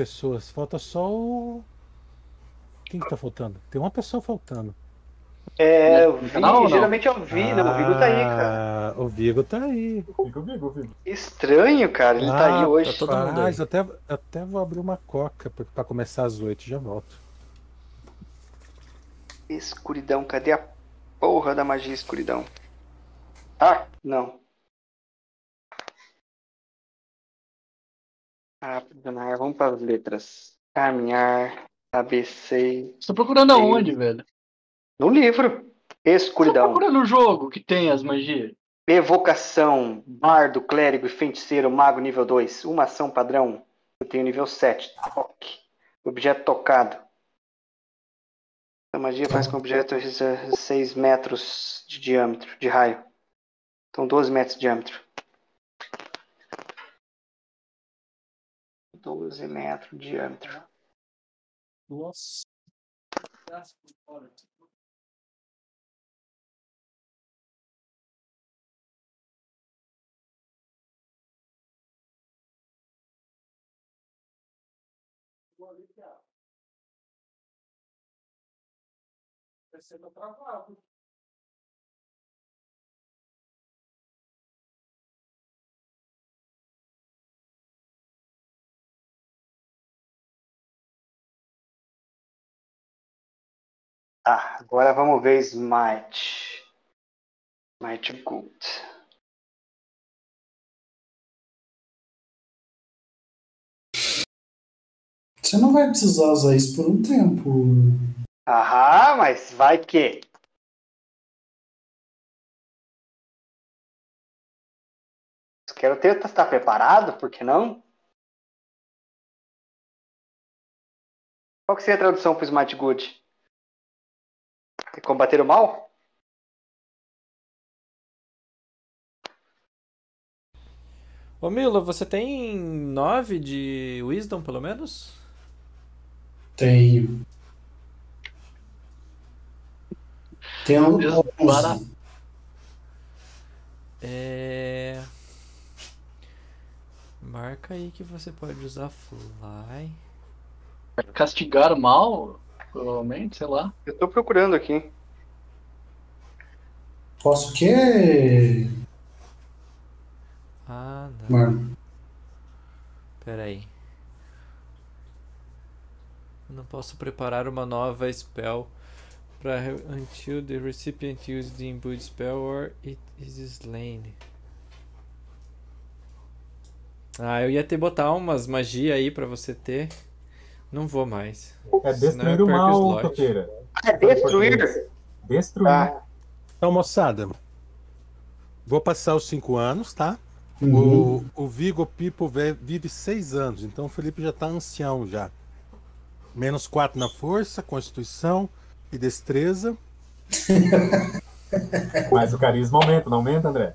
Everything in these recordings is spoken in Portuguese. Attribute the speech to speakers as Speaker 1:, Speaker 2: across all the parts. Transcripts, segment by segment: Speaker 1: pessoas. Falta só o. Quem que tá faltando? Tem uma pessoa faltando.
Speaker 2: Né?
Speaker 3: É, o Vini,
Speaker 2: Não, não.
Speaker 3: geralmente é o Vini, o Vigo tá aí, cara.
Speaker 1: Ah, O Vigo tá aí.
Speaker 4: Vigo, Vigo, Vigo.
Speaker 3: Estranho, cara, ele tá aí
Speaker 1: Ah,
Speaker 3: hoje.
Speaker 2: todo mundo
Speaker 1: Rapaz, eu até, eu até vou abrir uma coca pra, pra começar às oito já volto.
Speaker 3: Escuridão, cadê a porra da magia escuridão? Ah, não. Aprisionar, né? vamos para as letras. Caminhar, ABC.
Speaker 2: Você tá procurando aonde, velho?
Speaker 3: No livro.
Speaker 2: Você tá
Speaker 3: Escuridão.
Speaker 2: procurando o jogo que tem as magias?
Speaker 3: Evocação, bardo, clérigo e feiticeiro, mago nível 2. Uma ação padrão. Eu tenho nível 7. Toque. Objeto tocado. A magia faz com que o objeto seja 6 metros de diâmetro, de raio. Então 12 metros de diâmetro. 12 metros de diâmetro.
Speaker 2: Nossa.
Speaker 5: tá
Speaker 3: Tá, agora vamos ver Smite. Smite Gold.
Speaker 6: Você não vai precisar usar isso por um tempo.
Speaker 3: Aham, mas vai que. Quero ter estar Tá preparado, por que não? Qual que seria a tradução para Smart Good? É combater o mal?
Speaker 7: Ô Milo, você tem 9 de Wisdom, pelo menos?
Speaker 6: Tenho. Tenho
Speaker 2: Deus,
Speaker 6: 11.
Speaker 2: barato.
Speaker 7: É. Marca aí que você pode usar Fly.
Speaker 2: Castigar mal, provavelmente, sei lá.
Speaker 3: Eu estou procurando aqui.
Speaker 6: Posso o quê,
Speaker 7: Ah, não.
Speaker 6: mano?
Speaker 7: Pera aí. Eu não posso preparar uma nova spell para until the recipient uses the imbued spell or it is slain. Ah, eu ia ter botar umas magia aí pra você ter. Não vou mais.
Speaker 4: É
Speaker 7: Senão eu
Speaker 4: destruir
Speaker 7: perco
Speaker 4: o mal,
Speaker 7: slot.
Speaker 4: Toqueira.
Speaker 3: É destruir?
Speaker 4: Destruir.
Speaker 3: Tá.
Speaker 1: Então, moçada, vou passar os cinco anos, tá?
Speaker 6: Uhum.
Speaker 1: O, o Vigo Pipo ve- vive seis anos, então o Felipe já tá ancião já. Menos quatro na força, constituição e destreza.
Speaker 4: Mas o carisma aumenta, não aumenta, André?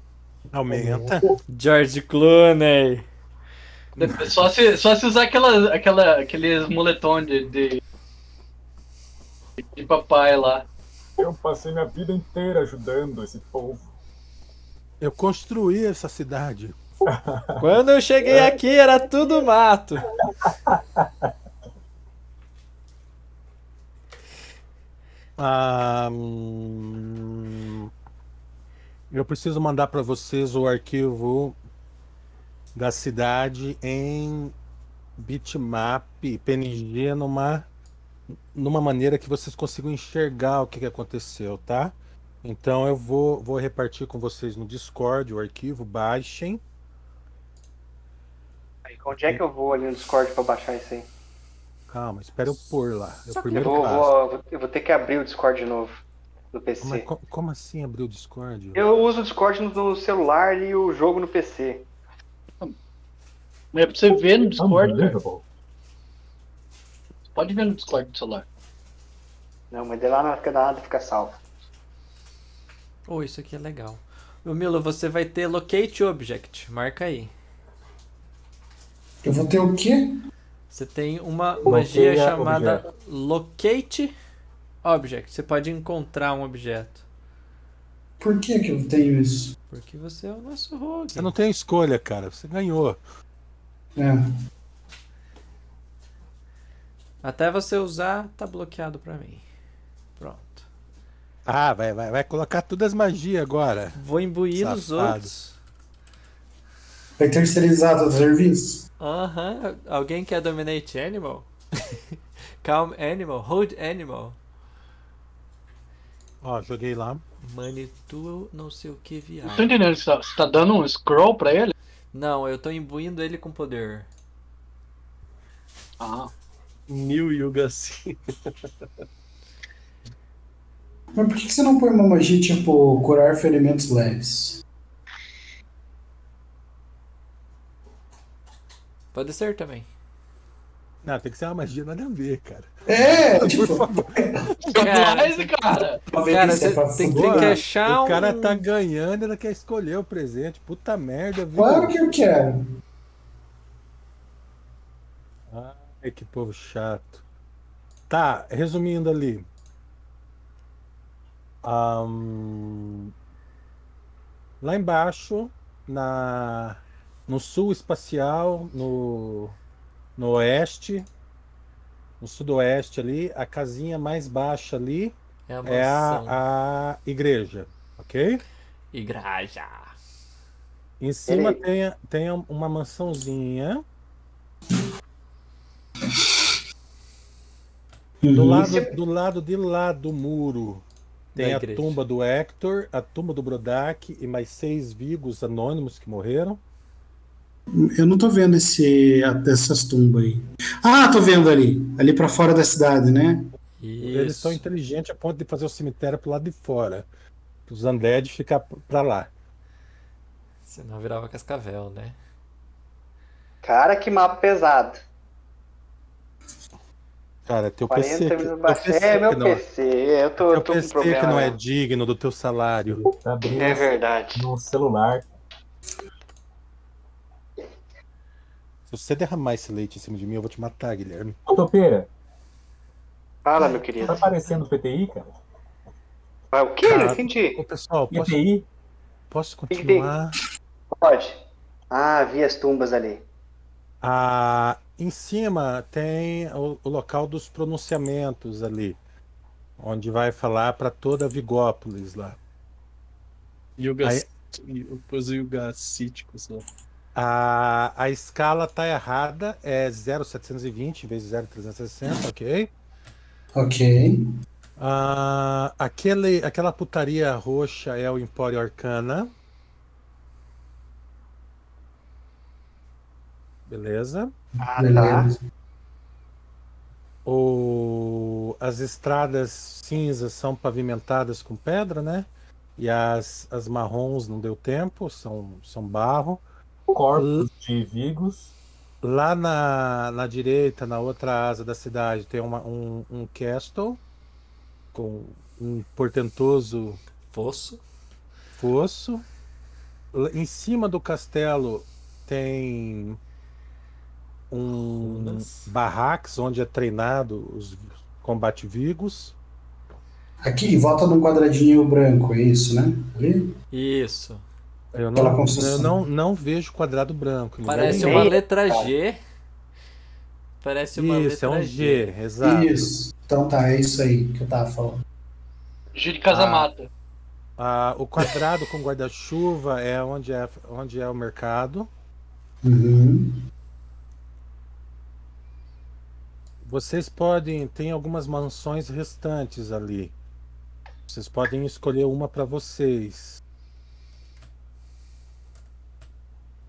Speaker 1: Aumenta.
Speaker 7: George Clooney!
Speaker 2: Só se, só se usar aquela, aquela, aqueles moletom de, de, de papai lá.
Speaker 4: Eu passei minha vida inteira ajudando esse povo.
Speaker 1: Eu construí essa cidade.
Speaker 7: Quando eu cheguei aqui era tudo mato.
Speaker 1: Ah, hum, eu preciso mandar para vocês o arquivo da cidade em bitmap, PNG, numa, numa maneira que vocês consigam enxergar o que, que aconteceu, tá? Então eu vou, vou repartir com vocês no Discord o arquivo, baixem.
Speaker 3: Aí, Onde é que eu vou ali no Discord para baixar isso aí?
Speaker 1: Calma, espera eu pôr lá. É o
Speaker 3: Eu
Speaker 1: primeiro
Speaker 3: vou,
Speaker 1: passo.
Speaker 3: vou- eu vou ter que abrir o Discord de novo no PC.
Speaker 1: Mas co- como assim abrir o Discord?
Speaker 3: Eu uso o Discord no- no celular e o jogo no PC.
Speaker 2: É pra você ver no Discord, cara.
Speaker 4: Unbelievable.
Speaker 2: Pode ver no Discord do celular.
Speaker 3: Não, mas de lá não fica nada, fica salvo.
Speaker 7: Oh, isso aqui é legal. Ô Milo, você vai ter Locate Object. Marca aí.
Speaker 6: Eu vou ter o quê?
Speaker 7: Você tem uma
Speaker 4: Bloqueia
Speaker 7: magia chamada Locate Object. Você pode encontrar um objeto.
Speaker 6: Por que que eu tenho isso?
Speaker 7: Porque você é o nosso rogue.
Speaker 1: Você não tem escolha, cara. Você ganhou.
Speaker 6: É.
Speaker 7: Até você usar, tá bloqueado pra mim. Pronto.
Speaker 1: Ah, vai, vai, vai colocar todas as magias agora.
Speaker 7: Vou imbuir os
Speaker 1: Safado.
Speaker 7: outros.
Speaker 6: Vai É terceirizado o serviço?
Speaker 7: Aham. Alguém quer dominate animal? Calm animal. Hold animal.
Speaker 1: Ó, joguei lá.
Speaker 7: Manitou não sei o que viado.
Speaker 2: Não tô entendendo. Você tá, você tá dando um scroll pra ele?
Speaker 7: Não, eu tô imbuindo ele com poder.
Speaker 2: Ah.
Speaker 8: New Yuga Sim.
Speaker 6: Mas por que que você não põe uma magia tipo curar ferimentos leves?
Speaker 7: Pode ser também.
Speaker 1: Não, tem que ser uma magia nada a ver, cara.
Speaker 6: É, tipo,
Speaker 1: Por favor.
Speaker 2: Então,
Speaker 7: Cara.
Speaker 2: Mas, cara!
Speaker 6: pra ver
Speaker 7: Cara,
Speaker 6: se é
Speaker 7: você
Speaker 6: pra
Speaker 7: tem, tem
Speaker 6: furar.
Speaker 7: que achar
Speaker 1: o cara
Speaker 7: um...
Speaker 1: tá ganhando, ela quer escolher o presente. Puta merda, viu?
Speaker 6: Claro que eu quero.
Speaker 1: Ai, que povo chato. Tá, resumindo ali. Ahn, lá embaixo, na, no sul espacial, no, no oeste, no sudoeste ali, a casinha mais baixa ali
Speaker 7: É a
Speaker 1: é
Speaker 7: mansão.
Speaker 1: a, a igreja, ok?
Speaker 7: Igraja.
Speaker 1: Em cima tem, a- tem uma mansãozinha.
Speaker 6: Uhum.
Speaker 1: Do
Speaker 3: Uhum.
Speaker 1: lado, do lado de lá do muro tem
Speaker 7: Da
Speaker 1: a
Speaker 7: igreja.
Speaker 1: tumba do Hector, a tumba do Brodak e mais seis vigos anônimos que morreram.
Speaker 6: Eu não tô vendo esse, essas tumbas aí. Ah, tô vendo ali. Ali pra fora da cidade, né?
Speaker 1: Eles são
Speaker 7: Isso.
Speaker 1: inteligentes a ponto de fazer o cemitério pro lado de fora. Os undead ficar p- pra lá.
Speaker 7: Senão virava cascavel, né?
Speaker 3: Cara, que mapa pesado.
Speaker 1: Cara, teu
Speaker 3: 40
Speaker 1: PC, que-
Speaker 3: mil
Speaker 1: teu
Speaker 3: baixo.
Speaker 1: PC
Speaker 3: É, meu
Speaker 1: que não é,
Speaker 3: PC. Eu tô,
Speaker 1: teu
Speaker 3: tô com
Speaker 1: PC
Speaker 3: problema. né?
Speaker 1: que não é digno do teu salário.
Speaker 4: Tá abrindo
Speaker 3: É verdade.
Speaker 4: no celular.
Speaker 1: Se você derramar esse leite em cima de mim, eu vou te matar, Guilherme.
Speaker 4: Ô, Topeira,
Speaker 3: Fala, meu
Speaker 4: tá
Speaker 3: querido.
Speaker 4: aparecendo PTI, cara?
Speaker 3: Vai o quê? Não entendi.
Speaker 1: Ô, pessoal, posso,
Speaker 4: PTI?
Speaker 1: posso
Speaker 3: tem.
Speaker 1: continuar?
Speaker 3: Pode. Ah, vi as tumbas ali.
Speaker 1: Ah, em cima tem o, o local dos pronunciamentos ali, onde vai falar para toda Vigópolis lá.
Speaker 8: Yuga
Speaker 1: Aí-
Speaker 8: City. Eu pus o Yuga Cítico só.
Speaker 1: A, a escala tá errada, é 0,720 vezes 0,360, ok?
Speaker 6: Ok.
Speaker 1: Ah, aquele, aquela putaria roxa é o Empório Arcana. Beleza.
Speaker 3: Ah, tá.
Speaker 6: beleza.
Speaker 1: O... As estradas cinzas são pavimentadas com pedra, né? E as, as marrons não deu tempo, são, são barro.
Speaker 4: Corpos de Vigos.
Speaker 1: Lá na, na direita, na outra asa da cidade, tem uma, um, um castle com um portentoso
Speaker 7: Fosso.
Speaker 1: fosso. L- Em cima do castelo tem um
Speaker 7: Runas.
Speaker 1: barracos onde é treinado os combate-vigos.
Speaker 6: Aqui, volta num quadradinho branco, é isso, né? Ali?
Speaker 7: Isso.
Speaker 1: Eu
Speaker 6: Pela
Speaker 1: não,
Speaker 6: construção.
Speaker 1: eu não, não vejo quadrado branco. em lugar
Speaker 7: Parece
Speaker 2: é
Speaker 1: nenhum.
Speaker 7: uma
Speaker 2: um
Speaker 7: letra
Speaker 2: Ah,
Speaker 7: G. Parece uma
Speaker 1: Isso, é
Speaker 7: letra
Speaker 1: um G, exato.
Speaker 6: Isso. Então tá, é isso aí que eu tava falando.
Speaker 2: G de casamata.
Speaker 1: Ah, o quadrado com guarda-chuva é onde, é onde é o mercado.
Speaker 6: Uhum.
Speaker 1: Vocês podem, tem algumas mansões restantes ali. Vocês podem escolher uma para vocês.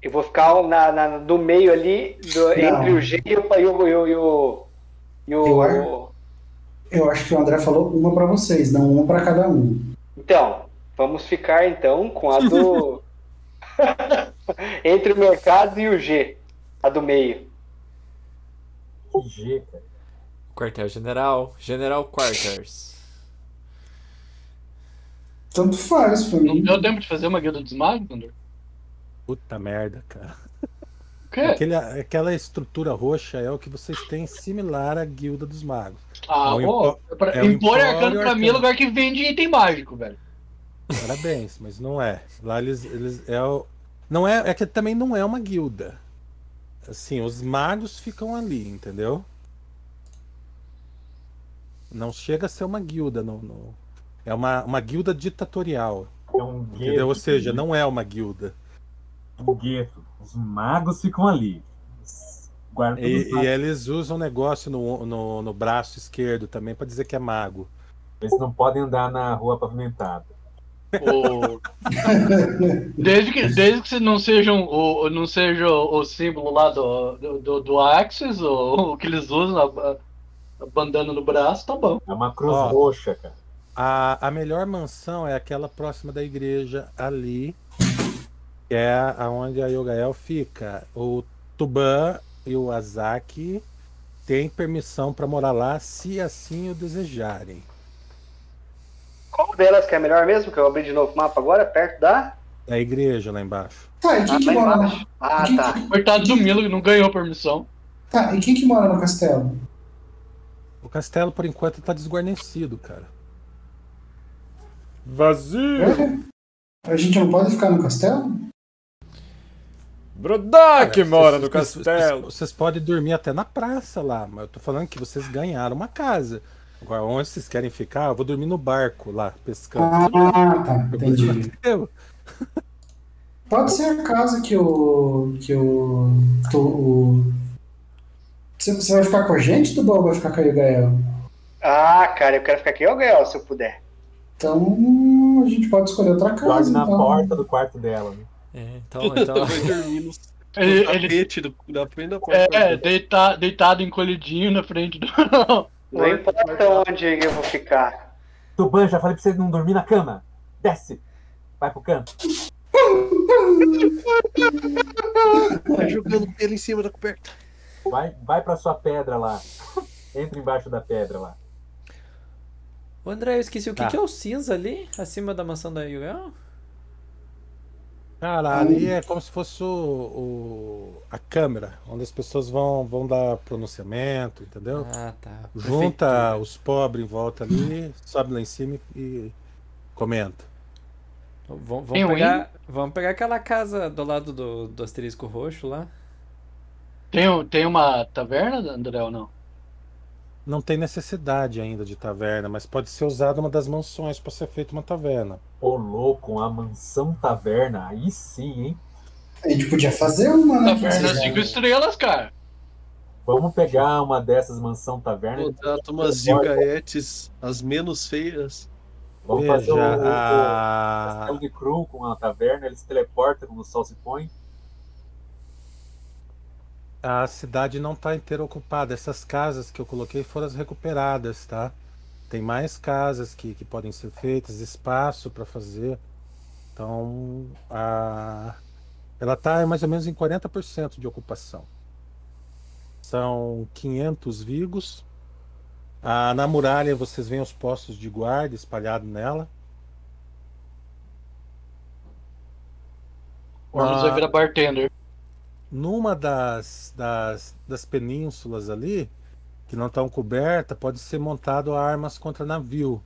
Speaker 3: Eu vou ficar na, na, do meio ali, do- entre o G e o. E o, e o, e o, e
Speaker 6: Eu
Speaker 3: o
Speaker 6: acho. Eu acho que o André falou uma pra vocês, não uma pra cada um.
Speaker 3: Então, vamos ficar então com a do. entre o mercado e o G. A do meio.
Speaker 4: Que G, cara.
Speaker 7: Quartel General. General Quarters.
Speaker 6: Tanto faz pra
Speaker 2: Não
Speaker 6: mim.
Speaker 2: deu tempo de fazer uma guilda dos magos, Andor?
Speaker 1: Puta merda, cara.
Speaker 2: O quê?
Speaker 1: Aquele- aquela estrutura roxa é o que vocês têm similar à Guilda dos Magos.
Speaker 2: Ah,
Speaker 1: É um
Speaker 2: ô. pra-
Speaker 1: é um
Speaker 2: Empor arcano
Speaker 1: empório
Speaker 2: pra mim é
Speaker 1: arcano.
Speaker 2: lugar que vende item mágico, velho.
Speaker 1: Parabéns, mas não é. Lá eles, eles é o, não é, é que também não é uma guilda. Assim, os magos ficam ali, entendeu? Não chega a ser uma guilda. Não, não- É uma, uma guilda ditatorial.
Speaker 4: É um gueto.
Speaker 1: Entendeu? Ou seja, não é uma guilda.
Speaker 4: Um gueto. Os magos ficam ali. Os guardas
Speaker 1: E,
Speaker 4: dos
Speaker 1: e
Speaker 4: magos.
Speaker 1: eles usam um negócio no, no, no braço esquerdo também pra dizer que é mago.
Speaker 4: Eles não podem andar na rua pavimentada.
Speaker 2: O- Desde, que, desde que não sejam o, o- não seja o, o símbolo lá do, do, do, do Axis, ou o que eles usam, a, a bandana no braço, tá bom.
Speaker 4: É uma cruz
Speaker 1: Ó.
Speaker 4: roxa, cara.
Speaker 1: A, a melhor mansão é aquela próxima da igreja ali, que é aonde a Yogael fica. O Tuban e o Azaki têm permissão pra morar lá se assim o desejarem.
Speaker 3: Qual delas que é a melhor mesmo? Que eu abri de novo o mapa agora, perto da.
Speaker 1: É a igreja lá embaixo.
Speaker 6: Tá, e
Speaker 3: Ah,
Speaker 6: quem que
Speaker 3: lá
Speaker 6: mora
Speaker 3: embaixo.
Speaker 6: no...
Speaker 3: Ah,
Speaker 6: Quem
Speaker 3: tá.
Speaker 6: que-
Speaker 2: Coitado do Milo que não ganhou permissão.
Speaker 6: Tá, e quem que mora no castelo?
Speaker 1: O castelo, por enquanto, tá desguarnecido, cara.
Speaker 4: Vazio!
Speaker 6: É? A gente não pode ficar no castelo?
Speaker 5: Brodak mora no
Speaker 1: Vocês- vocês-
Speaker 5: castelo.
Speaker 1: Vocês, vocês podem dormir até na praça lá, mas eu tô falando que vocês ganharam uma casa. Agora, onde vocês querem ficar, eu vou dormir no barco lá, pescando.
Speaker 6: Ah, tá, entendi.
Speaker 1: Eu-
Speaker 6: Pode ser a casa que o. que o. to- o... Você, você vai ficar com a gente, Tuban, ou vai ficar com a Gael?
Speaker 3: Ah, cara, eu quero ficar aqui, ô Gael, se eu puder.
Speaker 6: Então a gente pode escolher outra
Speaker 4: Guarde
Speaker 6: casa.
Speaker 4: na
Speaker 6: então.
Speaker 4: porta do quarto dela. né?
Speaker 7: É, então, então,
Speaker 8: Vai dormir no, no
Speaker 2: Ele, ele
Speaker 8: tapete do, da frente da porta.
Speaker 2: é, deita, deitado encolhidinho na frente do.
Speaker 3: Não importa onde eu vou ficar.
Speaker 4: Tuban, já falei pra você não dormir na cama. Desce. Vai pro canto.
Speaker 8: Vai Tá jogando pelo em cima da coberta.
Speaker 4: Vai, vai pra sua pedra lá. Entra embaixo da pedra lá.
Speaker 7: Ô, André, eu esqueci o que,
Speaker 1: Tá.
Speaker 7: que é o cinza ali, acima da mansão da Yuga?
Speaker 1: Cara, ali é como se fosse o, o- a câmera, onde as pessoas vão, vão dar pronunciamento, entendeu?
Speaker 7: Ah, tá.
Speaker 1: Junta os pobres em volta ali, sobe lá em cima e comenta.
Speaker 7: Vamos,
Speaker 2: Tem um
Speaker 7: pegar, vamos pegar aquela casa do lado do, do asterisco roxo lá.
Speaker 2: Tem, um- tem uma taverna, André, ou não?
Speaker 1: Não tem necessidade ainda de taverna, mas pode ser usada uma das mansões para ser feita uma taverna.
Speaker 4: Ô louco, a mansão taverna. Aí sim, hein?
Speaker 6: A gente podia fazer uma, né?
Speaker 2: Taverna
Speaker 6: Vocês-
Speaker 2: cinco estrelas, cara.
Speaker 4: Vamos pegar uma dessas mansão taverna.
Speaker 8: Contrata umas Yugaetes, as menos feias.
Speaker 4: Vamos
Speaker 7: É,
Speaker 4: fazer um,
Speaker 1: Veja,
Speaker 4: o, o,
Speaker 1: a...
Speaker 4: castelo de cru com a taverna. Ele se teleporta quando o sol se põe.
Speaker 1: A cidade não está inteira ocupada. Essas casas que eu coloquei foram as recuperadas, tá? Tem mais casas que, que podem ser feitas, espaço para fazer. Então, a... ela está mais ou menos em 40% de ocupação. São 500 vigos. Ah, na muralha vocês veem os postos de guarda espalhados nela.
Speaker 2: O Ormus vai virar bartender.
Speaker 1: Ah, numa das, das, das penínsulas ali, que não estão cobertas, pode ser montado armas contra navio.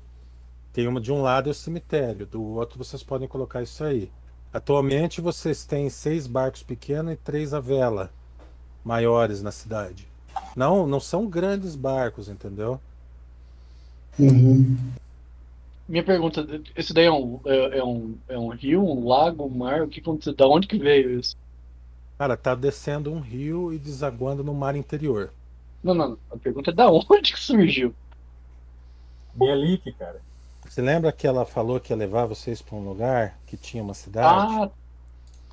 Speaker 1: Tem uma de um lado é o cemitério, do outro vocês podem colocar isso aí. Atualmente vocês têm seis barcos pequenos e três a vela maiores na cidade. Não, não são grandes barcos, entendeu?
Speaker 6: Uhum.
Speaker 2: Minha pergunta, esse daí é um, é, é um, é um rio, um lago, um mar? O que aconteceu? Da onde que veio isso?
Speaker 1: Cara, tá descendo um rio e desaguando no mar interior.
Speaker 2: Não, não, não. A pergunta é da onde que surgiu?
Speaker 4: Mielique, cara.
Speaker 1: Você lembra que ela falou que ia levar vocês para um lugar que tinha uma cidade?
Speaker 2: Ah,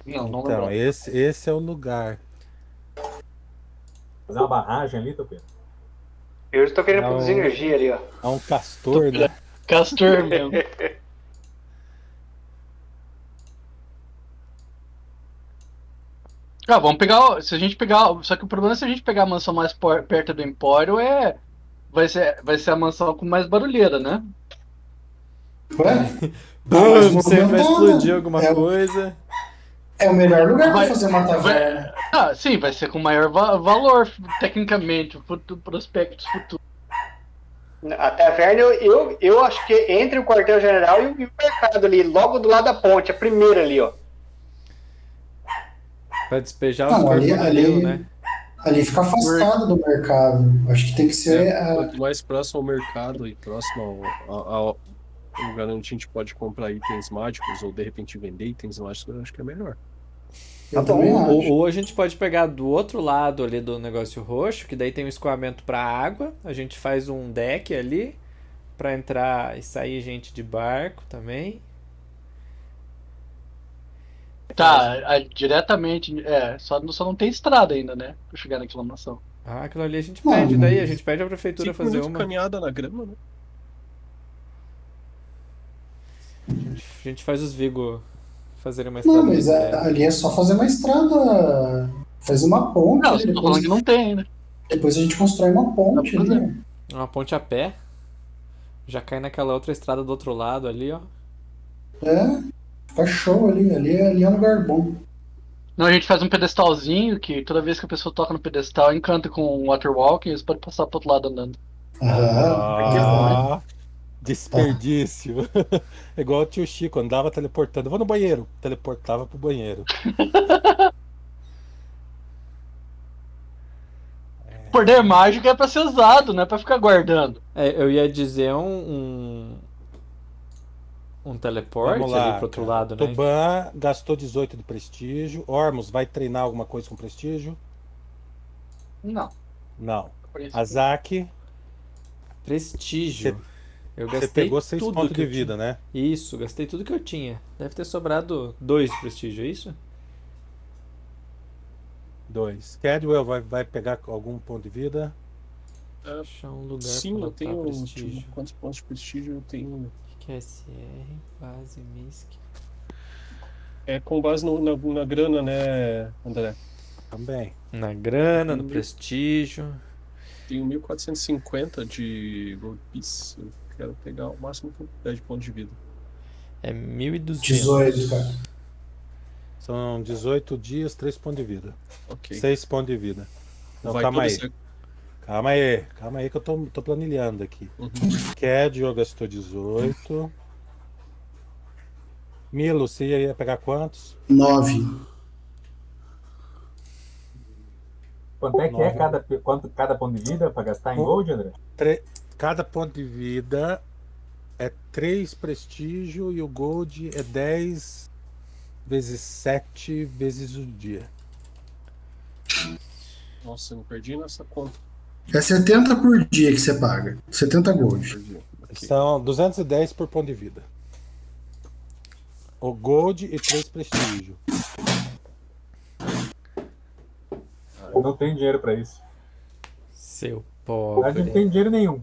Speaker 2: não, não
Speaker 1: Então,
Speaker 2: lembro.
Speaker 1: esse, esse é o lugar.
Speaker 4: Fazer uma barragem ali, Tupi.
Speaker 3: Eu estou querendo
Speaker 1: Não.
Speaker 3: produzir energia ali, ó.
Speaker 1: É um castor, né?
Speaker 2: Castor mesmo. Ah, vamos pegar. o- Se a gente pegar. Só que o problema é se a gente pegar a mansão mais por- perto do Empório é. Vai ser, vai ser a mansão com mais barulheira, né?
Speaker 6: Ué? Não, mas
Speaker 5: Bum, sempre vai
Speaker 6: movimentada.
Speaker 5: explodir alguma
Speaker 6: É-
Speaker 5: coisa.
Speaker 6: É o melhor lugar pra
Speaker 2: Vai-
Speaker 6: fazer uma taverna.
Speaker 2: Ah, sim, vai ser com maior va- valor, f- tecnicamente, futu- prospectos futuros.
Speaker 3: A taverna, eu, eu, eu acho que é entre o quartel-general e o e o mercado ali, logo do lado da ponte, a primeira ali, ó.
Speaker 7: Pra despejar
Speaker 6: Não,
Speaker 7: os
Speaker 6: ali-
Speaker 7: corpos no
Speaker 6: ali- é
Speaker 7: rio, né?
Speaker 6: Ali fica afastado do mercado. Acho que tem que ser.
Speaker 8: É,
Speaker 4: é
Speaker 6: ah, a-
Speaker 8: Quanto mais próximo ao mercado e próximo ao, ao- ao lugar onde a gente pode comprar itens mágicos ou de repente vender itens mágicos, eu acho que é melhor.
Speaker 6: eu também
Speaker 7: Tá Ou,
Speaker 6: acho.
Speaker 7: ou a gente pode pegar do outro lado ali do negócio roxo, que daí tem um escoamento pra água. A gente faz um deck ali pra entrar e sair gente de barco também.
Speaker 2: Tá, a- diretamente. É, só, só não tem estrada ainda, né? Pra chegar na aclamação.
Speaker 7: Ah, aquilo ali a gente
Speaker 6: Não,
Speaker 7: pede, daí a
Speaker 6: mas-
Speaker 7: gente pede a prefeitura
Speaker 8: Cinco
Speaker 7: fazer
Speaker 8: minutos de
Speaker 7: uma.
Speaker 8: caminhada na grama, né?
Speaker 7: A gente faz os Vigo fazerem uma estrada.
Speaker 6: Não, mas
Speaker 7: de terra.
Speaker 6: a- ali é só fazer uma estrada. Faz uma ponte.
Speaker 2: Não, eu tô
Speaker 6: depois,
Speaker 2: falando que não tem ainda.
Speaker 6: depois a gente constrói uma ponte
Speaker 2: Dá pra
Speaker 6: ali.
Speaker 7: É Uma ponte a pé. Já cai naquela outra estrada do outro lado ali, ó.
Speaker 6: É. Fica show ali. Ali, é- ali é um lugar bom.
Speaker 2: Não, a gente faz um pedestalzinho que toda vez que a pessoa toca no pedestal, encanta com o Waterwalking, eles podem passar pro outro lado andando.
Speaker 1: Ah,
Speaker 6: Ah,
Speaker 1: desperdício. É igual o tio Chico, andava teleportando. Vou no banheiro. Teleportava pro banheiro.
Speaker 2: Poder mágico é pra ser usado, não é pra ficar guardando.
Speaker 7: É, eu ia dizer um. um... Um teleporte
Speaker 1: Vamos lá,
Speaker 7: ali pro outro
Speaker 1: cara.
Speaker 7: lado, né?
Speaker 1: Toban gastou 18 de prestígio. Ormus vai treinar alguma coisa com prestígio?
Speaker 2: Não.
Speaker 1: Não.
Speaker 2: Por isso.
Speaker 1: Azaki,
Speaker 7: Prestígio. eu
Speaker 1: você
Speaker 7: gastei
Speaker 1: pegou 6
Speaker 7: tudo
Speaker 1: pontos
Speaker 7: que
Speaker 1: de
Speaker 7: eu
Speaker 1: vida, né?
Speaker 7: tinha. Isso, gastei tudo que eu tinha. Deve ter sobrado dois de prestígio, é isso?
Speaker 1: 2. Cadwell vai, vai pegar algum ponto de vida?
Speaker 2: Ah,
Speaker 7: Achar um lugar
Speaker 8: Sim,
Speaker 7: pra
Speaker 8: eu
Speaker 7: botar
Speaker 8: tenho
Speaker 7: prestígio.
Speaker 8: tipo, quantos pontos de prestígio eu tenho.
Speaker 7: O que que é SR? Base, MISC.
Speaker 8: É com base no- na, na grana, né, André?
Speaker 1: Também.
Speaker 7: Na grana,
Speaker 2: Uhum.
Speaker 7: no prestígio.
Speaker 8: Tenho 1450 de gold piece. Eu quero pegar o máximo que eu puder de pontos de vida.
Speaker 7: É 1.200.
Speaker 6: 18, cara.
Speaker 1: São 18 dias, 3 pontos de vida.
Speaker 8: Ok.
Speaker 1: 6 pontos de vida. Não,
Speaker 8: Vai
Speaker 1: calma
Speaker 8: toda
Speaker 1: aí.
Speaker 8: essa-
Speaker 1: Calma aí. Calma aí que eu tô, tô planilhando aqui.
Speaker 8: Uhum.
Speaker 1: Cadwell gastou 18. Milo, você ia pegar quantos?
Speaker 6: 9.
Speaker 4: Quanto é que é
Speaker 1: Nove.
Speaker 4: cada, quanto, cada ponto de vida pra gastar em
Speaker 1: Um.
Speaker 4: gold, André?
Speaker 1: Tre- Cada ponto de vida é 3 prestígio e o gold é 10 vezes 7 vezes o dia.
Speaker 8: Nossa, eu me perdi nessa conta.
Speaker 6: É 70 por dia que você paga. 70 gold.
Speaker 8: Perdi. Ok.
Speaker 1: São 210 por ponto de vida. O gold e 3 prestígio.
Speaker 4: Eu não tenho dinheiro pra isso.
Speaker 7: Seu
Speaker 4: A gente não
Speaker 7: pobre.
Speaker 4: tem dinheiro nenhum.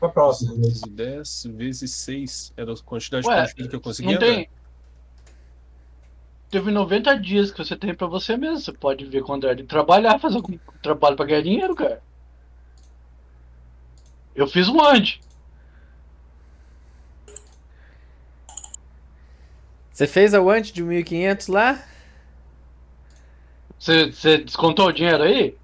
Speaker 4: Pra próxima.
Speaker 8: 210 vezes 6 era a quantidade
Speaker 2: Ué,
Speaker 8: de pontos de vida que eu consegui.
Speaker 2: Não
Speaker 8: André?
Speaker 2: tem. Teve 90 dias que você tem pra você mesmo. Você pode ver com o André de trabalhar, fazer algum trabalho pra ganhar dinheiro, cara. Eu fiz um antes.
Speaker 7: Você fez a Wante de 1.500 lá?
Speaker 2: Você, você descontou o dinheiro aí?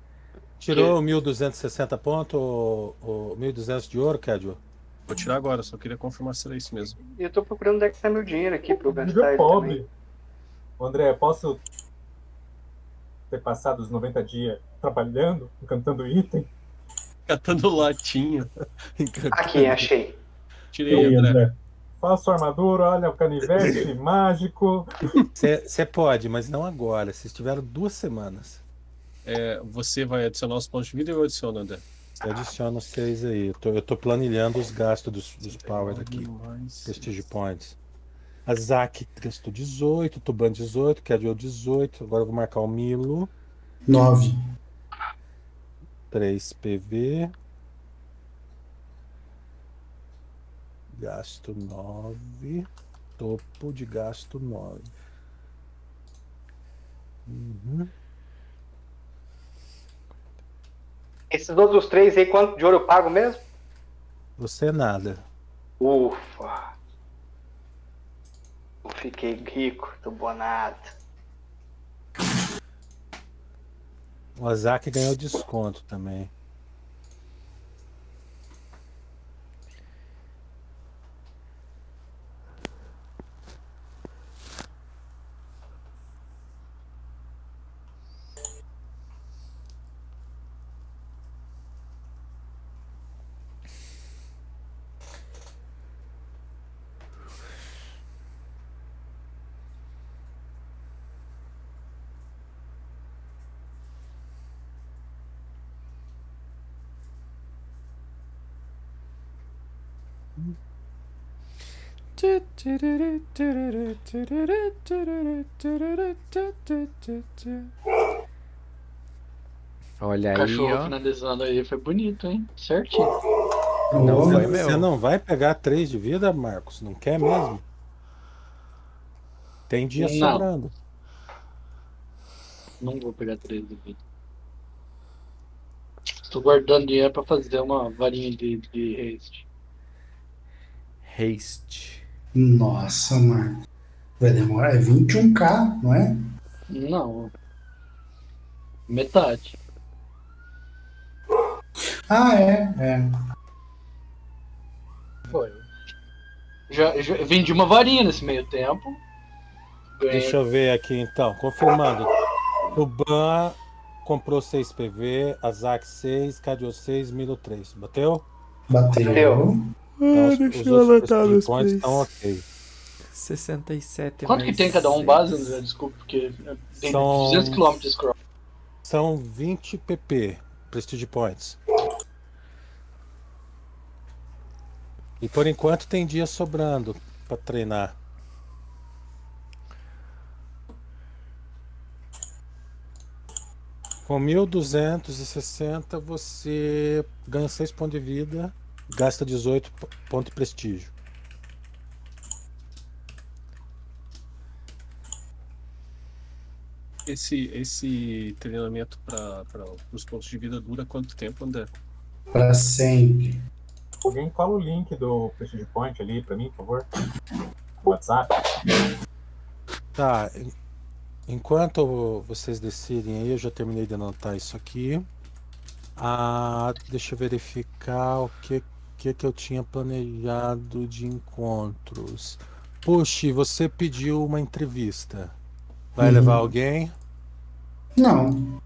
Speaker 1: Tirou 1.260 pontos, ou, ou 1.200 de ouro, Cadwell?
Speaker 8: Vou tirar agora, só queria confirmar se era isso mesmo.
Speaker 3: E eu tô procurando onde é que tá meu dinheiro aqui pra eu gastar
Speaker 4: Nível
Speaker 3: ele também.
Speaker 4: pobre. André, posso ter passado os 90 dias trabalhando, cantando item?
Speaker 8: Catando latinha.
Speaker 3: Aqui, achei.
Speaker 8: Tirei, André.
Speaker 4: Faço armadura, olha o canivete mágico.
Speaker 1: Você pode, mas não agora. Vocês tiveram duas semanas.
Speaker 8: É, você vai adicionar os pontos de vida e eu adiciono, André.
Speaker 1: Você adiciona os seis aí. Eu tô, eu tô planilhando os gastos dos, dos power aqui.
Speaker 8: Mais-
Speaker 1: Prestige Points. A Zaki gastou 18, Tuban 18, Cadwell 18. Agora eu vou marcar o Milo.
Speaker 6: 9.
Speaker 1: 3 PV. Gasto 9. Topo de gasto 9. Uhum.
Speaker 3: Esses outros três aí, quanto de ouro eu pago mesmo?
Speaker 1: Você é nada.
Speaker 3: Ufa. Eu fiquei rico, tô bonado.
Speaker 1: O Azaki ganhou desconto também.
Speaker 7: Olha aí,
Speaker 2: Cachorro
Speaker 7: ó.
Speaker 2: finalizando aí. Foi bonito, hein? Certinho.
Speaker 7: Não
Speaker 6: Boa.
Speaker 7: foi meu.
Speaker 1: Você não vai pegar três de vida, Marcos? Não quer mesmo? Tem dia
Speaker 2: Não.
Speaker 1: sobrando.
Speaker 2: Não vou pegar três de vida. Estou guardando dinheiro pra fazer uma varinha de, de haste.
Speaker 7: Haste.
Speaker 6: Nossa, Marco. Vai demorar. É 21k, não é?
Speaker 2: Não. Metade.
Speaker 6: Ah, é. é.
Speaker 2: Foi. Já, já vendi uma varinha nesse meio tempo. Ganhei-
Speaker 1: Deixa eu ver aqui então. Confirmando. Tuban comprou 6 PV, Azak 6, Cadio 6, Milo 3. Bateu?
Speaker 6: Bateu.
Speaker 3: Bateu.
Speaker 1: Então, os-
Speaker 7: deixa
Speaker 1: os
Speaker 7: eu
Speaker 1: outros
Speaker 7: anotar meus
Speaker 1: points
Speaker 7: plays.
Speaker 1: estão ok.
Speaker 7: 67
Speaker 2: Quanto que
Speaker 7: mais
Speaker 2: tem cada um
Speaker 7: seis.
Speaker 2: base? André? Desculpa, porque tem
Speaker 1: São-
Speaker 2: 200 km de scroll.
Speaker 1: São 20 PP, Prestige Points. E por enquanto tem dia sobrando pra treinar. Com 1260 você ganha 6 pontos de vida, gasta 18 po- pontos de prestígio.
Speaker 8: Esse, esse treinamento para os pontos de vida dura quanto tempo, André?
Speaker 6: Pra sempre.
Speaker 4: Alguém cola o link do Prestige Point ali pra mim, por favor. No WhatsApp.
Speaker 1: Tá. en- Enquanto vocês decidem aí, eu já terminei de anotar isso aqui. Ah, deixa eu verificar o que, que que eu tinha planejado de encontros. Puxe, você pediu uma entrevista. Vai
Speaker 6: Uhum.
Speaker 1: levar alguém?
Speaker 6: Não.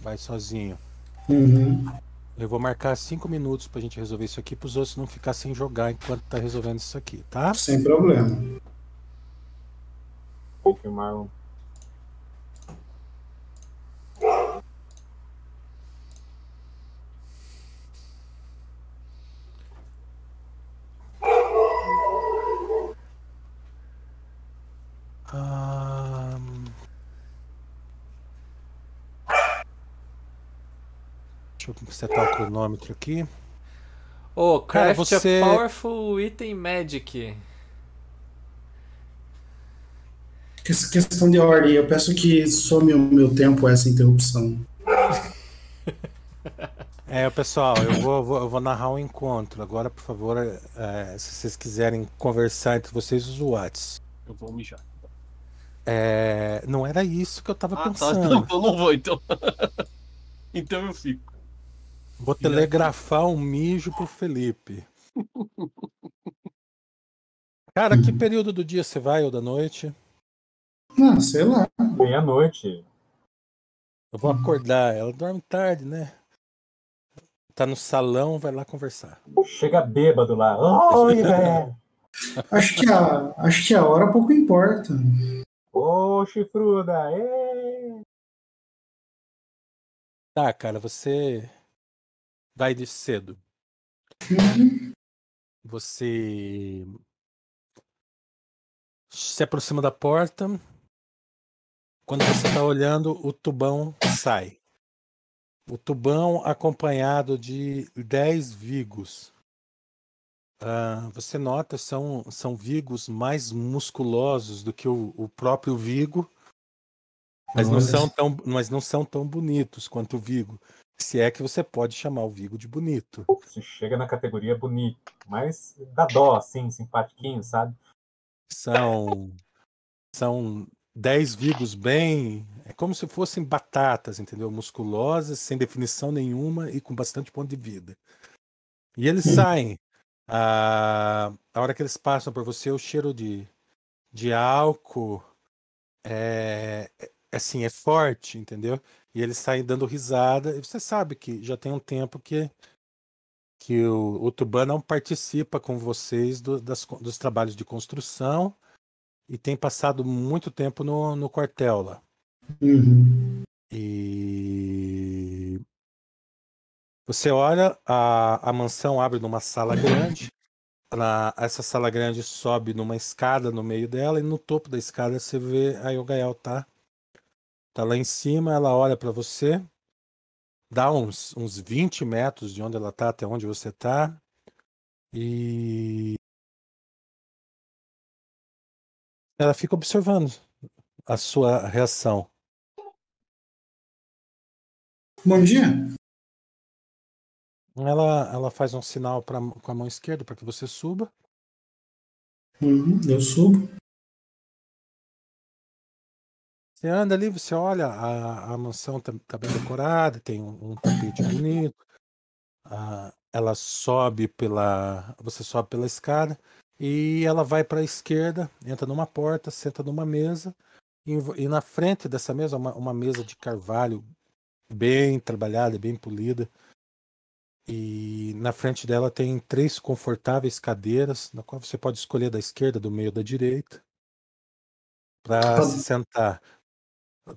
Speaker 1: Vai sozinho.
Speaker 6: Uhum.
Speaker 1: Eu vou marcar cinco minutos pra gente resolver isso aqui, pros outros não ficar sem jogar enquanto tá resolvendo isso aqui, tá?
Speaker 6: Sem problema.
Speaker 4: Que um o Marlon
Speaker 1: Ahn. Deixa eu setar o cronômetro aqui.
Speaker 7: Ô,
Speaker 1: Cara,
Speaker 7: craft
Speaker 1: você-
Speaker 7: a powerful item magic.
Speaker 6: Que- Questão de ordem, eu peço que some o meu tempo essa interrupção.
Speaker 1: É, pessoal, eu vou, vou- eu vou narrar um encontro. Agora, por favor, é, se vocês quiserem conversar entre vocês, os Whats.
Speaker 8: Eu vou mijar.
Speaker 1: É, não era isso que eu tava
Speaker 8: Não,
Speaker 1: pensando.
Speaker 8: eu não vou Ah, tá, então. então eu fico.
Speaker 1: Vou telegrafar um mijo pro Felipe. Cara, que período do dia você vai ou da noite?
Speaker 6: Ah, sei lá.
Speaker 4: Meia-noite.
Speaker 1: Eu vou acordar. Ela dorme tarde, né? Tá no salão, vai lá conversar.
Speaker 4: Chega bêbado lá. Oi,
Speaker 1: é.
Speaker 4: velho.
Speaker 6: Acho que a, acho que a hora pouco importa.
Speaker 4: Ô, chifruda. Ê!
Speaker 1: Tá, cara, você vai de cedo.
Speaker 6: Uhum.
Speaker 1: Você se aproxima da porta. Quando você tá olhando, o tubão sai. O tubão acompanhado de 10 vigos. Ah, você nota, são, são vigos mais musculosos do que o, o próprio vigo. Mas não, é.
Speaker 6: Olha.
Speaker 1: são tão, mas não são tão bonitos quanto o Vigo. Se é que você pode chamar o Vigo de bonito.
Speaker 4: Se chega na categoria bonito. Mas dá dó, assim, simpatiquinho, sabe?
Speaker 1: São são 10 Vigos bem. É como se fossem batatas, entendeu? Musculosas, sem definição nenhuma e com bastante ponto de vida. E eles saem. A, a hora que eles passam por você, o cheiro de, de álcool é, é- assim, é forte, entendeu? E eles saem dando risada. E você sabe que já tem um tempo que, que o, o Tuban não participa com vocês do- das con- dos trabalhos de construção e tem passado muito tempo no, no quartel lá.
Speaker 6: Uhum.
Speaker 1: E você olha, a, a mansão abre numa sala grande. Ela- essa sala grande sobe numa escada no meio dela e no topo da escada você vê a Yogael, tá? Tá lá em cima, ela olha pra você, dá uns, uns 20 metros de onde ela tá até onde você tá e ela fica observando a sua reação.
Speaker 6: Bom dia.
Speaker 1: Ela, ela faz um sinal pra, com a mão esquerda para que você suba.
Speaker 6: Uhum, eu subo.
Speaker 1: Você anda ali, você olha, a, a mansão tá, tá bem decorada, tem um, um tapete bonito. Ah, ela sobe pela. Você sobe pela escada e ela vai para a esquerda, entra numa porta, senta numa mesa. E, em vo- e na frente dessa mesa, uma, uma mesa de carvalho bem trabalhada, bem polida. E na frente dela tem três confortáveis cadeiras, na qual você pode escolher da esquerda, do meio, da direita, para
Speaker 6: Tá.
Speaker 1: se sentar.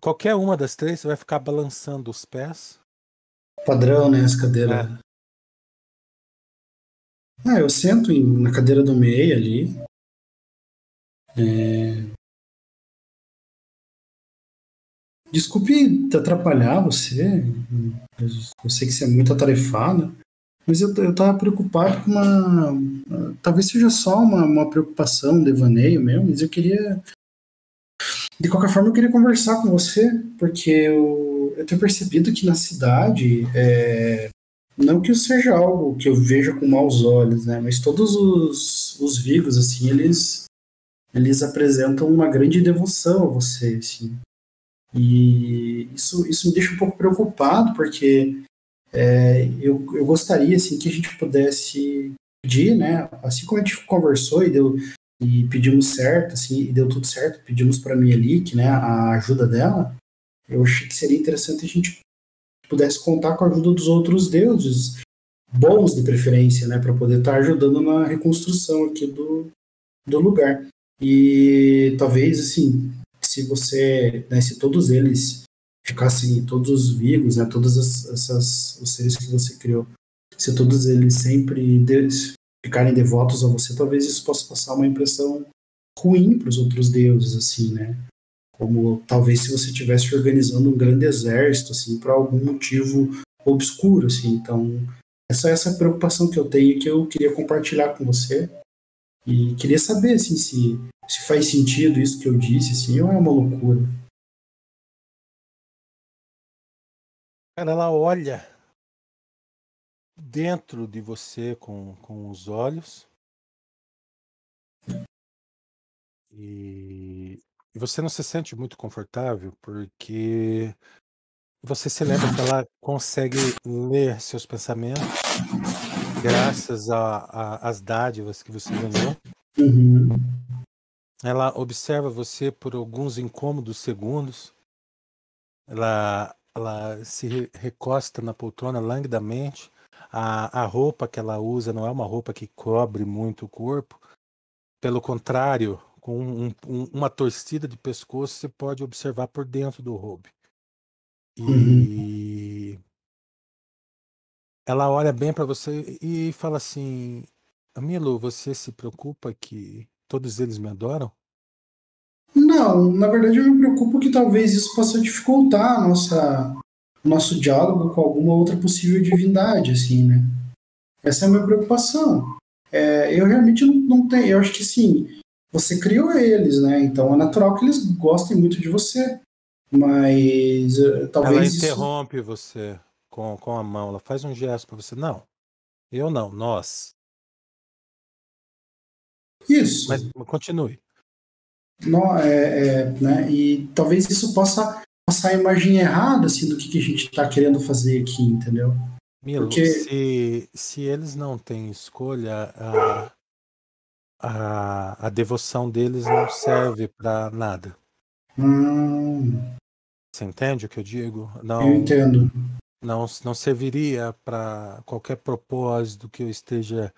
Speaker 1: Qualquer uma das três, você vai ficar balançando os pés.
Speaker 6: Padrão, né? As cadeiras.
Speaker 3: É.
Speaker 6: Ah, eu sento em- na cadeira do meio ali. É. Desculpe te tá atrapalhar você. Eu sei que você é muito atarefado. Mas eu, eu tava preocupado com uma. Talvez seja só uma, uma preocupação, um devaneio mesmo, mas eu queria. De qualquer forma, eu queria conversar com você, porque eu, eu tenho percebido que na cidade é, não que isso seja algo que eu veja com maus olhos, né? Mas todos os, os vigos, assim, eles eles apresentam uma grande devoção a você, assim. E isso, isso me deixa um pouco preocupado, porque é, eu, eu gostaria, assim, que a gente pudesse pedir, né? Assim como a gente conversou e deu e pedimos certo, assim, e deu tudo certo, pedimos para a Mielik, né, a ajuda dela, eu achei que seria interessante a gente pudesse contar com a ajuda dos outros deuses, bons de preferência, né, para poder estar ajudando na reconstrução aqui do, do lugar. E talvez, assim, se você, né, se todos eles ficassem, todos os vigos, né, todas as- essas, os seres que você criou, se todos eles sempre de- ficarem devotos a você, talvez isso possa passar uma impressão ruim para os outros deuses, assim, né? Como talvez se você estivesse organizando um grande exército, assim, para algum motivo obscuro, assim. Então, é só essa preocupação que eu tenho que eu queria compartilhar com você. E queria saber, assim, se, se faz sentido isso que eu disse, assim, ou é uma loucura.
Speaker 1: Cara, ela olha dentro de você com, com os olhos. E, e você não se sente muito confortável porque você se lembra que ela consegue ler seus pensamentos graças a- a- às dádivas que você ganhou.
Speaker 6: Uhum.
Speaker 1: Ela observa você por alguns incômodos segundos. Ela, ela se re- recosta na poltrona languidamente. A, a roupa que ela usa não é uma roupa que cobre muito o corpo. Pelo contrário, com um- um- uma torcida de pescoço, você pode observar por dentro do robe. E
Speaker 6: Uhum.
Speaker 1: ela olha bem para você e fala assim: Milo, você se preocupa que todos eles me adoram?
Speaker 6: Não, na verdade eu me preocupo que talvez isso possa dificultar a nossa, o nosso diálogo com alguma outra possível divindade, assim, né? Essa é a minha preocupação. É, eu realmente não, não tenho. Eu acho que sim, você criou eles, né? Então é natural que eles gostem muito de você. Mas eh,
Speaker 1: Ela
Speaker 6: talvez isso.
Speaker 1: interrompe você com, com a mão, ela faz um gesto para você. Não, eu não, nós.
Speaker 6: Isso.
Speaker 1: Mas continue.
Speaker 6: Não, é, é, né? E talvez isso possa passar a imagem errada assim, do que, que a gente está querendo fazer aqui, entendeu?
Speaker 1: Milo,
Speaker 6: Porque-
Speaker 1: se, se eles não têm escolha, a, a, a devoção deles não serve para nada.
Speaker 6: Hum,
Speaker 1: Você entende o que eu digo?
Speaker 6: eu
Speaker 1: Não,
Speaker 6: entendo.
Speaker 1: não, não serviria para qualquer propósito que eu esteja.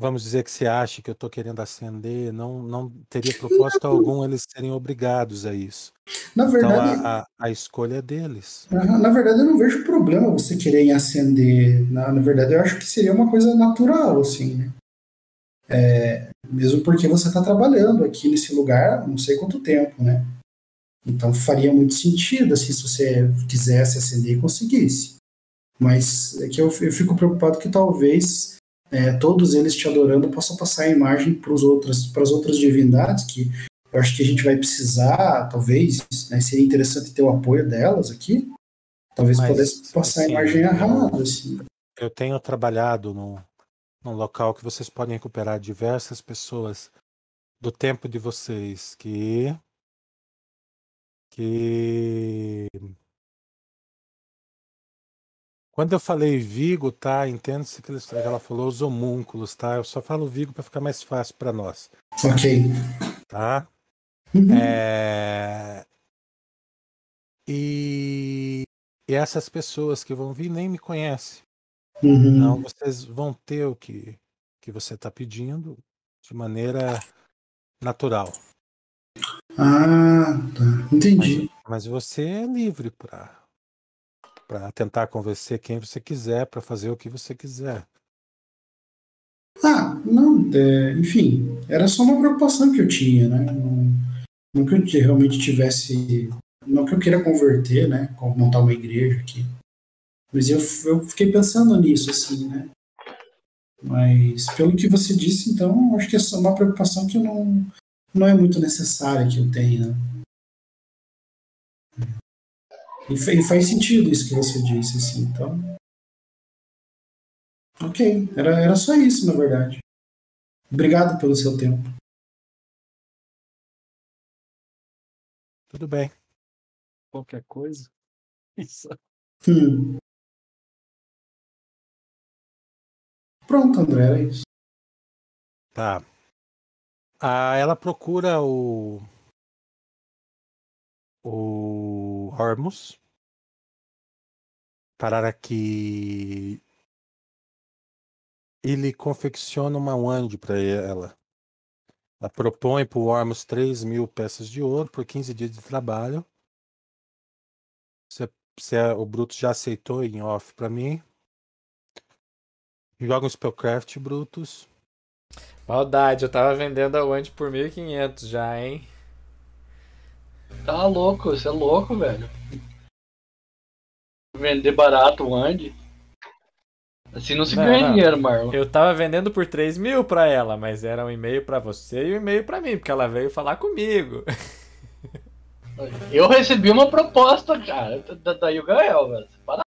Speaker 1: Vamos dizer que você acha que eu estou querendo acender, não, não teria propósito algum eles serem obrigados a isso.
Speaker 6: Na
Speaker 1: Então
Speaker 6: verdade,
Speaker 1: a, a, a escolha é deles.
Speaker 6: Aham, Na verdade, eu não vejo problema você querer acender. Na, na verdade, eu acho que seria uma coisa natural, assim, né? É, mesmo porque você está trabalhando aqui nesse lugar não sei quanto tempo, né? Então faria muito sentido assim, se você quisesse acender e conseguisse. Mas é que eu, eu fico preocupado que talvez é, todos eles te adorando possa passar a imagem para as outras divindades que eu acho que a gente vai precisar, talvez, né, seria interessante ter o apoio delas aqui. Talvez
Speaker 1: Mas,
Speaker 6: pudesse passar a
Speaker 1: assim,
Speaker 6: imagem
Speaker 1: eu-
Speaker 6: errada, assim.
Speaker 1: Eu tenho trabalhado num, num local que vocês podem recuperar diversas pessoas do tempo de vocês que. que. Quando eu falei Vigo, tá? Entende-se que eles- ela falou é os homúnculos, tá? Eu só falo Vigo para ficar mais fácil para nós,
Speaker 6: Ok.
Speaker 1: tá?
Speaker 6: Uhum.
Speaker 1: É, E... e essas pessoas que vão vir nem me conhecem.
Speaker 6: Uhum.
Speaker 1: Então vocês vão ter o que, que você está pedindo de maneira natural.
Speaker 6: Ah, tá. Entendi.
Speaker 1: Mas você é livre para para tentar convencer quem você quiser, para fazer o que você quiser.
Speaker 6: Ah, não, é, enfim, era só uma preocupação que eu tinha, né? Não, não que eu t- realmente tivesse. Não que eu queira converter, né? como Montar uma igreja aqui. Mas eu, f- eu fiquei pensando nisso, assim, né? Mas pelo que você disse, então, acho que é só uma preocupação que eu não, não é muito necessária que eu tenha. E, fa- e faz sentido isso que você disse, assim, então. Ok, era, era só isso, na verdade. Obrigado pelo seu tempo.
Speaker 1: Tudo bem.
Speaker 8: Qualquer coisa. Isso.
Speaker 6: Hum. Pronto, André, era isso.
Speaker 1: Tá. Ah, ela procura o. O Hormus. Tararaki. Ele confecciona uma wand para ela. Ela propõe para o Hormus 3 mil peças de ouro por 15 dias de trabalho. Se, se a- o Bruto já aceitou em off para mim. Joga um Spellcraft, Brutus.
Speaker 7: Maldade, eu tava vendendo a Wand por 1.500 já, hein?
Speaker 2: Tá louco, isso é louco, velho. Vender barato o Andy. Assim não se
Speaker 7: Não,
Speaker 2: ganha
Speaker 7: não.
Speaker 2: dinheiro, Marlon.
Speaker 7: Eu tava vendendo por 3 mil pra ela, mas era um e-mail pra você e um e-mail pra mim, porque ela veio falar comigo.
Speaker 2: Eu recebi uma proposta, cara, da, da Yugael, velho. Para-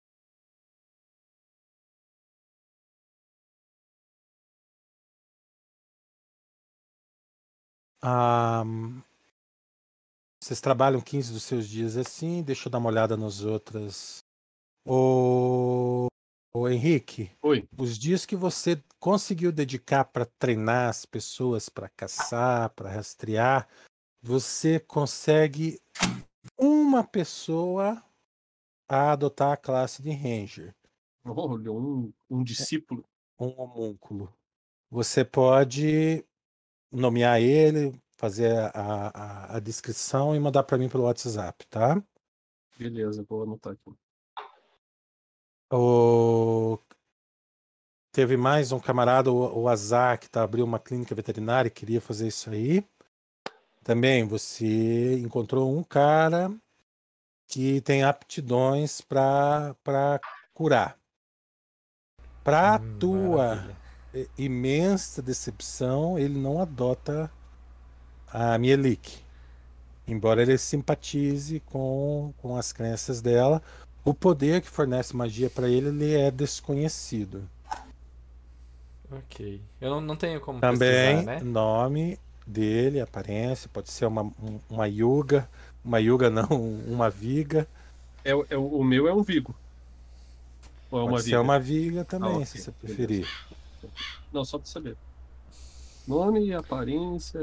Speaker 1: Ah, vocês trabalham 15 dos seus dias assim? Deixa eu dar uma olhada nas outras. Ô, ô Henrique,
Speaker 8: Oi.
Speaker 1: os dias que você conseguiu dedicar para treinar as pessoas, para caçar, para rastrear, você consegue uma pessoa a adotar a classe de Ranger,
Speaker 8: Olha, um, um discípulo.
Speaker 1: um homúnculo. Você pode nomear ele, fazer a, a- a descrição e mandar para mim pelo WhatsApp, tá?
Speaker 8: Beleza, vou anotar aqui.
Speaker 1: O- Teve mais um camarada, o, o Azar, que tá, abriu uma clínica veterinária e queria fazer isso aí. Também você encontrou um cara que tem aptidões para curar. Para
Speaker 7: Hum,
Speaker 1: tua
Speaker 7: maravilha.
Speaker 1: eh, imensa decepção, ele não adota a Mielik. Embora ele simpatize com, com as crenças dela, o poder que fornece magia para ele, ele é desconhecido.
Speaker 7: Ok. Eu não, não tenho como
Speaker 1: Também,
Speaker 7: pesquisar, né?
Speaker 1: nome dele, aparência, pode ser uma, um- uma yuga, uma yuga não, uma viga,
Speaker 8: É, o- é o o meu é um Vigo. Ou é
Speaker 1: pode
Speaker 8: uma
Speaker 1: ser
Speaker 8: viga? Ah,
Speaker 1: uma viga também,
Speaker 8: ok,
Speaker 1: se você
Speaker 8: beleza.
Speaker 1: preferir.
Speaker 8: Não, só pra saber. Nome, aparência.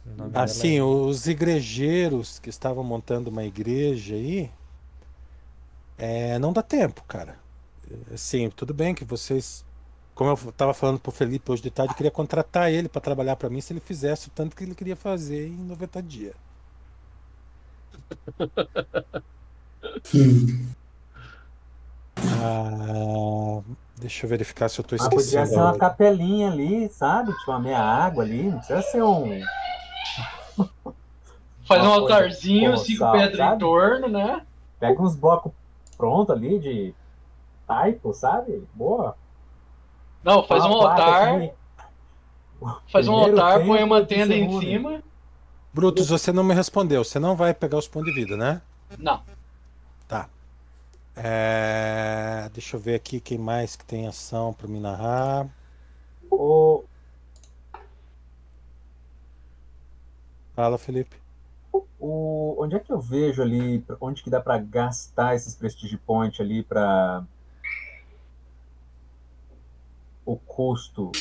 Speaker 8: Ah,
Speaker 7: O nome dela é-
Speaker 1: Assim, os igrejeiros que estavam montando uma igreja aí, é, não dá tempo, cara. Assim, tudo bem que vocês, como eu tava falando pro Felipe hoje de tarde, eu queria contratar ele para trabalhar para mim se ele fizesse o tanto que ele queria fazer em 90 dias.
Speaker 6: Hum.
Speaker 1: Ah, Deixa eu verificar se eu tô
Speaker 4: Ah, podia
Speaker 1: esquecendo.
Speaker 4: ser uma capelinha ali, sabe? Tipo, uma meia água ali. Não precisa ser um.
Speaker 2: Faz um
Speaker 4: Uma coisa
Speaker 2: altarzinho, cinco
Speaker 4: colossal,
Speaker 2: pedras em
Speaker 4: sabe?
Speaker 2: torno, né?
Speaker 4: Pega uns blocos prontos ali de taipo, sabe? Boa.
Speaker 2: Não, faz um
Speaker 4: Uma placa
Speaker 2: altar,
Speaker 4: aqui.
Speaker 2: faz um
Speaker 4: Primeiro
Speaker 2: altar, põe
Speaker 4: templo
Speaker 2: uma
Speaker 4: de
Speaker 2: tenda em
Speaker 4: Saúde.
Speaker 2: cima.
Speaker 1: Brutus, você não me respondeu. Você não vai pegar os pontos de vida, né?
Speaker 2: Não.
Speaker 1: É, Deixa eu ver aqui quem mais que tem ação pra me narrar.
Speaker 4: Ô,
Speaker 1: Fala, Felipe.
Speaker 4: O, onde é que eu vejo ali, onde que dá pra gastar esses Prestige Point ali pra o custo?
Speaker 6: O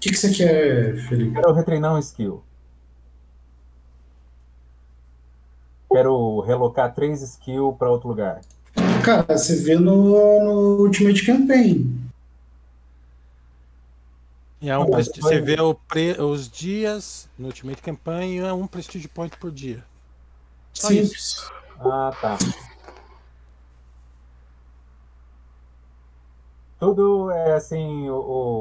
Speaker 6: que, que você quer, Felipe?
Speaker 4: Quero retreinar um skill. Quero relocar três skill pra outro lugar.
Speaker 6: Cara, você vê no, no Ultimate Campaign.
Speaker 1: E é um
Speaker 4: Não,
Speaker 1: presti-
Speaker 4: vai-
Speaker 1: Você vê o pre- os dias no Ultimate Campaign é um Prestige Point por dia. Só
Speaker 6: Simples.
Speaker 4: Ah, tá. Tudo é assim, o,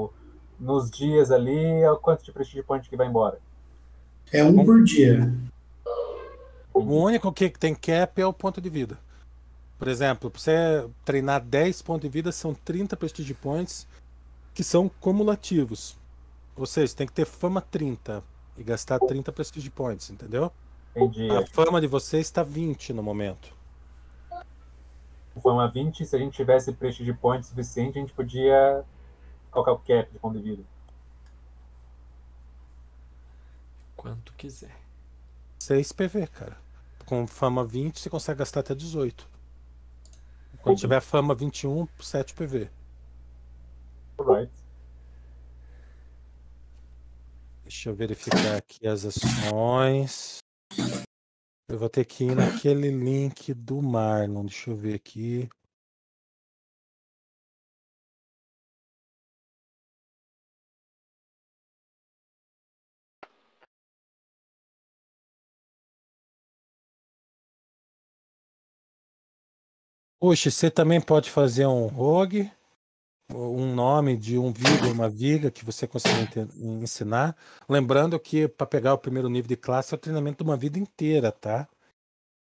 Speaker 4: o- nos dias ali, é o quanto de Prestige Point que vai embora.
Speaker 6: É um por dia.
Speaker 1: O único que tem cap é o ponto de vida. Por exemplo, pra você treinar 10 pontos de vida, são 30 Prestige Points que são cumulativos. Ou seja, você tem que ter fama 30 e gastar 30 Prestige Points, entendeu?
Speaker 4: Entendi.
Speaker 1: A fama de você está 20 no momento.
Speaker 4: Fama 20, se a gente tivesse prestige point suficiente, a gente podia colocar o cap de ponto de vida.
Speaker 7: Quanto quiser.
Speaker 1: 6 PV, cara. Com fama 20, você consegue gastar até 18. Quando tiver fama 21, 7 PV.
Speaker 4: Alright.
Speaker 1: Deixa eu verificar aqui as ações. Eu vou ter que ir naquele link do Marlon. Deixa eu ver aqui. Puxa, você também pode fazer um rogue, um nome de um viga, uma viga que você conseguir ente- ensinar. Lembrando que para pegar o primeiro nível de classe é o treinamento de uma vida inteira, tá?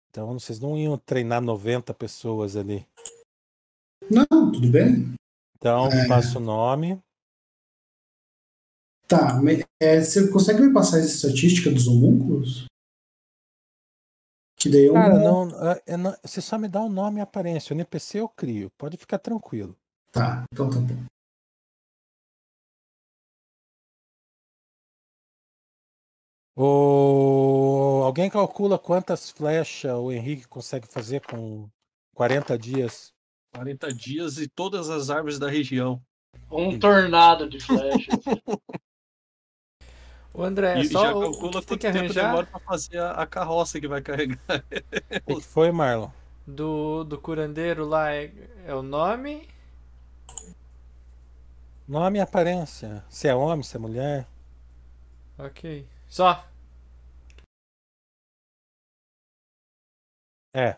Speaker 1: Então vocês não iam treinar 90 pessoas ali.
Speaker 6: Não, tudo bem. É.
Speaker 1: Então, passa o nome.
Speaker 6: Tá, me- é, você consegue me passar essa estatística dos homúnculos? Que daí eu.
Speaker 1: Cara, não, é- é não- você só me dá o nome e a aparência. O NPC eu crio. Pode ficar tranquilo.
Speaker 6: Tá, então tá bom.
Speaker 1: O... Alguém calcula quantas flechas o Henrique consegue fazer com 40 dias?
Speaker 8: 40 dias e todas as árvores da região.
Speaker 2: Um tornado de flechas.
Speaker 7: Ô André, É,
Speaker 8: e já
Speaker 7: só o- o
Speaker 8: calcula
Speaker 7: que tem
Speaker 8: quanto
Speaker 7: que
Speaker 8: tempo demora
Speaker 7: arranjar
Speaker 8: pra fazer a, a carroça que vai carregar.
Speaker 1: O que foi, Marlon?
Speaker 7: do, do curandeiro lá é, é o nome?
Speaker 1: Nome e aparência. Se é homem, se é mulher.
Speaker 7: Ok. Só.
Speaker 1: É.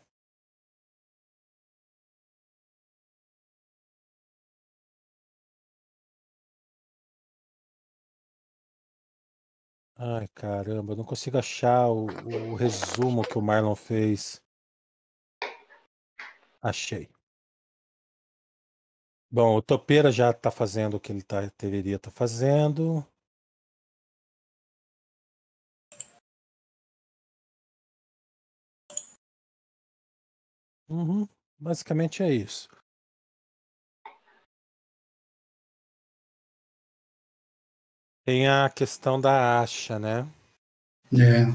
Speaker 1: Ai, caramba, eu não consigo achar o, o resumo que o Marlon fez. Achei. Bom, o Topeira já tá fazendo o que ele tá, deveria estar fazendo. Uhum, Basicamente é isso. Tem a questão da acha, né?
Speaker 6: É.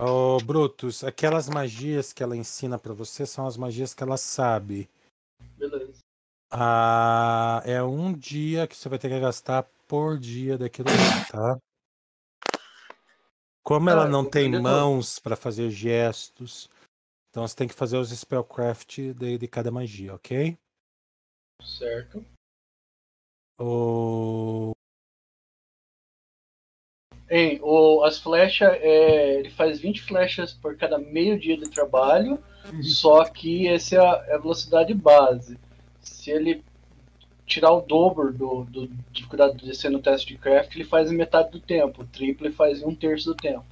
Speaker 1: Ô, Brutus, aquelas magias que ela ensina pra você são as magias que ela sabe.
Speaker 2: Beleza.
Speaker 1: Ah, é um dia que você vai ter que gastar por dia daquilo lá, tá? Como ela
Speaker 2: Ah,
Speaker 1: não tem
Speaker 2: beleza.
Speaker 1: mãos pra fazer gestos, então você tem que fazer os spellcraft de, de cada magia, ok?
Speaker 2: Certo.
Speaker 1: O...
Speaker 2: Hein, o, as flechas, é, ele faz 20 flechas por cada meio dia de
Speaker 8: Uhum.
Speaker 2: trabalho, só que essa é a, é a velocidade base. Se ele tirar o dobro do, do dificuldade de descer no teste de craft, ele faz em metade do tempo. O triplo ele faz em um terço do tempo.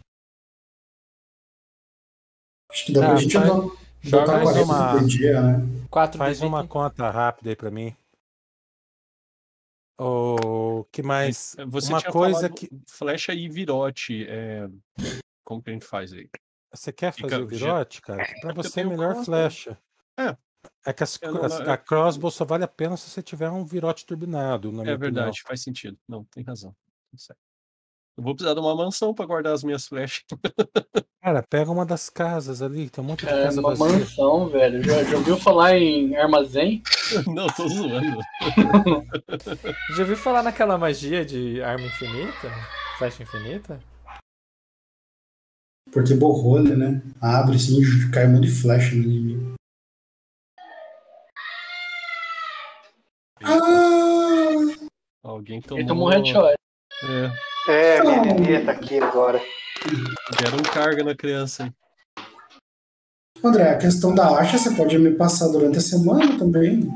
Speaker 6: Acho que dá pra
Speaker 1: Ah,
Speaker 6: gente
Speaker 1: faz-
Speaker 6: andar,
Speaker 1: joga
Speaker 6: botar
Speaker 1: mais
Speaker 6: 40
Speaker 1: uma-
Speaker 6: por dia, né?
Speaker 7: 4
Speaker 1: Faz uma conta rápida aí pra mim. O que mais?
Speaker 8: Você
Speaker 1: uma
Speaker 8: tinha
Speaker 1: coisa
Speaker 8: falado
Speaker 1: que-
Speaker 8: Flecha e virote. é, Como que a gente faz aí?
Speaker 1: Você quer
Speaker 8: Fica-
Speaker 1: fazer o
Speaker 8: já-
Speaker 1: virote, cara? Pra você é
Speaker 8: tenho um
Speaker 1: melhor
Speaker 8: crossbow.
Speaker 1: flecha.
Speaker 8: É.
Speaker 1: É que as-
Speaker 8: Eu não-
Speaker 1: as-
Speaker 8: eu-
Speaker 1: a crossbow só vale a pena se você tiver um virote turbinado. na minha
Speaker 8: É
Speaker 1: opinião.
Speaker 8: verdade, faz sentido. Não, tem razão. Tá certo. Eu vou precisar de uma mansão pra guardar as minhas flechas.
Speaker 1: Cara, pega uma das casas ali, tem um monte de
Speaker 2: É
Speaker 1: casa
Speaker 2: uma
Speaker 1: vazia.
Speaker 2: mansão, velho. Já, já ouviu falar em armazém?
Speaker 8: Não, tô zoando.
Speaker 7: Já ouviu falar naquela magia de arma infinita? Flecha infinita?
Speaker 6: Porque borrolha, né? Abre assim e cai um monte de flecha no inimigo. Ah!
Speaker 8: Alguém tomou.
Speaker 2: Ele tomou um headshot.
Speaker 8: É,
Speaker 3: É, minha bebê tá aqui agora.
Speaker 8: deram carga um na criança. hein?
Speaker 6: André, a questão da acha você pode me passar durante a semana também.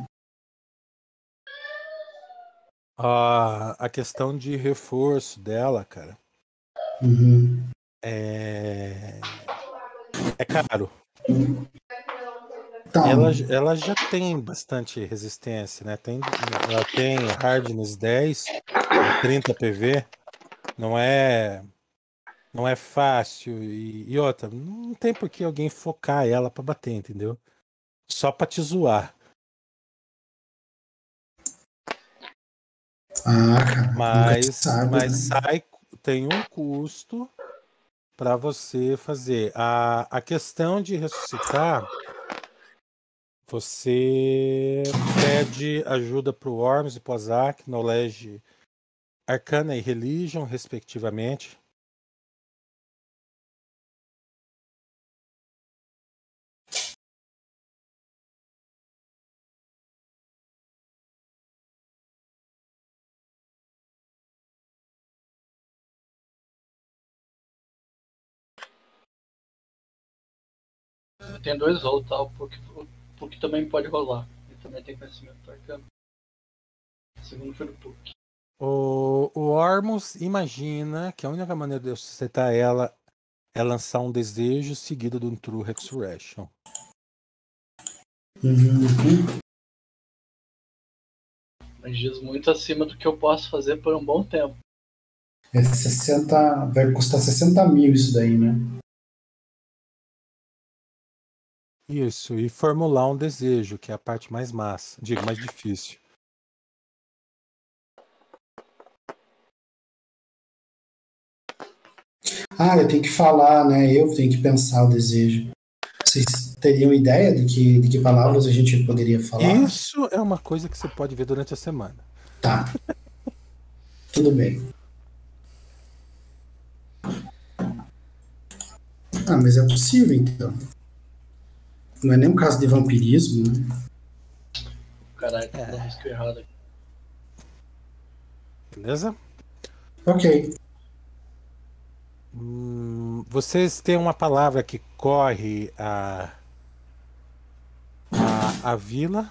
Speaker 1: Ah, a questão de reforço dela, cara,
Speaker 6: Uhum.
Speaker 1: é. É caro.
Speaker 6: Tá.
Speaker 1: Ela, ela já tem bastante resistência, né? Tem, ela tem hardness 10, 30 PV. Não é. Não é fácil. E, e outra, não tem por que alguém focar ela pra bater, entendeu? Só pra te zoar.
Speaker 6: Ah, cara. nunca se
Speaker 1: Mas,
Speaker 6: sabe,
Speaker 1: mas
Speaker 6: né?
Speaker 1: sai, tem um custo para você fazer. A, a questão de ressuscitar, você pede ajuda para o Worms e para o Azak, Knowledge Arcana e Religion, respectivamente.
Speaker 2: Tem dois rolos, tá? O Puck, o Puck também pode rolar. Ele também tem conhecimento arcano. O segundo foi do Puck.
Speaker 1: O, o Ormus imagina que a única maneira de eu suscitar ela é lançar um desejo seguido de um True Resurrection.
Speaker 6: Uhum.
Speaker 2: Mas diz muito acima do que eu posso fazer por um bom tempo.
Speaker 6: É 60. Vai custar 60 mil isso daí, né?
Speaker 1: Isso, e formular um desejo, que é a parte mais massa, digo, mais difícil.
Speaker 6: Ah, eu tenho que falar, né? Eu tenho que pensar o desejo. Vocês teriam ideia de que, de que palavras a gente poderia falar?
Speaker 1: Isso é uma coisa que você pode ver durante a semana.
Speaker 6: Tá. Tudo bem. Ah, mas é possível então. Não é nem um caso de vampirismo, né?
Speaker 2: Caralho, tá dando risco errado aqui.
Speaker 1: Beleza?
Speaker 6: Ok.
Speaker 1: Hum, vocês têm uma palavra que corre a, a, a vila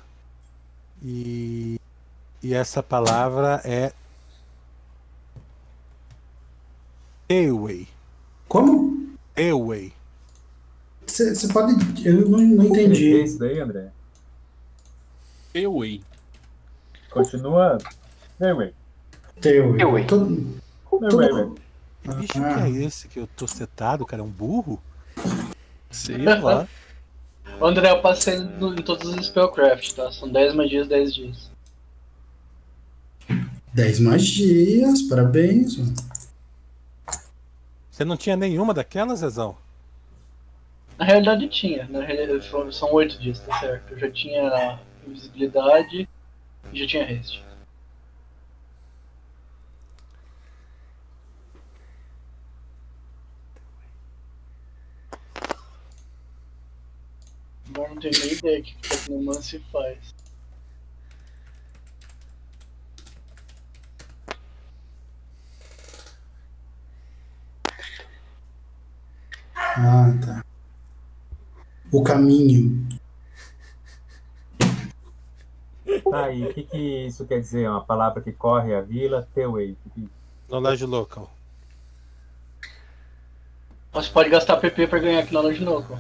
Speaker 1: e, e essa palavra é Eway.
Speaker 6: Como?
Speaker 1: Eway.
Speaker 6: Você pode. Eu não, não
Speaker 4: Que é
Speaker 6: entendi.
Speaker 4: isso daí, André?
Speaker 8: Eu, hein?
Speaker 4: Continua. Vem, ué.
Speaker 6: Teu.
Speaker 3: Eu, hein?
Speaker 6: Todo-
Speaker 4: Vem,
Speaker 6: todo-
Speaker 4: ué, ué.
Speaker 1: Que bicho que é esse que eu tô setado, cara? É um burro?
Speaker 8: Sei lá.
Speaker 2: Ô, André, eu passei no- em todos os spellcraft, tá? São 10 magias, 10 dias.
Speaker 6: 10 magias, parabéns. mano.
Speaker 1: Você não tinha nenhuma daquelas, Zezão?
Speaker 2: Na realidade tinha, na realidade foram- são 8 dias, tá certo? Eu já tinha invisibilidade e já tinha haste. Agora não tenho nem ideia do que que Technomancy faz.
Speaker 6: Ah, tá. O caminho.
Speaker 4: Ah, Aí, o que, que isso quer dizer? Uma palavra que corre a vila, Teway.
Speaker 1: Knowledge local.
Speaker 2: Você pode gastar PP pra ganhar aqui na loja de novo.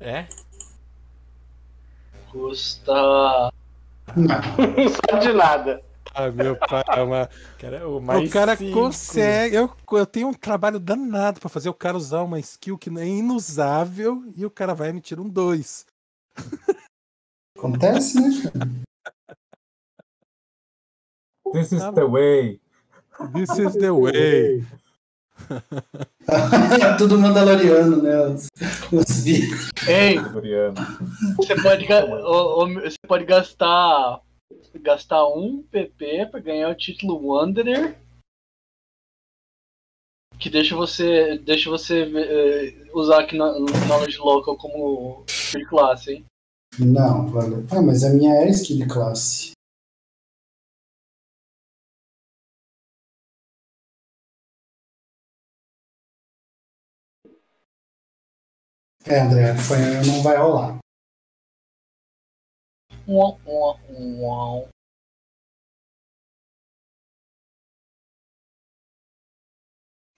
Speaker 7: É?
Speaker 2: Custa.
Speaker 3: Não sabe de nada.
Speaker 1: Ah, meu pai, é uma...
Speaker 7: Cara, o,
Speaker 1: o cara consegue. Eu, eu tenho um trabalho danado pra fazer o cara usar uma skill que é inusável e o cara vai emitir um 2.
Speaker 6: Acontece, né? cara?
Speaker 4: This
Speaker 1: Tá
Speaker 4: is the way.
Speaker 1: This is the way.
Speaker 6: É Tudo mandaloriano, né? Os, os bicos.
Speaker 2: Ei,
Speaker 4: Floriano.
Speaker 2: você pode, ga- ô, ô, você pode gastar. Gastar um PP pra ganhar o título Wanderer. Que deixa você. Deixa você eh, usar aqui na, no Knowledge Local como free class, hein?
Speaker 6: Não, valeu. Ah, mas a minha é skill de classe. É, André, foi, não vai rolar.
Speaker 2: Uau, uau, uau.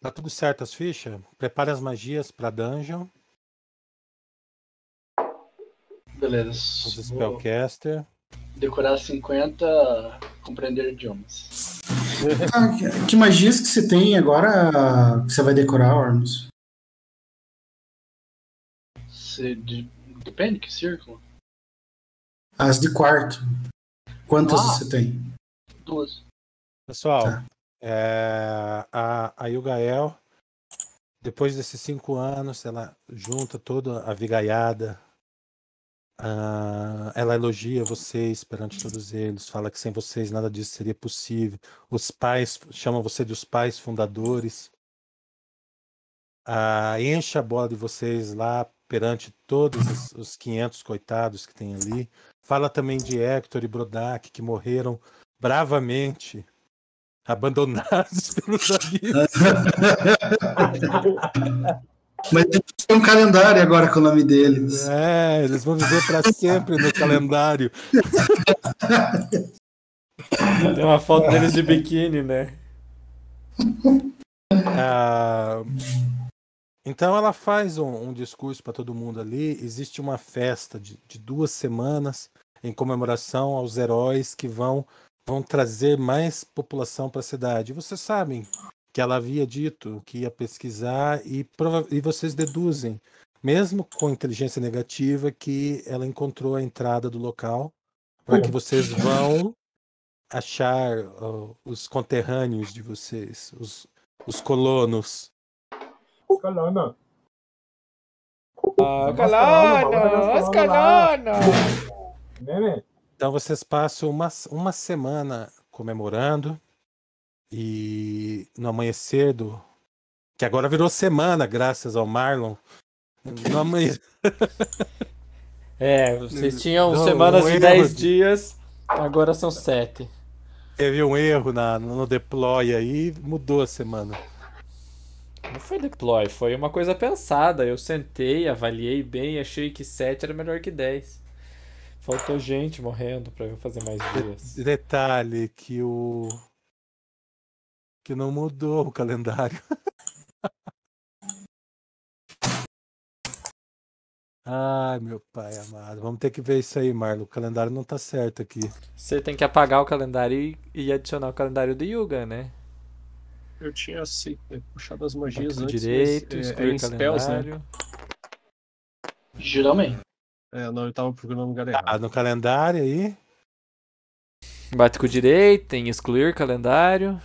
Speaker 1: Tá tudo certo as fichas? Prepare as magias pra dungeon,
Speaker 2: Beleza.
Speaker 1: os
Speaker 2: vou
Speaker 1: spellcaster.
Speaker 2: decorar 50, compreender idiomas.
Speaker 6: Ah, que- que magias que você tem agora que você vai decorar, Ormus?
Speaker 2: Se, de- depende que círculo.
Speaker 6: As de quarto. Quantas
Speaker 2: Ah.
Speaker 6: você tem?
Speaker 2: Duas.
Speaker 1: Pessoal,
Speaker 6: Tá.
Speaker 1: é, a, a Yugael, depois desses cinco anos, ela junta toda a vigaiada. ah, ela elogia vocês perante todos eles, fala que sem vocês nada disso seria possível. Os pais chamam você de os pais fundadores. Ah, enche a bola de vocês lá perante todos os, os 500 coitados que tem ali. Fala também de Hector e Brodak que morreram bravamente abandonados pelos amigos.
Speaker 6: Mas tem um calendário agora com o nome deles.
Speaker 1: É, eles vão viver para sempre no calendário.
Speaker 7: Tem uma foto deles de biquíni, né?
Speaker 1: Ah, então ela faz um, um discurso para todo mundo ali. Existe uma festa de, de duas semanas em comemoração aos heróis que vão vão trazer mais população para a cidade. Vocês sabem que ela havia dito que ia pesquisar e, prova- e vocês deduzem, mesmo com inteligência negativa, que ela encontrou a entrada do local para que vocês vão achar ó, os conterrâneos de vocês, os, os colonos.
Speaker 4: Não, não.
Speaker 7: Ah,
Speaker 4: Colono,
Speaker 7: os colonos! É
Speaker 4: Né, né?
Speaker 1: Então vocês passam uma, uma semana comemorando e no amanhecer do. Que agora virou semana, graças ao Marlon. No amanhe-
Speaker 7: É, vocês tinham
Speaker 1: Não,
Speaker 7: semanas
Speaker 1: um
Speaker 7: de
Speaker 1: erro
Speaker 7: 10
Speaker 1: de-
Speaker 7: dias, agora são 7.
Speaker 1: teve um erro na, no deploy aí, mudou a semana.
Speaker 7: Não foi deploy, foi uma coisa pensada. Eu sentei, avaliei bem, achei que 7 era melhor que 10. Faltou gente morrendo pra eu fazer mais um. dias.
Speaker 1: Detalhe que o. Que não mudou o calendário. Ai, meu pai amado. Vamos ter que ver isso aí, Marlon. O calendário não tá certo aqui.
Speaker 7: Você tem que apagar o calendário e, e adicionar o calendário do Yuga, né?
Speaker 8: Eu tinha aceito, é, puxado as magias
Speaker 7: Botão
Speaker 8: antes.
Speaker 7: direito,
Speaker 8: mas, é, é
Speaker 7: excluir
Speaker 8: em spells, né?
Speaker 7: calendário.
Speaker 2: Geralmente.
Speaker 8: É, não, eu tava procurando um lugar
Speaker 1: Ah,
Speaker 8: errado.
Speaker 1: no calendário aí.
Speaker 7: Bate com o direito, tem excluir calendário.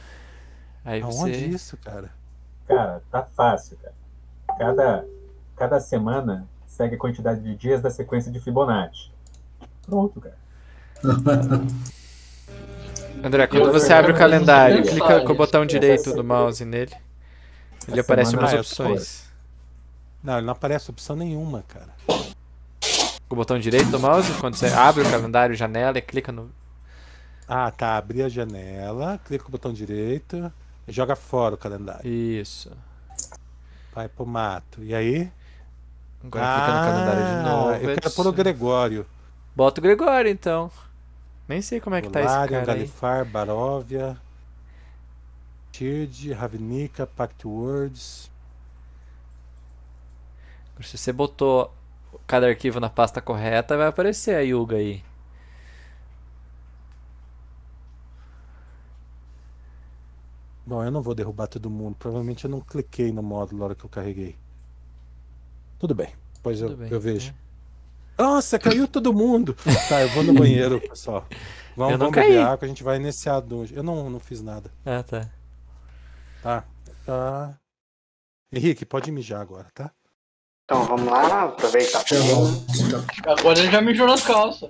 Speaker 7: Aí
Speaker 1: Aonde
Speaker 7: você.
Speaker 1: isso, cara?
Speaker 4: Cara, tá fácil, cara. Cada, cada semana segue a quantidade de dias da sequência de Fibonacci. Pronto, cara.
Speaker 7: André, quando
Speaker 2: Eu-
Speaker 7: você
Speaker 2: eu-
Speaker 7: abre o
Speaker 2: eu-
Speaker 7: calendário,
Speaker 2: eu-
Speaker 7: clica com o
Speaker 2: eu-
Speaker 7: botão
Speaker 4: eu-
Speaker 7: direito
Speaker 4: eu-
Speaker 7: do mouse nele. Ele
Speaker 4: Essa
Speaker 7: aparece
Speaker 4: semana
Speaker 7: umas
Speaker 1: é
Speaker 7: opções.
Speaker 1: Não, ele não aparece opção nenhuma, cara.
Speaker 7: Com o botão direito do mouse, quando você abre o calendário, janela e clica no.
Speaker 1: Ah, tá. Abrir a janela, clica com o botão direito e joga fora o calendário.
Speaker 7: Isso.
Speaker 1: Vai pro mato. E aí?
Speaker 7: Agora clica no calendário de
Speaker 1: Ah,
Speaker 7: novo.
Speaker 1: Eu quero pôr o
Speaker 7: adici-
Speaker 1: Gregório.
Speaker 7: Bota o Gregório, então. Nem sei como é que tá esse
Speaker 1: Golarion,
Speaker 7: cara aí.
Speaker 1: Galifar, Baróvia, Tirde, Ravnica, Pact Words.
Speaker 7: Se você botou cada arquivo na pasta correta, vai aparecer a Yuga aí.
Speaker 1: Bom, eu não vou derrubar todo mundo. Provavelmente eu não cliquei no módulo na hora que eu carreguei. Tudo bem. Depois eu,
Speaker 7: Tudo bem, né?
Speaker 1: eu vejo. Nossa, caiu todo mundo! Tá, eu vou no banheiro, pessoal. Vamos,
Speaker 7: Eu não
Speaker 1: vamos beber
Speaker 7: caí.
Speaker 1: água, a gente vai iniciar a dungeon. Eu não, não fiz nada.
Speaker 7: Ah, tá.
Speaker 1: Tá. Tá. Henrique, pode mijar agora, tá?
Speaker 3: Então vamos lá, aproveitar.
Speaker 6: Tá bom. Tá
Speaker 2: Agora ele já mijou nas calças.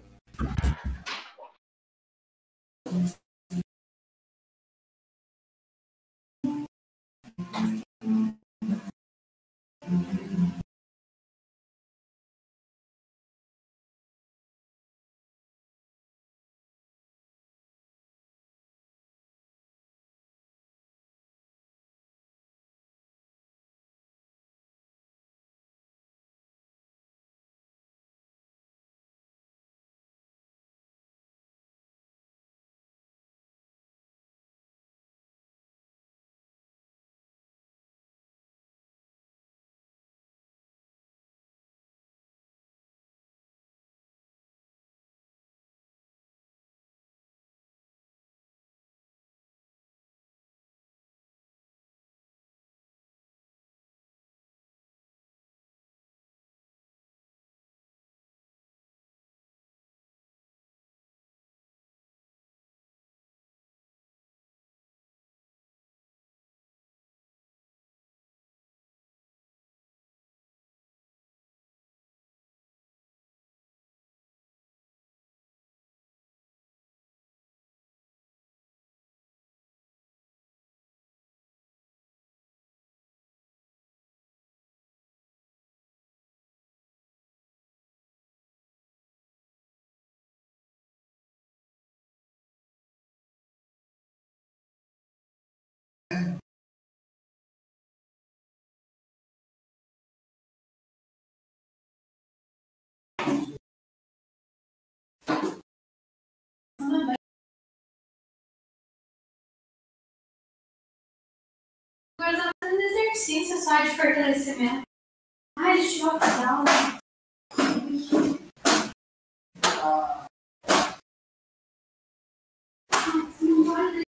Speaker 5: Agora eu tô fazendo exercício só de fortalecimento. Ai, a gente volta pra aula. Nossa, Ah, não pode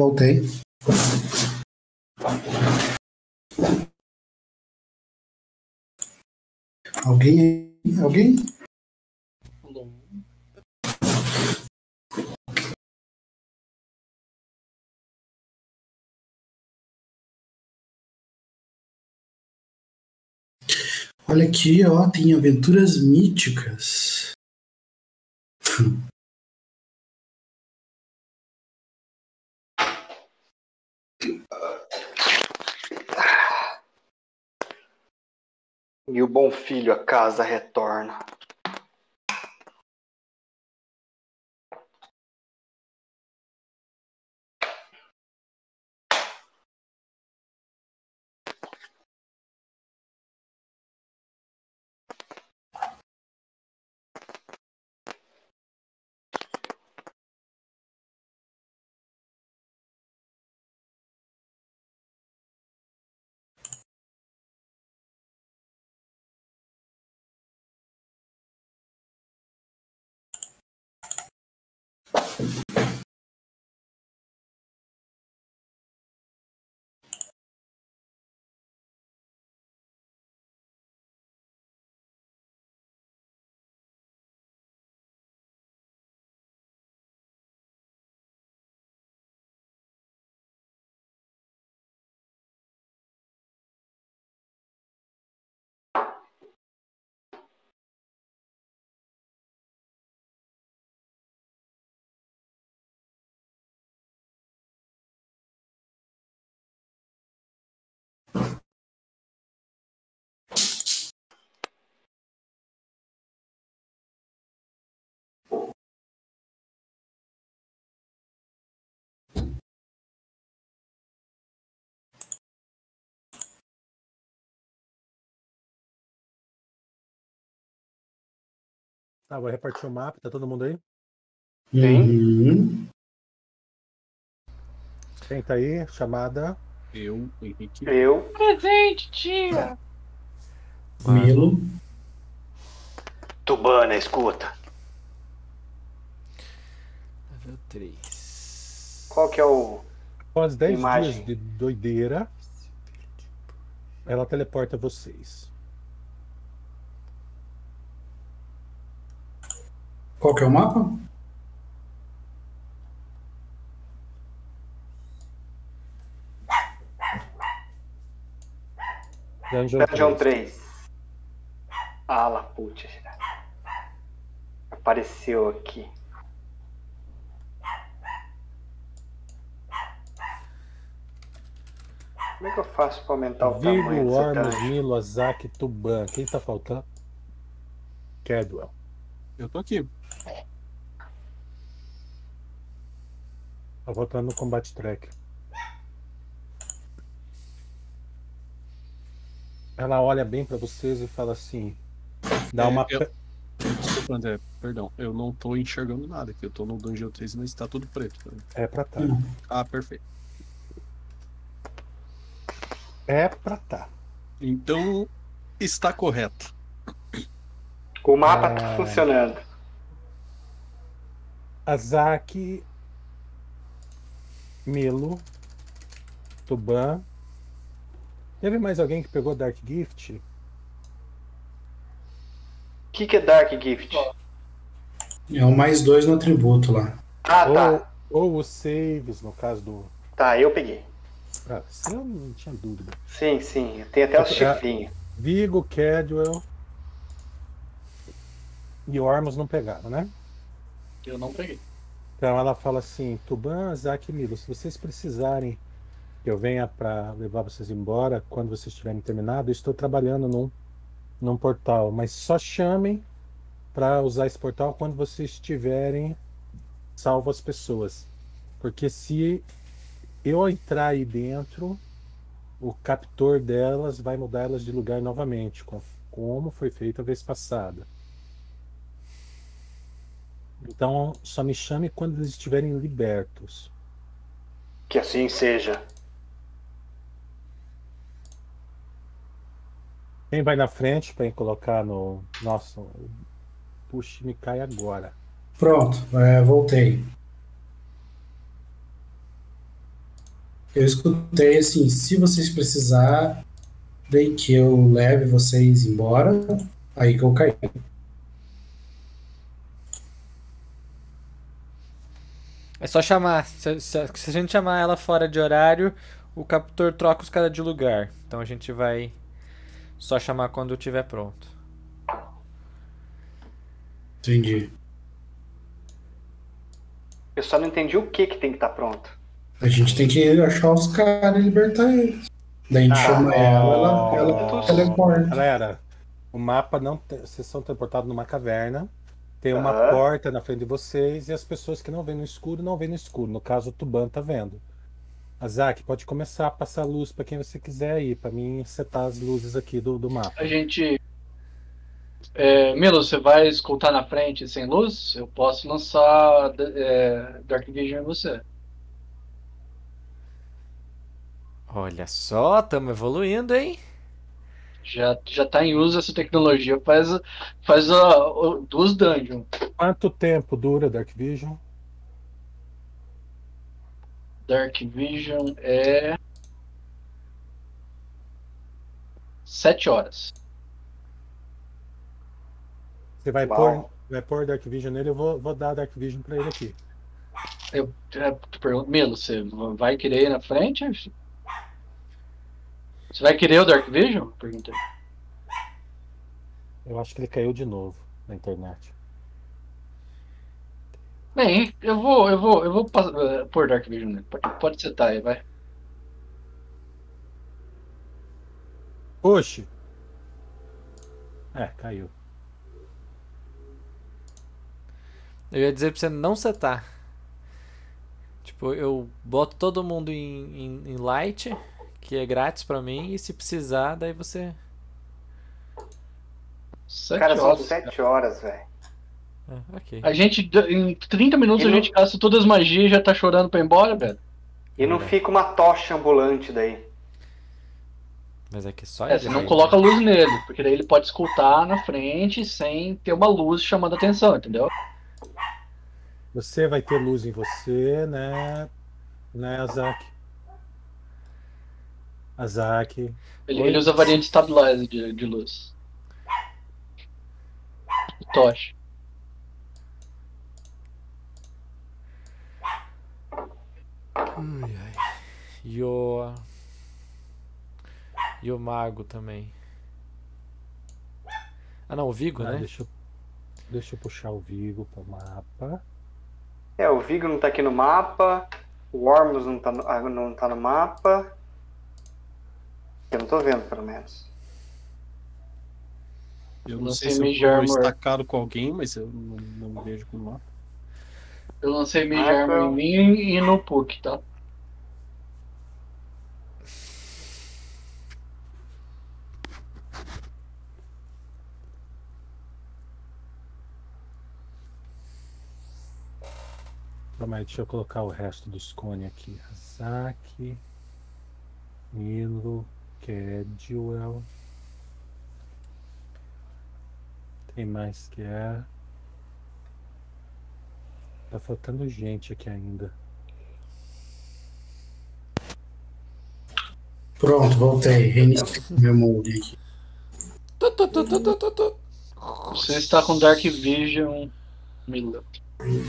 Speaker 6: Voltei. Alguém aí? Alguém? Olha aqui, ó, tem aventuras míticas.
Speaker 3: E o bom filho a casa retorna.
Speaker 1: Tá, vou repartir o mapa, tá todo mundo aí?
Speaker 6: Uhum.
Speaker 1: Quem tá aí? Chamada.
Speaker 8: Eu, Henrique.
Speaker 3: Eu.
Speaker 2: Presente, tia!
Speaker 6: Milo.
Speaker 3: Tubana, escuta.
Speaker 7: Level 3.
Speaker 3: Qual que é o.
Speaker 1: Após 10
Speaker 3: Imagem.
Speaker 1: dias de doideira, ela teleporta vocês.
Speaker 6: Qual que é o mapa?
Speaker 1: Dungeon
Speaker 3: Dungeon
Speaker 1: 3.
Speaker 3: 3. Ah, lá, putz. Apareceu aqui. Como é que eu faço pra aumentar o tamanho
Speaker 1: Virgo,
Speaker 3: dessa
Speaker 1: Ormus,
Speaker 3: dungeon?
Speaker 1: Milo, Azak, Tuban. Quem tá faltando? Cadwell.
Speaker 8: Eu tô aqui.
Speaker 1: Tá voltando no Combat Track. Ela olha bem pra vocês e fala assim. Dá
Speaker 8: É,
Speaker 1: uma.
Speaker 8: eu- Desculpa, André, perdão. Eu não tô enxergando nada aqui. Eu tô no Dungeon 3, mas tá tudo preto. pra mim.
Speaker 1: É pra tá.
Speaker 6: Hum.
Speaker 8: Ah, perfeito.
Speaker 1: É pra tá.
Speaker 8: Então, está correto.
Speaker 3: O mapa tá
Speaker 1: Ah.
Speaker 3: funcionando.
Speaker 1: Azak, Milo, Tuban. Teve mais alguém que pegou Dark Gift?
Speaker 3: O que, que é Dark Gift?
Speaker 6: É o mais dois no atributo lá.
Speaker 3: Ah,
Speaker 1: Ou,
Speaker 3: tá.
Speaker 1: ou os saves, no caso do.
Speaker 3: Tá, eu peguei.
Speaker 1: Ah, isso eu não tinha dúvida.
Speaker 3: Sim, sim. Tem até os
Speaker 1: É.
Speaker 3: chifrinhos.
Speaker 1: Vigo, Cadwell e Ormus não pegaram, né?
Speaker 2: Eu não peguei.
Speaker 1: Então ela fala assim: Tuban, Zac e Milo, se vocês precisarem que eu venha para levar vocês embora quando vocês tiverem terminado, eu estou trabalhando num, num portal, mas só chamem para usar esse portal quando vocês tiverem salvo as pessoas. Porque se eu entrar aí dentro, o captor delas vai mudar elas de lugar novamente, com- como foi feito a vez passada. Então, só me chame quando eles estiverem libertos.
Speaker 3: Que assim seja.
Speaker 1: Quem vai na frente para colocar no nosso. Puxa, me cai agora.
Speaker 6: Pronto, é, voltei. Eu escutei assim, se vocês precisarem que eu leve vocês embora, aí que eu caí.
Speaker 7: É só chamar. Se, se- se a gente chamar ela fora de horário, o captor troca os caras de lugar. Então a gente vai só chamar quando tiver pronto.
Speaker 6: Entendi.
Speaker 3: Eu só não entendi o que que tem que estar pronto.
Speaker 6: A gente tem que achar os caras e libertar eles. Daí a gente chama ela, ela, ela teleporta.
Speaker 1: Ah, Galera, o mapa não. Tem... Vocês são teleportados numa caverna. Tem uma
Speaker 3: Aham.
Speaker 1: porta na frente de vocês e as pessoas que não veem no escuro não veem no escuro. No caso, o Tuban tá vendo. Azak, pode começar a passar luz para quem você quiser aí, para mim setar as luzes aqui do, do mapa.
Speaker 2: A gente. É, Milo, você vai escutar na frente sem luz? Eu posso lançar é, Dark Vision em você.
Speaker 7: Olha só, estamos evoluindo, hein?
Speaker 2: Já, já tá em uso essa tecnologia, faz, faz a, o- duas dungeons.
Speaker 1: Quanto tempo dura Dark Vision?
Speaker 2: Dark Vision é. sete horas.
Speaker 1: Você vai
Speaker 3: Uau.
Speaker 1: pôr, vai pôr Dark Vision nele, eu vou, vou dar Dark Vision para ele aqui.
Speaker 2: Eu é, te pergunto, Milo, você vai querer ir na frente? Você vai querer o Dark Vision? Perguntei.
Speaker 1: Eu acho que ele caiu de novo na internet.
Speaker 2: Bem, eu vou, eu vou, eu vou pas- eh, pôr Dark Vision nele. Pode, pode setar aí, vai.
Speaker 1: Oxi! É, caiu.
Speaker 7: Eu ia dizer pra você não setar. Tipo, eu boto todo mundo em, em- em light, que é grátis pra mim, e se precisar, daí você.
Speaker 2: Sete
Speaker 3: Cara, são
Speaker 2: horas.
Speaker 3: sete horas, velho.
Speaker 7: Ah, ok.
Speaker 2: A gente, em 30 minutos,
Speaker 3: E
Speaker 2: a
Speaker 3: não-
Speaker 2: gente gasta todas as magias e já tá chorando pra ir embora, velho.
Speaker 3: E não fica uma tocha ambulante daí.
Speaker 7: Mas é que só
Speaker 2: É,
Speaker 7: isso
Speaker 2: você não
Speaker 7: aí.
Speaker 2: coloca luz nele, porque daí ele pode escutar na frente sem ter uma luz chamando atenção, entendeu?
Speaker 1: Você vai ter luz em você, né? Né, Azak? Azak.
Speaker 2: Ele,
Speaker 7: Oi?
Speaker 2: ele usa variante stabilizer de, de luz. Tocha.
Speaker 7: Ai, ai. E o. E o mago também. Ah não, o Vigo,
Speaker 1: Ah,
Speaker 7: né?
Speaker 1: deixa, eu, deixa eu puxar o Vigo para o mapa.
Speaker 3: É, o Vigor não tá aqui no mapa. O Ormus não tá no, ah, não tá no mapa. Eu não tô vendo, pelo menos.
Speaker 8: Eu não
Speaker 2: Não
Speaker 8: sei
Speaker 2: tem
Speaker 8: se eu
Speaker 2: Mage
Speaker 8: tô
Speaker 2: Armor.
Speaker 8: estacado com alguém, mas eu não, não me vejo com lá.
Speaker 2: Eu lancei Mage
Speaker 3: Ah,
Speaker 2: Armor
Speaker 3: não.
Speaker 2: em mim e no Puck, tá?
Speaker 1: Calma aí, deixa eu colocar o resto dos cones aqui. Azak, Milo, é Kedwell. Tem mais que é. Tá faltando gente aqui ainda.
Speaker 6: Pronto, voltei. Reiniciei meu molde aqui.
Speaker 7: Tu, tu, tu, tu, tu, tu, tu.
Speaker 2: Você está com Dark Vision Mila.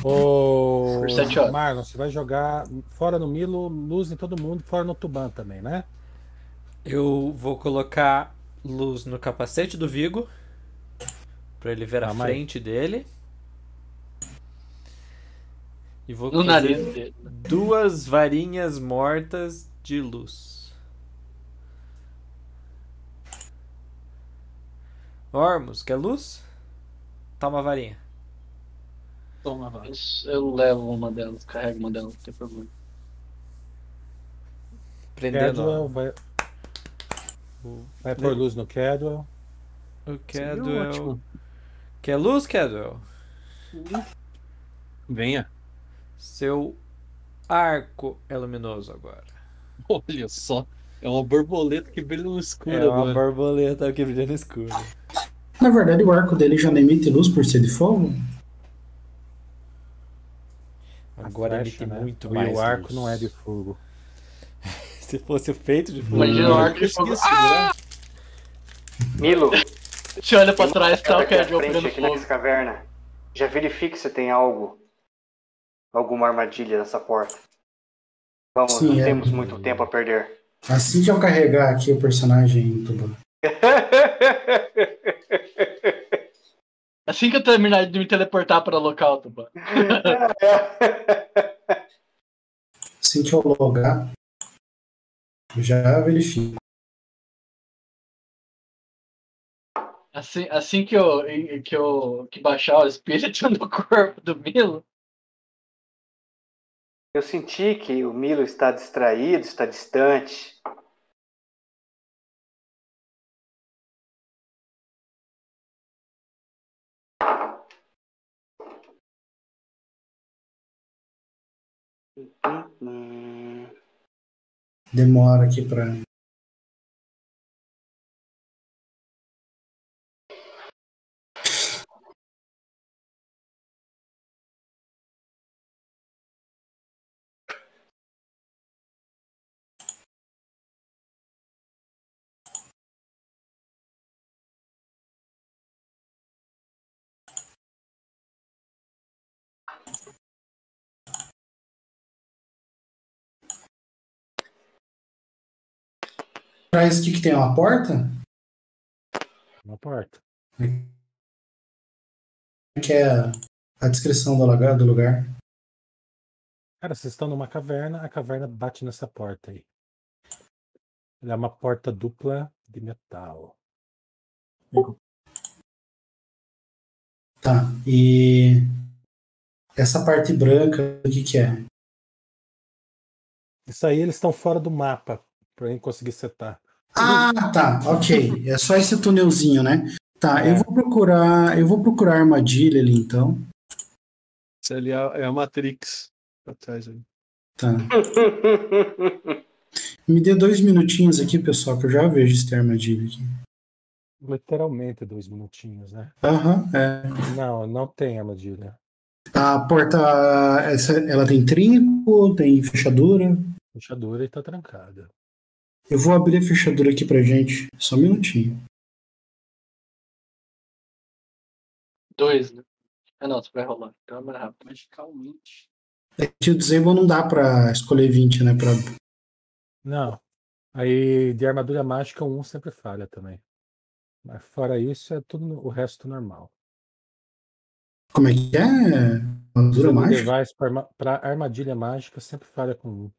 Speaker 1: Ô,
Speaker 2: Por sete horas.
Speaker 1: Marlon, você vai jogar fora no Milo, luz em todo mundo, fora no Tuban também, né?
Speaker 7: Eu vou colocar luz no capacete do Vigo. Pra ele ver a
Speaker 1: Calma aí.
Speaker 7: frente dele. E vou
Speaker 2: No
Speaker 7: fazer
Speaker 2: nariz dele.
Speaker 7: duas varinhas mortas de luz. Ormus, quer luz? Toma a varinha.
Speaker 8: Toma, vai.
Speaker 2: Eu, eu levo uma delas, carrego uma delas, não tem problema.
Speaker 7: Prendendo.
Speaker 1: Kedwell
Speaker 7: ó.
Speaker 1: vai,
Speaker 7: O-
Speaker 1: vai pôr luz no Kedwell.
Speaker 7: O
Speaker 8: Seria
Speaker 7: Cadwell.
Speaker 8: ótimo.
Speaker 7: Quer luz, Cadwell?
Speaker 8: Venha.
Speaker 7: Seu arco é luminoso agora.
Speaker 8: Olha só. É uma borboleta que brilha no escuro
Speaker 7: É uma
Speaker 8: agora. tá
Speaker 7: borboleta que brilha no escuro.
Speaker 6: Na verdade, o arco dele já não emite luz por ser de fogo?
Speaker 7: Agora
Speaker 1: Flecha,
Speaker 7: emite
Speaker 1: né?
Speaker 7: muito
Speaker 1: e
Speaker 7: mais.
Speaker 1: o arco
Speaker 7: luz.
Speaker 1: não é de fogo.
Speaker 7: Se fosse feito de fogo.
Speaker 2: Imagina o arco de fogo.
Speaker 8: Esqueci, né?
Speaker 3: Milo, um
Speaker 2: Você olha pra trás, tá o
Speaker 3: aqui à
Speaker 2: Cadwell
Speaker 3: frente,
Speaker 2: pegando
Speaker 3: aqui
Speaker 2: fogo.
Speaker 3: nessa caverna. Já verifique se tem algo. Alguma armadilha nessa porta. Vamos,
Speaker 6: Sim,
Speaker 3: não
Speaker 6: é.
Speaker 3: temos muito tempo a perder.
Speaker 6: Assim que eu carregar aqui o personagem Tuban.
Speaker 2: Assim que eu terminar de me teleportar pra local, Tuban.
Speaker 6: Assim que eu logar, eu já verifico.
Speaker 2: Assim, assim que eu que eu que baixar o espírito no corpo do Milo,
Speaker 3: Eu senti que o Milo está distraído, está distante. Hum,
Speaker 6: Demora aqui pra. Atrás, o que, que tem? Uma porta?
Speaker 1: Na porta.
Speaker 6: É Que é a- a descrição do lugar. Do lugar.
Speaker 1: Cara, vocês estão numa caverna, a caverna bate nessa porta aí. Ela é uma porta dupla de metal.
Speaker 6: Tá. E. Essa parte branca, o que, que é?
Speaker 1: Isso aí eles estão fora do mapa, pra gente conseguir setar.
Speaker 6: Ah, tá, ok. É só esse túnelzinho, né? Tá, eu vou procurar, eu vou procurar a armadilha ali então.
Speaker 8: Isso ali é a, é a Matrix. Pra trás ali.
Speaker 6: Tá. Me dê dois minutinhos aqui, pessoal, que eu já vejo esse armadilha aqui.
Speaker 1: Literalmente dois minutinhos, né?
Speaker 6: Aham, é.
Speaker 1: Não, não tem armadilha.
Speaker 6: A porta, essa, ela tem trinco, tem fechadura.
Speaker 1: Fechadura e tá trancada.
Speaker 6: Eu vou abrir a fechadura aqui pra gente. Só um minutinho.
Speaker 2: Dois, né? Ah, não, tu vai rolar. Então é mais rápido.
Speaker 8: Magicalmente.
Speaker 6: É que o disable não dá pra escolher 20, né? Pra...
Speaker 1: Não. Aí de armadura mágica um sempre falha também. Mas fora isso, é tudo no- o resto normal.
Speaker 6: Como é que é? Armadura
Speaker 1: Todo
Speaker 6: mágica?
Speaker 1: device pra arma- pra armadilha mágica sempre falha com um.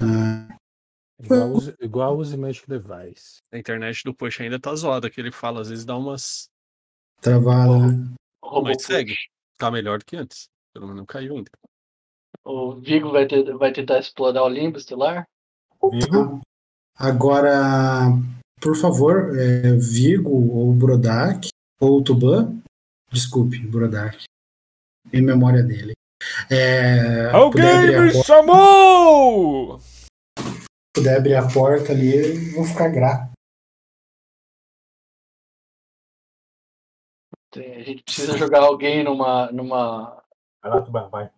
Speaker 6: Ah,
Speaker 1: Igual use, igual use Magic Device.
Speaker 8: A internet do Push ainda tá zoada, que ele fala, às vezes dá umas.
Speaker 6: travada. né?
Speaker 2: Robô
Speaker 8: Mas segue. Tá melhor do que antes. Pelo menos não caiu ainda.
Speaker 2: O Vigo vai, ter- vai tentar explorar o limbo estelar.
Speaker 4: Vigo,
Speaker 6: Agora, por favor, é, Vigo ou Brodak ou Tuban, desculpe, Brodak, em memória dele. É, puder, abrir a porta,
Speaker 7: chamou!
Speaker 6: puder abrir a porta ali, eu vou ficar grato.
Speaker 2: Tem- a gente precisa jogar alguém numa, numa,
Speaker 4: vai lá, Tuban, vai.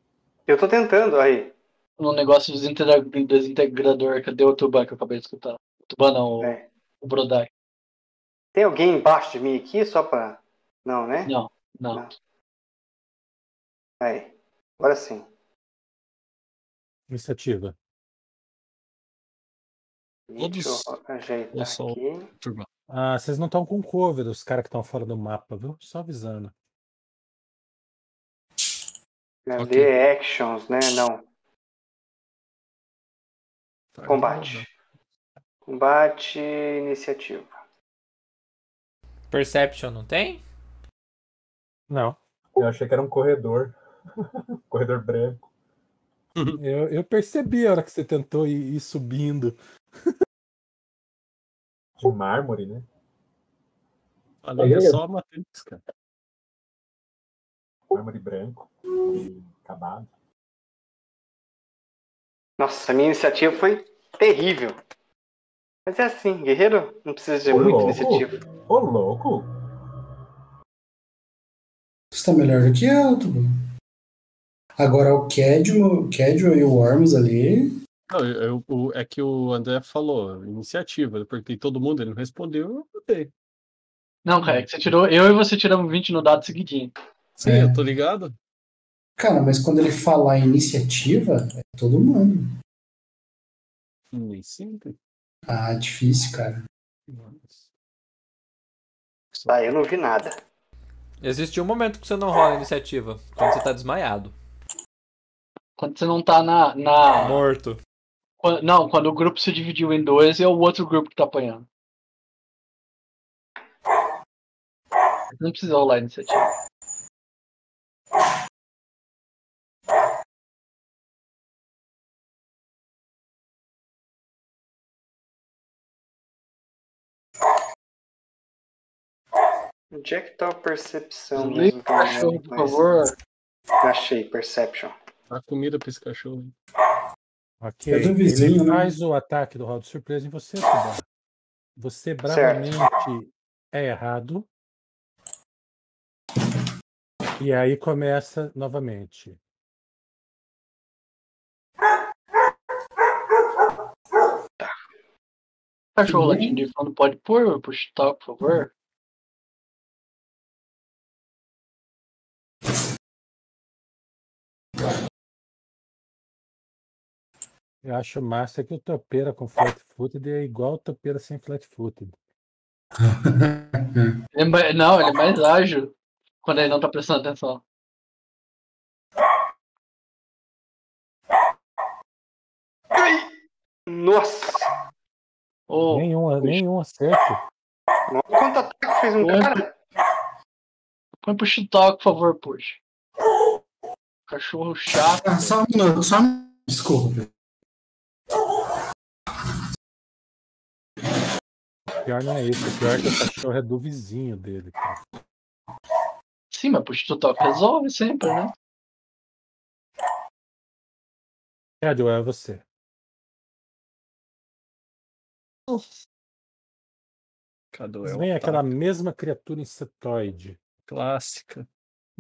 Speaker 3: Eu tô tentando aí.
Speaker 2: num negócio desintegra- desintegrador. Cadê o Tuban que eu acabei de escutar? O Tuban não, o,
Speaker 3: É.
Speaker 2: o Brodak.
Speaker 3: Tem alguém embaixo de mim aqui só pra. Não, né?
Speaker 2: Não.
Speaker 3: Não. Aí. Agora sim.
Speaker 1: Iniciativa.
Speaker 3: Deixa eu um ajeitar
Speaker 8: Nossa.
Speaker 3: aqui.
Speaker 8: Turma.
Speaker 1: Ah, vocês não estão com cover, os caras que estão fora do mapa, viu? Só avisando.
Speaker 3: Cadê
Speaker 8: Ok.
Speaker 3: É, actions, né? Não.
Speaker 8: Tá,
Speaker 3: Combate. Combate, iniciativa.
Speaker 7: Perception não tem?
Speaker 1: Não.
Speaker 4: Eu achei que era um corredor. corredor branco.
Speaker 6: Uhum.
Speaker 1: Eu, eu percebi a hora que você tentou ir, ir subindo.
Speaker 4: De mármore, né?
Speaker 8: Olha, é só a Matrix, cara.
Speaker 4: Mármore branco. E acabado.
Speaker 3: Nossa, minha iniciativa foi terrível. Mas é assim, guerreiro não precisa de
Speaker 4: Ô,
Speaker 3: muita
Speaker 4: louco.
Speaker 3: iniciativa.
Speaker 4: Ô, louco!
Speaker 6: Você tá melhor do que eu, Tuban. Agora o Kedmo, o Kedmo e o Worms ali.
Speaker 8: Não, eu- eu- o- é que o André falou, iniciativa. Eu perguntei todo mundo, ele não respondeu, eu botei.
Speaker 2: Não, cara, é que você tirou. Eu e você tiramos 20 no dado seguidinho.
Speaker 8: Sim,
Speaker 6: É.
Speaker 8: eu tô ligado.
Speaker 6: Cara, mas quando ele falar iniciativa, é todo mundo.
Speaker 8: Nem sempre.
Speaker 6: Ah, difícil, cara.
Speaker 8: Mas-
Speaker 3: Tá, eu não vi nada.
Speaker 7: Existe um momento que você não rola a iniciativa, quando você tá desmaiado.
Speaker 2: Quando você não tá na. na
Speaker 7: Morto.
Speaker 2: quan- não, quando o grupo se dividiu em dois e é o outro grupo que tá apanhando. Não precisa rolar a iniciativa.
Speaker 3: Onde é que tá a percepção
Speaker 2: Desliga
Speaker 3: mesmo?
Speaker 2: o
Speaker 3: que eu não
Speaker 2: cachorro,
Speaker 3: lembro,
Speaker 2: por
Speaker 3: mas-
Speaker 2: favor.
Speaker 3: Achei, perception.
Speaker 8: Dá comida pra esse cachorro. hein?
Speaker 1: Ok.
Speaker 6: É do vizinho,
Speaker 1: Ele
Speaker 6: né?
Speaker 1: faz o ataque do round surpresa em você, Tuba. Você bravamente é errado. E aí começa novamente.
Speaker 2: Cachorro latindo de fundo pode pôr pro chutar, por favor.
Speaker 1: Eu acho massa que o topeira com flat footed é igual o topeira sem flat footed.
Speaker 2: Ele é mais- não, ele é mais ágil quando ele não tá prestando atenção.
Speaker 3: Nossa!
Speaker 2: Ô,
Speaker 1: Nenhum, nenhum acerto.
Speaker 3: Olha Quanto ataque fez um
Speaker 2: Oi.
Speaker 3: cara?
Speaker 2: põe pro chutar, por favor, puxa. Cachorro chato.
Speaker 6: Ah, só um minuto, só um minuto. Desculpa.
Speaker 1: O pior não é isso. O pior é que o cachorro é do vizinho dele. cara.
Speaker 2: cima, puxa, tu toca, resolve sempre, né?
Speaker 1: Cadwell, é você.
Speaker 8: Caduel.
Speaker 1: Vem
Speaker 8: tá.
Speaker 1: É aquela mesma criatura insetoide.
Speaker 8: clássica.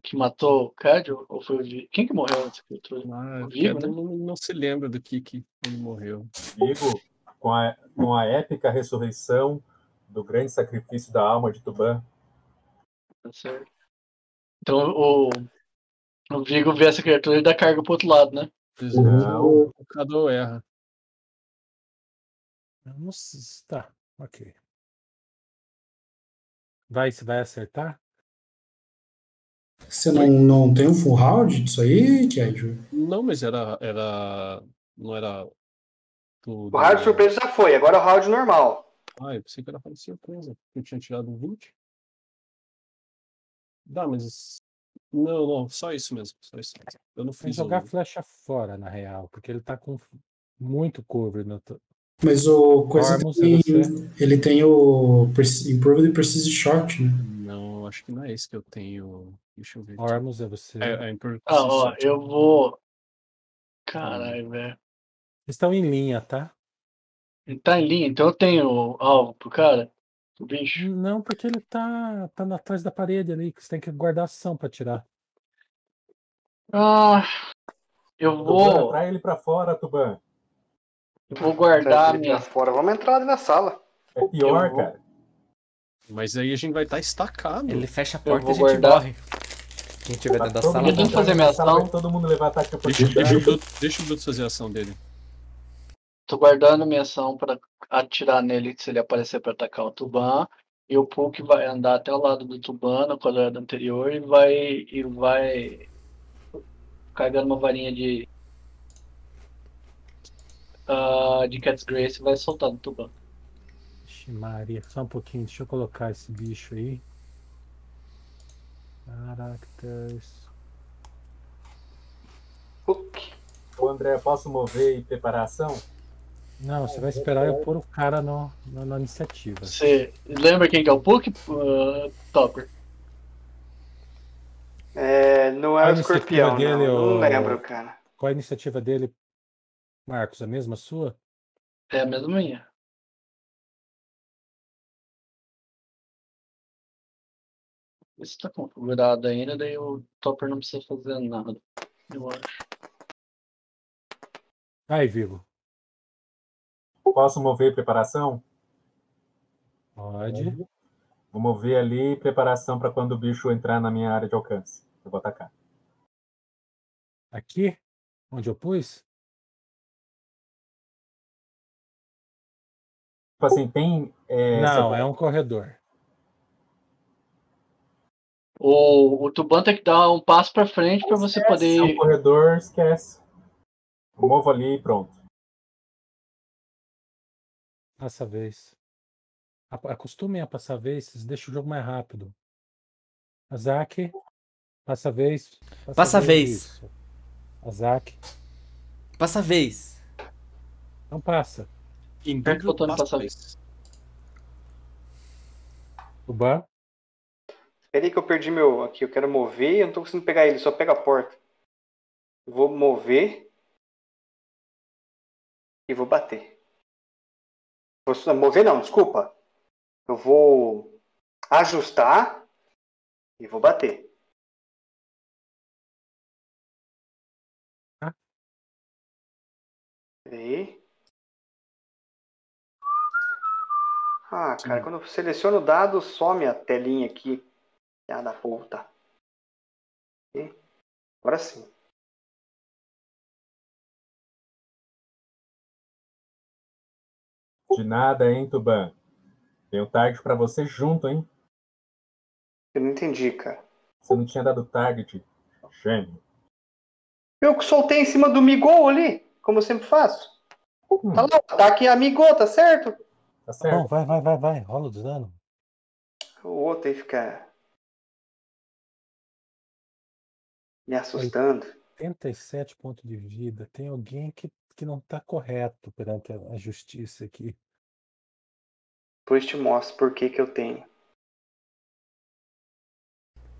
Speaker 2: Que matou o Cádio, ou foi o de... Quem que morreu nessa criatura?
Speaker 8: Ah,
Speaker 2: Vivo, né?
Speaker 8: Cadwell não, não se lembra do que, que ele morreu.
Speaker 4: Digo, com a, com a épica ressurreição do grande sacrifício da alma de Tuban.
Speaker 2: Tá certo. Então o, o Vigo vê essa criatura e dá carga pro outro lado, né?
Speaker 4: Uhum. Não.
Speaker 8: é, O Caduel erra.
Speaker 1: Eu Não sei. Tá, ok. Vai, se vai acertar?
Speaker 6: Você não, não tem um full round disso aí, Kedjo?
Speaker 8: Não, mas era. era não era.
Speaker 3: O
Speaker 8: do-
Speaker 3: round de surpresa já foi, agora é o round normal.
Speaker 8: Ah, eu pensei que era round de surpresa. porque Eu tinha tirado um 20. Dá, mas. isso- Não, não, só isso mesmo. Só isso. mesmo. Eu não
Speaker 1: Vai
Speaker 8: fiz.
Speaker 1: jogar
Speaker 8: o-
Speaker 1: flecha fora, na real, porque ele tá com muito cover. né? No... to-
Speaker 6: Mas o coisa
Speaker 1: Ormus, é
Speaker 6: tem,
Speaker 1: você.
Speaker 6: ele tem o Perce- Improved Precise Shot, né?
Speaker 8: Não, acho que não é esse que eu tenho. Deixa eu ver. aqui.
Speaker 1: Ormus é você.
Speaker 8: É, é importante.
Speaker 2: Ah, ó, eu vou. Caralho, velho.
Speaker 1: Vocês estão em linha, tá?
Speaker 2: Ele tá em linha, então eu tenho alvo pro cara. O bicho.
Speaker 1: Não, porque ele tá, tá na- atrás da parede ali, que você tem que guardar ação pra tirar.
Speaker 2: Ah, eu
Speaker 4: Tuban,
Speaker 2: vou.
Speaker 4: trai ele pra fora, Tuban.
Speaker 2: Vou guardar a
Speaker 3: Ele pra
Speaker 2: minha.
Speaker 3: fora. Vamos entrar ali na sala.
Speaker 4: É pior,
Speaker 2: vou-
Speaker 4: cara.
Speaker 8: Mas aí a gente vai estar estacado.
Speaker 7: Ele fecha a porta e
Speaker 2: vou
Speaker 7: a gente
Speaker 2: guardar.
Speaker 7: morre. Quem tiver dentro
Speaker 4: Tá
Speaker 7: da
Speaker 4: Todo
Speaker 7: sala tá
Speaker 4: mundo
Speaker 2: Eu tenho
Speaker 7: morre.
Speaker 2: que fazer minha
Speaker 4: na sala,
Speaker 2: ação.
Speaker 4: vai Todo mundo levar ataque de
Speaker 8: Deixa, deixa, o
Speaker 4: oportunidade.
Speaker 8: Bruto, deixa o Bruto fazer a ação dele.
Speaker 2: Tô guardando minha ação pra atirar nele se ele aparecer pra atacar o Tuban. E o Puck vai andar até o lado do Tuban, no quadrado anterior, e vai. e vai. carregando uma varinha de. ah, de Cat's Grace e vai soltar no Tuban.
Speaker 1: Ixi, Maria, só um pouquinho, deixa eu colocar esse bicho aí. Caracteres.
Speaker 3: Uk.
Speaker 4: Ô, André, posso mover e preparar a ação?
Speaker 1: Não, você vai esperar eu pôr o cara no, no- na iniciativa.
Speaker 2: Você lembra quem que é o Puck? Ah, Topper.
Speaker 3: É, não é
Speaker 1: A
Speaker 3: o escorpião,
Speaker 1: iniciativa dele,
Speaker 3: não. Não
Speaker 1: o-
Speaker 3: lembro, cara.
Speaker 1: Qual a iniciativa dele, Marcos? A mesma sua?
Speaker 2: É a mesma minha. Isso tá configurado ainda, daí o Topper não precisa fazer nada. Eu acho.
Speaker 1: Tá Aí, Vigo.
Speaker 4: Posso mover e preparação?
Speaker 1: Pode.
Speaker 4: Vou mover ali preparação para quando o bicho entrar na minha área de alcance. Eu vou atacar.
Speaker 1: Aqui? Onde eu pus?
Speaker 4: Tipo assim, tem. é,
Speaker 1: Não,
Speaker 4: separa-
Speaker 1: é um corredor.
Speaker 2: O, o Tuban tem que dar um passo pra frente pra
Speaker 4: se
Speaker 2: você
Speaker 4: é um
Speaker 2: poder.
Speaker 4: corredor, esquece. Eu movo ali e pronto.
Speaker 1: Passa a vez. A- Acostumem a passar a vez, vocês deixam o jogo mais rápido. Azak, passa a vez.
Speaker 7: Passa a vez.
Speaker 1: isso. Azak,
Speaker 7: Passa a vez.
Speaker 1: não passa.
Speaker 2: Aperta o botão de passar
Speaker 1: Tuban,
Speaker 3: Peraí É que eu perdi meu. Aqui, eu quero mover e eu não tô conseguindo pegar ele, só pega a porta. Vou mover. E vou bater. Vou só- mover não, desculpa. Eu vou ajustar e vou bater.
Speaker 1: Tá.
Speaker 3: Peraí. Ah, cara, quando eu seleciono o dado, some a telinha aqui. Ah, da puta. E agora sim.
Speaker 4: De nada, hein, Tuban? Tem um target para você junto, hein?
Speaker 3: Eu não entendi, cara.
Speaker 4: Você não tinha dado target. Gênio.
Speaker 3: Eu que soltei em cima do Migol ali, como eu sempre faço.
Speaker 4: Hum,
Speaker 3: Tá lá, tá aqui a Migol, tá certo?
Speaker 4: tá
Speaker 1: tá bom,
Speaker 4: certo.
Speaker 1: vai, vai, vai, vai. Rola o dano.
Speaker 3: O outro aí fica. Me Tá assustando.
Speaker 1: 87 pontos de vida. Tem alguém que, que não está correto perante a a justiça aqui.
Speaker 3: Depois te mostro por que que eu tenho.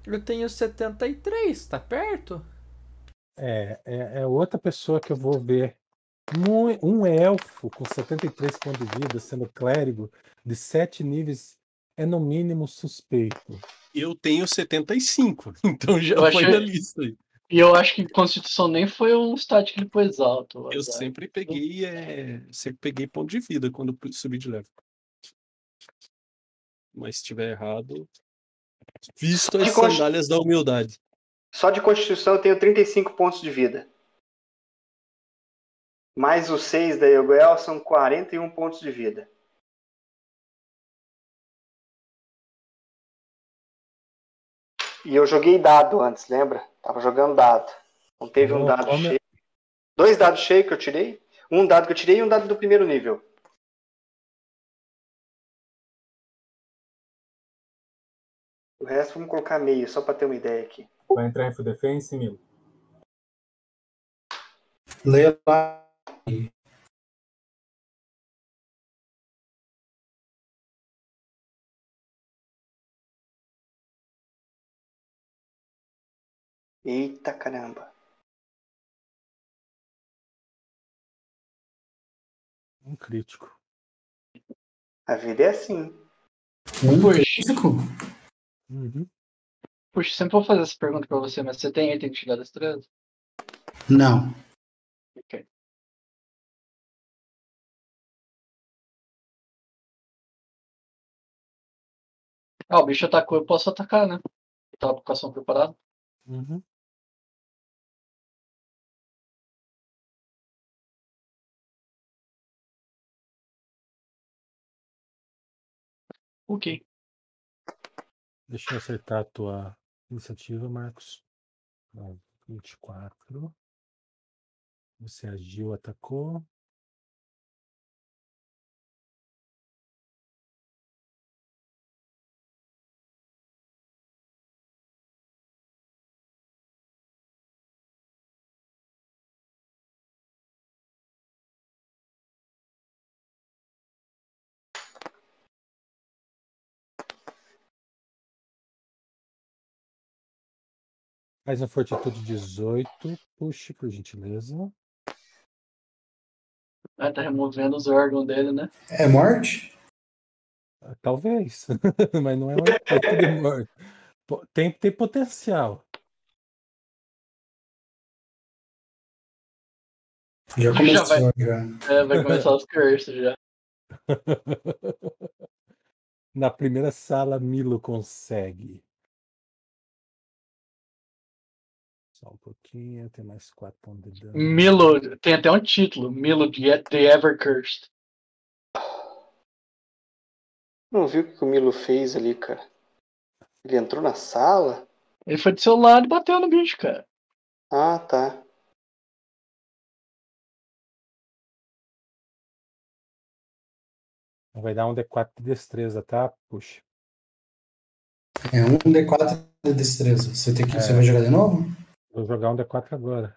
Speaker 7: Eu tenho 73, tá perto?
Speaker 1: É, é, é outra pessoa que eu vou ver. Mu- Um elfo com 73 pontos de vida, sendo clérigo de 7 níveis, é no mínimo suspeito.
Speaker 8: Eu tenho 75, então já
Speaker 2: Eu
Speaker 8: foi
Speaker 2: achei-
Speaker 8: na lista. aí.
Speaker 2: E eu acho que Constituição nem foi um stat que ele pôs alto.
Speaker 8: Eu sempre peguei, é, sempre peguei ponto de vida quando pu- subi de level. Mas se tiver errado, visto as
Speaker 3: De costa-
Speaker 8: sandálias da humildade.
Speaker 3: Só de constituição eu tenho 35 pontos de vida. Mais os 6 da Yoguel são 41 pontos de vida. E eu joguei dado antes, lembra? Tava jogando dado. Não teve um
Speaker 1: Não,
Speaker 3: dado
Speaker 1: como-
Speaker 3: cheio. Dois dados cheios que eu tirei. Um dado que eu tirei e um dado do primeiro nível. O resto vamos colocar meio, só pra ter uma ideia aqui.
Speaker 4: Vai entrar em Full Defense, Milo?
Speaker 6: Leia lá.
Speaker 3: Eita caramba.
Speaker 1: Um crítico.
Speaker 3: A vida é assim.
Speaker 6: Um
Speaker 2: Puxa.
Speaker 6: crítico?
Speaker 1: Uhum.
Speaker 2: Puxa, sempre vou fazer essa pergunta pra você, mas você tem item de tirar das trevas?
Speaker 6: Não.
Speaker 2: Ok. Ah, o bicho atacou, eu posso atacar, né? Eu tava com o coração preparado.
Speaker 1: Uhum.
Speaker 2: Ok.
Speaker 1: Deixa eu acertar a tua iniciativa, Marcos. Ó, 24. Você agiu, atacou. Faz uma fortitude 18. Puxe, por gentileza.
Speaker 2: Ah, tá removendo os órgãos dele, né?
Speaker 6: É morte?
Speaker 1: Ah, Talvez, mas não é uma coisa de morte. Po- Tem, tem potencial.
Speaker 6: Já começou
Speaker 2: vai.
Speaker 6: já.
Speaker 2: É, vai começar os cursos já.
Speaker 1: Na primeira sala, Milo consegue. Só um pouquinho, tem mais quatro pontos de dano.
Speaker 2: Milo, tem até um título, Milo The The Ever Cursed.
Speaker 3: Não viu o que o Milo fez ali, cara? Ele entrou na sala?
Speaker 2: Ele foi do seu lado e bateu no bicho, cara.
Speaker 3: Ah, tá.
Speaker 1: Vai dar um D4 de destreza, tá? Puxa.
Speaker 6: É um D4 de destreza. Você, tem que,
Speaker 1: É.
Speaker 6: você vai jogar de novo?
Speaker 1: Vou jogar um D4 agora.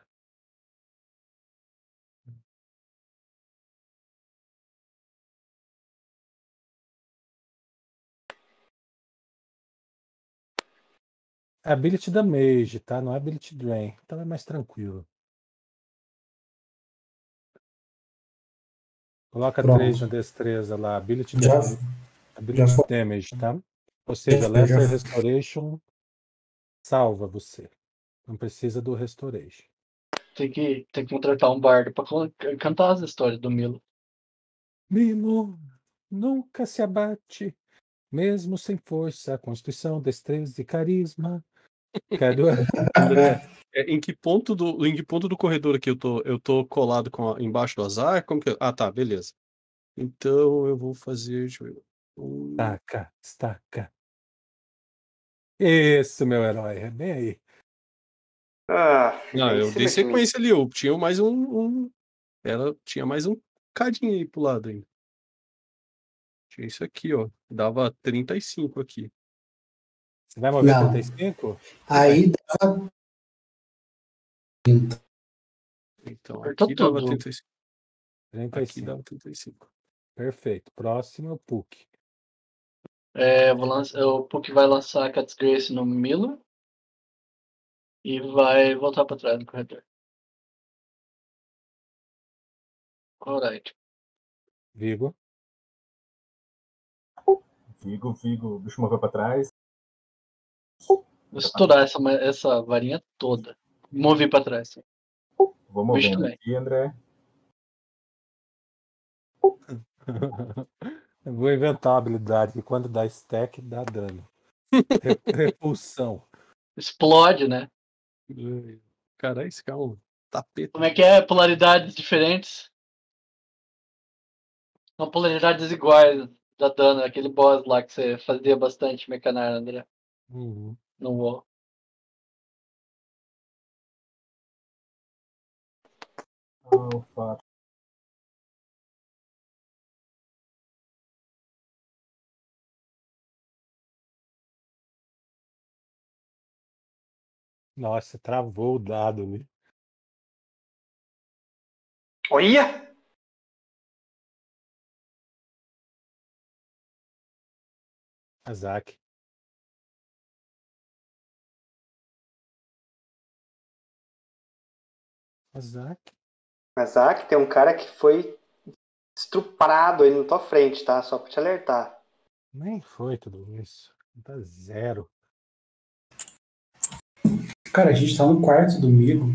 Speaker 1: É Ability Damage, tá? Não é Ability Drain. Então é mais tranquilo. Coloca
Speaker 6: Pronto.
Speaker 1: 3 na destreza lá. Ability,
Speaker 6: Já,
Speaker 1: Damage,
Speaker 6: já
Speaker 1: ability
Speaker 6: foi.
Speaker 1: damage, tá? Ou seja,
Speaker 6: Já-
Speaker 1: Lesser
Speaker 6: já-
Speaker 1: Restoration salva você. Não precisa do Restoration.
Speaker 2: Tem que, tem que contratar um bardo pra con- cantar as histórias do Milo.
Speaker 1: Milo nunca se abate, mesmo sem força, constituição, destreza e carisma. Cadu-
Speaker 8: É, em que ponto do, em que ponto do corredor aqui eu tô, eu tô colado com a- embaixo do azar? Como que eu- Ah, tá, beleza. Então eu vou fazer, deixa eu ver. Um,
Speaker 1: Estaca, estaca. Isso, meu herói, é bem aí.
Speaker 3: Ah,
Speaker 8: Não,
Speaker 3: em
Speaker 8: eu
Speaker 9: assim, né?
Speaker 3: cima
Speaker 8: dei
Speaker 3: de mim.
Speaker 8: sequência ali, eu tinha mais um, um- Ela tinha mais um cadinho aí pro lado ainda. Tinha isso aqui, ó. Dava 35 aqui.
Speaker 1: Você vai mover
Speaker 6: Não.
Speaker 1: 35?
Speaker 6: Aí dava 30.
Speaker 8: Então,
Speaker 2: Cortou
Speaker 8: aqui
Speaker 6: tá
Speaker 8: dava
Speaker 2: tudo.
Speaker 8: 35. Aqui um
Speaker 1: 35.
Speaker 8: dava 35.
Speaker 1: Perfeito. Próximo é o Puck.
Speaker 2: É, eu vou lançar, o Puck vai lançar Cat's Grace no Milo. E vai voltar pra trás no corredor. Alright.
Speaker 1: Vigo.
Speaker 4: Vigo, Vigo, o bicho moveu pra trás.
Speaker 2: Vou estourar essa, ma- essa varinha toda. Movi pra trás. sim.
Speaker 4: Vou
Speaker 2: Bicho
Speaker 4: movendo
Speaker 2: também.
Speaker 4: aqui, André.
Speaker 1: Eu Vou inventar uma habilidade que quando dá stack, dá dano. Re- Repulsão.
Speaker 2: Explode, né?
Speaker 8: Caralho, esse cara é um tapete.
Speaker 2: Como é que é? Polaridades diferentes. Não polaridades iguais da dano, aquele boss lá que você fazia bastante mecanar, André.
Speaker 5: Mm-hmm.
Speaker 1: Uhum.
Speaker 2: No WoW.
Speaker 5: Oh,
Speaker 4: Alfa.
Speaker 1: Nossa, travou o dado né? ali.
Speaker 3: Olha!
Speaker 1: Azak. Azak.
Speaker 3: Mas ah, que tem um cara que foi estuprado aí na tua frente, tá? Só pra te alertar.
Speaker 1: Nem foi tudo isso. Dá zero.
Speaker 6: Cara, a gente tá no quarto domingo.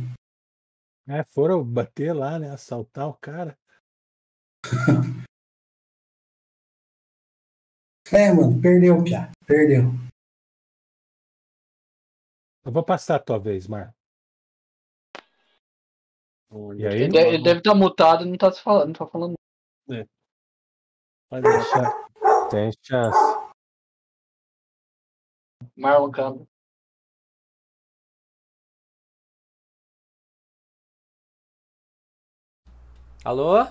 Speaker 1: É, foram bater lá, né? Assaltar o cara.
Speaker 6: É, mano, perdeu, Piá. Perdeu.
Speaker 1: Eu vou passar a tua vez, Mar. E aí?
Speaker 2: Ele, de- ele deve estar mutado e não tá se falando, não tá falando.
Speaker 1: Pode deixar. Tem chance.
Speaker 2: Marlon Campbell.
Speaker 7: Alô?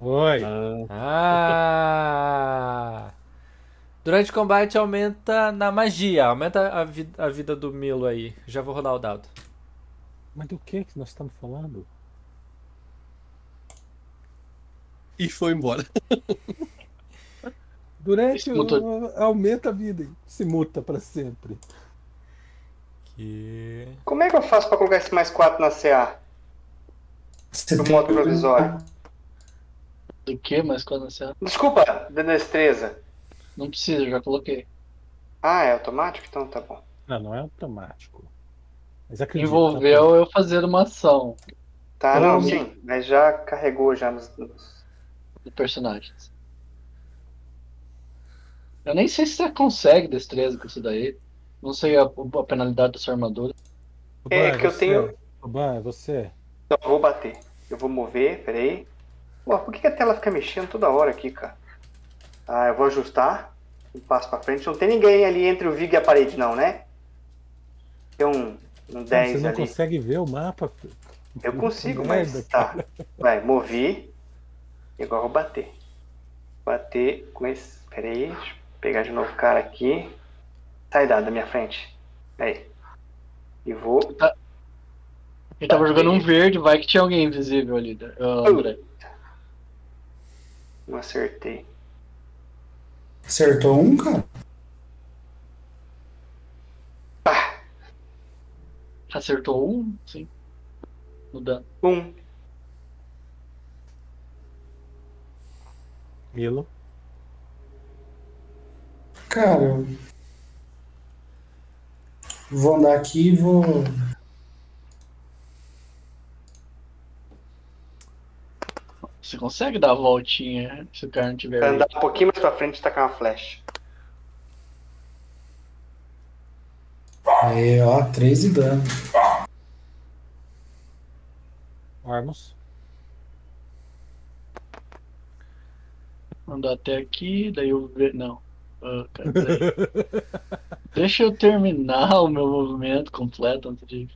Speaker 1: Oi.
Speaker 8: Ah,
Speaker 7: Ah! Durante o combate aumenta na magia, aumenta a, vi- a vida do Milo aí. Já vou rodar o dado.
Speaker 1: Mas do que que nós estamos falando?
Speaker 8: e foi embora.
Speaker 1: Durante
Speaker 2: Esse
Speaker 1: o...
Speaker 2: motor-
Speaker 1: aumenta a vida. hein? Se muta pra sempre.
Speaker 7: Que.
Speaker 3: Como é que eu faço pra colocar esse mais 4 na CA?
Speaker 6: Você
Speaker 3: No modo provisório.
Speaker 2: Do que? Mas quando você.
Speaker 3: Desculpa, da destreza.
Speaker 2: Tá. Não precisa, já coloquei.
Speaker 3: Ah, é automático? Então tá bom.
Speaker 1: Não, não é automático. Mas acredito.
Speaker 2: Envolveu eu fazer uma ação
Speaker 3: Tá,
Speaker 2: tá Eu
Speaker 3: não,
Speaker 2: não-
Speaker 3: sim. Mas já carregou já nos... nos-
Speaker 2: de personagens. Eu nem sei se você consegue destreza com isso daí. Não sei a, a penalidade da sua armadura.
Speaker 3: É que eu tenho-
Speaker 1: Oban, é você.
Speaker 3: Não, Então, eu vou bater. Eu vou mover, peraí. Pô, por que que a tela fica mexendo toda hora aqui, cara? Ah, eu vou ajustar. Um passo pra frente. Não tem ninguém ali entre o Vig e a parede, não, né? Tem um, um
Speaker 1: Cara,
Speaker 3: 10
Speaker 1: Você não
Speaker 3: ali.
Speaker 1: consegue ver o mapa? filho.
Speaker 3: Eu consigo,
Speaker 1: Que
Speaker 3: mas
Speaker 1: merda,
Speaker 3: tá. Vai, movi. E agora eu vou bater. Bater com esse. Peraí, deixa eu pegar de novo o cara aqui. Sai da, da minha frente. Aí. E vou.
Speaker 2: Ele tava jogando um verde, vai que tinha alguém invisível ali, né, André.
Speaker 3: Não acertei.
Speaker 6: Acertou um, cara?
Speaker 2: Acertou um, sim. No dano.
Speaker 3: Um.
Speaker 1: Milo.
Speaker 6: Cara. eu- Vou andar aqui e vou.
Speaker 2: Você consegue dar a voltinha se o cara não tiver.
Speaker 3: Andar um pouquinho mais pra frente e tacar uma flecha.
Speaker 6: Aí, É, ó, 3 de dano.
Speaker 1: Ormus.
Speaker 2: Andou até aqui, daí eu. ve- Não. Ah, cara, peraí. Deixa eu terminar o meu movimento completo antes de.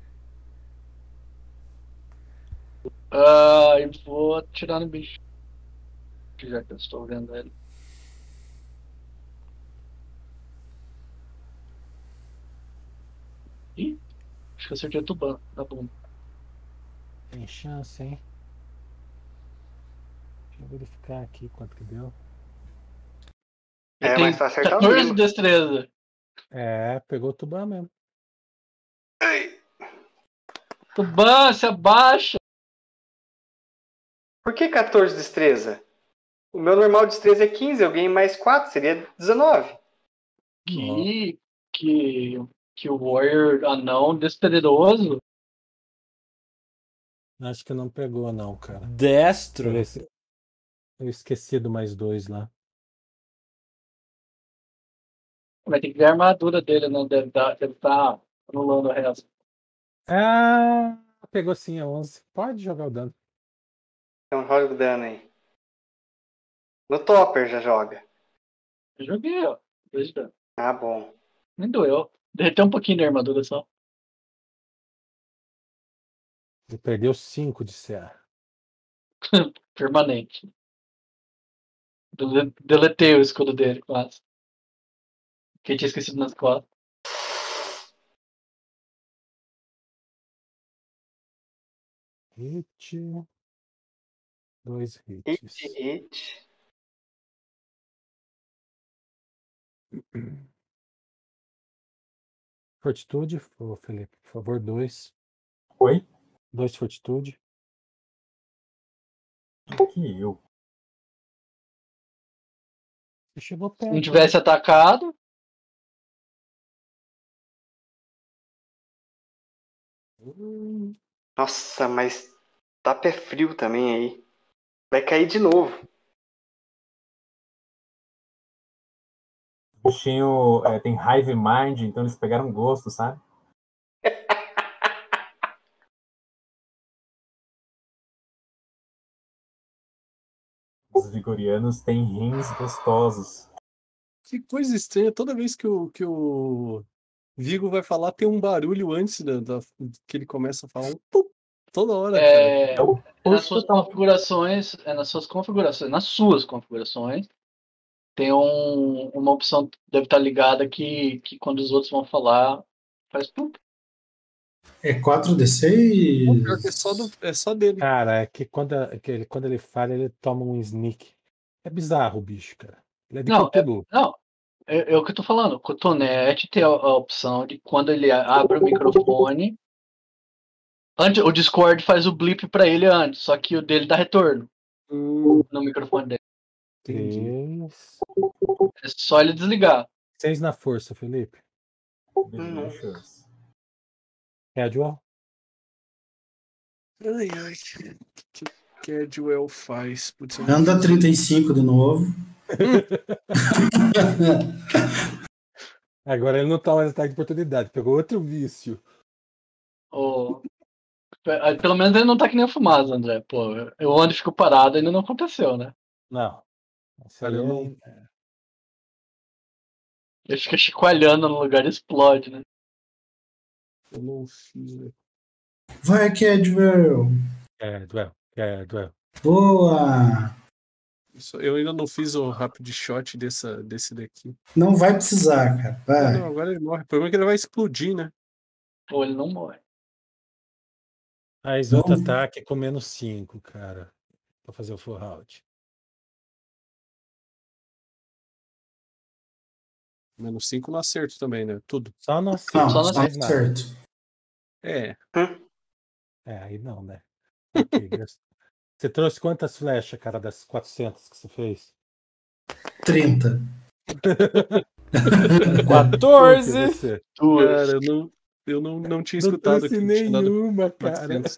Speaker 2: Ah, eu vou atirar no bicho. Que Já tá que eu estou vendo ele. Ih, acho que eu acertei o tuban tá da bunda.
Speaker 1: Tem chance, hein? Deixa eu verificar aqui quanto que deu.
Speaker 3: É,
Speaker 2: Tem
Speaker 3: mas tá acertando.
Speaker 2: 14 de destreza.
Speaker 1: É, pegou o tubarão mesmo.
Speaker 2: Tuban, se abaixa.
Speaker 3: Por que 14 destreza? O meu normal destreza é 15, eu ganhei mais 4, seria 19.
Speaker 2: Que, que, que warrior anão despederoso.
Speaker 1: Acho que não pegou, não, cara.
Speaker 7: Destro.
Speaker 1: Eu esqueci- eu esqueci do mais dois lá.
Speaker 2: Vai ter que ver a armadura dele, não deve estar deve tá anulando o resto.
Speaker 1: Ah, pegou sim, é 11. Pode jogar o dano.
Speaker 3: Então joga o dano aí. No topper já joga.
Speaker 2: Eu joguei, ó. Dois dano.
Speaker 3: Ah, bom.
Speaker 2: Nem doeu. Derreteu um pouquinho da armadura só.
Speaker 1: Ele perdeu 5 de CA.
Speaker 2: Permanente. Dele- Deletei o escudo dele, quase. Que eu tinha esquecido nas costas.
Speaker 1: Hit. Dois
Speaker 3: Hit,
Speaker 1: hits.
Speaker 3: hit.
Speaker 1: Fortitude, ô, Felipe, por favor, dois.
Speaker 4: Oi?
Speaker 1: Dois fortitude.
Speaker 4: Que eu.
Speaker 1: Você chegou
Speaker 2: Se não
Speaker 1: perto. né?
Speaker 2: tivesse atacado,
Speaker 1: Hum,
Speaker 3: Nossa, mas tá pé frio também aí. Vai cair de novo.
Speaker 4: O bichinho é, tem hive mind, então eles pegaram gosto, sabe? Os vigorianos têm rins gostosos.
Speaker 8: Que coisa estranha, toda vez que o, que o Vigo vai falar, tem um barulho antes da, da- que ele começa a falar. um pum, toda hora. cara.
Speaker 2: é,
Speaker 4: É o
Speaker 2: nas
Speaker 4: pulso
Speaker 2: suas
Speaker 4: total.
Speaker 2: configurações, é nas suas configurações, nas suas configurações, tem um, uma opção que deve estar ligada que, que quando os outros vão falar, faz pum.
Speaker 6: É 4D6?
Speaker 8: Pô, pior que é só, do- é só dele.
Speaker 1: Cara, é que quando, é que ele, quando ele falha, ele toma um sneak. É bizarro o bicho, cara. Ele é de
Speaker 2: Não, é-
Speaker 1: Cthulhu.
Speaker 2: Não, é, é o que eu tô falando. O Cotonete tem a, a opção de quando ele a- abre o microfone. Antes, o Discord faz o blip pra ele antes, só que o dele dá retorno
Speaker 8: Hum.
Speaker 2: no microfone dele.
Speaker 8: Entendi.
Speaker 1: Três.
Speaker 2: É só ele desligar.
Speaker 1: Seis na força, Felipe.
Speaker 4: bichos.
Speaker 1: É a Joel?
Speaker 8: Ai, ai. O que o Cadwell faz? Putz, eu não-
Speaker 6: Anda 35 de novo.
Speaker 1: Agora ele não tá mais ataque de oportunidade. Pegou outro vício.
Speaker 2: Ou... Pe- Pelo menos ele não tá que nem o Fumaça, André. Pô, eu ando e fico parado, ainda não aconteceu, né?
Speaker 1: Não. Esse
Speaker 8: Olha,
Speaker 1: aí
Speaker 8: eu não-
Speaker 2: Ele fica chicoalhando no lugar e explode, né?
Speaker 8: eu não fiz, né?
Speaker 6: Vai, Cadwell.
Speaker 1: É, duel. É, duel.
Speaker 6: Boa!
Speaker 8: Isso- Eu ainda não fiz o rapid shot dessa, desse daqui.
Speaker 6: Não vai precisar, cara.
Speaker 8: Ah,
Speaker 6: Vai.
Speaker 8: não, agora ele morre. O problema é que ele vai explodir, né?
Speaker 2: Ou ele não morre.
Speaker 1: Mas outro
Speaker 6: Não.
Speaker 1: ataque com menos 5, cara. Pra fazer o full out.
Speaker 8: Menos 5 no acerto também, né? Tudo.
Speaker 1: Só no acerto.
Speaker 6: Não,
Speaker 2: Só
Speaker 6: só
Speaker 2: não
Speaker 1: fez
Speaker 6: tá
Speaker 1: nada.
Speaker 6: certo.
Speaker 8: É.
Speaker 1: É, aí não, né? Ok, gasto. Você trouxe quantas flechas, cara, das 400 que você fez?
Speaker 6: 30.
Speaker 7: 14.
Speaker 1: Quanto você?
Speaker 2: Duas.
Speaker 8: Cara, eu não, eu não, não tinha
Speaker 1: Não
Speaker 8: escutado
Speaker 1: trouxe
Speaker 8: tinha dado
Speaker 1: nenhuma, cara.
Speaker 8: 400.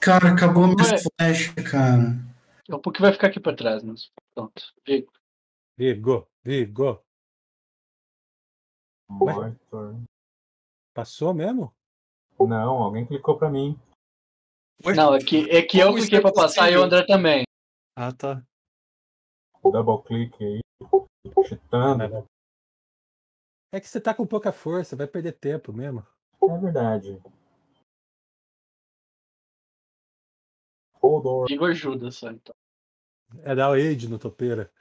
Speaker 6: Cara, acabou minha
Speaker 2: Ué.
Speaker 6: flecha, cara.
Speaker 2: É O que vai ficar aqui pra trás, né? Pronto. Digo,
Speaker 1: Vigo, Vigo.
Speaker 4: Mortor.
Speaker 1: Passou mesmo?
Speaker 4: Não, alguém clicou pra mim.
Speaker 8: Ué?
Speaker 2: Não, é que, é que eu
Speaker 8: Como
Speaker 2: cliquei
Speaker 8: isso
Speaker 2: pra
Speaker 8: é
Speaker 2: passar e o
Speaker 8: possível?
Speaker 2: André também.
Speaker 8: Ah, tá.
Speaker 4: Double click aí. Chutando.
Speaker 1: É que você tá com pouca força, vai perder tempo mesmo.
Speaker 4: É verdade. Holdor.
Speaker 2: Digo ajuda só, então.
Speaker 1: É da Age no topeira.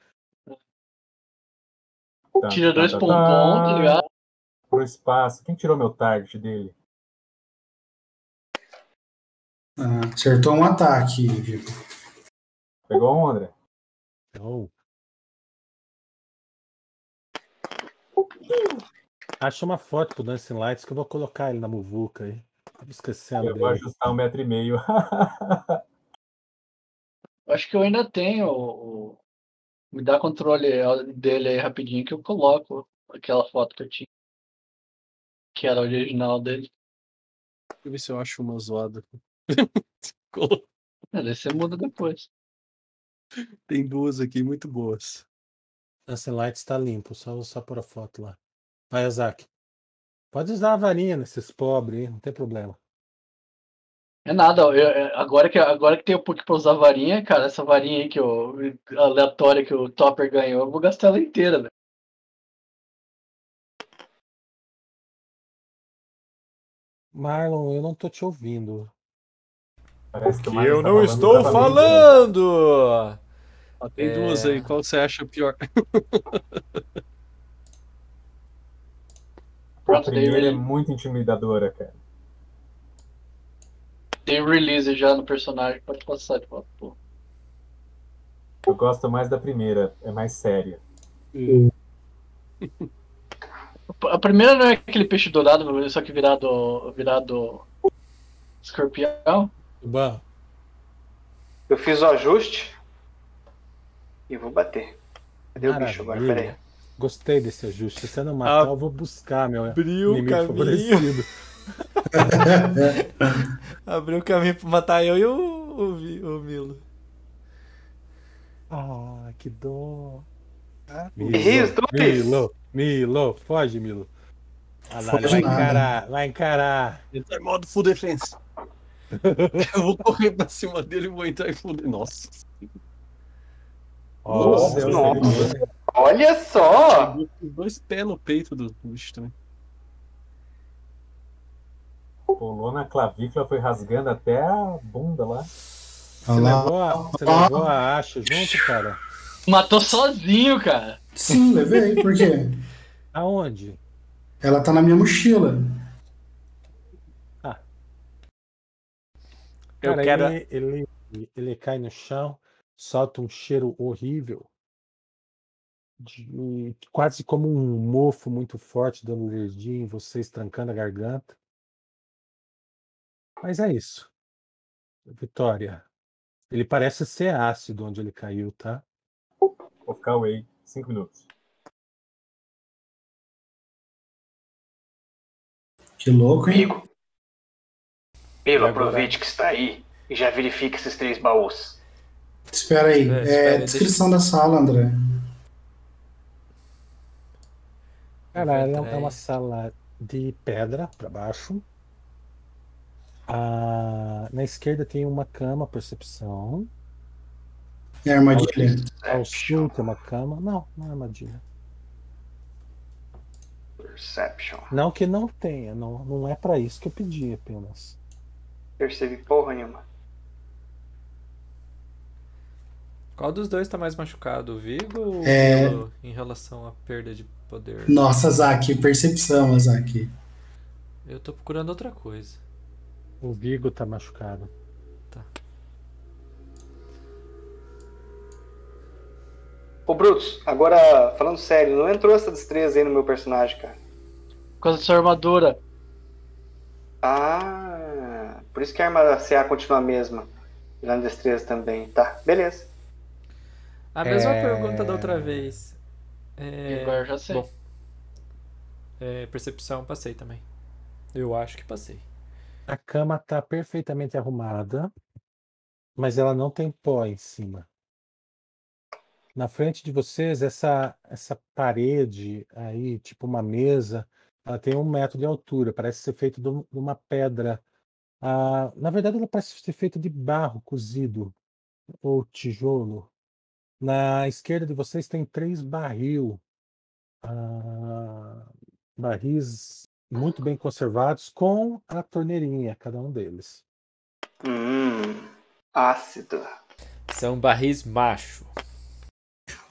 Speaker 2: Tira dois pompons, tá
Speaker 4: tá,
Speaker 2: ligado?
Speaker 4: Pro espaço. Quem tirou meu target dele?
Speaker 6: Ah, acertou um ataque, Vigo.
Speaker 4: Pegou a André?
Speaker 1: Então. Acha uma foto pro Dancing Lights que eu vou colocar ele na muvuca aí. Esquecendo
Speaker 4: Eu vou
Speaker 1: dele.
Speaker 4: ajustar um metro e meio.
Speaker 2: Acho que eu ainda tenho o. o- Me dá controle dele aí rapidinho que eu coloco aquela foto que eu tinha. Que era a original dele.
Speaker 8: Deixa eu ver se eu acho uma zoada.
Speaker 2: Ah, Daí você muda depois.
Speaker 8: Tem duas aqui muito boas.
Speaker 1: Dancing Light está limpo, só, só por a foto lá. Vai, Isaac. Pode usar a varinha nesses pobres, hein? não tem problema.
Speaker 2: É nada, eu- eu- agora, que, agora que tem o Puck pra usar a varinha, cara, essa varinha aí que eu, aleatória que o Topper ganhou, eu vou gastar ela inteira, velho.
Speaker 1: Marlon, eu não tô te ouvindo.
Speaker 4: Parece que o
Speaker 10: Que
Speaker 4: Marcos
Speaker 10: eu
Speaker 4: tá
Speaker 10: não
Speaker 4: falando,
Speaker 10: estou
Speaker 4: tá valendo.
Speaker 10: falando!
Speaker 8: Ah, tem duas
Speaker 7: É.
Speaker 8: aí, qual você acha pior?
Speaker 4: A
Speaker 2: Pronto, dei,
Speaker 4: primeira é
Speaker 2: re-
Speaker 4: muito intimidadora, cara.
Speaker 2: dei release já no personagem, pode passar de volta. pô.
Speaker 4: Eu gosto mais da primeira, é mais séria.
Speaker 2: A primeira não é aquele peixe dourado, meu amigo, só que virado, virado escorpião.
Speaker 1: Iban,
Speaker 3: Eu fiz o ajuste e vou bater. Cadê o bicho agora?
Speaker 1: Maravilha.
Speaker 3: Peraí.
Speaker 1: gostei desse ajuste. Se você não matar, eu vou buscar meu
Speaker 10: Abriu o
Speaker 1: inimigo
Speaker 10: caminho.
Speaker 1: favorecido.
Speaker 10: Abriu o caminho pra matar eu e o, o, Vi- o Milo.
Speaker 1: Ah, que dó.
Speaker 3: Errei os dois.
Speaker 1: Milo, Milo, foge, Milo. Ah, lá,
Speaker 6: Foge
Speaker 1: ele vai
Speaker 6: nada.
Speaker 1: encarar, vai encarar.
Speaker 8: Ele tá em modo full defense. eu vou correr pra cima dele e vou entrar em full defense. Nossa.
Speaker 1: Ó,
Speaker 4: Meu Deus,
Speaker 3: nossa.
Speaker 4: ele-
Speaker 3: Olha só!
Speaker 8: Pegou com os dois pés no peito do do bicho também.
Speaker 4: Pulou na clavícula, foi rasgando até a bunda lá.
Speaker 1: Você,
Speaker 6: Olha lá.
Speaker 1: levou a, você
Speaker 6: Olá.
Speaker 1: levou a acha junto, cara?
Speaker 2: Matou sozinho, cara.
Speaker 6: Sim, levei, por quê?
Speaker 1: Aonde?
Speaker 6: Ela tá na minha mochila.
Speaker 10: Eu
Speaker 1: Cara,
Speaker 10: quero-
Speaker 1: ele, ele, ele cai no chão, solta um cheiro horrível, de, quase como um mofo muito forte dando alergia em vocês, trancando a garganta. Mas é isso. Vitória. Ele parece ser ácido onde ele caiu, tá?
Speaker 4: Vou ficar away. Cinco minutos.
Speaker 6: Que louco, hein?
Speaker 3: Pelo,
Speaker 10: Vai agora.
Speaker 3: aproveite que está aí e já verifique esses três baús.
Speaker 6: Espera aí.
Speaker 10: É,
Speaker 6: É,
Speaker 10: espera aí,
Speaker 6: descrição da sala, André.
Speaker 1: Cara,
Speaker 10: Vai
Speaker 1: ela é
Speaker 10: atrás.
Speaker 1: uma sala de pedra para baixo. Ah, na esquerda tem uma cama, percepção.
Speaker 6: É armadilha.
Speaker 1: Ao sul tem uma cama. Não, não é armadilha.
Speaker 3: Perception.
Speaker 1: Não que não tenha, não, não é pra isso que eu pedi apenas.
Speaker 3: Percebi porra nenhuma.
Speaker 7: Qual dos dois tá mais machucado, o Vigo ou o
Speaker 6: É.
Speaker 7: Milo, em relação à perda de poder?
Speaker 6: Nossa, Zaque, percepção, Zaque.
Speaker 7: Eu tô procurando outra coisa.
Speaker 1: O Vigo tá machucado.
Speaker 3: Ô, Brutus, agora, falando sério, não entrou essa destreza aí no meu personagem, cara.
Speaker 2: Por causa da sua armadura.
Speaker 3: Ah, por isso que a arma CA continua a mesma. Já na destreza também. Tá, beleza.
Speaker 7: A mesma
Speaker 1: É.
Speaker 7: pergunta da outra vez. É,
Speaker 2: Agora eu já sei.
Speaker 7: bom. é, percepção, passei também. Eu acho que passei.
Speaker 1: A cama tá perfeitamente arrumada, mas ela não tem pó em cima. Na frente de vocês, essa, essa parede aí, tipo uma mesa, ela tem um metro de altura, parece ser feita de um- de uma pedra. Ah, na verdade, ela parece ser feita de barro cozido ou tijolo. Na esquerda de vocês tem três barril, ah, barris muito bem conservados com a torneirinha, cada um deles.
Speaker 3: Hum, ácido.
Speaker 7: São barris macho.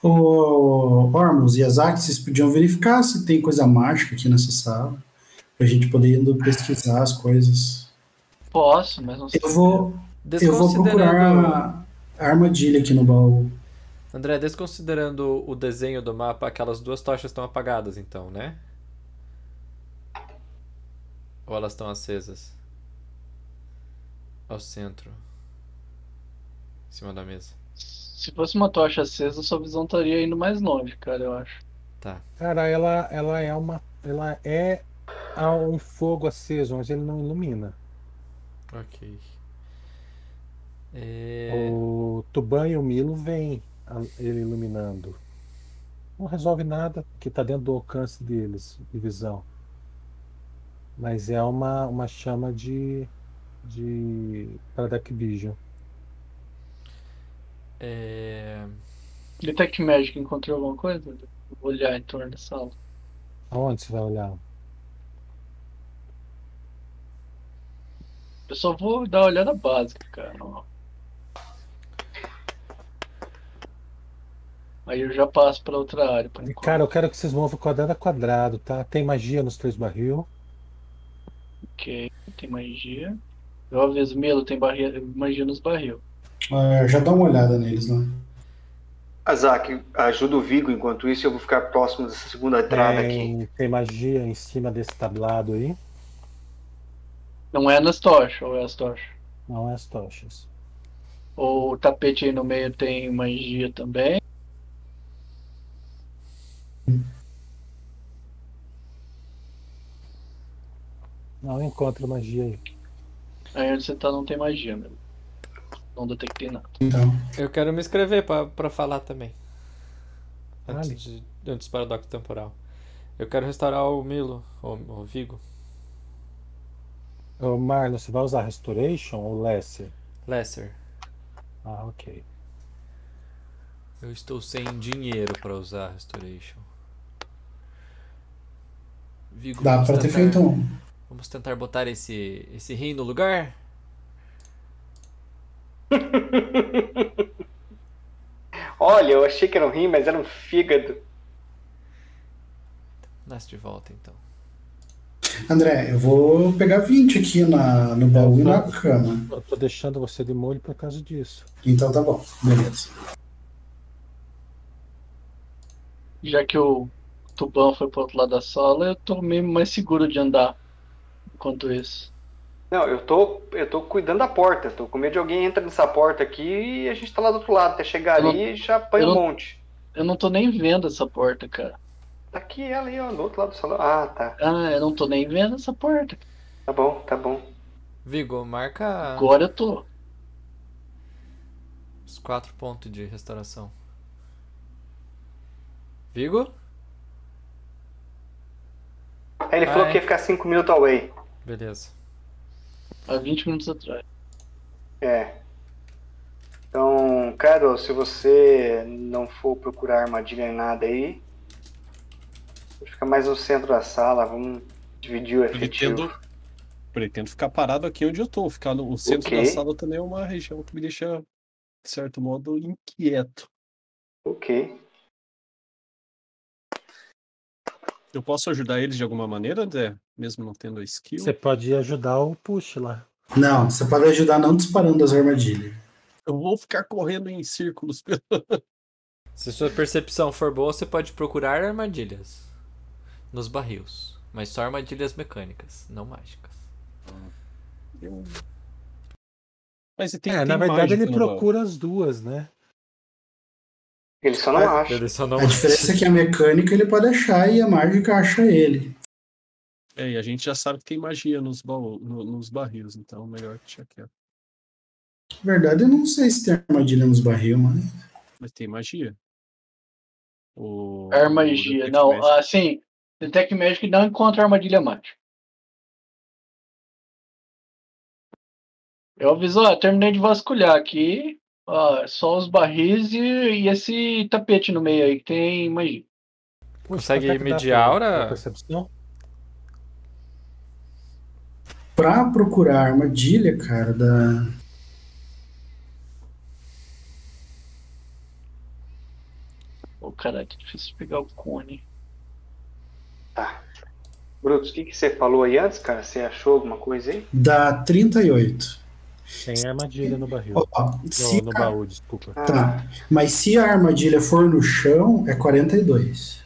Speaker 6: Ô, Ormus e Azak, vocês podiam verificar se tem coisa mágica aqui nessa sala, pra gente poder indo pesquisar as coisas.
Speaker 2: Posso, mas não sei.
Speaker 6: Eu vou, eu vou
Speaker 7: Desconsiderando.
Speaker 6: procurar a armadilha aqui no baú.
Speaker 7: André, desconsiderando o desenho do mapa, aquelas duas tochas estão apagadas então, né? Ou elas estão acesas? ao centro. Em cima da mesa.
Speaker 2: Se fosse uma tocha acesa, sua visão estaria indo mais longe, cara, eu acho.
Speaker 1: Cara, ela, ela é uma. Ela é a- um fogo aceso, mas ele não ilumina.
Speaker 7: Ok. É,
Speaker 1: O Tuban e o Milo vêm a- ele iluminando. Não resolve nada que está dentro do alcance deles, de visão. Mas é uma, uma chama de. de. para Dark Vision.
Speaker 7: é,
Speaker 2: Detect Magic encontrou alguma coisa? Vou olhar em torno da sala.
Speaker 1: Aonde você vai olhar?
Speaker 2: Eu só vou dar uma olhada básica, cara. ó. Aí eu já passo pra outra
Speaker 7: Tá
Speaker 2: área, por enquanto.
Speaker 1: Cara, eu quero que vocês movam quadrado a quadrado, tá? Tem magia nos três barril.
Speaker 2: Ok, tem magia. Eu aviso, Melo, tem barri- magia nos barril.
Speaker 6: Ah, já dá uma olhada neles, né?
Speaker 3: Azak, ajuda o Vigo enquanto isso, eu vou ficar próximo dessa segunda entrada aqui.
Speaker 1: Tem, tem magia em cima desse tablado aí.
Speaker 2: Não é nas tochas, ou é as tochas?
Speaker 1: Não é as tochas.
Speaker 2: Ou o tapete aí no meio tem magia também.
Speaker 1: Não encontra magia aí.
Speaker 2: Aí onde você tá não tem magia, Melo. Não detectei nada.
Speaker 6: Então,
Speaker 7: eu quero me inscrever pra, pra falar também. Antes,
Speaker 1: Fale.
Speaker 7: de, antes do paradoxo temporal. Eu quero restaurar o Milo, ou o Vigo.
Speaker 1: Ô, Marlon, você vai usar Restoration ou Lesser?
Speaker 7: Lesser.
Speaker 1: Ah, ok.
Speaker 7: Eu estou sem dinheiro pra usar Restoration. Vigo,
Speaker 6: dá
Speaker 7: vamos
Speaker 6: pra ter
Speaker 7: tentar-
Speaker 6: feito um.
Speaker 7: Vamos tentar botar esse, esse rim no lugar?
Speaker 3: Olha, eu achei que era um rim, mas era um fígado.
Speaker 7: Nasce de volta então.
Speaker 6: André, eu vou pegar 20 aqui na, no baú e na cama.
Speaker 1: Eu tô deixando você de molho por causa disso.
Speaker 6: Então tá bom, beleza.
Speaker 2: Já que o tubão foi pro outro lado da sala, eu tô meio mais seguro de andar enquanto isso.
Speaker 3: Não, eu tô, eu tô cuidando da porta. Tô com medo de alguém entrar nessa porta aqui e a gente tá lá do outro lado. Até chegar
Speaker 2: Eu não-
Speaker 3: ali já apanha
Speaker 2: eu
Speaker 3: um
Speaker 2: não-
Speaker 3: monte.
Speaker 2: Eu não tô nem vendo essa porta, cara.
Speaker 3: Tá aqui ela aí, ó, do outro lado do salão. Ah, tá.
Speaker 2: Ah, eu não tô nem vendo essa porta.
Speaker 3: Tá bom, tá bom.
Speaker 7: Vigo, marca
Speaker 2: Agora eu tô.
Speaker 7: os quatro pontos de restauração. Vigo?
Speaker 3: Aí ele falou
Speaker 2: Ah,
Speaker 7: Ai.
Speaker 3: que
Speaker 2: é?
Speaker 3: ia ficar 5 minutos away.
Speaker 7: Beleza.
Speaker 2: Há 20 minutos atrás.
Speaker 3: É. Então, Carol, se você não for procurar armadilha em nada aí, fica mais no centro da sala, vamos dividir o efetivo.
Speaker 8: Pretendo, pretendo ficar parado aqui onde eu tô. Ficar no o centro
Speaker 3: Ok.
Speaker 8: da sala também é uma região que me deixa, de certo modo, inquieto.
Speaker 3: Ok.
Speaker 8: Eu posso ajudar eles de alguma maneira, André? Mesmo não tendo a skill?
Speaker 1: Você pode ajudar o Push lá.
Speaker 6: Não, você pode ajudar não disparando as armadilhas.
Speaker 8: Eu vou ficar correndo em círculos. pelo-
Speaker 7: Se sua percepção for boa, você pode procurar armadilhas nos barris, mas só armadilhas mecânicas, não mágicas.
Speaker 8: Mas tem,
Speaker 1: É,
Speaker 8: tem
Speaker 1: na verdade
Speaker 8: mágico
Speaker 1: ele
Speaker 8: no baú.
Speaker 1: procura as duas, né?
Speaker 3: Ele só não acha.
Speaker 7: Ele só não
Speaker 1: Então,
Speaker 6: A diferença é que a mecânica ele pode achar e a mágica acha ele.
Speaker 8: É, e a gente já sabe que tem magia nos, baú, no- nos barris, então melhor deixar quieto.
Speaker 6: Na verdade, eu não sei se tem armadilha nos barril, mas.
Speaker 8: Mas tem magia. O...
Speaker 2: Armadilha.
Speaker 8: o-
Speaker 2: Não, assim, Detect Magic não encontra armadilha mágica. Eu aviso, ó, terminei de vasculhar aqui. Ó, é só os barris e, e esse tapete no meio aí que tem magia.
Speaker 1: Push,
Speaker 7: Consegue
Speaker 1: quanto é que dá
Speaker 7: medir
Speaker 1: pra-
Speaker 7: aura?
Speaker 1: pra Percepção?
Speaker 6: Pra procurar a armadilha, cara, da.
Speaker 2: Ô, caralho, que é difícil pegar o cone.
Speaker 3: Tá. Brutus, o que, que você falou aí antes, cara? Você achou alguma coisa aí?
Speaker 6: da 38.
Speaker 1: Tem armadilha no barril.
Speaker 6: Ó, se
Speaker 1: No, no
Speaker 6: a-
Speaker 1: baú, desculpa.
Speaker 6: Tá. Mas se a armadilha for no chão, é 42.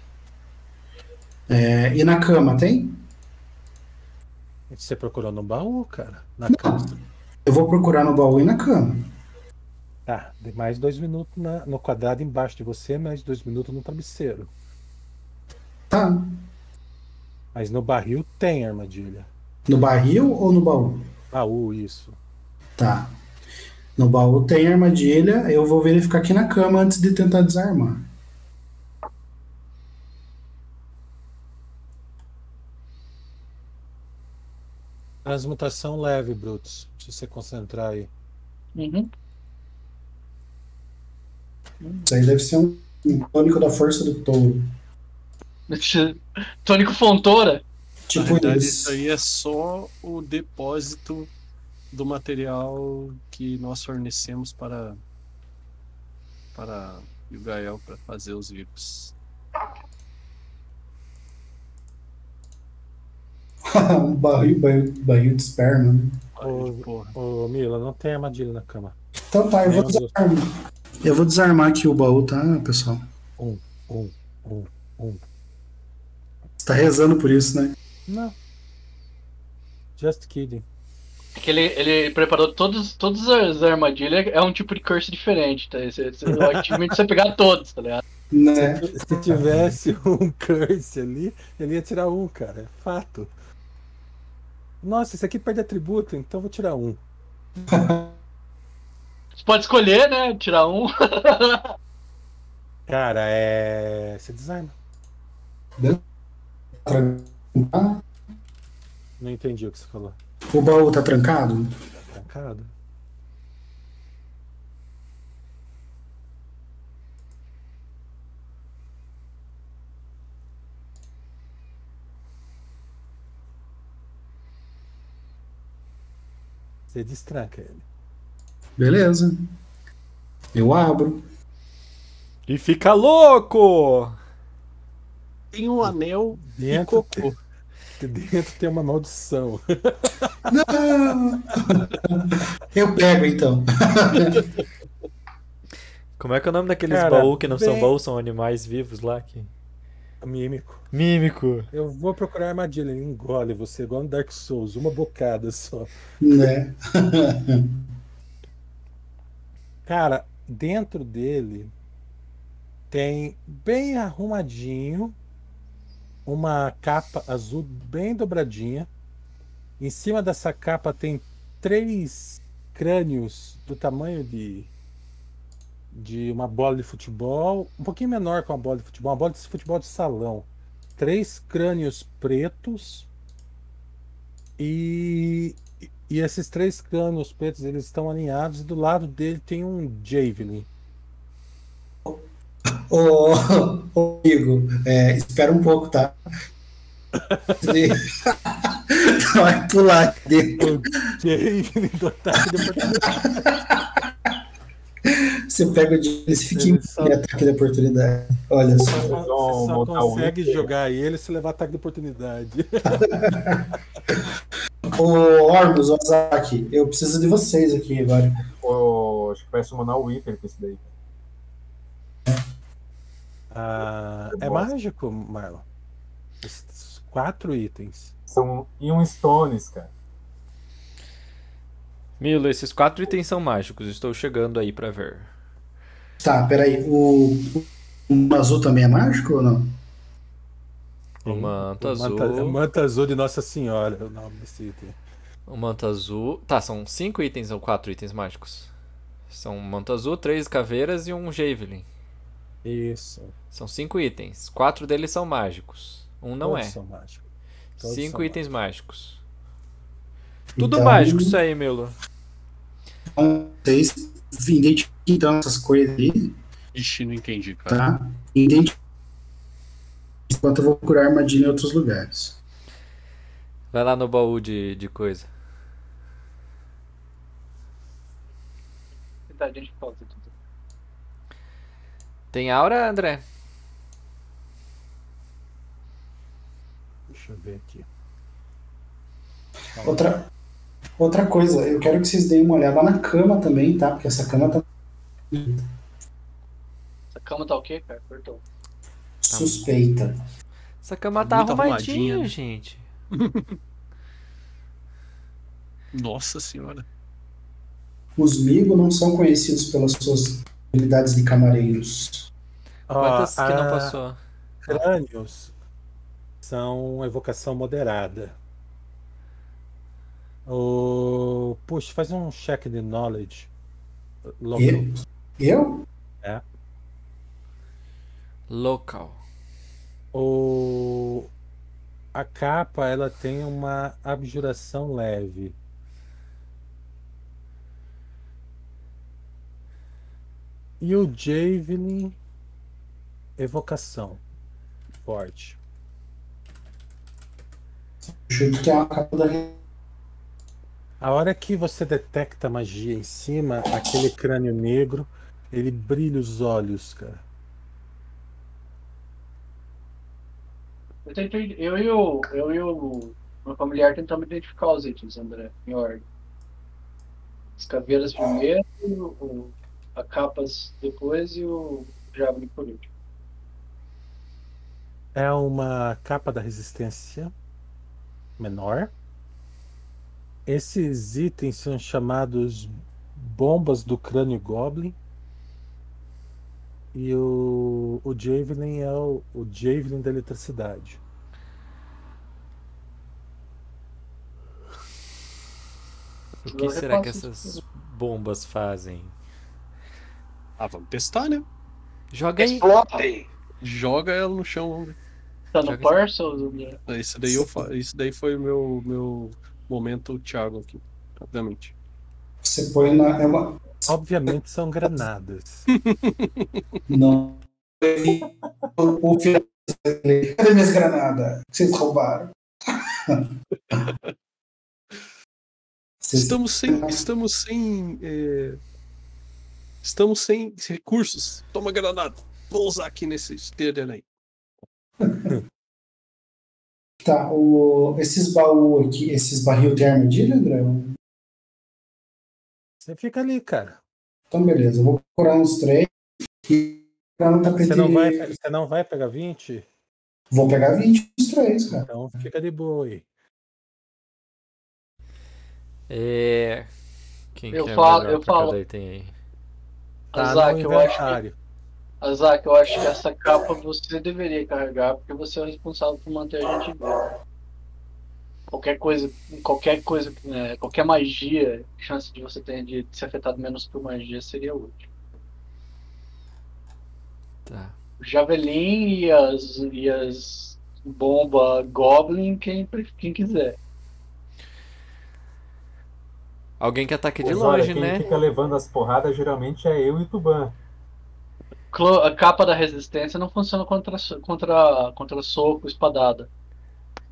Speaker 6: É, e na cama tem?
Speaker 1: Você procurou no baú, cara? Na casa.
Speaker 6: Eu vou procurar no baú e na cama.
Speaker 1: Tá, de mais dois minutos na- no quadrado embaixo de você, mais dois minutos no travesseiro.
Speaker 6: Tá.
Speaker 1: Mas no barril tem armadilha.
Speaker 6: No barril ou no baú?
Speaker 1: Baú, isso.
Speaker 6: Tá. No baú tem armadilha, eu vou verificar aqui na cama antes de tentar desarmar.
Speaker 1: Transmutação leve, Brutus. Se você concentrar aí.
Speaker 2: Uhum.
Speaker 6: Isso aí deve ser um, um tônico da força do touro.
Speaker 2: Tônico Fontoura?
Speaker 8: Na
Speaker 6: Tipo
Speaker 8: verdade, isso
Speaker 6: isso.
Speaker 8: aí é só o depósito do material que nós fornecemos para para o Gael para fazer os vivos.
Speaker 6: um barril, barril, barril de esperma. Né?
Speaker 8: Olha,
Speaker 1: Ô,
Speaker 8: porra.
Speaker 1: Ô, Mila, não tem armadilha na cama. um
Speaker 6: Então tá, eu vou
Speaker 1: Meu Deus.
Speaker 6: desarmar. Eu vou desarmar aqui o baú, tá, pessoal?
Speaker 1: Um, um, um.
Speaker 6: Você tá rezando por isso, né?
Speaker 1: Não. Just kidding.
Speaker 2: É que ele, ele preparou todos, todas as armadilhas, é um tipo de curse diferente, tá? Esse, esse, o achievement é você pegar todos, tá ligado?
Speaker 6: Né?
Speaker 1: Se tivesse um curse ali, ele ia tirar um, cara. É fato. Nossa, esse aqui perde atributo, então eu vou tirar um.
Speaker 2: Você pode escolher, né? Tirar um.
Speaker 1: Cara, é. Você desarma.
Speaker 6: Trancar.
Speaker 1: Não entendi o que você falou.
Speaker 6: Tá. O baú tá trancado?
Speaker 1: Trancado. Você destranca ele.
Speaker 6: Beleza. Eu abro.
Speaker 10: E fica louco!
Speaker 8: Tem um anel e
Speaker 1: Dentro,
Speaker 8: cocô.
Speaker 1: dentro tem uma maldição.
Speaker 6: Não! eu pego então.
Speaker 10: Como é que é o nome daqueles
Speaker 1: Cara,
Speaker 10: baú que não são
Speaker 1: bem-
Speaker 10: baú, são animais vivos lá? Que...
Speaker 1: Mímico.
Speaker 10: Mímico.
Speaker 1: Eu vou procurar armadilha. Ele engole você, igual no Dark Souls. Uma bocada só.
Speaker 6: Né?
Speaker 1: Cara, dentro dele tem bem arrumadinho uma capa azul bem dobradinha. Em cima dessa capa tem três crânios do tamanho de de uma bola de futebol, um pouquinho menor que uma bola de futebol, uma bola de futebol de salão. Três crânios pretos e e esses três crânios pretos, eles estão alinhados e do lado dele tem um Javelin.
Speaker 6: Ô, ô amigo, é, espera um pouco, tá? Vai pular aqui dentro.
Speaker 1: Javelin do ataque de oportunidade.
Speaker 6: Você pega o dinheiro e fica
Speaker 1: Ele
Speaker 6: em
Speaker 1: só-
Speaker 6: ataque da oportunidade. Olha só.
Speaker 1: Você
Speaker 4: Vamos
Speaker 1: só
Speaker 4: montar um
Speaker 1: consegue
Speaker 4: inteiro.
Speaker 1: jogar ele se levar ataque de oportunidade.
Speaker 6: Ô, Ormus, Ozaki, eu preciso de vocês aqui agora.
Speaker 4: Pô, acho que vai summonar o Weaver com isso daí.
Speaker 1: Ah, é mágico, Marlon. Esses Quatro itens.
Speaker 4: São e um Stones, cara.
Speaker 10: Milo, esses quatro itens são mágicos. Estou chegando aí pra ver.
Speaker 6: Tá, peraí. O, o azul também é mágico ou não?
Speaker 10: O manto
Speaker 1: O
Speaker 10: azul.
Speaker 1: Manta, Manta azul de Nossa Senhora, é o nome desse item.
Speaker 10: O manto azul. Tá, são cinco itens ou quatro itens mágicos. São um manto azul, três caveiras e um javelin.
Speaker 1: Isso.
Speaker 10: São cinco itens. Quatro deles são mágicos. Um não
Speaker 1: Todos
Speaker 10: é.
Speaker 1: são mágicos. todos
Speaker 10: Cinco
Speaker 1: são
Speaker 10: itens mágicos. Tudo
Speaker 6: Então,
Speaker 10: mágico isso aí, Milo.
Speaker 6: Vocês identificam então essas coisas aí,
Speaker 8: Ixi, não entendi, cara.
Speaker 6: tá? Identifiquem enquanto eu vou procurar armadilha em outros lugares.
Speaker 10: Vai lá no baú de, de coisa.
Speaker 2: Tá, gente, pausa tudo.
Speaker 10: Tem aura, André?
Speaker 1: Deixa eu ver aqui.
Speaker 6: Outra, outra coisa, eu quero que vocês deem uma olhada na cama também, tá? Porque essa cama tá
Speaker 2: Essa cama tá o quê, cara? Cortou.
Speaker 6: suspeita.
Speaker 10: Essa cama
Speaker 8: Tá
Speaker 10: tá
Speaker 8: muito
Speaker 10: arrumadinha,
Speaker 8: arrumadinha, né?
Speaker 10: gente.
Speaker 8: Nossa senhora.
Speaker 6: Os Migo não são conhecidos pelas suas habilidades de camareiros.
Speaker 10: Quantas que não
Speaker 1: Ah,
Speaker 10: passou?
Speaker 1: Crânios são evocação moderada. O... Puxa, faz um check de knowledge. Local. É.
Speaker 6: Eu? Eu?
Speaker 10: Local.
Speaker 1: O... A capa ela tem uma abjuração leve. E o Javelin, evocação forte.
Speaker 6: Juro que é uma capa da
Speaker 1: A hora que você detecta a magia em cima, aquele crânio negro, ele brilha os olhos, cara.
Speaker 2: Eu, tento, eu, e o, eu e o meu familiar tentamos identificar os itens, André, em ordem. As caveiras primeiro, o, o- a capas depois e o javelin por último.
Speaker 1: É uma capa da resistência menor. Esses itens são chamados bombas do crânio Goblin. E o, o Javelin é o, o Javelin da eletricidade.
Speaker 10: O
Speaker 2: Eu
Speaker 10: que será que é
Speaker 2: repasso isso
Speaker 10: essas bombas fazem?
Speaker 8: Ah, vamos testar, né?
Speaker 10: Joga aí.
Speaker 3: Explodem!
Speaker 8: Joga ela no chão, vamos ver.
Speaker 2: Tá no
Speaker 10: Joga-
Speaker 2: parcel, André?
Speaker 8: Ah, Isso daí, eu fa... Isso daí foi o meu, meu momento, Thiago, aqui, rapidamente.
Speaker 6: Você põe na. É uma...
Speaker 1: Obviamente são granadas.
Speaker 6: Não. O filho. Cadê minhas granadas? Que vocês roubaram? Vocês
Speaker 8: Estamos sem. Estamos sem. é, Estamos sem recursos. Toma granada. Vou usar aqui nesse esteira aí.
Speaker 6: Tá, o, esses baú aqui, esses barril de armadilha, André?
Speaker 1: Você fica Tá ali, cara.
Speaker 6: Então, beleza, eu vou procurar uns três e procurar um tapete.
Speaker 1: Você não vai, você não vai pegar 20?
Speaker 6: Vou pegar 20 os três, cara.
Speaker 1: Então fica de boa aí.
Speaker 10: É. Quem
Speaker 2: Eu
Speaker 10: que é
Speaker 2: falo-
Speaker 10: melhor
Speaker 2: eu
Speaker 10: pra
Speaker 2: falo.
Speaker 10: cada item aí?
Speaker 1: Tá
Speaker 2: Azar,
Speaker 1: no
Speaker 2: que eu acho que
Speaker 1: inventário.
Speaker 2: Azak, eu acho que essa capa você deveria carregar, porque você é o responsável por manter a gente vivo. Qualquer coisa, qualquer coisa, né, qualquer magia, chance de você ter de ser afetado menos por magia seria útil.
Speaker 10: Tá.
Speaker 2: O javelin e as, e as bomba goblin, quem, pre- quem quiser.
Speaker 10: Alguém que ataque de
Speaker 4: Mas olha,
Speaker 10: longe,
Speaker 4: quem
Speaker 10: né?
Speaker 4: fica levando as porradas geralmente é eu e o Tuban.
Speaker 2: Clo- A capa da resistência não funciona contra, so- contra, contra soco, espadada.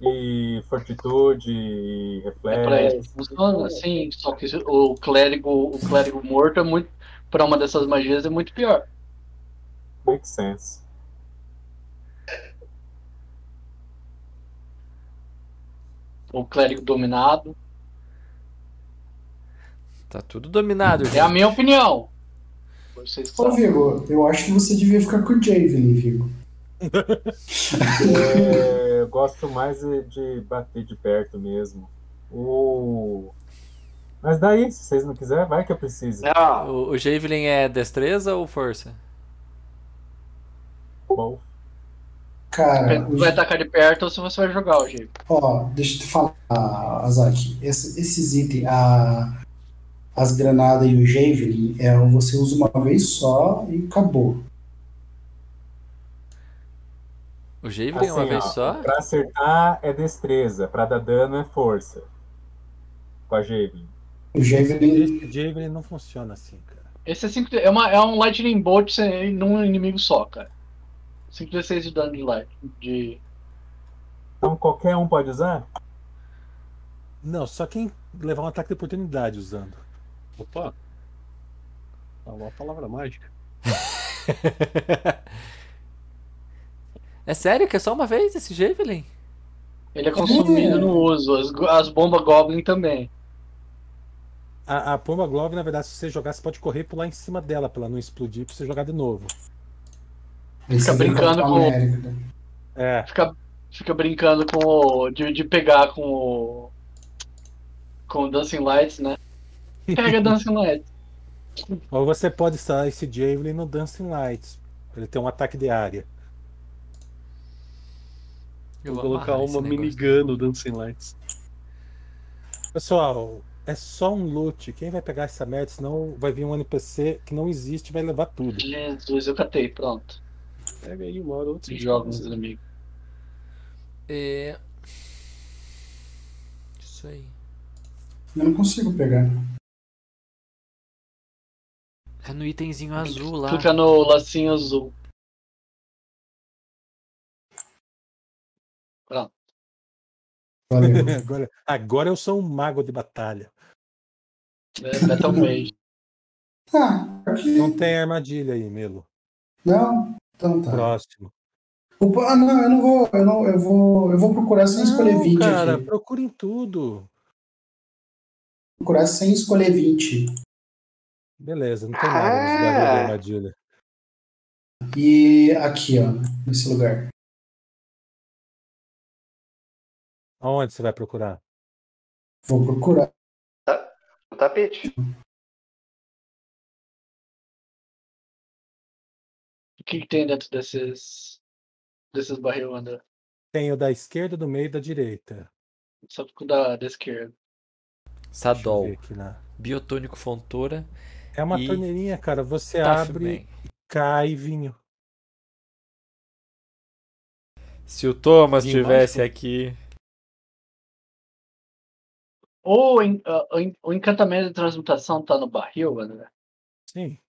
Speaker 4: E fortitude, e
Speaker 2: É pra
Speaker 4: reflexo.
Speaker 2: isso. Funciona, sim, só que o clérigo, o clérigo morto é muito, para uma dessas magias é muito pior.
Speaker 4: Make sense.
Speaker 2: o clérigo dominado.
Speaker 10: Tá tudo dominado,
Speaker 2: É a
Speaker 10: gente.
Speaker 2: minha opinião. Vocês
Speaker 6: Ô,
Speaker 1: Tá.
Speaker 2: sabem.
Speaker 6: Vigo, eu acho que você devia ficar com o Javelin, Vigo.
Speaker 4: É, eu gosto mais é de bater de perto mesmo. O... Mas daí, se vocês não quiserem, vai que eu preciso.
Speaker 2: É,
Speaker 3: Não,
Speaker 10: O, o Javelin é destreza ou força?
Speaker 4: Bom,
Speaker 6: Cara, o-
Speaker 2: Vai atacar de perto ou se você vai jogar o jeito.
Speaker 6: ó, deixa eu te falar, Azaki. Esse- esses itens, a, as granadas e o Javelin, é, você usa uma vez só e acabou.
Speaker 10: O Javelin é uma
Speaker 4: assim,
Speaker 10: vez
Speaker 4: ó,
Speaker 10: só?
Speaker 4: Pra acertar é destreza, pra dar dano é força. Com a Javelin.
Speaker 6: O Javelin
Speaker 1: Esse Javelin não funciona assim, cara.
Speaker 2: Esse é, 5, é, uma, é um Lightning Bolt sem- num inimigo só, cara. 5d6 de dano de light. De...
Speaker 4: Então qualquer um pode usar?
Speaker 1: Não, só quem levar um ataque de oportunidade usando.
Speaker 8: Opa! Ah, uma palavra mágica.
Speaker 10: é sério que é só uma vez esse Javelin?
Speaker 2: Ele é consumido no uso. As, go- as bombas Goblin também.
Speaker 1: A, a pomba glove, na verdade, se você jogar, você pode correr e pular em cima dela pra ela não explodir pra você jogar de novo.
Speaker 6: Esse é do
Speaker 2: brincando
Speaker 6: Capitão
Speaker 2: com-
Speaker 6: América, né?
Speaker 1: É,
Speaker 2: Fica, fica brincando com o. De, de pegar com o. Com o Dancing Lights, né? Pega Dancing Lights.
Speaker 1: Ou você pode estar esse Javelin no Dancing Lights. pra Ele tem um ataque de área.
Speaker 10: Eu
Speaker 8: Vou colocar
Speaker 10: amarrar esse
Speaker 8: uma
Speaker 10: negócio.
Speaker 8: minigun no Dancing Lights.
Speaker 1: Pessoal, é só um loot. Quem vai pegar essa merda, senão vai vir um NPC que não existe e vai levar tudo.
Speaker 2: Jesus, eu catei, pronto.
Speaker 8: Pega aí, uma hora ou outra.
Speaker 2: Joga nos inimigos.
Speaker 10: É. Isso aí.
Speaker 6: Eu não consigo pegar.
Speaker 10: É no itemzinho azul lá.
Speaker 2: Clica no
Speaker 8: Assim,
Speaker 2: lacinho azul.
Speaker 6: Valeu.
Speaker 1: Agora, agora eu sou um mago de batalha.
Speaker 2: É, Metal Mage.
Speaker 6: Ah, aqui.
Speaker 1: Não tem armadilha aí, Melo.
Speaker 6: Não? Então tá.
Speaker 1: Próximo.
Speaker 6: Opa, ah, não, eu não vou. Eu, não, eu vou. Eu vou procurar sem escolher
Speaker 1: Não,
Speaker 6: 20
Speaker 1: cara,
Speaker 6: aqui.
Speaker 1: procurem tudo.
Speaker 6: Procurar sem escolher 20.
Speaker 1: Beleza, não tem nada nesse bagulho de
Speaker 3: Ah.
Speaker 1: armadilha.
Speaker 6: E aqui, ó, nesse lugar.
Speaker 1: Aonde você vai procurar?
Speaker 6: Vou procurar.
Speaker 3: No tapete.
Speaker 2: O que, que tem dentro desses. desses barril, André? Ah.
Speaker 1: Tem o da esquerda, do meio e da direita.
Speaker 2: Só fico da, da esquerda.
Speaker 1: Deixa eu ver
Speaker 10: Sadol.
Speaker 1: aqui na-
Speaker 10: Biotônico Fontoura.
Speaker 1: É uma
Speaker 10: E-
Speaker 1: torneirinha, cara. Você
Speaker 2: Tá
Speaker 1: abre,
Speaker 10: Taffman.
Speaker 1: cai vinho.
Speaker 10: Se o Thomas
Speaker 2: Vinho
Speaker 10: estivesse aqui.
Speaker 2: Ou o en- ah, o en- o encantamento de transmutação tá no barril, André?
Speaker 1: Sim.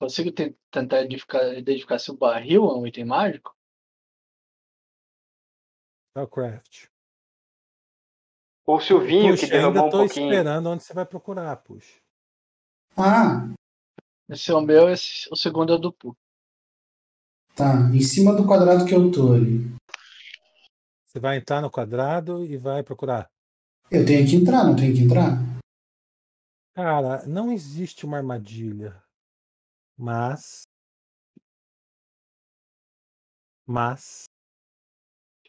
Speaker 2: Consigo te- tentar identificar, identificar se o barril é um item mágico?
Speaker 1: Starcraft.
Speaker 3: Ou se o vinho
Speaker 1: Puxa,
Speaker 3: que derramou
Speaker 1: ainda
Speaker 3: um
Speaker 1: tô
Speaker 3: pouquinho.
Speaker 1: esperando onde você vai procurar, puxa.
Speaker 6: Ah,
Speaker 2: Esse é o meu, esse, o segundo é o do Pu.
Speaker 6: tá. Em cima do quadrado que eu tô ali.
Speaker 1: Você vai entrar no quadrado e vai procurar.
Speaker 6: Eu tenho que entrar, não tenho que entrar?
Speaker 1: Cara, não existe uma armadilha. Mas. Mas.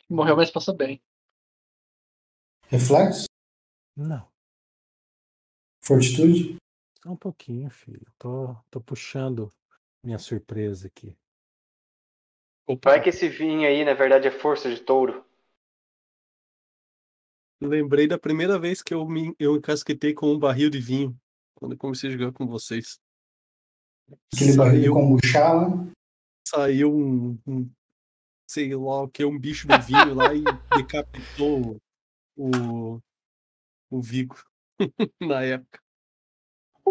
Speaker 2: Morreu, mas passou bem.
Speaker 6: Reflexo?
Speaker 1: Não.
Speaker 6: Fortitude?
Speaker 1: Só um pouquinho, filho. Tô, tô puxando minha surpresa aqui.
Speaker 8: Opa,
Speaker 3: Vai que esse vinho aí, na verdade, é força de touro.
Speaker 8: lembrei da primeira vez que eu me eu encasquetei com um barril de vinho. Quando eu comecei a jogar com vocês.
Speaker 6: Aquele barril de kombucha lá?
Speaker 8: saiu um, um- sei lá o que, um bicho do vinho lá e decapitou o, o Vigo na época.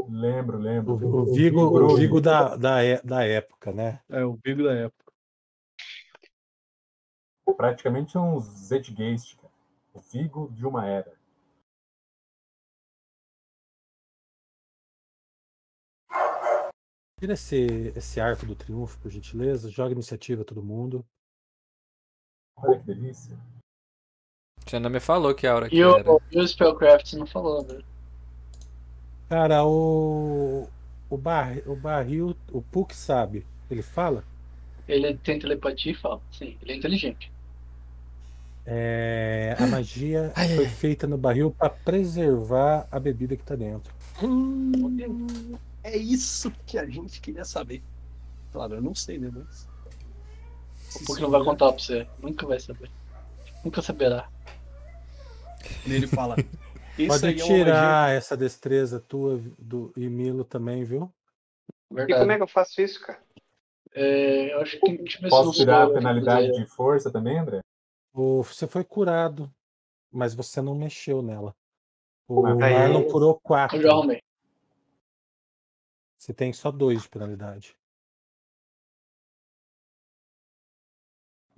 Speaker 4: Lembro, lembro.
Speaker 1: O, o Vigo, o Vigo da, da, é- da época, né?
Speaker 8: É, o Vigo da época.
Speaker 4: Praticamente um Zetgeist, cara. O Vigo de uma era.
Speaker 1: Tira esse, esse arco do triunfo, por gentileza. Joga iniciativa todo mundo.
Speaker 4: Olha que delícia.
Speaker 10: Você ainda me falou que aura que
Speaker 2: E o,
Speaker 10: era.
Speaker 2: e o Spellcraft você não falou, né? André.
Speaker 1: Cara, o. O, bar, o barril. O Puck sabe. Ele fala.
Speaker 2: Ele tem telepatia e fala. Sim, ele é inteligente.
Speaker 1: É, a magia
Speaker 10: Ai, ai,
Speaker 1: foi
Speaker 10: ai.
Speaker 1: feita no barril para preservar a bebida que tá dentro.
Speaker 8: É isso que a gente queria saber. Claro, eu não sei, né? Mas... um
Speaker 2: O Puck não vai contar pra você. Nunca vai saber. Nunca saberá.
Speaker 8: Ele fala. Isso
Speaker 1: Pode
Speaker 8: aí é uma magia-
Speaker 1: tirar essa destreza tua do, e Milo também,
Speaker 3: E
Speaker 1: viu?
Speaker 3: como é
Speaker 2: Verdade.
Speaker 3: que eu faço isso, cara?
Speaker 2: É, eu acho que tem que ver se
Speaker 4: Posso
Speaker 2: não
Speaker 4: tirar
Speaker 2: sou
Speaker 4: a
Speaker 2: eu que
Speaker 4: penalidade
Speaker 2: usei.
Speaker 4: de força também, André?
Speaker 1: O- você foi curado, mas você não mexeu nela. O
Speaker 4: Mas
Speaker 3: aí-
Speaker 1: Marlon curou quatro.
Speaker 2: Eu já arrumei.
Speaker 1: Você tem só dois de penalidade.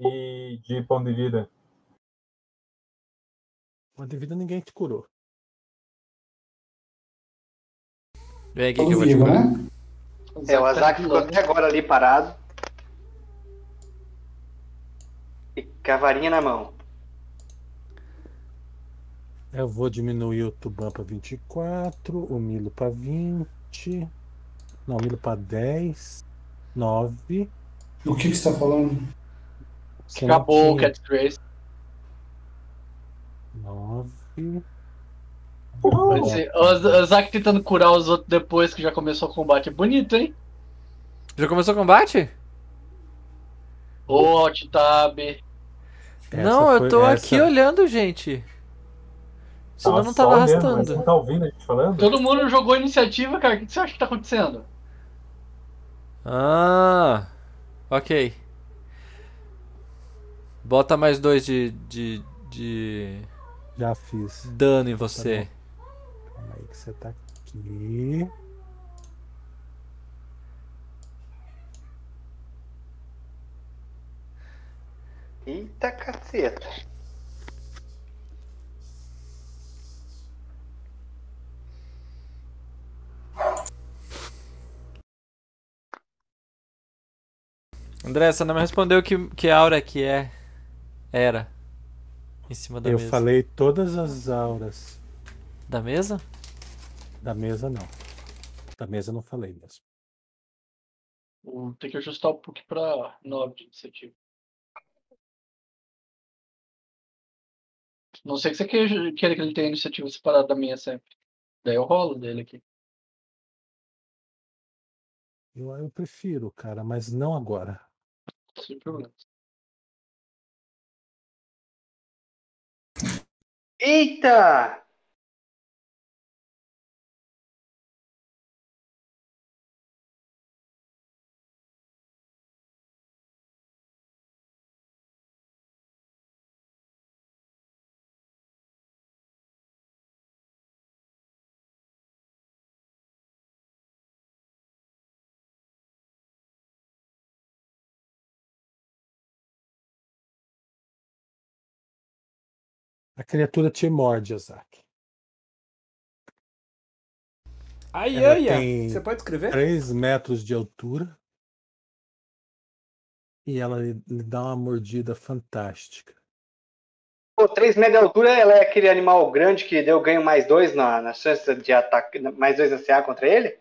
Speaker 4: E de pão de vida.
Speaker 1: Mas devido a ninguém te curou.
Speaker 10: Vem aqui que eu
Speaker 6: Tô
Speaker 10: vou te
Speaker 6: vivo,
Speaker 10: curar.
Speaker 6: né?
Speaker 3: É, o Azak ficou
Speaker 2: Azak
Speaker 3: até agora ali parado. E com a varinha na mão.
Speaker 1: Eu vou diminuir o Tuban para 24, o Milo para 20. Não, o Milo para 10, 9.
Speaker 6: O que, que você tá falando?
Speaker 1: Você não
Speaker 2: Acabou o
Speaker 1: tinha.
Speaker 2: Cat Grace.
Speaker 1: 9.
Speaker 2: Esse- O o Zack tentando curar os outros depois que já começou o combate. Bonito, hein?
Speaker 7: Já começou o combate?
Speaker 2: Ô, Alt Tab.
Speaker 1: Essa
Speaker 7: não, eu
Speaker 1: foi-
Speaker 7: tô
Speaker 1: essa-
Speaker 7: aqui olhando, gente. Senão eu não
Speaker 11: só olhando,
Speaker 7: tava
Speaker 11: mas
Speaker 7: arrastando.
Speaker 11: Não tá ouvindo a gente falando?
Speaker 2: Todo mundo jogou iniciativa, cara. O que que você acha que tá acontecendo?
Speaker 7: Ah, ok. Bota mais dois de, de, de
Speaker 1: Já fiz.
Speaker 7: dano em você.
Speaker 1: Calma aí que você tá aqui.
Speaker 3: Eita caceta.
Speaker 7: André, você não me respondeu que, que aura que é. Era. Em cima da
Speaker 1: eu
Speaker 7: mesa.
Speaker 1: falei todas as auras.
Speaker 7: Da mesa?
Speaker 1: Da mesa, não. Da mesa, eu não falei mesmo.
Speaker 2: Vou ter que ajustar o PUC pra 9 de iniciativa. Não sei que você queja- queira que ele tenha iniciativa separada da minha sempre. Daí eu rolo dele aqui.
Speaker 1: Eu, eu prefiro, cara, mas não agora.
Speaker 2: Sem problema.
Speaker 3: Eita!
Speaker 1: A criatura te morde, Isaac.
Speaker 10: Ai,
Speaker 1: Ela
Speaker 10: ai, ai.
Speaker 1: tem-
Speaker 10: Você pode escrever?
Speaker 1: 3 metros de altura. E ela lhe lhe dá uma mordida fantástica.
Speaker 3: Pô, 3 metros de altura, ela é aquele animal grande que deu ganho mais dois na, na chance de ataque, mais dois na CA contra ele?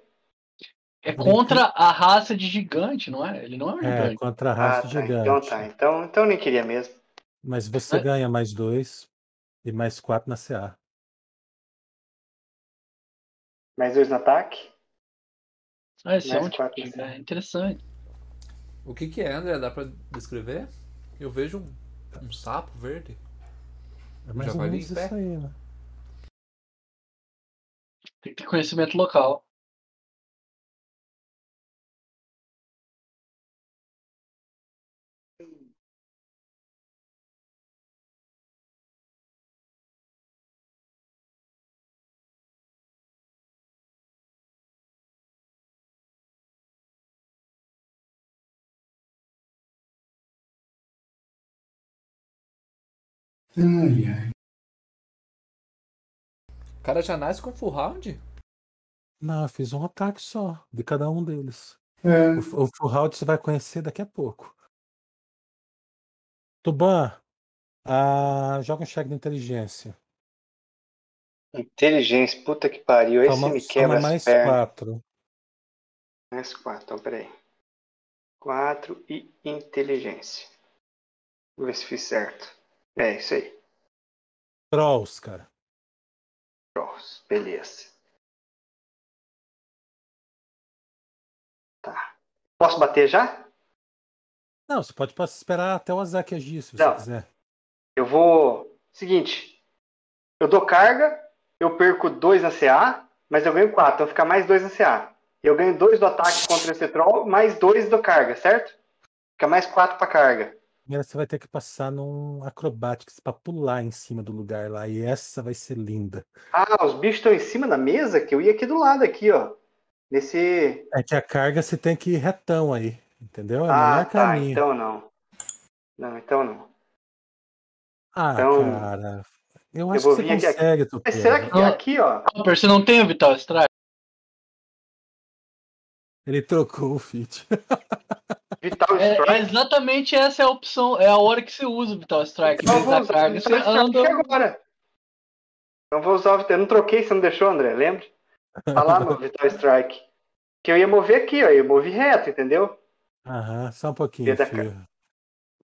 Speaker 2: É contra a raça de gigante, não é? Ele não é um
Speaker 1: É,
Speaker 2: gigante.
Speaker 1: contra a raça
Speaker 3: tá,
Speaker 1: gigante.
Speaker 3: então tá. Então, então nem queria mesmo.
Speaker 1: Mas você
Speaker 2: É.
Speaker 1: ganha mais dois e mais quatro na CA.
Speaker 3: Mais dois no ataque.
Speaker 2: Ah, esse é
Speaker 3: Mais
Speaker 2: um tipo
Speaker 3: quatro,
Speaker 2: de...
Speaker 3: né?
Speaker 2: é interessante.
Speaker 7: O que que é, André? Dá pra descrever? Eu vejo um, um sapo verde.
Speaker 1: É mais ou
Speaker 7: Javali
Speaker 1: menos
Speaker 7: em pé?
Speaker 1: isso aí, né?
Speaker 2: Tem que ter conhecimento local.
Speaker 5: Ai, ai.
Speaker 7: O cara já nasce com full Um round?
Speaker 1: Não, eu fiz um ataque só de cada um deles.
Speaker 5: É,
Speaker 1: O, o full round você vai conhecer daqui a pouco. Tuban, ah, joga um cheque de inteligência.
Speaker 3: Inteligência, puta que pariu. Esse
Speaker 1: Toma,
Speaker 3: me
Speaker 1: soma
Speaker 3: quebra as
Speaker 1: mais
Speaker 3: pernas.
Speaker 1: quatro.
Speaker 3: Mais quatro, então peraí. Quatro e inteligência. Vou ver se fiz certo. É isso aí.
Speaker 1: Trolls, cara.
Speaker 3: Pronto, beleza. Tá. Posso bater já?
Speaker 1: Não, você pode pass- esperar até o Azak agir, se você
Speaker 3: Não.
Speaker 1: quiser.
Speaker 3: Eu vou. Seguinte. Eu dou carga, eu perco dois na CA, mas eu ganho quatro, então fica mais dois na CA. Eu ganho dois do ataque contra esse troll, mais dois do carga, certo? Fica mais quatro pra carga.
Speaker 1: Primeiro você vai ter que passar num acrobatics pra pular em cima do lugar lá. E essa vai ser linda.
Speaker 3: Ah, os bichos estão em cima da mesa que eu ia aqui do lado, aqui, ó. Nesse.
Speaker 1: É que a carga você tem que ir retão aí, entendeu? É o
Speaker 3: Ah,
Speaker 1: melhor
Speaker 3: tá,
Speaker 1: caminho.
Speaker 3: então não. Não, então não.
Speaker 1: Ah,
Speaker 3: então-
Speaker 1: cara. Eu
Speaker 3: Eu
Speaker 1: acho
Speaker 3: vou
Speaker 1: que
Speaker 3: vir aqui-
Speaker 1: você consegue,
Speaker 3: Mas
Speaker 1: Tupan.
Speaker 3: será que é
Speaker 2: Ah.
Speaker 3: aqui, ó?
Speaker 2: Copper, você não tem a Vital Strike?
Speaker 1: Ele trocou o fit.
Speaker 3: Vital
Speaker 2: É, é
Speaker 3: Strike?
Speaker 2: exatamente essa é a opção, é a hora que você usa o Vital Strike. Em
Speaker 3: Então eu
Speaker 2: vez
Speaker 3: vou
Speaker 2: da
Speaker 3: usar o
Speaker 2: carga, você
Speaker 3: Vital Strike
Speaker 2: anda.
Speaker 3: agora. Então eu vou usar o Vital. Eu não troquei, você não deixou, André, lembra? Tá lá no Vital Strike. Que eu ia mover aqui, ó. Eu movi reto, entendeu?
Speaker 1: Aham, só um pouquinho,
Speaker 3: Filha da
Speaker 1: filho.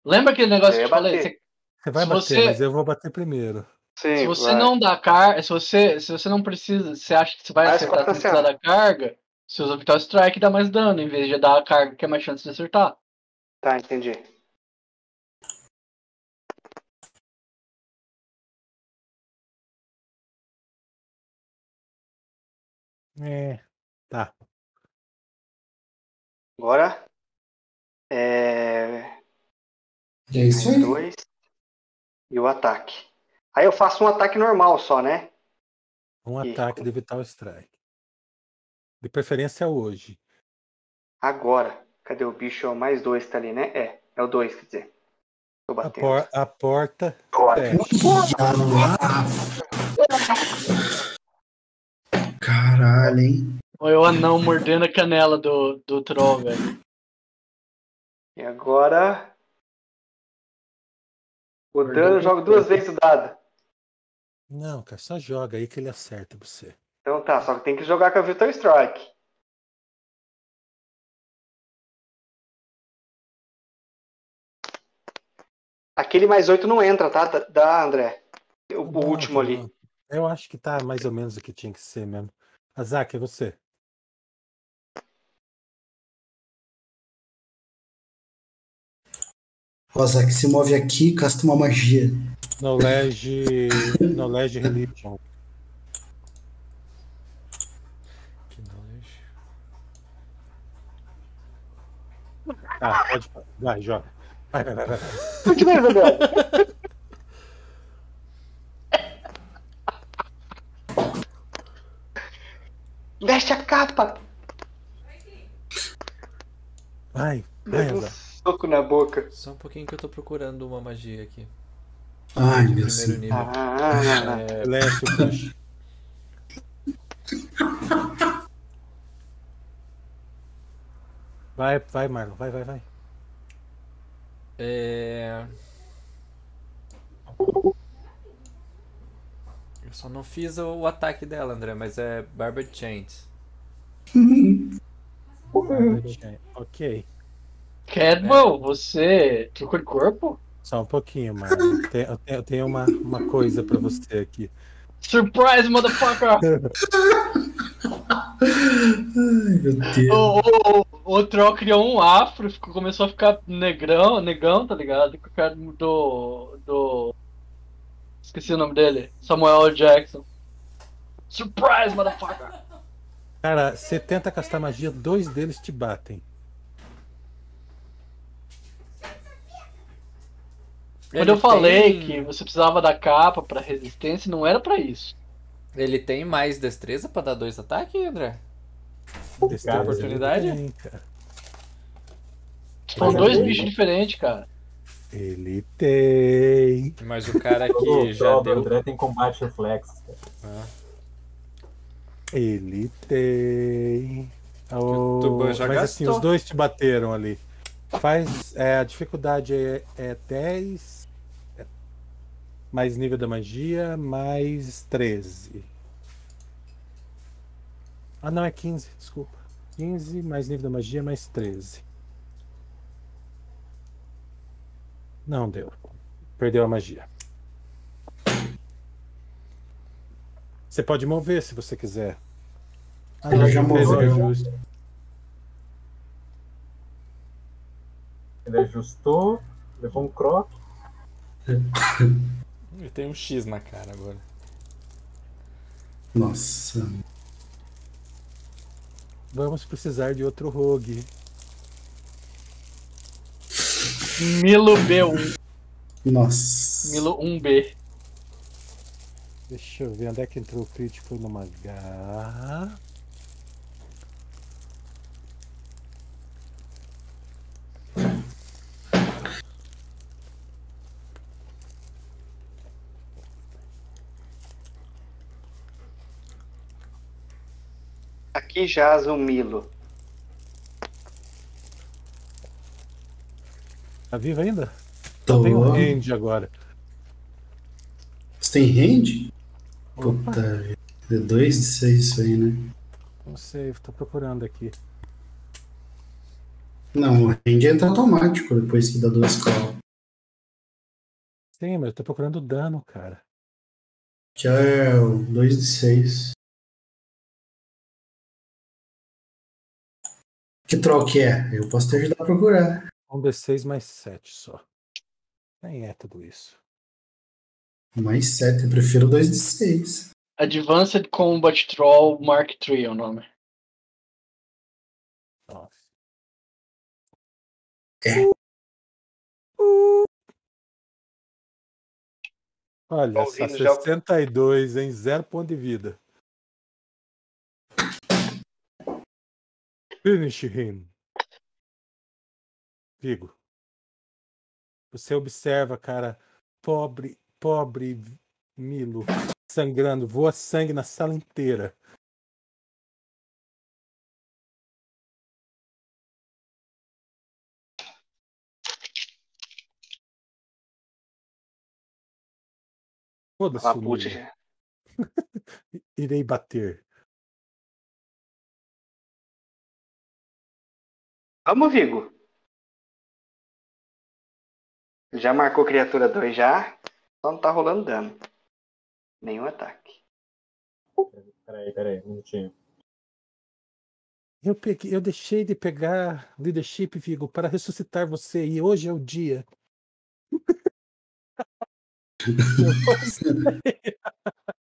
Speaker 2: Lembra aquele negócio
Speaker 3: Eu
Speaker 2: que
Speaker 3: ia
Speaker 2: eu falei?
Speaker 3: bater.
Speaker 2: Você-
Speaker 1: Você vai
Speaker 2: Se
Speaker 1: bater,
Speaker 2: você-
Speaker 1: mas eu vou bater primeiro.
Speaker 3: Sim,
Speaker 2: Se você
Speaker 3: vai.
Speaker 2: não dá carga, se você, se você não precisa, você acha que você vai
Speaker 3: Vai
Speaker 2: acertar sem
Speaker 3: espaciar.
Speaker 2: precisar da carga, você usa Vital Strike e dá mais dano, em vez de dar a carga que é mais chance de acertar.
Speaker 3: Tá, entendi.
Speaker 1: É. Tá.
Speaker 3: Agora. É.
Speaker 6: É isso
Speaker 3: mais
Speaker 6: aí.
Speaker 3: Dois. E o ataque. Aí eu faço um ataque normal só, né?
Speaker 1: Um
Speaker 3: E-
Speaker 1: ataque de Vital Strike. De preferência hoje.
Speaker 3: Agora. Cadê o bicho? É o mais dois que tá ali, né? É. É o dois, quer dizer. Tô
Speaker 1: A,
Speaker 3: batendo.
Speaker 1: por- a porta.
Speaker 3: Agora.
Speaker 1: fecha.
Speaker 6: Caralho, hein?
Speaker 2: Ou eu anão mordendo a canela do, do troll, velho.
Speaker 3: E agora. O dano eu jogo duas vezes o dado.
Speaker 1: Não, cara, só joga aí que ele acerta você.
Speaker 3: Então tá, só que tem que jogar com a Vital Strike. Aquele mais oito não entra, tá? Da- Da André. O, o
Speaker 1: Não,
Speaker 3: último
Speaker 1: tá
Speaker 3: ali.
Speaker 1: bom. Eu acho que tá mais ou menos o que tinha que ser mesmo. Azak, é você.
Speaker 6: Rosa, que se move aqui, casta uma magia.
Speaker 1: Knowledge. Knowledge Religion.
Speaker 10: Que knowledge.
Speaker 1: Tá, pode. Vai, joga. Vai, vai, vai, vai. vai.
Speaker 3: Continua, Gabriel. Veste a capa!
Speaker 1: Vai, vai,
Speaker 3: Leva um
Speaker 1: Azak.
Speaker 3: soco na boca.
Speaker 10: Só um pouquinho que eu tô procurando uma magia aqui.
Speaker 6: Ai,
Speaker 10: de
Speaker 6: meu
Speaker 10: primeiro
Speaker 6: Deus.
Speaker 10: nível.
Speaker 3: Ah,
Speaker 10: É,
Speaker 1: Leste, push. Vai, vai, Marlon. Vai, vai, vai.
Speaker 10: É. Eu só não fiz o, o ataque dela, André, mas é Barber Chains.
Speaker 1: É, Ok.
Speaker 2: Cadwell, você trocou de corpo?
Speaker 1: Só um pouquinho, Marlon. Tem- Eu tenho, eu tenho uma, uma coisa pra você aqui.
Speaker 2: Surprise, motherfucker!
Speaker 6: Ai, meu Deus.
Speaker 2: o, o, o, o troll criou um afro, ficou, começou a ficar negrão, negão, tá ligado? Com a cara do, do. Esqueci o nome dele. Samuel L. Jackson. Surprise, motherfucker!
Speaker 1: Cara, você tenta castar magia, dois deles te batem.
Speaker 2: Quando
Speaker 10: Ele
Speaker 2: eu falei
Speaker 10: tem-
Speaker 2: que você precisava da capa pra resistência, não era pra isso.
Speaker 10: Ele tem mais destreza pra dar dois ataques, André?
Speaker 1: Destreza,
Speaker 10: oportunidade?
Speaker 1: ele tem, cara.
Speaker 2: São dois bichos diferentes, cara.
Speaker 1: Ele tem.
Speaker 10: Mas o cara
Speaker 4: Todo
Speaker 10: que já
Speaker 4: troll do
Speaker 10: deu. Ah.
Speaker 4: André tem combate reflexo, cara.
Speaker 1: Ele tem. Oh,
Speaker 10: Tuban
Speaker 1: mas
Speaker 10: já
Speaker 1: assim,
Speaker 10: gastou.
Speaker 1: os dois te bateram ali. Faz. é, a dificuldade é, é 10. é, Mais nível da magia, mais 13. Ah, não, é 15, desculpa. 15, mais nível da magia, mais 13. Não deu. Perdeu a magia. Você pode mover se você quiser. Ah,
Speaker 6: Ele
Speaker 1: não,
Speaker 6: já
Speaker 1: não fez,
Speaker 6: moveu.
Speaker 1: é justo.
Speaker 4: Ele ajustou, levou um croc.
Speaker 10: Ele tem um X na cara agora.
Speaker 6: Nossa.
Speaker 1: Vamos precisar de outro rogue.
Speaker 2: Milo B1,
Speaker 6: Nossa.
Speaker 2: Milo 1B.
Speaker 1: Deixa eu ver onde é que entrou o crítico no H.
Speaker 3: aqui jaz o Milo.
Speaker 1: Tá vivo ainda?
Speaker 6: Tô...
Speaker 1: Tem um range agora.
Speaker 6: Você tem range? Puta vida. Deu dois de seis isso aí, né?
Speaker 1: Não sei, tô procurando aqui.
Speaker 6: Não, o range entra automático depois que dá duas calls.
Speaker 1: Sim, mas eu tô procurando o dano, cara.
Speaker 6: Que é o 2 de 6. Que troll que é? Eu posso te ajudar a procurar.
Speaker 1: Um D6 mais 7 só. Nem é tudo isso.
Speaker 6: Mais 7, eu prefiro 2 de 6.
Speaker 2: Advanced Combat Troll Mark III é o nome.
Speaker 1: Nossa.
Speaker 6: É.
Speaker 1: Olha, só
Speaker 3: ouvindo já.
Speaker 1: 62, hein? Zero ponto de vida. Finish him. Vigo. Você observa, cara, pobre, pobre Milo sangrando, voa sangue na sala inteira. Foda-se, o
Speaker 3: Caput.
Speaker 1: Milo. irei bater.
Speaker 3: Vamos, Vigo. Já marcou criatura 2 já. Só não tá rolando dano. Nenhum ataque.
Speaker 4: Peraí, peraí, um minutinho.
Speaker 1: Eu, peguei, eu deixei de pegar leadership, Vigo, para ressuscitar você, e hoje é o dia.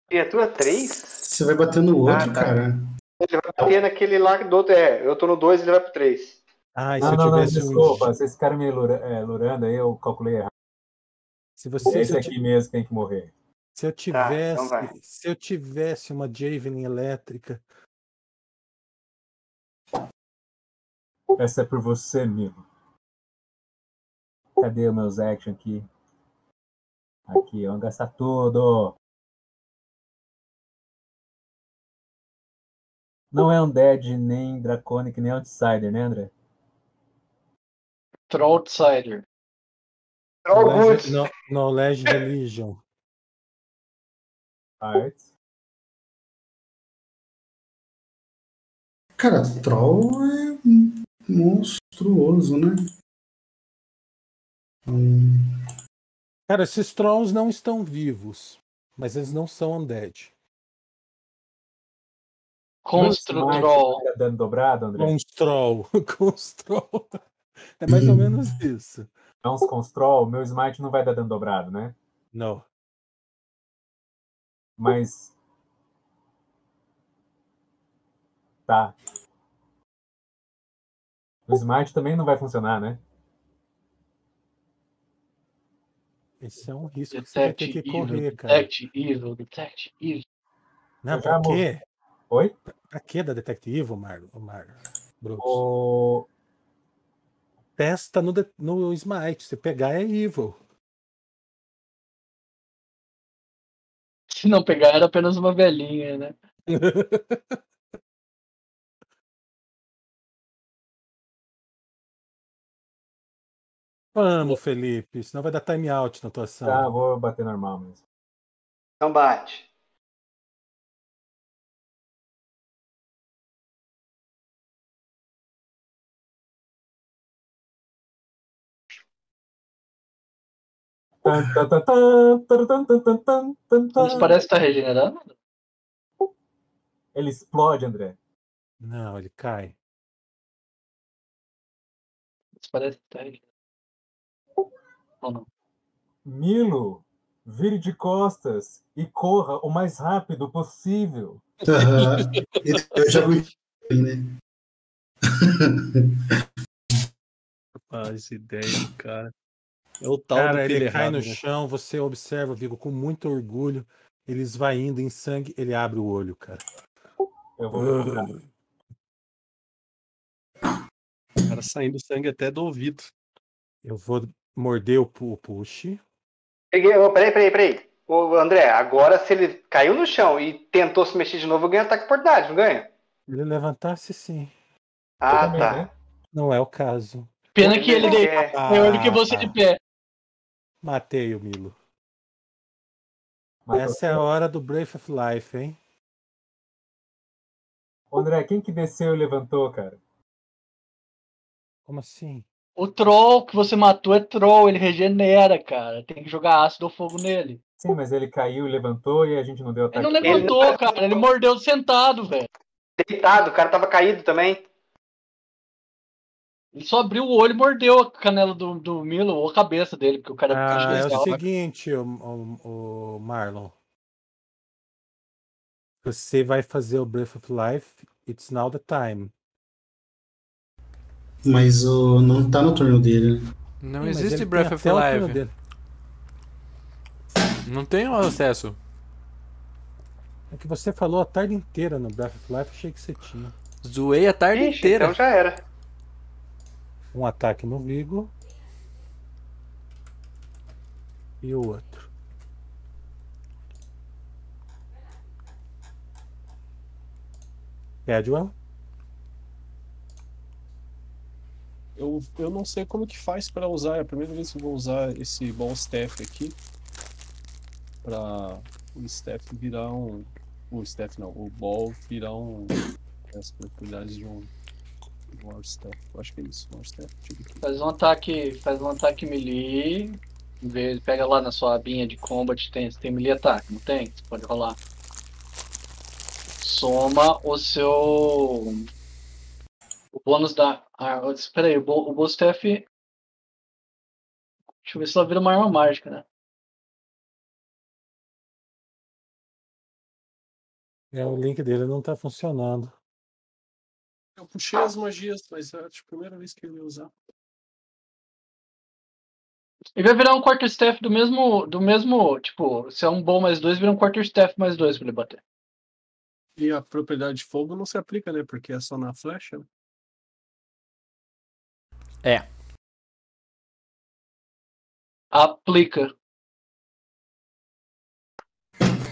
Speaker 3: Criatura 3?
Speaker 6: Você vai bater no outro,
Speaker 3: Ah, tá.
Speaker 6: cara.
Speaker 3: Ele vai bater naquele lá do outro. É, eu tô no 2 ele vai pro 3.
Speaker 1: Ah, e se
Speaker 4: Não,
Speaker 1: eu
Speaker 4: não, não,
Speaker 1: tivesse
Speaker 4: desculpa.
Speaker 1: um.
Speaker 4: Vocês ficaram me lura- é, lurando aí, eu calculei errado.
Speaker 1: Se você se
Speaker 4: Esse
Speaker 1: eu, ti-
Speaker 4: é aqui mesmo tem que morrer.
Speaker 1: se eu
Speaker 3: Tá, então
Speaker 1: tivesse,
Speaker 3: vai.
Speaker 1: se eu tivesse uma Javelin elétrica,
Speaker 4: Essa é por você, Milo. Cadê os meus action aqui? Aqui, vamos gastar tudo. Não é Undead, nem Draconic, nem Outsider, né, André?
Speaker 2: Troll Outsider.
Speaker 3: Troll
Speaker 4: é
Speaker 1: knowledge,
Speaker 3: Good.
Speaker 1: no, knowledge religion,
Speaker 4: Arts.
Speaker 6: Cara, troll é monstruoso, né? Hum,
Speaker 1: cara, esses trolls não estão vivos, mas eles não são undead.
Speaker 2: Constru
Speaker 4: Smite,
Speaker 2: Troll.
Speaker 4: era Dano dobrado, André?
Speaker 1: Com os troll, com os troll. É mais ou menos isso.
Speaker 4: Não se constrol, meu smite não vai dar dano dobrado, né?
Speaker 1: Não.
Speaker 4: Mas. Tá. O smite também não vai funcionar, né?
Speaker 1: Esse é um risco que você vai
Speaker 2: Detect
Speaker 1: ter que
Speaker 2: Evil.
Speaker 1: correr, cara.
Speaker 2: Detect Evil. Detect Evil.
Speaker 1: Não,
Speaker 4: Eu
Speaker 1: pra
Speaker 4: já vou-
Speaker 1: quê?
Speaker 4: Oi?
Speaker 1: Pra quê da detective, Marlon? Marlon. Brooks?
Speaker 4: O...
Speaker 1: Testa no, de- no Smite. Se pegar é evil.
Speaker 2: Se não pegar, era apenas uma velhinha, né?
Speaker 1: Vamos, Felipe. Senão vai dar time out na atuação.
Speaker 4: Tá, vou bater normal mesmo.
Speaker 3: Não bate.
Speaker 4: Tan, tan, tan, tan, tan, tan, tan, tan, tan, tan.
Speaker 2: Mas parece que tá regenerando.
Speaker 4: Ele explode, André.
Speaker 1: Não, ele cai.
Speaker 2: Mas parece que tá regenerando. Ou não?
Speaker 4: Milo, vire de costas e corra o mais rápido possível.
Speaker 6: aham. Eu já vi, né?
Speaker 8: Faz ideia, cara. É o tal
Speaker 1: Cara,
Speaker 8: do
Speaker 1: ele
Speaker 8: pilha
Speaker 1: cai
Speaker 8: errado,
Speaker 1: no
Speaker 8: né?
Speaker 1: chão, você observa, Vigo, com muito orgulho. Ele vai indo em sangue, ele abre o olho, cara.
Speaker 4: Eu vou.
Speaker 8: O cara saindo sangue até do ouvido.
Speaker 1: Eu vou morder o pu- o push.
Speaker 3: Peguei. ô, peraí, peraí, peraí. Ô, André, agora se ele caiu no chão e tentou se mexer de novo, eu ganho ataque de oportunidade, não ganha?
Speaker 1: Ele levantasse, sim.
Speaker 3: Ah,
Speaker 4: também,
Speaker 3: tá.
Speaker 4: né?
Speaker 1: Não é o caso. Ah, tá.
Speaker 2: Pena que ele deu
Speaker 3: É,
Speaker 2: maior do que você de pé.
Speaker 1: Matei o Milo.
Speaker 4: Matou.
Speaker 1: Essa é a hora do Breath of Life, hein?
Speaker 4: André, quem que desceu e levantou, cara?
Speaker 1: Como assim?
Speaker 2: O troll que você matou é troll, ele regenera, cara. Tem que jogar ácido ou fogo nele.
Speaker 4: Sim, mas ele caiu, levantou e a gente não deu
Speaker 2: Ele
Speaker 4: ataque.
Speaker 2: não levantou, cara. Ele mordeu sentado, velho.
Speaker 3: Deitado, o cara tava caído também.
Speaker 2: Ele só abriu o olho e mordeu a canela do, do Milo ou a cabeça dele, porque o cara
Speaker 1: Ah, é o
Speaker 2: Acho né? que
Speaker 1: seguinte, o, o- o Marlon. Você vai fazer o Breath of Life, it's now the time.
Speaker 6: Mas o, não tá no turno dele. né?
Speaker 10: Não
Speaker 1: Ih, mas ele
Speaker 10: existe
Speaker 1: tem
Speaker 10: Breath of
Speaker 1: até o turno
Speaker 10: Life.
Speaker 1: dele.
Speaker 10: Não tem acesso.
Speaker 1: É que você falou a tarde inteira no Breath of Life, achei que você tinha.
Speaker 10: Zoei a tarde
Speaker 3: Ixi,
Speaker 10: inteira.
Speaker 3: Então já era.
Speaker 1: Um ataque no Vigo. E o outro. Cadwell?
Speaker 8: Eu, eu não sei como que faz pra usar. É a primeira vez que eu vou usar esse ball staff aqui pra o staff virar um. O staff não, o ball virar um. As propriedades de um. de um war staff. Eu acho que é isso, war staff. Deixa eu ver aqui.
Speaker 2: Faz um ataque. Faz um ataque melee. Vê- Pega lá na sua abinha de combat, tem, tem melee ataque, não tem? Você pode rolar. Soma o seu. O bônus da. Ah, espera aí, o, bo- o bônus TF. Deixa eu ver se ela vira uma arma mágica, né?
Speaker 1: É, o link dele não tá funcionando.
Speaker 8: Eu puxei as magias, mas é acho que a primeira vez que eu ia usar.
Speaker 2: E vai virar um quarterstaff do mesmo. Do mesmo. Tipo, se é um bom mais dois, vira um quarterstaff mais dois pra ele bater.
Speaker 8: E a propriedade de fogo não se aplica, né? Porque é só na flecha. né?
Speaker 2: Aplica.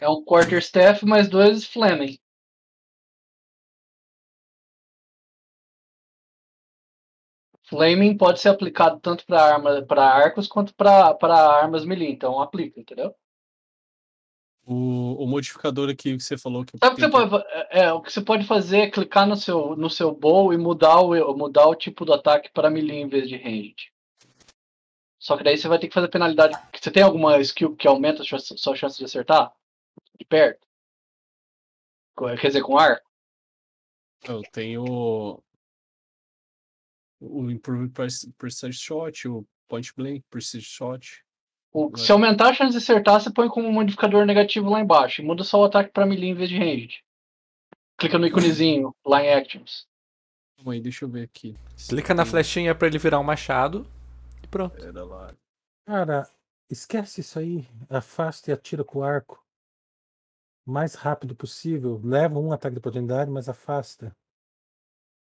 Speaker 2: É um quarterstaff mais dois Fleming. Flaming pode ser aplicado tanto para arma, para arcos quanto para armas melee, então aplica, entendeu?
Speaker 8: O, o modificador aqui que você falou que.
Speaker 2: Sabe o que você
Speaker 8: tem que-
Speaker 2: pode, é, é, o que você pode fazer é clicar no seu, no seu bow e mudar o, mudar o tipo do ataque para melee em vez de ranged. Só que daí você vai ter que fazer penalidade. Você tem alguma skill que aumenta a sua, sua chance de acertar? De perto? Com- Quer dizer, com arco?
Speaker 8: Eu tenho o Improved Prec- Precision Shot, o Point Blank Precision Shot.
Speaker 2: O-
Speaker 8: É.
Speaker 2: se aumentar a chance de acertar, você põe como um modificador negativo lá embaixo. E muda só o ataque para melee em vez de ranged. Clica no íconezinho lá em Actions.
Speaker 8: Calma aí, deixa eu ver aqui. Se
Speaker 10: Clica na
Speaker 8: tem-
Speaker 10: flechinha pra ele virar um machado. E pronto.
Speaker 8: Pera lá.
Speaker 1: Cara, esquece isso aí. Afasta e atira com o arco. Mais rápido possível. Leva um ataque de oportunidade, mas afasta.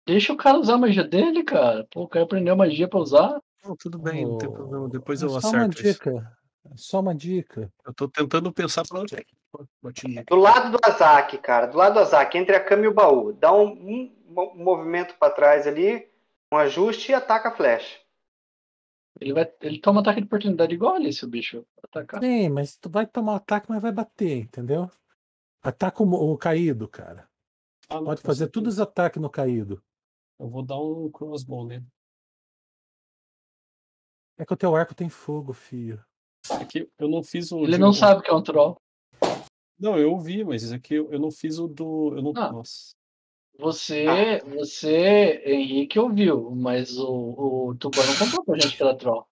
Speaker 2: Deixa o cara usar a magia dele, cara. Pô, o cara aprendeu a magia pra usar.
Speaker 8: Não, tudo bem, não tem
Speaker 1: Oh,
Speaker 8: problema. Depois
Speaker 1: é
Speaker 8: eu
Speaker 1: só uma
Speaker 8: acerto isso.
Speaker 1: dica. é Só uma dica.
Speaker 8: Eu tô tentando pensar pra onde é que eu bati no-
Speaker 3: Do lado do Azak, cara. Do lado do Azak, entre a cama e o baú. Dá um, um mo- movimento pra trás ali, um ajuste e ataca a flecha.
Speaker 2: Ele, vai, ele toma ataque de oportunidade igual ali se o
Speaker 3: Ah,
Speaker 2: bicho atacar.
Speaker 1: Sim, mas tu vai tomar um ataque, mas vai bater, entendeu? Ataca o, mo- o caído, cara.
Speaker 8: Ah, não,
Speaker 1: Pode
Speaker 8: com
Speaker 1: fazer todos
Speaker 8: certeza.
Speaker 1: os ataques no caído.
Speaker 8: Eu vou dar um crossbow nele.
Speaker 1: É que o teu arco tem fogo, filho.
Speaker 8: É que eu não fiz o.
Speaker 2: Ele
Speaker 8: de-
Speaker 2: não
Speaker 8: o-
Speaker 2: sabe o que é um troll.
Speaker 8: Não, eu vi, mas isso aqui eu eu não fiz o do. Eu não...
Speaker 2: Ah.
Speaker 8: Nossa. Ah.
Speaker 2: Você, você, Henrique, ouviu, mas o, o Tuban não contou pra gente que era troll.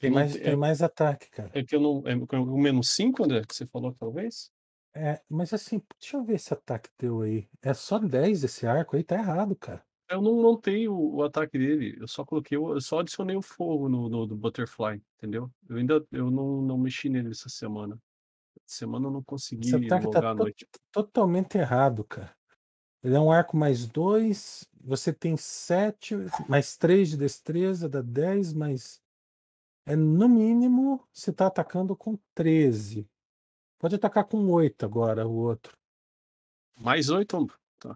Speaker 1: Tem
Speaker 8: Não
Speaker 1: mais,
Speaker 8: tem-
Speaker 1: tem mais ataque, cara.
Speaker 8: É que eu não. É o menos 5, André, que você falou aquela vez?
Speaker 1: É, mas assim, deixa eu ver esse ataque teu aí. É só 10 esse arco aí, tá errado, cara.
Speaker 8: Eu não montei o, o ataque dele, eu só coloquei, o- eu só adicionei o fogo no, no do Butterfly, entendeu? Eu ainda eu não, não mexi nele essa semana. Essa semana eu não consegui
Speaker 1: Esse ataque tá
Speaker 8: logar à
Speaker 1: todo-
Speaker 8: noite.
Speaker 1: Totalmente errado, cara. Ele é um arco mais 2, você tem 7, mais 3 de destreza, dá 10, mas é no mínimo você tá atacando com 13. Pode atacar com 8 agora, o outro.
Speaker 8: Mais oito, tá.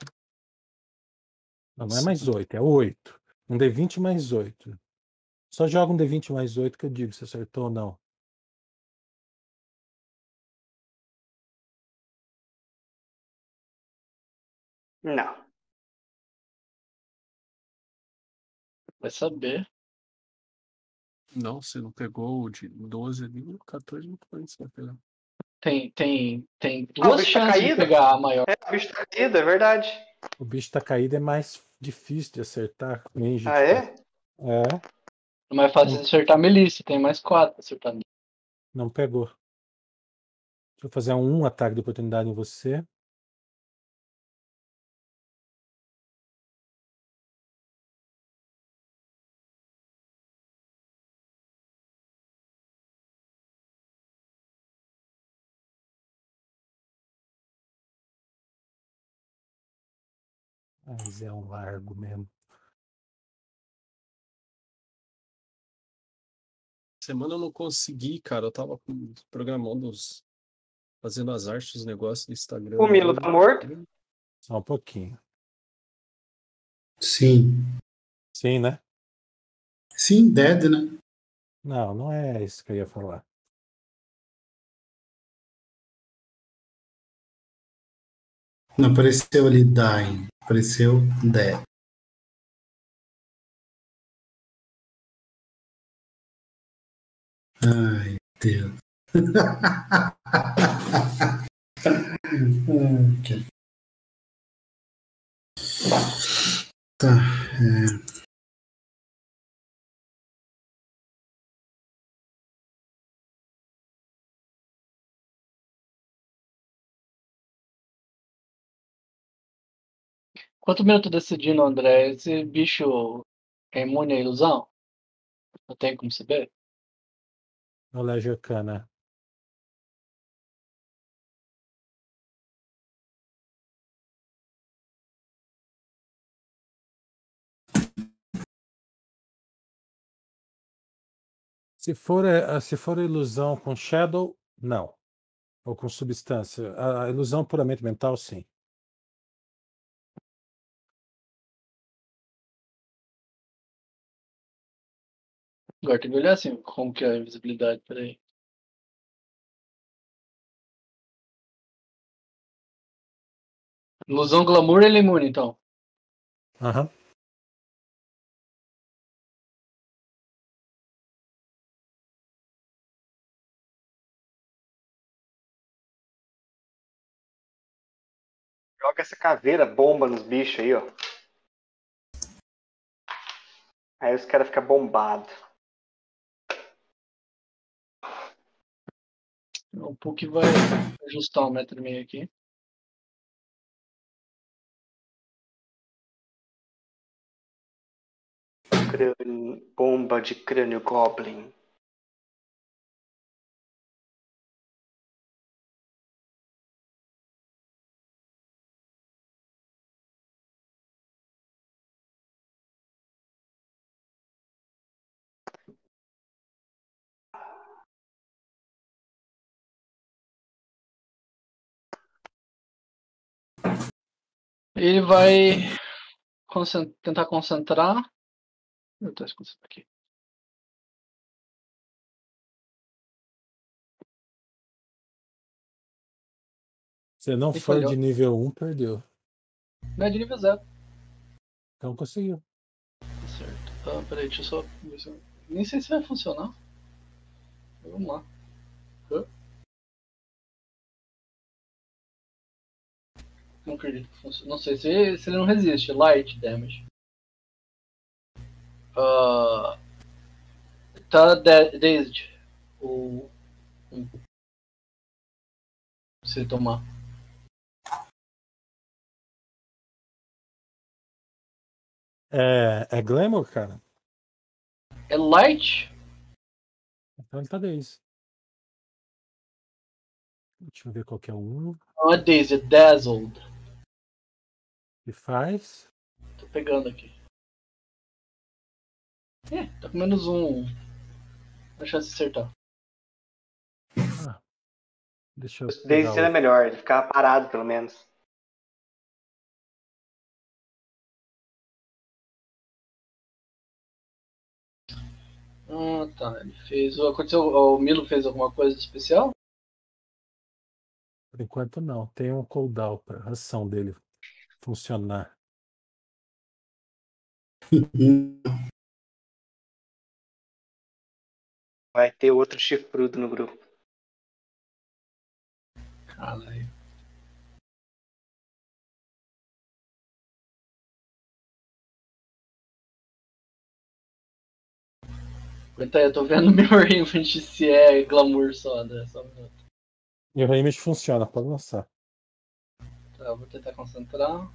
Speaker 1: Não, não é mais 8, é 8. Um D20 mais 8. Só joga um D20 mais 8 que eu digo se acertou ou não.
Speaker 3: Não.
Speaker 2: Vai saber.
Speaker 8: Não, você não pegou o de 12 ali, o 14 não foi, você vai pegar.
Speaker 5: Tem, tem, tem
Speaker 9: Ah, o
Speaker 5: duas
Speaker 9: bicho tá
Speaker 5: chances de
Speaker 9: caído?
Speaker 5: pegar a maior.
Speaker 9: É, o bicho tá caído, é verdade.
Speaker 10: O bicho tá caído é mais difícil de acertar. Range
Speaker 9: Ah, é?
Speaker 1: tipo,
Speaker 10: É,
Speaker 5: Não mais
Speaker 2: Hum.
Speaker 5: fácil de acertar a milícia, tem mais quatro pra acertar a milícia.
Speaker 10: não pegou. Deixa eu fazer um ataque de oportunidade em você. Mas é um largo mesmo.
Speaker 8: Semana eu não consegui, cara. Eu tava com- programando os. Fazendo as artes, os negócios do Instagram.
Speaker 9: O Milo tá morto?
Speaker 10: Só um pouquinho.
Speaker 12: Sim.
Speaker 10: Sim, né?
Speaker 12: Sim, dead, né?
Speaker 10: Não, não é isso que eu ia falar.
Speaker 12: Não apareceu ali dying. Apareceu dead. Ai, Deus. Ai, que- Tá. é.
Speaker 5: Quanto menos eu tô decidindo, André, esse bicho é imune à ilusão? Não tem como saber?
Speaker 10: Olha a Arcana. Se for, eh, se for ilusão com Shadow, não. Ou com substância. A a ilusão puramente mental, sim.
Speaker 5: Agora tem que olhar assim, como que é a invisibilidade, peraí. Ilusão glamour ele é imune, então.
Speaker 10: Aham.
Speaker 9: Joga essa caveira bomba nos bichos aí, ó. Aí os caras ficam bombados.
Speaker 5: Então, O Puck vai ajustar um metro e meio aqui.
Speaker 9: Crânio- Bomba de crânio Goblin.
Speaker 5: Ele vai concen- tentar concentrar. Eu tô desconcentrado aqui.
Speaker 10: Se não
Speaker 5: Ele
Speaker 10: for
Speaker 5: falhou.
Speaker 10: de nível 1, perdeu.
Speaker 5: Não é de nível zero.
Speaker 10: Então conseguiu.
Speaker 5: Tá certo. Ah, peraí, deixa eu só. ver se eu- Nem sei se vai funcionar. Vamos lá. Hã? Não acredito que funcione. Não sei se, se ele não resiste. Light damage. Ah, tá da- dazed. O. um. Se tomar.
Speaker 10: É, é Glamour, cara?
Speaker 5: É light?
Speaker 10: Então ele tá 10. Deixa eu ver qual que é o 1
Speaker 5: Não é dazed, é dazzled.
Speaker 10: que faz.
Speaker 5: Tô pegando aqui. É, tá com menos um. Uma chance de acertar.
Speaker 10: Ah, Deixa eu
Speaker 9: Desde
Speaker 10: pegar
Speaker 9: cena é
Speaker 10: o-
Speaker 9: melhor, ele ficava parado pelo menos.
Speaker 5: Ah, tá. Ele fez. Aconteceu. O Milo fez alguma coisa especial?
Speaker 10: Por enquanto não. Tem um cooldown pra ação dele funcionar.
Speaker 3: Vai ter outro chifrudo no grupo.
Speaker 6: Caralho.
Speaker 2: Aguenta aí, eu tô vendo meu Raymond se é glamour só, né? Só um minuto.
Speaker 1: E o Raimish funciona, pode lançar.
Speaker 2: Tá, eu vou tentar concentrar.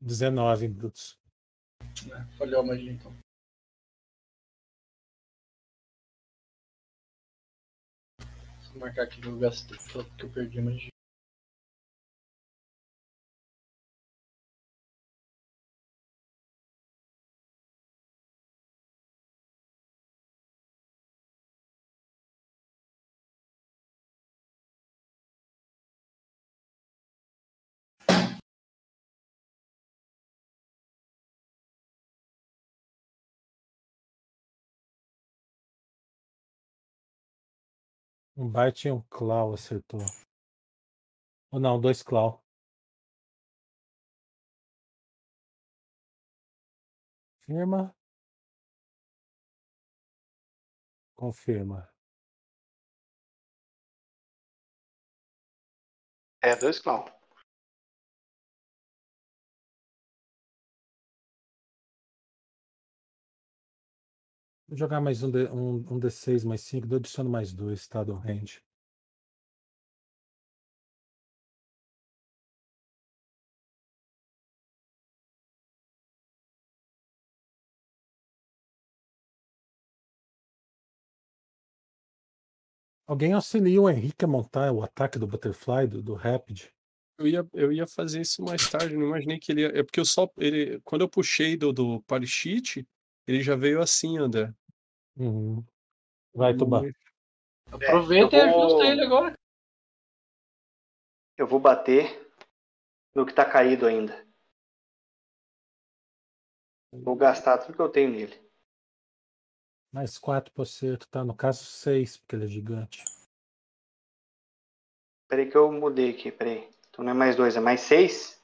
Speaker 1: dezenove brutos.
Speaker 5: né?
Speaker 2: É, Falhou a magia então. Vou marcar aqui que eu gastei, que eu- que eu perdi a magia.
Speaker 1: Um Bite e um Claw acertou. Ou não, dois Claw. Confirma. Confirma.
Speaker 3: É, dois clown.
Speaker 1: Vou jogar mais um, D, um, um D6 mais 5, eu adiciono mais dois, tá? Do range. Alguém auxilia o Henrique a montar o ataque do Butterfly, do, do Rapid?
Speaker 8: Eu ia, eu ia fazer isso mais tarde, eu não imaginei que ele ia. É porque eu só. Ele, quando eu puxei do, do party sheet, ele já veio assim, André.
Speaker 1: Uhum. Vai, Tuba.
Speaker 2: Aproveita e
Speaker 3: eu vou-
Speaker 2: ajusta ele agora.
Speaker 3: Eu vou bater no que tá caído ainda. Vou gastar tudo que eu tenho nele.
Speaker 1: Mais quatro por acerto, tá? No caso, seis, porque ele é gigante.
Speaker 3: Peraí que eu mudei aqui, peraí. Então não é mais dois, é mais seis?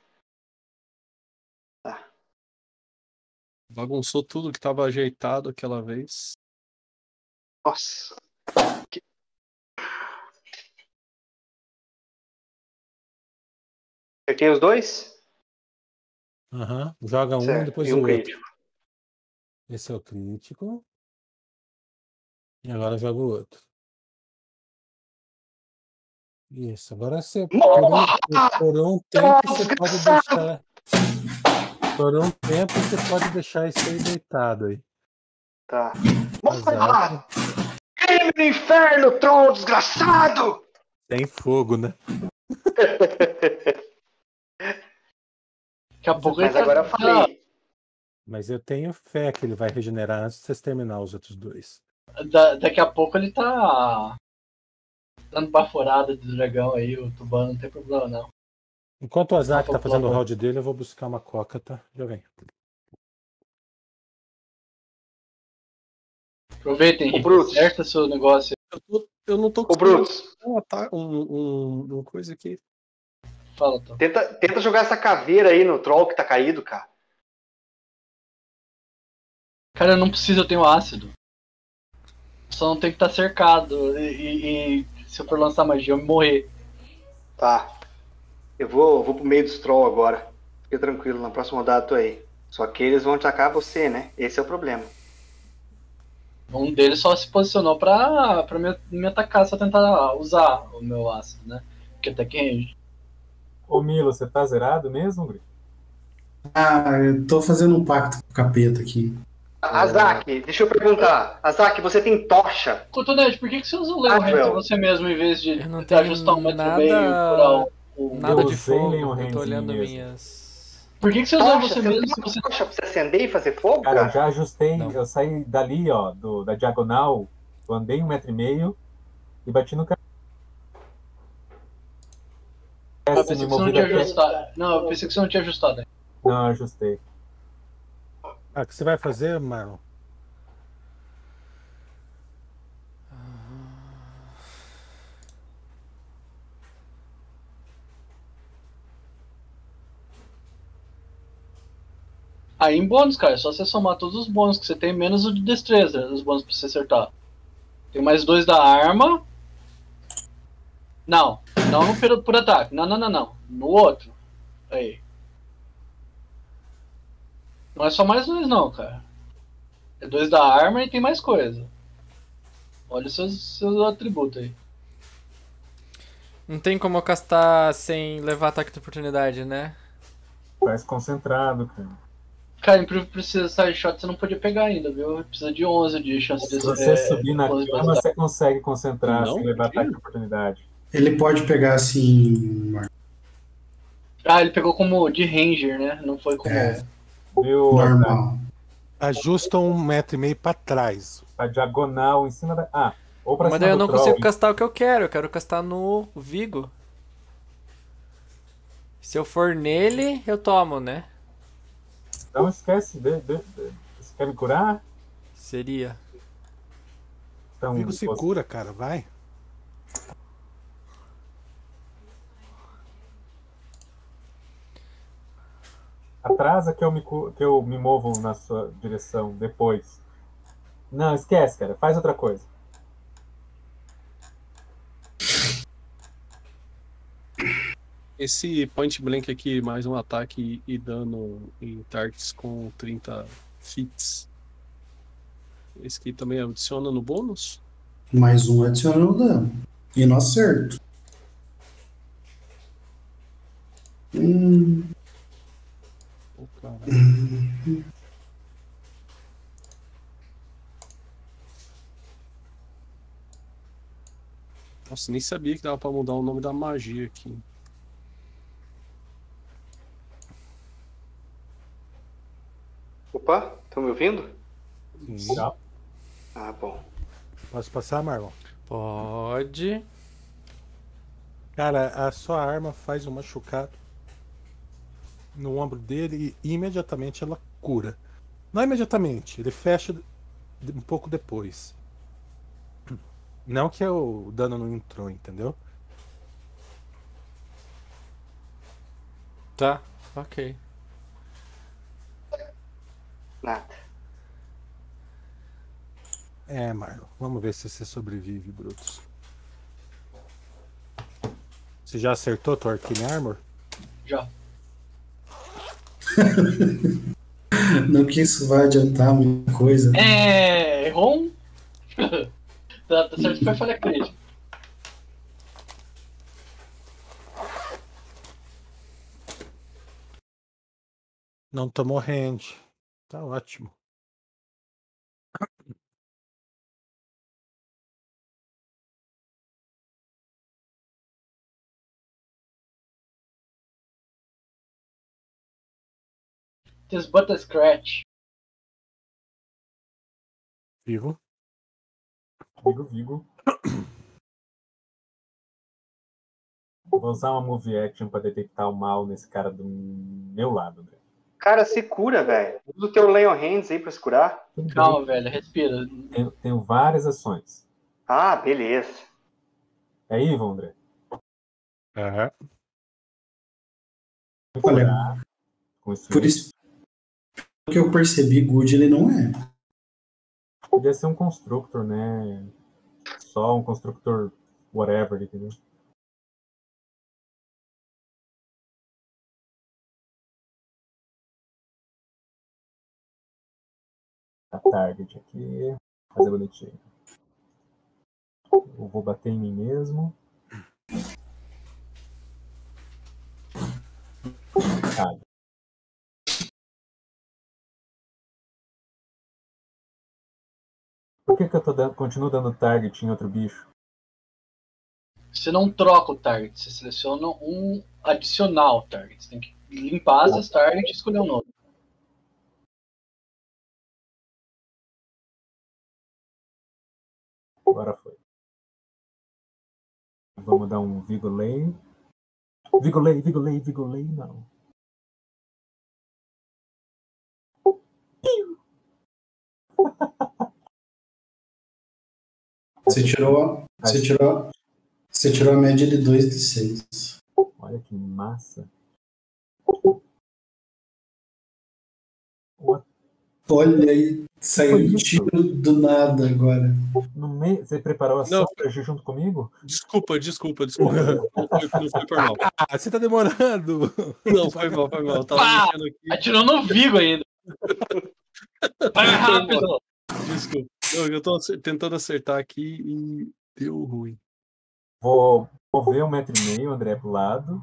Speaker 8: Bagunçou tudo que tava ajeitado aquela vez.
Speaker 3: Nossa. Que- Acertei os dois?
Speaker 1: Aham. Joga um
Speaker 3: Certo,
Speaker 1: e depois
Speaker 3: e
Speaker 1: o
Speaker 3: um
Speaker 1: outro.
Speaker 3: crítico.
Speaker 1: Esse é o crítico. E agora joga o outro. Isso, agora você. Por um, por um tempo você pode deixar. Por um tempo você pode deixar isso aí deitado aí. é
Speaker 3: Tá.
Speaker 1: Azar.
Speaker 3: Queime no inferno, troll desgraçado!
Speaker 1: Tem fogo, né?
Speaker 2: Daqui a pouco
Speaker 3: Mas
Speaker 2: ele tá-
Speaker 3: agora eu falei.
Speaker 1: Mas eu tenho fé que ele vai regenerar antes de vocês terminar os outros dois.
Speaker 2: da- daqui a pouco ele tá. Dando baforada de dragão aí, o tubano, não tem problema não.
Speaker 1: Enquanto o Azak tá
Speaker 2: Tá
Speaker 1: fazendo o
Speaker 2: bom.
Speaker 1: round dele, eu vou buscar uma coca, tá? Já vem.
Speaker 2: Aproveita, Henrique.
Speaker 3: Brutus.
Speaker 2: Acerta seu negócio.
Speaker 8: Eu, tô- eu não tô
Speaker 3: Ô, Brutus,
Speaker 8: um, ata- um, um, uma coisa aqui.
Speaker 2: Fala, Tom.
Speaker 3: tenta, tenta jogar essa caveira aí no troll que tá caído, cara.
Speaker 2: Cara, eu não preciso, eu tenho ácido. Só um não tem que estar cercado. E, e- e se eu for lançar magia, eu me morrer.
Speaker 3: Tá. Eu vou, vou pro meio dos troll agora. Fica tranquilo, na próxima rodada eu tô aí. Só que eles vão atacar você, né? Esse é o problema.
Speaker 2: Um deles só se posicionou pra, pra me, me atacar, só tentar usar o meu ácido, né? Porque até quem.
Speaker 4: Ô Milo, você tá zerado mesmo, Gri?
Speaker 6: Ah, eu tô fazendo um pacto com o capeta aqui.
Speaker 3: Azak, deixa eu perguntar. Azak, você tem tocha?
Speaker 2: Cotonete, por que, que você usa o Leon
Speaker 3: Ah,
Speaker 2: Hands
Speaker 3: Joel.
Speaker 2: você mesmo em vez de
Speaker 10: Eu não tenho
Speaker 2: tentar ajustar o metro
Speaker 10: nada-
Speaker 2: bem e curar o. o...
Speaker 10: Nada de
Speaker 4: usei
Speaker 10: fogo,
Speaker 4: nenhum
Speaker 10: eu
Speaker 4: handzinho
Speaker 10: tô olhando
Speaker 4: mesmo.
Speaker 10: minhas.
Speaker 2: Por que, que você usa
Speaker 3: Tocha?
Speaker 2: você
Speaker 3: Você
Speaker 2: mesmo
Speaker 3: não
Speaker 2: se
Speaker 3: tem
Speaker 2: você.
Speaker 3: tocha pra você acender e fazer fogo,
Speaker 4: Cara, eu
Speaker 3: cara?
Speaker 4: já ajustei,
Speaker 10: Não.
Speaker 4: eu saí dali, ó, do- da diagonal, eu andei um metro e meio e bati no cara.
Speaker 2: Eu
Speaker 4: Essa
Speaker 2: pensei
Speaker 4: me
Speaker 2: que Tá, você não
Speaker 4: movi
Speaker 2: tinha
Speaker 4: daqui.
Speaker 2: ajustado. Não, eu pensei que você não tinha ajustado.
Speaker 4: Não, eu ajustei.
Speaker 1: Ah, o que você vai fazer, Marlon?
Speaker 2: Aí em bônus, cara, é só você somar todos os bônus que você tem, menos o de destreza, os bônus pra você acertar. Tem mais dois da arma. Não, não no por, por ataque. Não, não, não, não. No outro. Aí. Não é só mais dois, não, cara. É dois da arma e tem mais coisa. Olha os seus, seus atributos aí.
Speaker 10: Não tem como eu castar sem levar ataque de oportunidade, né?
Speaker 4: Faz concentrado, cara.
Speaker 2: Cara, em precisa sair shot, você não podia pegar ainda, viu? Precisa de 11 de chance de
Speaker 4: Se você subir na cama, você consegue concentrar
Speaker 8: Não,
Speaker 4: sem levar
Speaker 8: que?
Speaker 4: ataque de oportunidade.
Speaker 6: Ele pode pegar assim.
Speaker 2: Ah, ele pegou como de ranger, né? Não foi como.
Speaker 6: É.
Speaker 4: Viu? A,
Speaker 6: normal.
Speaker 1: Ajusta um metro e meio pra trás.
Speaker 4: a diagonal em cima da. Ah, ou pra
Speaker 10: Mas
Speaker 4: cima
Speaker 10: daí eu
Speaker 4: do
Speaker 10: não
Speaker 4: troll.
Speaker 10: consigo castar o que eu quero, eu quero castar no Vigo. Se eu for nele, eu tomo, né?
Speaker 4: Então esquece. De, de, de- Você quer me curar?
Speaker 10: Seria.
Speaker 4: Então,
Speaker 1: Vigo se
Speaker 4: você-
Speaker 1: cura, cara, vai.
Speaker 4: Atrasa que eu, me, cu- que eu me movo na sua direção depois. Não, esquece, cara. Faz outra coisa.
Speaker 8: Esse point blank aqui, mais um ataque e dano em targets com 30 fits. Esse aqui também adiciona no bônus?
Speaker 6: Mais um adicional no dano. E no acerto. Hum,
Speaker 8: Ô, cara. Nossa, nem sabia que dava pra mudar o nome da magia aqui.
Speaker 3: Opa, estão me ouvindo?
Speaker 4: Tchau.
Speaker 3: Ah, bom.
Speaker 1: Posso passar, Marlon?
Speaker 10: Pode.
Speaker 1: Cara, a sua arma faz um machucado no ombro dele e imediatamente ela cura. Não imediatamente, ele fecha de- um pouco depois. Não que o dano não entrou, entendeu?
Speaker 10: Tá, ok.
Speaker 3: Nada.
Speaker 1: É, Marlon, vamos ver se você sobrevive, Brutus. Você já acertou tua Arcane Armor?
Speaker 2: Já.
Speaker 6: não que isso vai adiantar muita coisa.
Speaker 2: É. Errou um? tá, tá certo, foi falha crítica.
Speaker 1: Não tomou hand. Tá ótimo.
Speaker 2: This but a scratch.
Speaker 1: Vivo.
Speaker 4: Vigo, Vigo. Vou usar uma move action pra detectar o mal nesse cara do meu lado, André.
Speaker 3: Cara, se cura, velho. Usa o teu Leon Hands aí pra se curar.
Speaker 4: Tudo bem,
Speaker 2: Calma, velho, respira.
Speaker 4: tenho, tenho várias ações.
Speaker 3: Ah, beleza.
Speaker 4: É Ivo, André? Me
Speaker 6: Olha,
Speaker 4: curar com isso.
Speaker 6: Por isso que eu percebi, Good ele não é.
Speaker 4: Podia ser um constructor, né? Só um constructor whatever, entendeu? A target Tá aqui. Fazer bonitinho. Eu vou bater em mim mesmo. Cara, por que, que eu tô dando, continuo dando target em outro bicho?
Speaker 2: Você não troca o target, você seleciona um adicional target. Você tem que limpar essas targets e escolher um novo.
Speaker 4: Agora foi. Vamos dar
Speaker 6: Então,
Speaker 4: um Vigolei. Vigolei, Vigolei, Vigolei, não.
Speaker 6: Você tirou, você tirou, você tirou a média de 2 de 6.
Speaker 4: Olha que massa.
Speaker 6: Olha aí, saiu
Speaker 4: Foi
Speaker 6: um
Speaker 4: isso?
Speaker 6: tiro do nada agora.
Speaker 4: No meio, você preparou a
Speaker 8: Não.
Speaker 4: sombra ju- junto comigo?
Speaker 8: Desculpa, desculpa, desculpa. Não foi, não foi por mal.
Speaker 1: Ah, você tá demorando.
Speaker 8: Não, foi mal, foi mal. Eu Tava
Speaker 2: Pá!
Speaker 8: mexendo aqui.
Speaker 2: Atirou no Vigo ainda. Vai rápido.
Speaker 8: Desculpa. Não, eu tô acer- tentando acertar aqui e deu ruim.
Speaker 4: Vou mover um metro e meio, André, pro lado.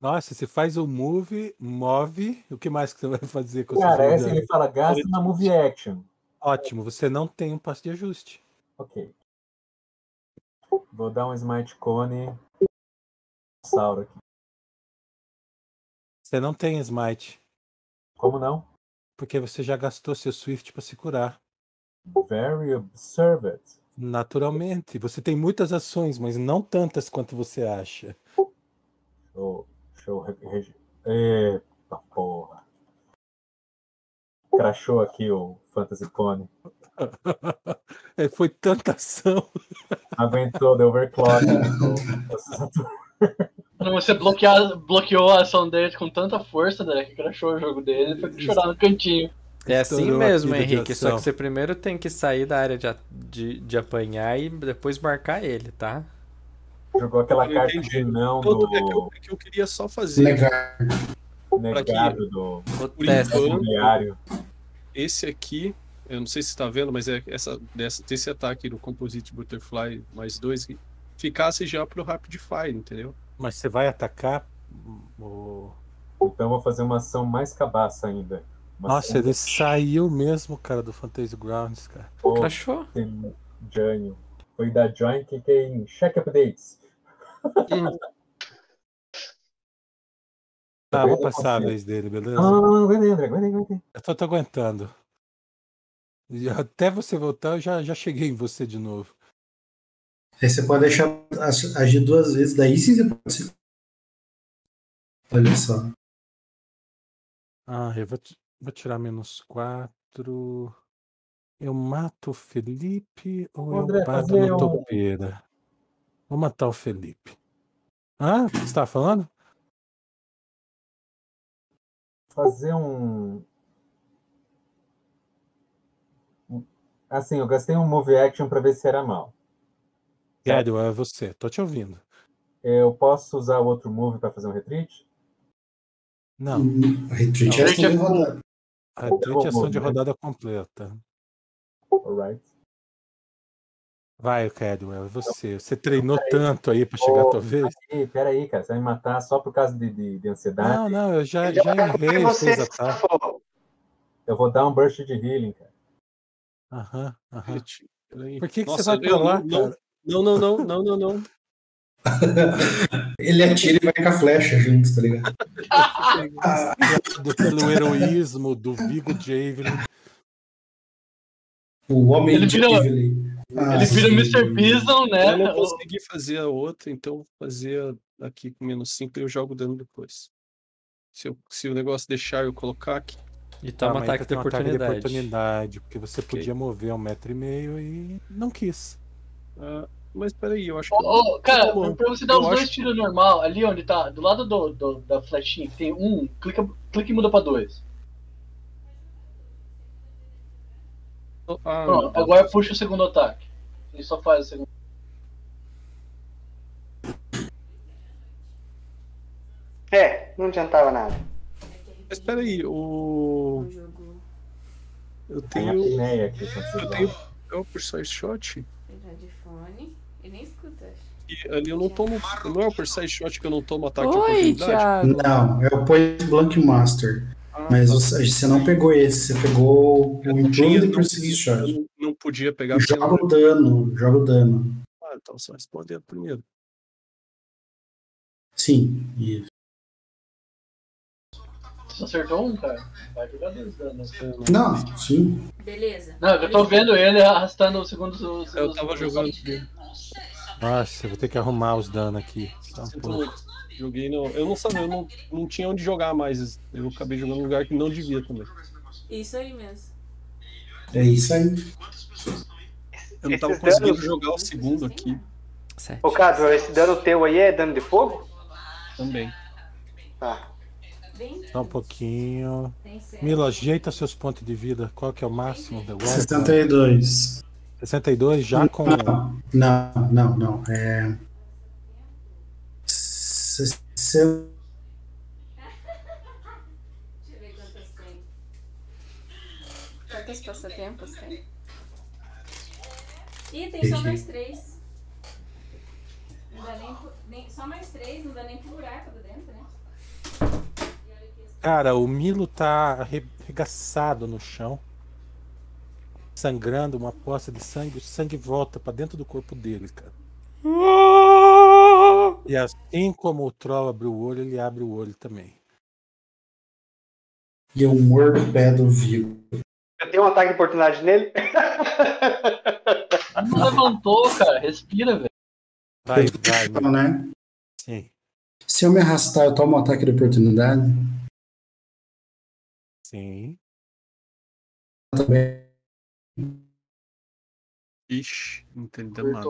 Speaker 1: Nossa, você faz o move, move. O que mais que você vai fazer com
Speaker 4: Cara,
Speaker 1: essa
Speaker 4: essa ele fala, gasta na move action.
Speaker 1: Ótimo, você não tem um passo de ajuste.
Speaker 4: Ok. Vou dar um smite cone. Sauro aqui.
Speaker 1: Você não tem smite,
Speaker 4: Como não?
Speaker 1: porque você já gastou seu swift pra se curar.
Speaker 4: Very observant.
Speaker 1: Naturalmente. Você tem muitas ações, mas não tantas quanto você acha.
Speaker 4: Show. Show. re- regi- Eita porra. Crashou aqui o Fantasy Cone.
Speaker 1: É, foi tanta ação.
Speaker 4: Aguentou, deu overclock. Deu-
Speaker 2: Quando você bloquear, bloqueou a ação dele com tanta força, né, que crashou o jogo dele, ele foi chorar no cantinho.
Speaker 7: É assim
Speaker 1: Estourou a
Speaker 7: mesmo,
Speaker 1: pilha de
Speaker 7: Henrique. Só
Speaker 1: ação.
Speaker 7: que você primeiro tem que sair da área de, a- de, de apanhar e depois marcar ele, tá?
Speaker 4: Jogou aquela
Speaker 8: Eu
Speaker 4: carta de
Speaker 8: entendi.
Speaker 4: não
Speaker 8: Eu tô- é que eu-
Speaker 4: do
Speaker 8: é que eu queria só fazer.
Speaker 6: Legal.
Speaker 4: negado né, do
Speaker 7: O
Speaker 8: Por
Speaker 7: teste.
Speaker 8: enquanto,
Speaker 1: né?
Speaker 4: diário.
Speaker 8: Esse aqui, eu não sei se está vendo, mas é essa, dessa, desse ataque do Composite Butterfly mais dois, que ficasse já pro Rapid Fire, entendeu?
Speaker 1: Mas você vai atacar. o-
Speaker 4: Então eu vou fazer uma ação mais cabaça ainda. Uma
Speaker 1: Nossa,
Speaker 4: ação
Speaker 1: ele saiu mesmo, cara, do Fantasy Grounds, cara.
Speaker 4: do
Speaker 7: Crashou?
Speaker 4: Tem Jânio. Foi da Join que tem check updates.
Speaker 8: Hum.
Speaker 1: Tá, vou
Speaker 4: Eu
Speaker 1: passar a
Speaker 4: consigo.
Speaker 1: vez dele, beleza?
Speaker 4: Não, não, não, não, aguentei, André, aguentei, aguentei.
Speaker 1: Eu tô, tô aguentando. E até você voltar, eu já, já cheguei em você de novo.
Speaker 6: Aí você pode deixar as- agir duas vezes, daí sim você pode se. Olha só.
Speaker 1: Ah, eu vou, ti- vou tirar menos quatro. Eu mato o Felipe ou eu
Speaker 4: André,
Speaker 1: mato
Speaker 4: fazer
Speaker 1: no
Speaker 4: um-
Speaker 1: topeira? Vou matar o Felipe. Ah, o que você tá falando?
Speaker 4: fazer um. um- Assim, eu gastei um move action pra ver se era mal.
Speaker 1: Sério, é você. Tô te ouvindo.
Speaker 4: Eu posso usar o outro move pra fazer um retreat?
Speaker 1: Não,
Speaker 4: Uhum.
Speaker 6: Hum, Retreat é
Speaker 2: Não,
Speaker 6: ação
Speaker 2: retreat
Speaker 6: de
Speaker 2: é-
Speaker 6: rodada.
Speaker 1: a
Speaker 4: Ou
Speaker 1: é ação de
Speaker 4: movimento.
Speaker 1: rodada completa.
Speaker 4: Alright.
Speaker 1: Vai, Cadwell, é você. Você treinou tanto aí pra chegar a tua vez?
Speaker 4: Ei, peraí, cara, você vai me matar só por causa de, de, de ansiedade?
Speaker 1: Não, não, eu já,
Speaker 3: Ele
Speaker 1: já
Speaker 3: vai
Speaker 1: errei
Speaker 3: com
Speaker 1: os
Speaker 3: você,
Speaker 1: dois ataques.
Speaker 3: safo.
Speaker 4: Eu vou dar um burst de healing, cara.
Speaker 1: Aham, aham.
Speaker 8: Retiro. Peraí.
Speaker 1: Por que, que
Speaker 8: Nossa,
Speaker 1: você vai pra
Speaker 8: eu
Speaker 1: lá,
Speaker 8: não-
Speaker 1: cara?
Speaker 8: Não, não, não, não, não, não.
Speaker 6: Ele atira e vai com a flecha junto, tá ligado? Ah,
Speaker 1: Do- Pelo heroísmo do Vigo Javelin.
Speaker 6: o homem
Speaker 2: Ele vira-
Speaker 6: Javelin. Ah,
Speaker 2: Ele vira
Speaker 6: sim.
Speaker 2: Mr. Bison, né?
Speaker 8: Eu não consegui fazer a outra, então vou fazer a- aqui com menos 5 e eu jogo o dano depois. Se, eu- se o negócio deixar eu colocar aqui.
Speaker 7: E toma
Speaker 1: mas
Speaker 7: ataque de
Speaker 1: tem um
Speaker 7: oportunidade.
Speaker 1: oportunidade, porque você podia mover um metro e meio e não quis.
Speaker 8: Ah, mas peraí, eu acho que.
Speaker 2: Ô, ô, cara,
Speaker 8: Tá Bom,
Speaker 2: pra você dar
Speaker 8: eu
Speaker 2: os dois
Speaker 8: acho-
Speaker 2: tiros normal, ali onde tá, do lado do, do- da flechinha que tem um, clica, clica e muda pra dois.
Speaker 8: Ah, meu
Speaker 2: Pronto,
Speaker 8: Deus.
Speaker 2: agora puxa o segundo ataque. Ele só faz o segundo.
Speaker 3: É, não adiantava nada.
Speaker 8: Mas peraí, o. Eu
Speaker 4: Tem a
Speaker 8: tenho.
Speaker 4: apneia aqui. quando
Speaker 8: Eu
Speaker 4: vocês
Speaker 8: tenho.
Speaker 4: vão.
Speaker 8: Eu por side shot.
Speaker 5: Tá de fone e nem escuta.
Speaker 8: E ali eu não tomo. Não é o por side shot que eu não tomo ataque um de
Speaker 7: Oi,
Speaker 8: oportunidade?
Speaker 7: Thiago.
Speaker 6: Não, é o Point Blank Master. Mas você, você não pegou esse, você pegou um o Improved
Speaker 8: Tinha, Ah, tá. não,
Speaker 6: Persistence Shot.
Speaker 8: não, não podia pegar pela-
Speaker 6: Joga o dano, joga o dano.
Speaker 8: Ah, então só respondendo primeiro.
Speaker 6: Sim, isso.
Speaker 2: Você acertou um, cara? Vai jogar dois danos.
Speaker 6: Não, sim.
Speaker 5: Beleza.
Speaker 2: Não, eu tô vendo ele arrastando os segundos. Os,
Speaker 8: Eu
Speaker 2: os-
Speaker 8: tava
Speaker 2: os-
Speaker 8: jogando.
Speaker 1: Nossa, eu vou ter que arrumar os danos aqui. Só um
Speaker 8: Sinto
Speaker 1: pouco.
Speaker 8: muito. Joguei no. Eu não sabia, eu não, não tinha onde jogar mais. Eu acabei jogando num lugar que não devia também.
Speaker 5: Isso aí mesmo.
Speaker 6: É isso aí.
Speaker 8: Eu não
Speaker 3: Esses
Speaker 8: tava conseguindo
Speaker 3: danos-
Speaker 8: jogar o segundo aqui
Speaker 7: Sete.
Speaker 3: Ô, Cadwell, esse dano teu aí é dano de fogo?
Speaker 8: também.
Speaker 3: Tá.
Speaker 1: Só um pouquinho. Milo, ajeita seus pontos de vida. Qual que é o máximo? da
Speaker 6: 62.
Speaker 1: 62 já com.
Speaker 6: Não, não, não. É. 60.
Speaker 9: Deixa eu ver quantas tem. Quantos passatempos tem? Ih, tem só mais três. Não dá nem, pu- nem- Só mais três, não dá nem pro buraco do dentro, né?
Speaker 1: Cara, o Milo tá arre- arregaçado no chão, sangrando uma poça de sangue. O sangue volta pra dentro do corpo dele, cara. E assim como o Troll abriu o olho, ele abre o olho também.
Speaker 6: E eu mordo o um pé do vivo.
Speaker 3: Eu tenho um ataque de oportunidade nele.
Speaker 2: Não levantou, cara. Respira, velho.
Speaker 1: Vai, vai.
Speaker 6: Então, né?
Speaker 1: Sim.
Speaker 6: Se eu me arrastar, eu tomo um ataque de oportunidade.
Speaker 1: Sim.
Speaker 6: Também.
Speaker 8: Ixi, não entendeu nada.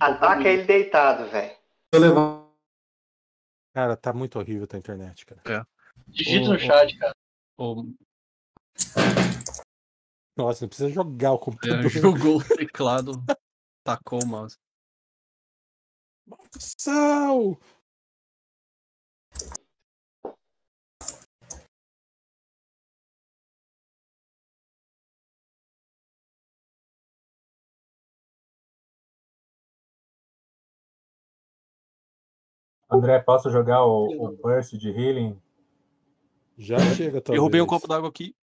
Speaker 3: Ataca ele deitado, velho.
Speaker 6: Eu levanto.
Speaker 1: Cara, tá muito horrível a tua internet, cara.
Speaker 2: Digita
Speaker 8: Ô,
Speaker 2: no chat, cara.
Speaker 8: É. ô,
Speaker 1: Nossa, não precisa jogar o
Speaker 8: é,
Speaker 1: computador.
Speaker 8: jogou o teclado, tacou o mouse.
Speaker 1: Sal!
Speaker 4: André, posso jogar o, o Burst de Healing?
Speaker 1: Já chega, talvez.
Speaker 8: Derrubei um copo d'água aqui.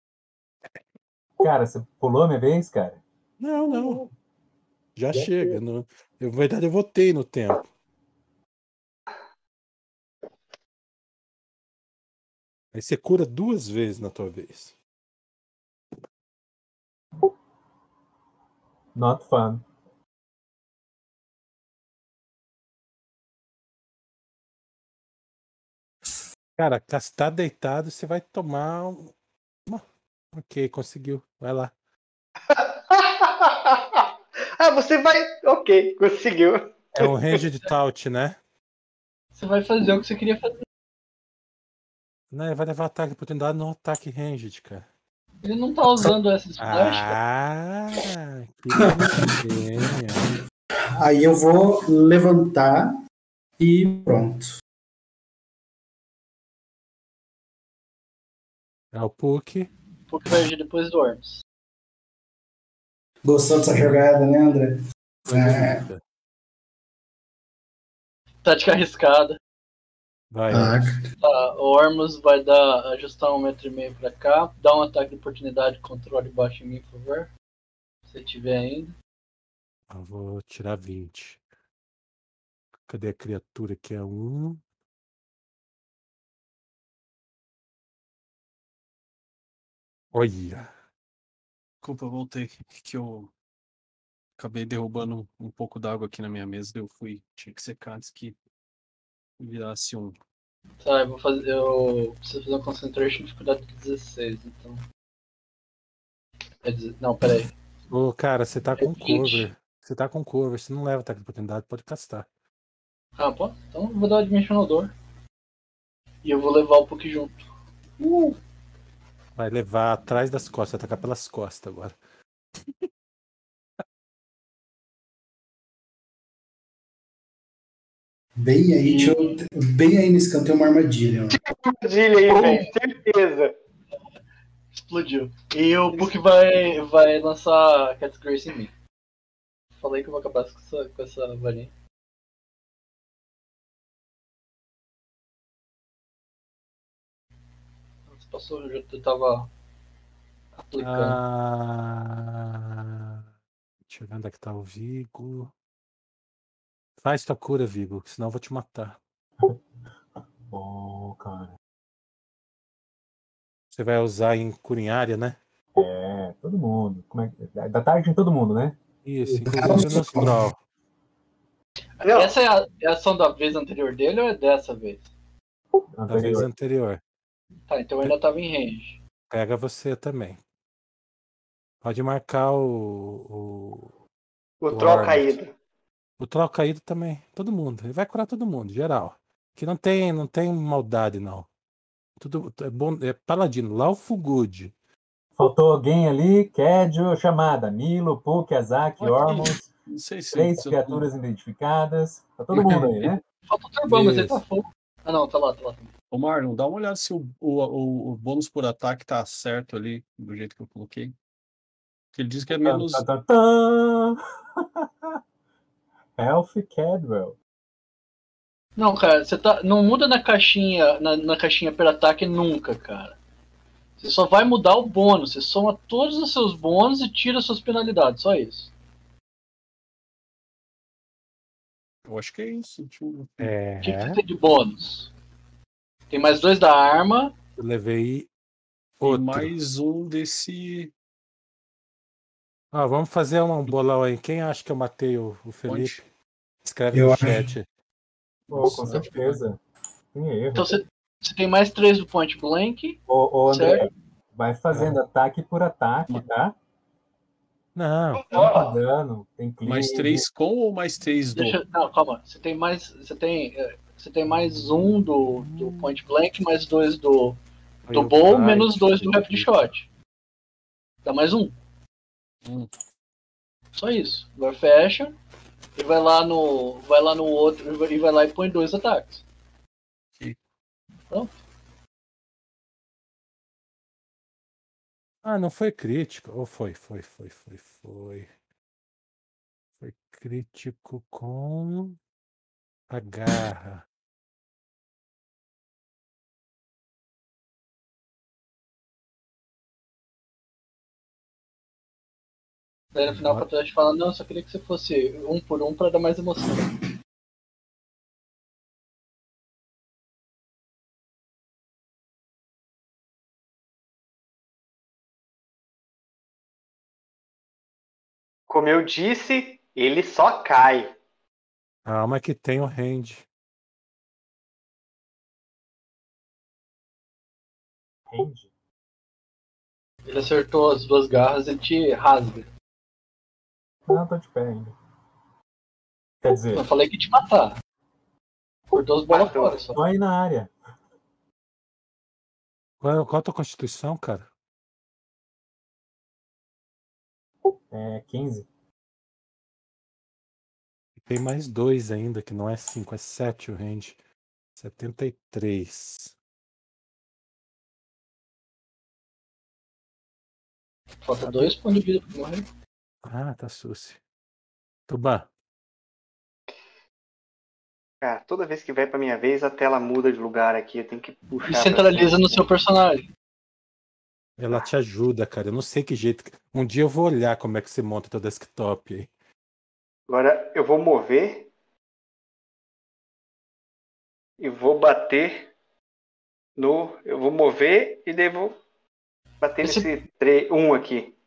Speaker 4: Cara, você pulou minha vez, cara?
Speaker 1: Não, não. Já chega. Não... Eu, na verdade, eu votei no tempo. Aí você cura duas vezes na tua vez.
Speaker 4: Not fun.
Speaker 1: Cara, tá- se tá deitado, você vai tomar. um- Uma... Ok, conseguiu. Vai lá.
Speaker 3: ah, você vai. Ok, conseguiu.
Speaker 1: É um range de taut, né?
Speaker 2: Você vai fazer o que você queria fazer.
Speaker 1: Não, Né, vai levar ataque de oportunidade no ataque ranged, cara.
Speaker 2: Ele não tá usando essa splash, cara.
Speaker 1: Ah, que bonitinho.
Speaker 6: Aí eu vou levantar e pronto.
Speaker 1: É o Puck.
Speaker 2: Porque vai agir depois do Orms.
Speaker 6: Gostou dessa jogada, né, André? É,
Speaker 2: Tática arriscada.
Speaker 1: Vai.
Speaker 6: tá, cara.
Speaker 2: Tá, o Ormus vai dar, ajustar um metro e meio pra cá. Dá um ataque de oportunidade, controle baixo em mim, por favor. Se tiver ainda.
Speaker 1: Eu vou tirar 20. Cadê a criatura que é um? Olha.
Speaker 8: Desculpa, eu voltei. Que eu acabei derrubando um- um pouco d'água aqui na minha mesa. daí Eu fui. Tinha que secar antes que virasse um.
Speaker 2: Tá, eu vou fazer. Eu preciso fazer um concentration dificuldade de 16, então. Quer dizer, não, peraí.
Speaker 1: Ô, cara, você tá com
Speaker 2: 20.
Speaker 1: cover. Você tá com cover. Você não leva ataque de oportunidade, pode castar.
Speaker 2: Ah, pô, então eu vou dar o Dimensional Door. E eu vou levar o Puck junto. Uh,
Speaker 1: Vai levar atrás das costas, atacar pelas costas agora.
Speaker 6: Bem aí, deixa
Speaker 2: Hum.
Speaker 6: eu- bem aí nesse canto tem uma armadilha. ó.
Speaker 3: Armadilha aí, velho. Certeza.
Speaker 2: explodiu. E o Puck vai, vai lançar Cat's Grace em mim. Falei que eu vou acabar com essa, com essa varinha. Você passou, eu já tava aplicando.
Speaker 1: Ah, deixa eu ver onde é que tá o Vigo. Faz tua cura, Vigo, que senão eu vou te matar.
Speaker 4: Ô, cara.
Speaker 1: Você vai usar em cura em área, né?
Speaker 4: É, todo mundo. Como é que- dá- Dá tarde em todo mundo, né?
Speaker 1: Isso, inclusive no astral.
Speaker 3: Não,
Speaker 2: Essa é a, é a ação da vez anterior dele ou é dessa vez?
Speaker 1: Da vez anterior.
Speaker 4: Anterior.
Speaker 2: Tá, então eu ainda tava em range.
Speaker 1: Pega você também. Pode marcar o. O,
Speaker 3: o troll
Speaker 1: Ormus.
Speaker 3: caído.
Speaker 1: o troll caído também. Todo mundo. Ele vai curar todo mundo, geral. Que não tem, não tem maldade, não. Tudo, é, bom, é paladino. Lawful Good.
Speaker 4: Faltou alguém ali, Kedio, chamada. Milo, Puck, Azak,
Speaker 8: Olha,
Speaker 4: Ormons,
Speaker 8: Não sei se.
Speaker 4: três criaturas identificadas. Tá todo mundo aí, né?
Speaker 2: Falta o Turbão, mas ele
Speaker 8: Isso.
Speaker 2: tá fogo. Ah, não, tá lá, tá lá.
Speaker 8: Ô, Marlon, dá uma olhada se o, o, o, o bônus por ataque tá certo ali, do jeito que eu coloquei. Porque Ele diz
Speaker 9: Tá,
Speaker 8: que é menos.
Speaker 4: Tan, tan, tan. Elf Cadwell.
Speaker 2: Não, cara, você tá. Não muda na caixinha, na, na caixinha per ataque nunca, cara. Você só vai mudar o bônus. Você soma todos os seus bônus e tira suas penalidades, só isso.
Speaker 8: Eu acho que é isso. deixa eu ver.
Speaker 1: É.
Speaker 2: O que, que você tem de bônus? Tem mais dois da arma.
Speaker 1: Eu levei
Speaker 8: Tem
Speaker 1: outro.
Speaker 8: mais um desse.
Speaker 1: Ah, vamos fazer um, um bolão aí. Quem acha que eu matei o, o Felipe? Escreve
Speaker 6: Eu
Speaker 1: no
Speaker 6: acho.
Speaker 1: chat.
Speaker 4: Pô, com certeza. Tem erro.
Speaker 2: Então você, você tem mais três do point blank.
Speaker 4: Ô, ô, André, vai fazendo ataque por ataque, tá?
Speaker 1: Não.
Speaker 4: Tá pagando, tem clima.
Speaker 8: Mais três com ou mais três do?
Speaker 2: Deixa, não, calma. Você tem mais. Você tem. eh, Você tem mais um do, do point blank, mais dois do, do
Speaker 1: Eu-
Speaker 2: bow,
Speaker 1: Ai,
Speaker 2: menos dois do rapid shot. Dá mais um.
Speaker 8: Hum.
Speaker 2: Só isso. Agora fecha. E vai lá no. Vai lá no outro. e vai- E vai lá e põe dois ataques.
Speaker 1: Ah, não foi crítico. Ou foi, foi, foi, foi, foi. Foi crítico com a garra.
Speaker 2: Daí no final o Patriot fala, não, eu só queria que você fosse um por um pra dar mais emoção.
Speaker 3: Como eu disse, ele só cai.
Speaker 1: A
Speaker 4: é
Speaker 1: alma que tem o range.
Speaker 4: Entende?
Speaker 2: Ele acertou as duas garras e te rasga.
Speaker 4: Não, tô Tá de pé ainda. Quer dizer,
Speaker 2: Eu falei que ia te matar. Cortou as bolas
Speaker 3: Matou.
Speaker 2: fora só.
Speaker 4: tô aí na área.
Speaker 1: Qual, qual a tua constituição, cara?
Speaker 4: É 15.
Speaker 1: E Tem mais dois ainda, que não é cinco, é sete o range. 73.
Speaker 2: Falta dois pontos de vida pra morrer.
Speaker 1: Ah, tá suce. Tuban,
Speaker 3: Cara, toda vez que vai pra minha vez, a tela muda de lugar aqui. Eu tenho que puxar.
Speaker 2: E
Speaker 3: pra
Speaker 2: centraliza
Speaker 3: cima.
Speaker 2: no seu personagem.
Speaker 1: ela te ajuda, cara. Eu não sei que jeito. que- Um dia eu vou olhar como é que você monta teu desktop aí.
Speaker 3: Agora eu vou mover. E vou bater no. Eu vou mover e daí vou bater
Speaker 2: Esse-
Speaker 3: nesse 3, 1 aqui.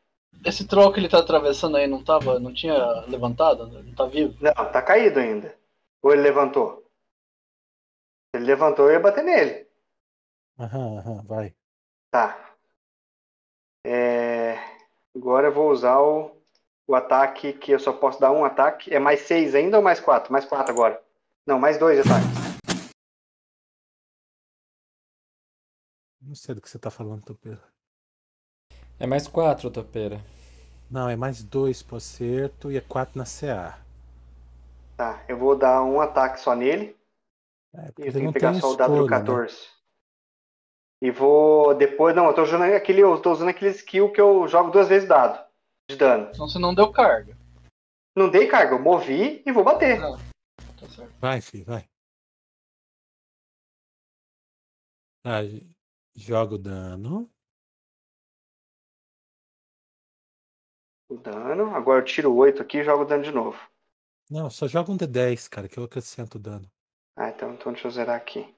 Speaker 2: Esse troll que ele tá atravessando aí não tava. não tinha levantado? Não tá vivo?
Speaker 3: Não, tá caído ainda. Ou ele levantou? Se Ele levantou, eu ia bater nele.
Speaker 1: Aham, aham, vai.
Speaker 3: Tá. É, Agora eu vou usar o... o ataque que eu só posso dar um ataque. É mais seis ainda ou mais quatro? Mais quatro agora. Não, mais dois ataques.
Speaker 1: Não sei do que você tá falando, Tupan.
Speaker 10: É mais quatro, Topeira.
Speaker 1: Não, é mais dois pro acerto e é quatro na CA.
Speaker 3: Tá, eu vou dar um ataque só nele.
Speaker 1: É,
Speaker 3: E eu
Speaker 1: porque
Speaker 3: tenho
Speaker 1: não
Speaker 3: que pegar
Speaker 1: tem
Speaker 3: só o dado do
Speaker 1: escolha, né?
Speaker 3: 14. E vou depois. Não, eu tô usando aquele, eu tô usando aquele skill que eu jogo duas vezes dado de dano.
Speaker 2: Então você não deu carga.
Speaker 3: Não dei carga, eu movi e vou bater.
Speaker 2: Não. Tá certo.
Speaker 1: Vai, filho, vai. Ah, j- joga o dano.
Speaker 3: O dano. Agora eu tiro 8 aqui e jogo o dano de novo.
Speaker 1: Não, só joga um D10, cara, que eu acrescento o dano.
Speaker 3: Ah, então, então deixa eu zerar aqui.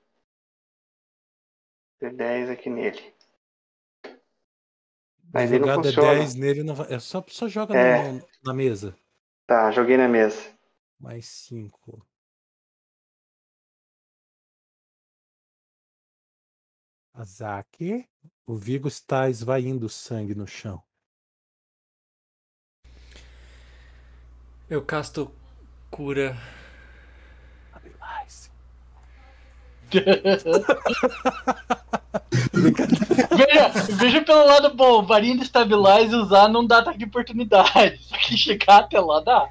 Speaker 3: D10 aqui nele. Mas ele
Speaker 1: jogar
Speaker 3: não funciona.
Speaker 1: D10 nele não vai. É só, só joga
Speaker 3: É.
Speaker 1: na, na mesa.
Speaker 3: Tá, joguei na mesa.
Speaker 1: Mais 5. Azaki. O tá Vigo está esvaindo o sangue no chão.
Speaker 10: Eu casto cura.
Speaker 1: Nice.
Speaker 2: veja, veja pelo lado bom, varinha de stabilize usar não dá ataque de oportunidade. Só que chegar até lá dá.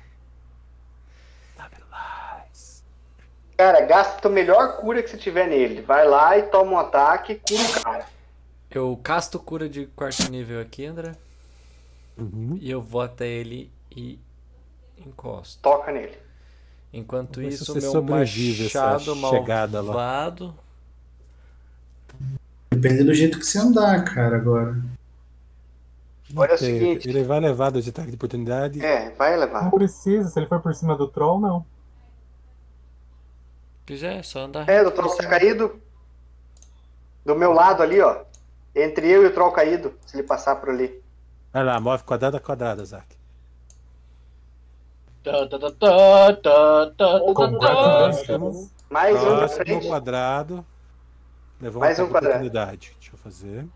Speaker 3: Cara, gasta a melhor cura que você tiver nele. Vai lá e toma um ataque e cura o cara.
Speaker 10: Eu casto cura de quarto nível aqui, André.
Speaker 1: Uhum.
Speaker 10: E eu vou até ele e encosto.
Speaker 3: Toca nele.
Speaker 10: Enquanto
Speaker 1: Vamos ver se
Speaker 10: isso,
Speaker 1: você
Speaker 10: meu
Speaker 1: sobrevive essa
Speaker 10: machado
Speaker 1: chegada lá.
Speaker 10: malvado.
Speaker 6: Depende do jeito que você andar, cara, agora.
Speaker 3: Olha o
Speaker 1: Ele-
Speaker 3: seguinte.
Speaker 1: Ele vai levar dois ataques de oportunidade.
Speaker 3: É, vai levar.
Speaker 4: Não precisa, se ele for por cima do troll, não.
Speaker 10: Quiser, só andar.
Speaker 3: É, do troll tá caído. Do meu lado ali, ó. Entre eu e o troll caído, se ele passar por ali.
Speaker 1: Vai lá, move quadrado a quadrado, Zac.
Speaker 2: Tá, tá, tá, tá, tá, tá, tá, tá.
Speaker 4: Completamente.
Speaker 3: Mais um pra
Speaker 1: Próximo
Speaker 3: frente.
Speaker 1: quadrado. Levou
Speaker 3: Mais um
Speaker 1: ataque de
Speaker 3: quadrado.
Speaker 1: oportunidade. Deixa eu fazer.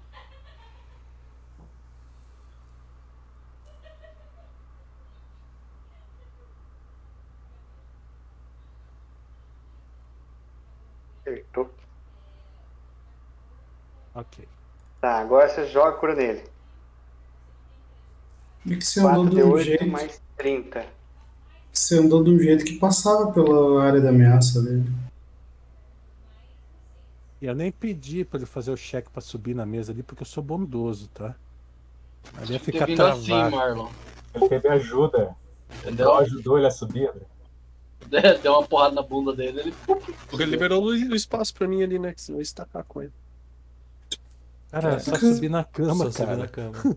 Speaker 3: Acertou.
Speaker 1: Ok.
Speaker 3: Tá, agora você joga a cura nele.
Speaker 6: É que você andou de um
Speaker 3: 4d8
Speaker 6: jeito.
Speaker 3: mais 30.
Speaker 6: Você andou de um jeito que passava pela área da ameaça dele.
Speaker 1: E eu nem pedi pra ele fazer o cheque pra subir na mesa ali, porque eu sou bondoso, tá? Ali ia
Speaker 2: Ter
Speaker 1: ficar
Speaker 2: vindo
Speaker 1: travado.
Speaker 2: assim, Marlon.
Speaker 4: Ele teve ajuda. O
Speaker 2: Entendeu?
Speaker 4: troll ajudou ele a subir. né? André.
Speaker 2: Deu uma porrada na bunda dele. Ele...
Speaker 8: Porque ele liberou o o espaço pra mim ali, né? Que senão eu ia estacar com ele.
Speaker 1: Cara, é só
Speaker 6: Cara,
Speaker 1: subir na cama,
Speaker 10: só subir
Speaker 1: cara.
Speaker 10: na cama.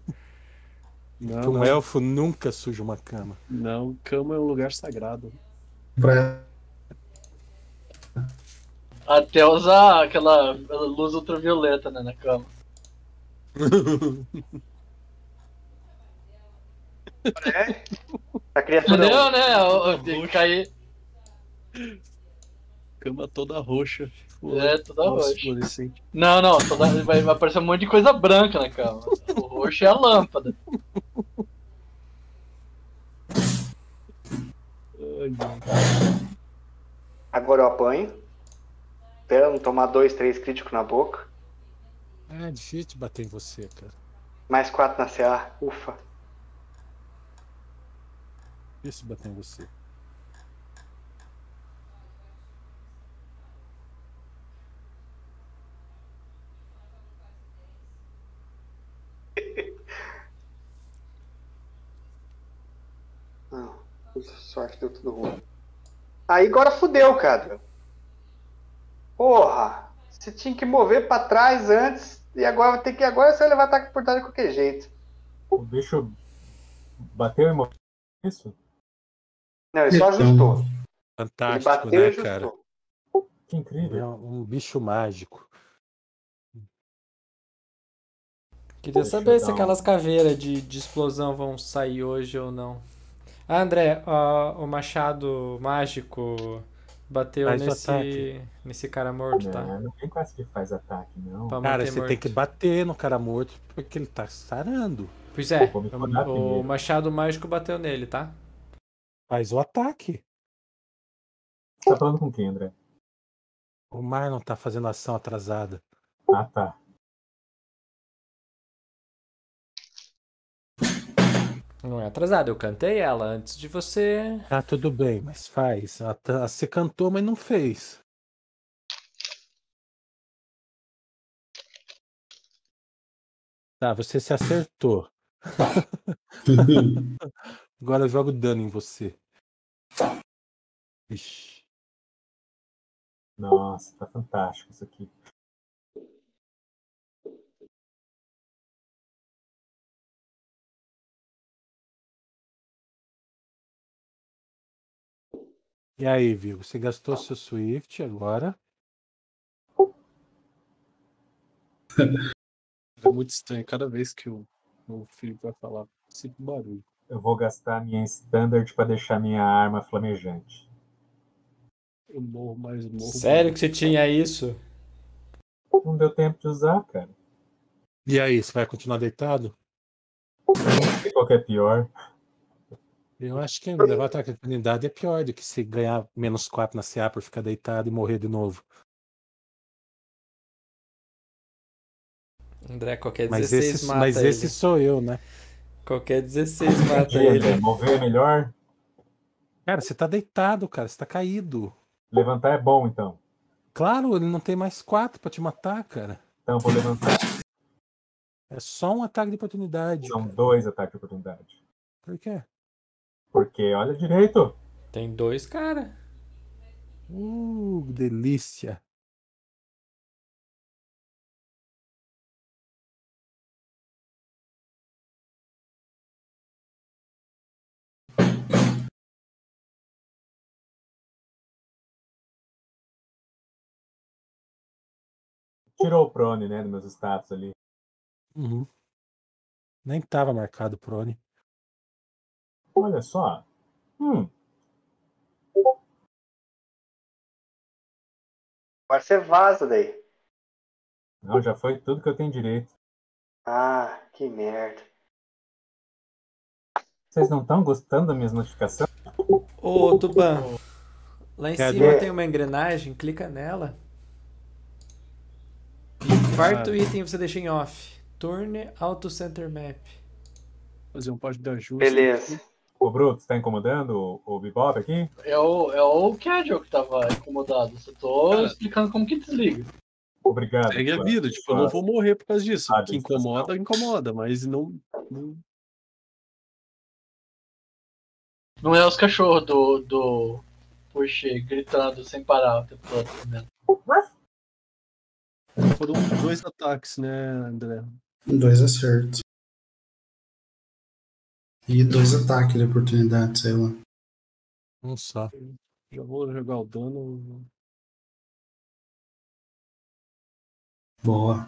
Speaker 1: Que
Speaker 8: Não,
Speaker 1: um
Speaker 8: não,
Speaker 1: elfo nunca suja uma cama.
Speaker 8: não, cama é um lugar sagrado.
Speaker 6: Pra...
Speaker 2: Até usar aquela luz ultravioleta né, na cama.
Speaker 3: A criatura
Speaker 2: Entendeu, né? Eu- eu tenho que cair.
Speaker 8: Cama toda roxa.
Speaker 2: É, toda roxa.
Speaker 8: Fluorescente.
Speaker 2: Não, não, toda- vai, vai aparecer um monte de coisa branca na cama. O roxo é a lâmpada.
Speaker 8: Ai, meu.
Speaker 3: Agora eu apanho. Espera não tomar 2, 3 crítico na boca.
Speaker 1: É difícil de bater em você, cara.
Speaker 3: Mais 4 na CA. Ufa.
Speaker 1: Difícil de bater em você.
Speaker 3: Não. Sorte deu tudo ruim. Aí agora fudeu, cara. Porra! Você tinha que mover pra trás antes e agora vai ter que agora você vai levar ataque por trás de qualquer jeito.
Speaker 4: O bicho bateu e morreu. Isso?
Speaker 3: Não,
Speaker 4: Então,
Speaker 3: ele É,
Speaker 1: Então,
Speaker 3: só ajustou. Ele
Speaker 1: Fantástico,
Speaker 3: bateu e
Speaker 1: né, Tipo, cara?
Speaker 3: ajustou.
Speaker 4: Que
Speaker 1: É
Speaker 4: incrível.
Speaker 1: um bicho mágico.
Speaker 7: Queria
Speaker 4: Deixa eu
Speaker 7: saber se
Speaker 4: dar um-
Speaker 7: aquelas caveiras de, de explosão vão sair hoje ou não. Ah, André, ó, o machado mágico bateu
Speaker 1: Faz o
Speaker 7: nesse,
Speaker 1: ataque.
Speaker 7: nesse cara morto, tá?
Speaker 4: É, Não, ninguém quase que faz ataque, não.
Speaker 7: Pra
Speaker 1: Cara,
Speaker 7: manter
Speaker 1: você tem
Speaker 7: morto.
Speaker 1: que bater no cara morto porque ele tá sarando.
Speaker 7: Pois é,
Speaker 4: Vou me curar
Speaker 7: o
Speaker 4: primeiro.
Speaker 7: machado mágico bateu nele, tá?
Speaker 1: Faz o ataque.
Speaker 4: Tá falando com quem, André?
Speaker 1: O Marlon tá fazendo ação atrasada.
Speaker 4: Ah, tá.
Speaker 7: Não é atrasado, eu cantei ela antes de você.
Speaker 1: Tá tudo bem, mas faz. Ela tá- Você cantou, mas não fez. Tá, você se acertou. Agora eu jogo dano em você. Ixi.
Speaker 4: Nossa, tá fantástico isso aqui.
Speaker 1: E aí, Vigo, você gastou seu Swift agora.
Speaker 8: É muito estranho. Cada vez que o, o Felipe vai falar, sinto um barulho.
Speaker 4: Eu vou gastar minha standard pra deixar minha arma flamejante.
Speaker 8: Eu morro mais eu morro.
Speaker 7: Sério que você tinha isso?
Speaker 4: Não deu tempo de usar, cara.
Speaker 1: E aí, você vai continuar deitado?
Speaker 4: Não sei qual que é pior.
Speaker 1: Eu acho que levar ataque de oportunidade é pior do que se ganhar menos 4 na CA por ficar deitado e morrer de novo.
Speaker 7: André, qualquer 16
Speaker 1: Mas esse,
Speaker 7: mata
Speaker 1: mas
Speaker 7: ele.
Speaker 1: esse sou eu, né?
Speaker 7: Qualquer 16 mata
Speaker 4: Ele
Speaker 7: ele.
Speaker 4: mover é melhor,
Speaker 1: Cara, você tá deitado, cara. Você tá caído.
Speaker 4: levantar é bom então.
Speaker 1: Claro, ele não tem mais quatro pra te matar, cara.
Speaker 4: Então eu vou levantar.
Speaker 1: É só um ataque de oportunidade.
Speaker 4: São
Speaker 1: cara.
Speaker 4: dois ataques de oportunidade.
Speaker 1: Por quê?
Speaker 4: Porque olha direito.
Speaker 7: Tem dois, cara.
Speaker 1: Uh, delícia.
Speaker 4: Tirou o prone, né, dos meus status ali.
Speaker 1: Uhum. Nem tava marcado o Prone.
Speaker 4: Olha só. Hum,
Speaker 3: Agora você vaza daí.
Speaker 4: não, já foi tudo que eu tenho direito.
Speaker 3: Ah, que merda.
Speaker 4: Vocês não estão gostando das minhas notificações?
Speaker 7: Ô, Tuban. Lá em
Speaker 1: Cadê?
Speaker 7: cima tem uma engrenagem, clica nela. Quarto item você deixa em off. Turn Auto Center Map.
Speaker 8: Fazer um parte de ajuste.
Speaker 3: Beleza.
Speaker 4: Ô, Bruto, você tá incomodando o, o Bebop aqui?
Speaker 9: É o, é o Casual que tava incomodado. Só tô
Speaker 8: Cara.
Speaker 9: explicando como que desliga.
Speaker 4: Obrigado.
Speaker 8: Segue a
Speaker 4: Tuan.
Speaker 8: vida, tipo, eu
Speaker 4: Tuan.
Speaker 8: não vou morrer por causa disso.
Speaker 4: Sabe,
Speaker 8: que incomoda, incomoda, mas não. não-
Speaker 9: Não é os cachorros do. do Porsche gritando sem parar o tempo todo. Né?
Speaker 8: Foram dois ataques, né, André?
Speaker 5: Dois acertos. E dois ataques de oportunidade, sei lá.
Speaker 1: Um só.
Speaker 8: Já vou jogar o dano.
Speaker 5: Boa.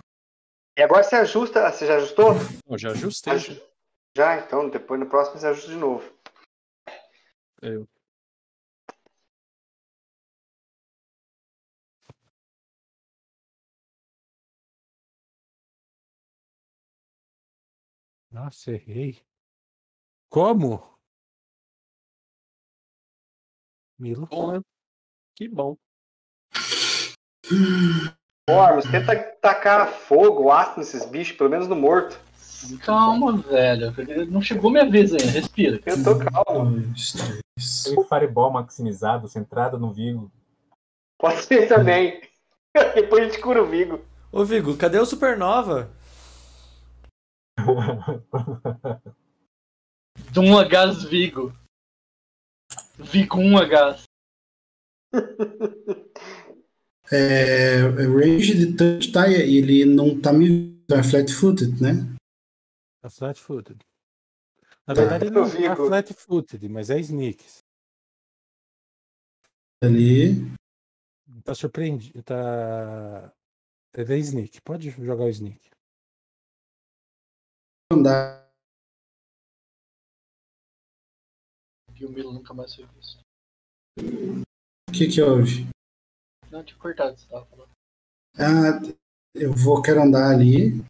Speaker 3: E agora você ajusta. ah, Você já ajustou?
Speaker 8: Não, já ajustei. já.
Speaker 3: Aju- Já, então, depois no próximo você ajusta de novo.
Speaker 8: É, eu-
Speaker 1: Nossa, errei. Como? Milo?
Speaker 8: Bom, né? Que bom.
Speaker 3: Ormus, tenta tacar fogo, ácido nesses bichos, pelo menos no morto.
Speaker 9: Calma, velho. Não chegou minha vez ainda. Respira.
Speaker 3: Eu tô calmo.
Speaker 5: Dois, três.
Speaker 4: Aquele um Fireball maximizado, centrado no Vigo.
Speaker 3: Pode ser também. Depois a gente cura o Vigo.
Speaker 7: Ô, Vigo, cadê o Supernova?
Speaker 9: Dum Hs um Vigo. um Vigum Hs.
Speaker 5: É, é range de touch, tá? E ele não tá me vendo. É flat-footed, né?
Speaker 1: É flat-footed. Na
Speaker 5: Tá.
Speaker 1: verdade, ele não
Speaker 3: Eu
Speaker 1: é
Speaker 3: fico.
Speaker 1: flat-footed, mas é sneaks.
Speaker 5: Ali.
Speaker 1: Tá surpreendido. Tá. Ele é sneak. Pode jogar o sneak.
Speaker 5: Andar.
Speaker 9: E o Milo nunca mais foi visto.
Speaker 5: O que que houve?
Speaker 9: Não, tinha cortado isso, tava falando.
Speaker 5: Ah, eu vou, quero andar ali.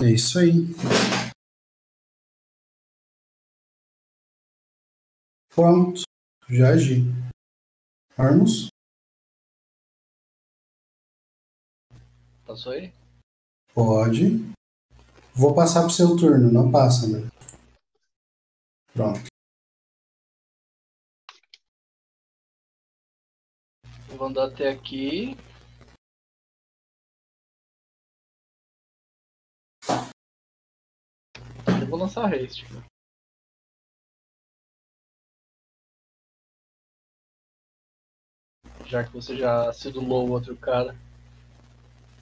Speaker 5: É isso aí. Pronto, já agi. Armos?
Speaker 9: Passou aí?
Speaker 5: Pode. Vou passar pro seu turno, não passa, né? Pronto.
Speaker 9: Eu vou andar até aqui. Eu vou lançar haste. cara. Já que você já sedulou o outro cara.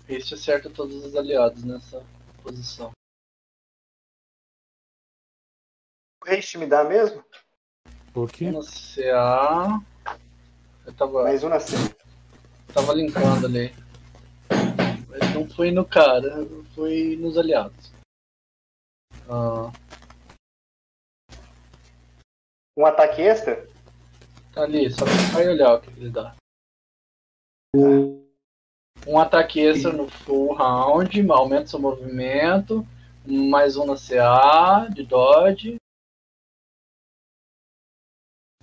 Speaker 9: Haste acerta todos os aliados nessa posição.
Speaker 3: O haste me dá mesmo?
Speaker 1: O quê?
Speaker 9: Um na CA. Ah. Eu tava,
Speaker 3: Mais um na cena.
Speaker 9: tava linkando ali. Mas não foi no cara, foi nos aliados. Ah,
Speaker 3: Um ataque extra?
Speaker 9: tá ali, só vai olhar o que ele dá.
Speaker 2: Um ataque extra no full round, aumenta seu movimento, mais um na CA de dodge.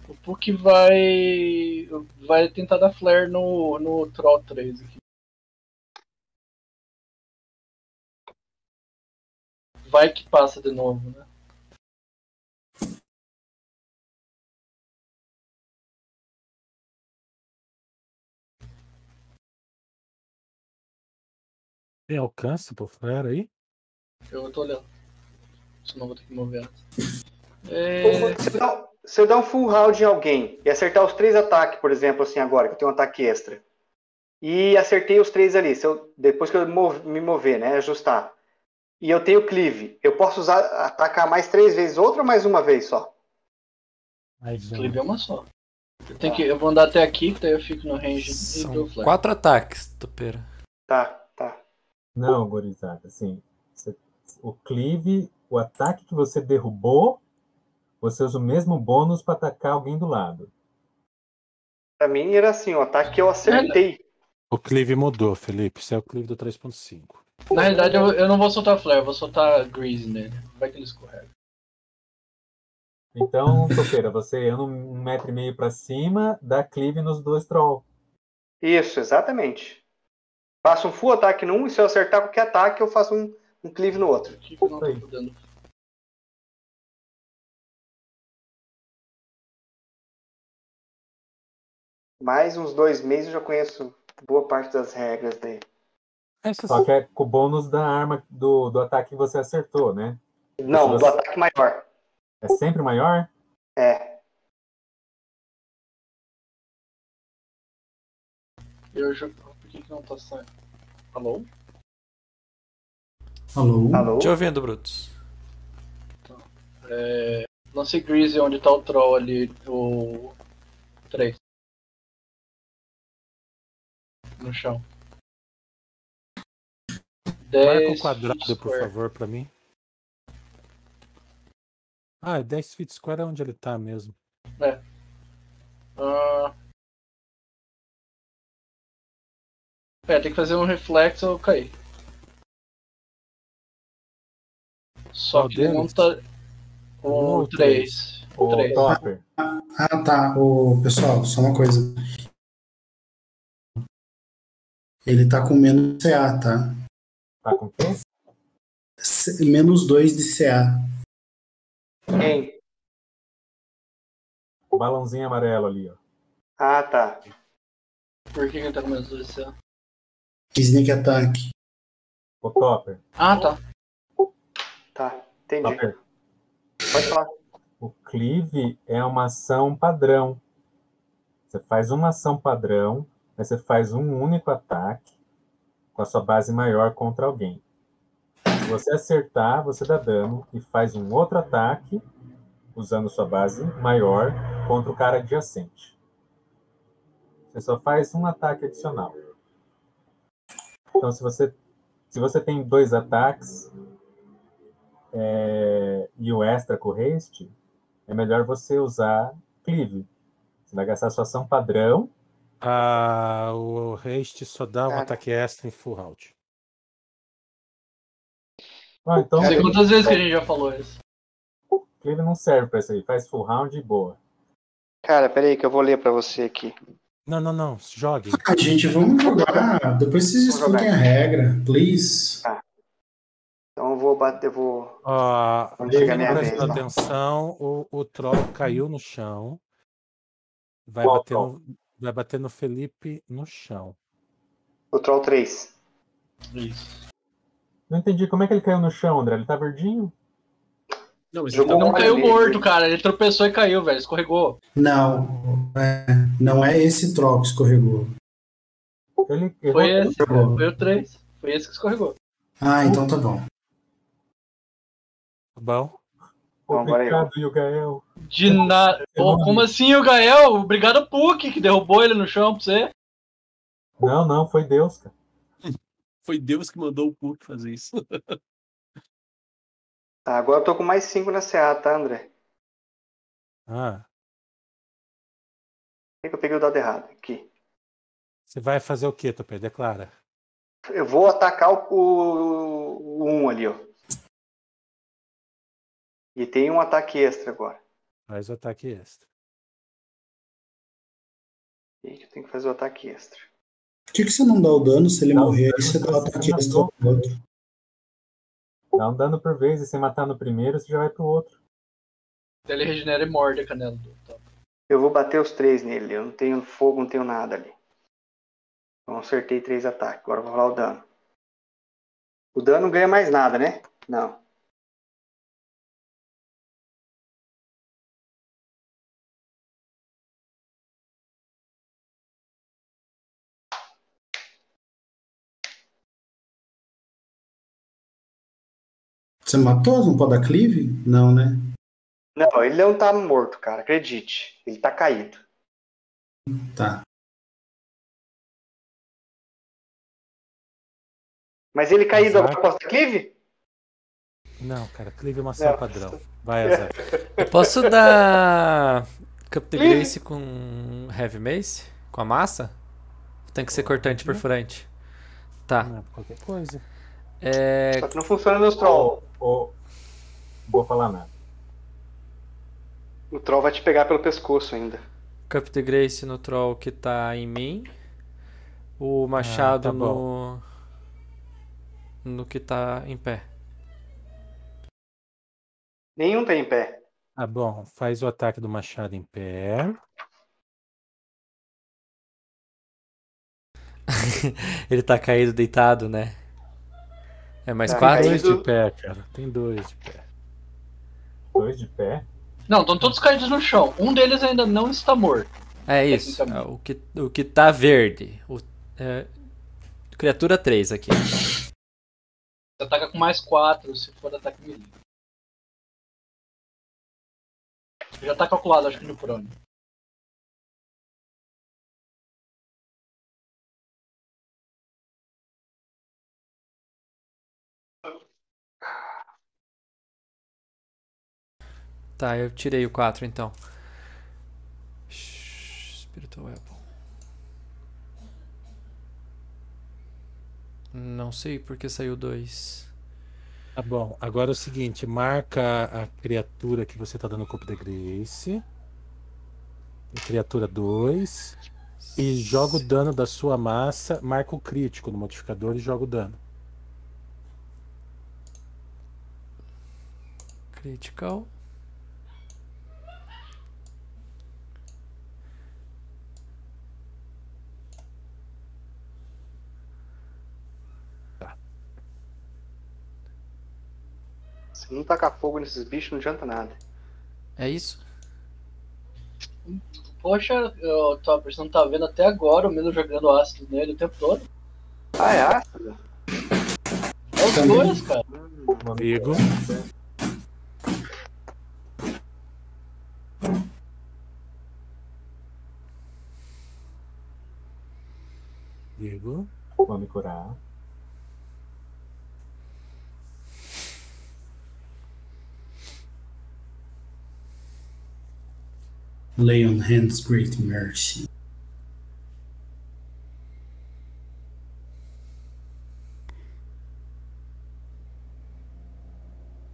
Speaker 2: O Puck vai. vai tentar dar flare no, no Troll 3 aqui. Vai que passa de novo, né?
Speaker 1: Tem alcance pro flare aí?
Speaker 2: Eu tô olhando. Senão vou ter que mover ela. É.
Speaker 3: Ou Se eu, dar, se eu dar um full round em alguém e acertar os três ataques, por exemplo, assim agora, que eu tenho um ataque extra. E acertei os três ali. se eu- depois que eu mov- me mover, né? Ajustar. E eu tenho cleave. Eu posso usar, atacar mais três vezes outra ou mais uma vez só?
Speaker 1: Mais
Speaker 2: Clive é uma só. Tem que, eu vou andar até aqui, que daí eu fico no range e dou
Speaker 10: São
Speaker 2: flare.
Speaker 10: quatro ataques, Topeira.
Speaker 3: Tá, tá.
Speaker 4: Não, gurizada, assim, você- o cleave, o ataque que você derrubou, você usa o mesmo bônus pra atacar alguém do lado.
Speaker 3: Pra mim era assim, o ataque que eu acertei.
Speaker 1: O clive mudou, Felipe. Isso é o clive do 3.5.
Speaker 2: Na realidade, eu, eu não vou soltar flare, eu vou
Speaker 9: Ah,
Speaker 2: soltar grease
Speaker 9: né?
Speaker 2: nele. Vai que ele escorrega.
Speaker 4: Então, Topeira, você anda um metro e meio pra cima, dá cleave nos dois troll.
Speaker 3: Isso, exatamente. Faço um full ataque num e se eu acertar qualquer ataque, eu faço um, um cleave no outro.
Speaker 2: Por que que eu não tô dando?
Speaker 3: Mais uns dois meses eu já conheço boa parte das regras dele.
Speaker 4: Só que é com o bônus da arma do, do ataque que você acertou, né?
Speaker 3: Não,
Speaker 4: Se
Speaker 3: do
Speaker 4: você-
Speaker 3: ataque maior.
Speaker 4: É sempre maior?
Speaker 3: É.
Speaker 2: Eu jo- Por que que não tá saindo? Alô?
Speaker 6: Alô?
Speaker 3: Alô?
Speaker 10: Te ouvindo, Brutus.
Speaker 2: Então, É... Lance grease onde tá o troll ali, o... 3. No chão.
Speaker 1: Marca
Speaker 2: 10
Speaker 1: um quadrado,
Speaker 2: feet
Speaker 1: por
Speaker 2: square.
Speaker 1: favor, pra mim. Ah, é 10 feet square é onde ele tá mesmo.
Speaker 2: É. Ah. É, tem que fazer um reflexo ou cair. Só
Speaker 1: Qual
Speaker 2: que não
Speaker 1: deles?
Speaker 2: tá.
Speaker 1: Um
Speaker 2: O
Speaker 1: ou
Speaker 2: 3.
Speaker 4: Ô,
Speaker 2: O 3.
Speaker 4: Topper,
Speaker 6: Ah, tá. Ô, pessoal, só uma coisa. Ele tá com menos CA, tá?
Speaker 4: tá com quem?
Speaker 6: C- menos 2 de CA.
Speaker 3: Quem?
Speaker 4: O balãozinho amarelo ali, ó.
Speaker 3: Ah, tá.
Speaker 2: Por que que ele tá com menos 2 CA?
Speaker 6: Sneak Attack.
Speaker 4: Ô, Topper,
Speaker 2: Ah, tá.
Speaker 3: Tá. Entendi.
Speaker 4: Topper,
Speaker 3: Pode falar.
Speaker 4: O cleave é uma ação padrão. Você faz uma ação padrão, mas você faz um único ataque com a sua base maior contra alguém. Se você acertar, você dá dano e faz um outro ataque usando sua base maior contra o cara adjacente. Você só faz um ataque adicional. Então, se você, se você tem dois ataques é, e o extra com haste, é melhor você usar cleave. Você vai gastar sua ação padrão.
Speaker 1: Ah, o haste só dá um
Speaker 3: Cara.
Speaker 1: ataque extra em full round.
Speaker 4: Ah, então
Speaker 2: Não sei quantas vezes que a gente já falou isso.
Speaker 4: cleave não serve pra isso aí. Faz full round e boa.
Speaker 3: Cara, peraí que eu vou ler pra você aqui.
Speaker 1: Não, não, não. Jogue.
Speaker 6: Ah, gente, vamos jogar. Depois vocês
Speaker 3: Vamos jogar.
Speaker 6: escutem a regra, please.
Speaker 3: Então eu vou bater, eu vou.
Speaker 1: Ó, pra
Speaker 3: Vamos
Speaker 1: quem
Speaker 3: chegar
Speaker 1: não
Speaker 3: minha
Speaker 1: prestou
Speaker 3: vez,
Speaker 1: Ah,
Speaker 3: então.
Speaker 1: atenção, o, o troll caiu no chão. Vai
Speaker 4: Qual
Speaker 1: bater, no, vai bater no Felipe no chão.
Speaker 3: O Troll 3.
Speaker 2: Isso.
Speaker 4: Não entendi como é que ele caiu no chão, André. Ele tá verdinho?
Speaker 8: Não, mas
Speaker 3: Jogou
Speaker 8: ele tá-
Speaker 2: Não
Speaker 3: Olha
Speaker 2: caiu
Speaker 3: ele.
Speaker 2: morto, cara. Ele tropeçou e caiu, velho. Escorregou.
Speaker 6: Não, é, não é esse troll que escorregou.
Speaker 4: Ele, ele
Speaker 2: Foi esse.
Speaker 6: Escorregou.
Speaker 2: Foi o 3. Foi esse que escorregou.
Speaker 6: Ah, então tá bom.
Speaker 1: Tá bom?
Speaker 3: Não, Então, agora é eu.
Speaker 4: complicado, e o Gael. É
Speaker 2: De nada. Pô, como assim o Gael? Obrigado, Puck, que derrubou ele no chão pra você.
Speaker 4: Não, não, foi Deus, cara.
Speaker 8: Foi Deus que mandou o Puck fazer isso.
Speaker 3: Tá, agora eu tô com mais 5 na CA, tá, André? Por
Speaker 1: Ah,
Speaker 3: que que eu peguei o dado errado? Aqui.
Speaker 1: você vai fazer o quê, Tupé? Declara.
Speaker 3: Eu vou atacar o, o, o 1 ali, ó. E tem um ataque extra agora.
Speaker 1: Faz o ataque é extra.
Speaker 3: E eu tenho que fazer o ataque extra.
Speaker 6: Por que, que você não dá o dano se ele
Speaker 4: Dá o
Speaker 6: morrer? Aí
Speaker 4: dano,
Speaker 6: você dá o
Speaker 4: você
Speaker 6: ataque
Speaker 4: matou.
Speaker 6: extra pro outro.
Speaker 4: Dá um dano por vez, e se matar no primeiro, você já vai pro outro.
Speaker 2: Daí Ele regenera e morde a canela do top.
Speaker 3: Eu vou bater os três nele. Eu não tenho fogo, não tenho nada ali. Então acertei três ataques. Agora eu vou rolar o dano. O dano não ganha mais nada, né? Não.
Speaker 6: Você matou? um Não pode dar cleave? Não, né?
Speaker 3: Não, ele não tá morto, cara. Acredite. Ele tá caído.
Speaker 6: Tá.
Speaker 3: Mas ele caído
Speaker 1: Azar.
Speaker 3: agora posso dar cleave?
Speaker 1: Não, cara, Cleave é uma ação
Speaker 3: Não.
Speaker 1: padrão. Vai, Azar.
Speaker 7: Eu posso dar Cup de
Speaker 3: Ih.
Speaker 7: Grace com Heavy Mace? Com a massa? Tem
Speaker 1: Uhum.
Speaker 7: que ser cortante e perfurante. Tá.
Speaker 1: Não, qualquer coisa.
Speaker 7: É,
Speaker 3: Só que não funciona meus troll.
Speaker 4: Ou. Vou falar nada.
Speaker 3: O troll vai te pegar pelo pescoço ainda.
Speaker 7: Cup de Grace no troll que tá em mim. O machado
Speaker 1: tá
Speaker 7: no. No que tá em pé.
Speaker 3: Nenhum tá em pé.
Speaker 1: Tá bom, faz o ataque do machado em pé.
Speaker 7: Ele tá caído, deitado, né? É mais
Speaker 3: Tá
Speaker 7: quatro?
Speaker 1: Dois
Speaker 3: Caído.
Speaker 1: de pé, cara. Tem dois de pé.
Speaker 4: Dois de pé.
Speaker 2: Não, estão todos caídos no chão. Um deles ainda não está morto.
Speaker 7: É isso.
Speaker 2: Tecnicamente.
Speaker 7: é O que, o que tá verde. O- é, criatura 3 aqui.
Speaker 2: Você ataca com mais quatro, se for ataque melee. Já tá calculado, acho que no prone.
Speaker 7: Tá, eu tirei o 4 então. Spiritual Weapon. Não sei porque saiu 2.
Speaker 1: Tá bom, agora é o seguinte, marca a criatura que você tá dando copo da Grace. E Criatura 2. E joga o dano da sua massa, marca o crítico no modificador e joga o dano.
Speaker 7: Critical.
Speaker 3: Se não tacar fogo nesses bichos, não adianta nada.
Speaker 7: É isso?
Speaker 2: Poxa, ô, Topper, você não tá vendo até agora o Milo jogando ácido nele o tempo todo?
Speaker 3: Ah, é ácido?
Speaker 2: É os
Speaker 6: Também.
Speaker 2: dois, cara.
Speaker 1: Amigo. Diego.
Speaker 4: Vou me curar.
Speaker 6: Lay on hands, great mercy.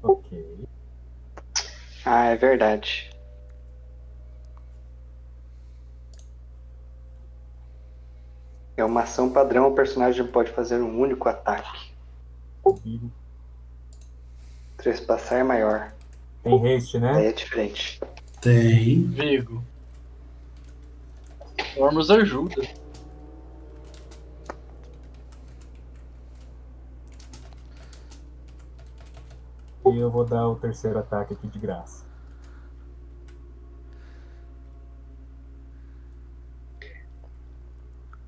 Speaker 4: Ok.
Speaker 3: Ah, é verdade. É uma ação padrão, o personagem pode fazer um único ataque.
Speaker 4: E
Speaker 3: Trespassar é maior.
Speaker 4: tem haste,
Speaker 3: Daí
Speaker 4: né?
Speaker 3: é diferente.
Speaker 6: Tem.
Speaker 2: Vigo. Ormus ajuda.
Speaker 4: E eu vou dar o terceiro ataque aqui de graça.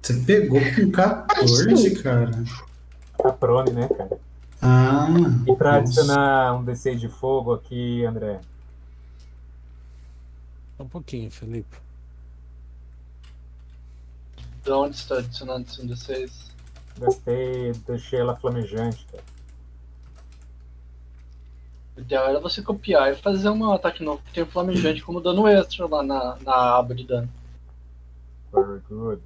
Speaker 6: Você pegou com 14, cara.
Speaker 4: Tá prone, né, cara?
Speaker 6: Ah.
Speaker 4: E pra
Speaker 6: nossa.
Speaker 4: adicionar um D6 de fogo aqui, André.
Speaker 1: Só Um pouquinho, Felipe.
Speaker 2: De onde está adicionando esse 1 D6?
Speaker 4: Gastei, deixei ela flamejante, cara.
Speaker 2: O ideal era você copiar e fazer um ataque novo que tem flamejante como dano extra lá na, na aba de dano.
Speaker 4: Very good.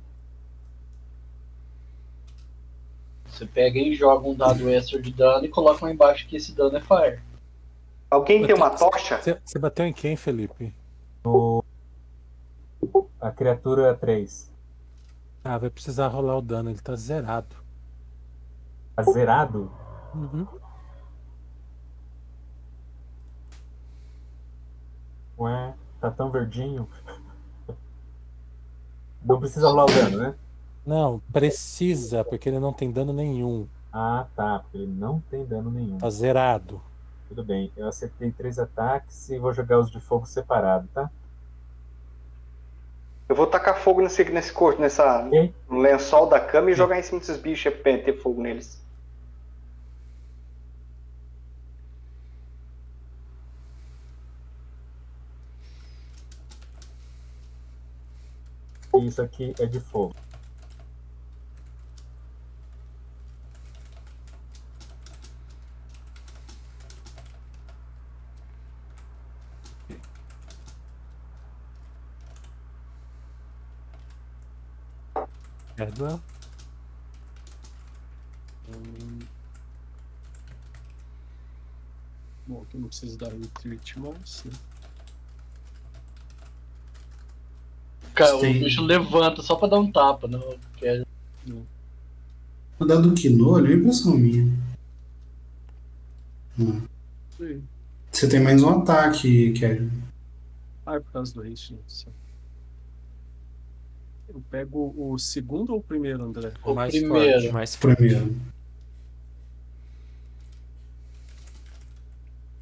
Speaker 2: Você pega e joga um dado extra de dano e coloca lá embaixo que esse dano é fire.
Speaker 3: Alguém tem uma tocha?
Speaker 1: Você, você bateu em quem, Felipe?
Speaker 4: No... A criatura 3.
Speaker 1: Ah, vai precisar rolar o dano, ele tá zerado.
Speaker 4: Tá zerado?
Speaker 1: Uhum.
Speaker 4: Ué, tá tão verdinho. Não precisa rolar o dano, né?
Speaker 1: Não, precisa, porque ele não tem dano nenhum.
Speaker 4: Ah, tá. Porque ele não tem dano nenhum.
Speaker 1: Tá zerado.
Speaker 4: Tudo bem. Eu acertei três ataques e vou jogar os de fogo separado, tá?
Speaker 3: Eu vou tacar fogo nesse, nesse corpo, nessa
Speaker 4: Ok.
Speaker 3: no lençol da cama e jogar em cima desses bichos e meter fogo neles.
Speaker 4: E isso aqui é de fogo.
Speaker 1: Perdão.
Speaker 8: Bom, aqui não precisa dar retreat, mas. né?
Speaker 2: Cara, o
Speaker 6: Sim.
Speaker 2: bicho levanta só pra dar um tapa. Não, é- quer.
Speaker 6: O dado Kino ali é impressão minha. Hum.
Speaker 8: Sim.
Speaker 6: Você tem mais um ataque, Kelly.
Speaker 8: Ah, é por causa do haste, não sei. Eu pego o segundo ou o primeiro, André?
Speaker 2: O
Speaker 13: mais
Speaker 2: primeiro.
Speaker 13: forte, mais forte.
Speaker 6: Primeiro.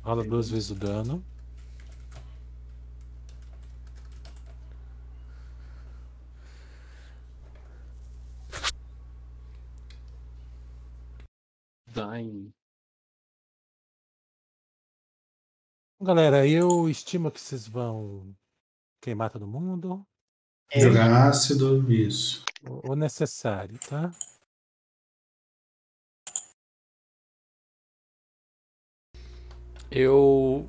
Speaker 1: Rola duas vezes o dano.
Speaker 8: Dying.
Speaker 1: Galera, eu estimo que vocês vão queimar todo mundo.
Speaker 6: Jogar ácido, isso.
Speaker 1: O o necessário, tá?
Speaker 7: Eu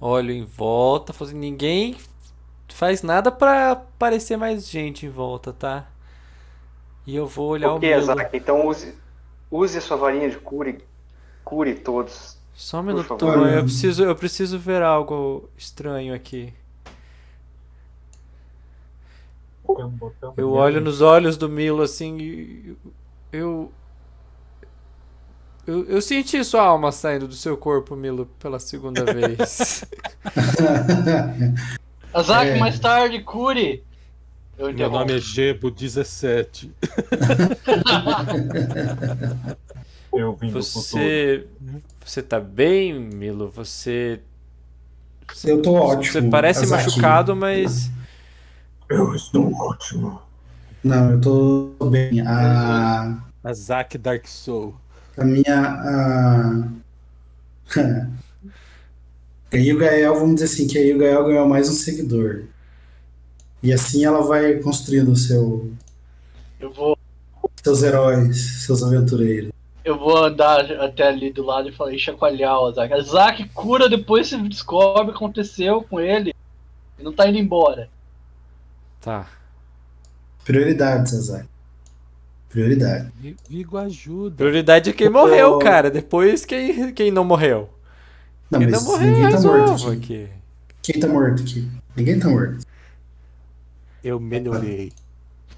Speaker 7: olho em volta, tá fazendo ninguém faz nada pra aparecer mais gente em volta, tá? E eu vou olhar
Speaker 3: Ok,
Speaker 7: o meu. um
Speaker 3: Azak, então use, use a sua varinha de cura e cure todos.
Speaker 7: Só um minuto,
Speaker 3: favor.
Speaker 7: mãe, eu preciso, eu preciso ver algo estranho aqui.
Speaker 4: Tem um botão
Speaker 7: Eu
Speaker 4: ali.
Speaker 7: olho nos olhos do Milo assim e eu eu, eu senti sua alma saindo do seu corpo, Milo, pela segunda vez.
Speaker 2: Azak,
Speaker 6: É.
Speaker 2: mais tarde, cure! Eu
Speaker 1: Meu
Speaker 2: interrompo.
Speaker 1: nome é Gebo17.
Speaker 4: Eu vim do futuro.
Speaker 7: Você. Você tá bem, Milo? Você.
Speaker 6: Eu tô ótimo.
Speaker 7: Você parece
Speaker 6: Azaki.
Speaker 7: machucado, mas.
Speaker 4: Eu estou ótimo.
Speaker 6: Não, eu tô bem. Ah, A,
Speaker 1: Azak Dark Soul.
Speaker 6: a minha. A... A Gael, vamos dizer assim, que a Gael ganhou mais um seguidor. E assim ela vai construindo seu,
Speaker 2: Eu vou,
Speaker 6: seus heróis, seus aventureiros.
Speaker 2: eu vou andar até ali do lado e falar e chacoalhar o Azak. Azak, cura, depois você descobre o que aconteceu com ele. Ele não tá indo embora.
Speaker 7: Tá.
Speaker 6: Prioridades, Azai. Prioridade.
Speaker 1: Vi- Vigo ajuda.
Speaker 7: Prioridade é quem morreu,
Speaker 6: Eu-
Speaker 7: cara. Depois quem, quem não morreu.
Speaker 6: Não,
Speaker 7: Quem
Speaker 6: mas
Speaker 7: não morreu
Speaker 6: ninguém tá morto
Speaker 7: resolve
Speaker 6: aqui.
Speaker 7: aqui.
Speaker 6: Quem tá morto aqui? Ninguém tá morto.
Speaker 1: Eu melhorei.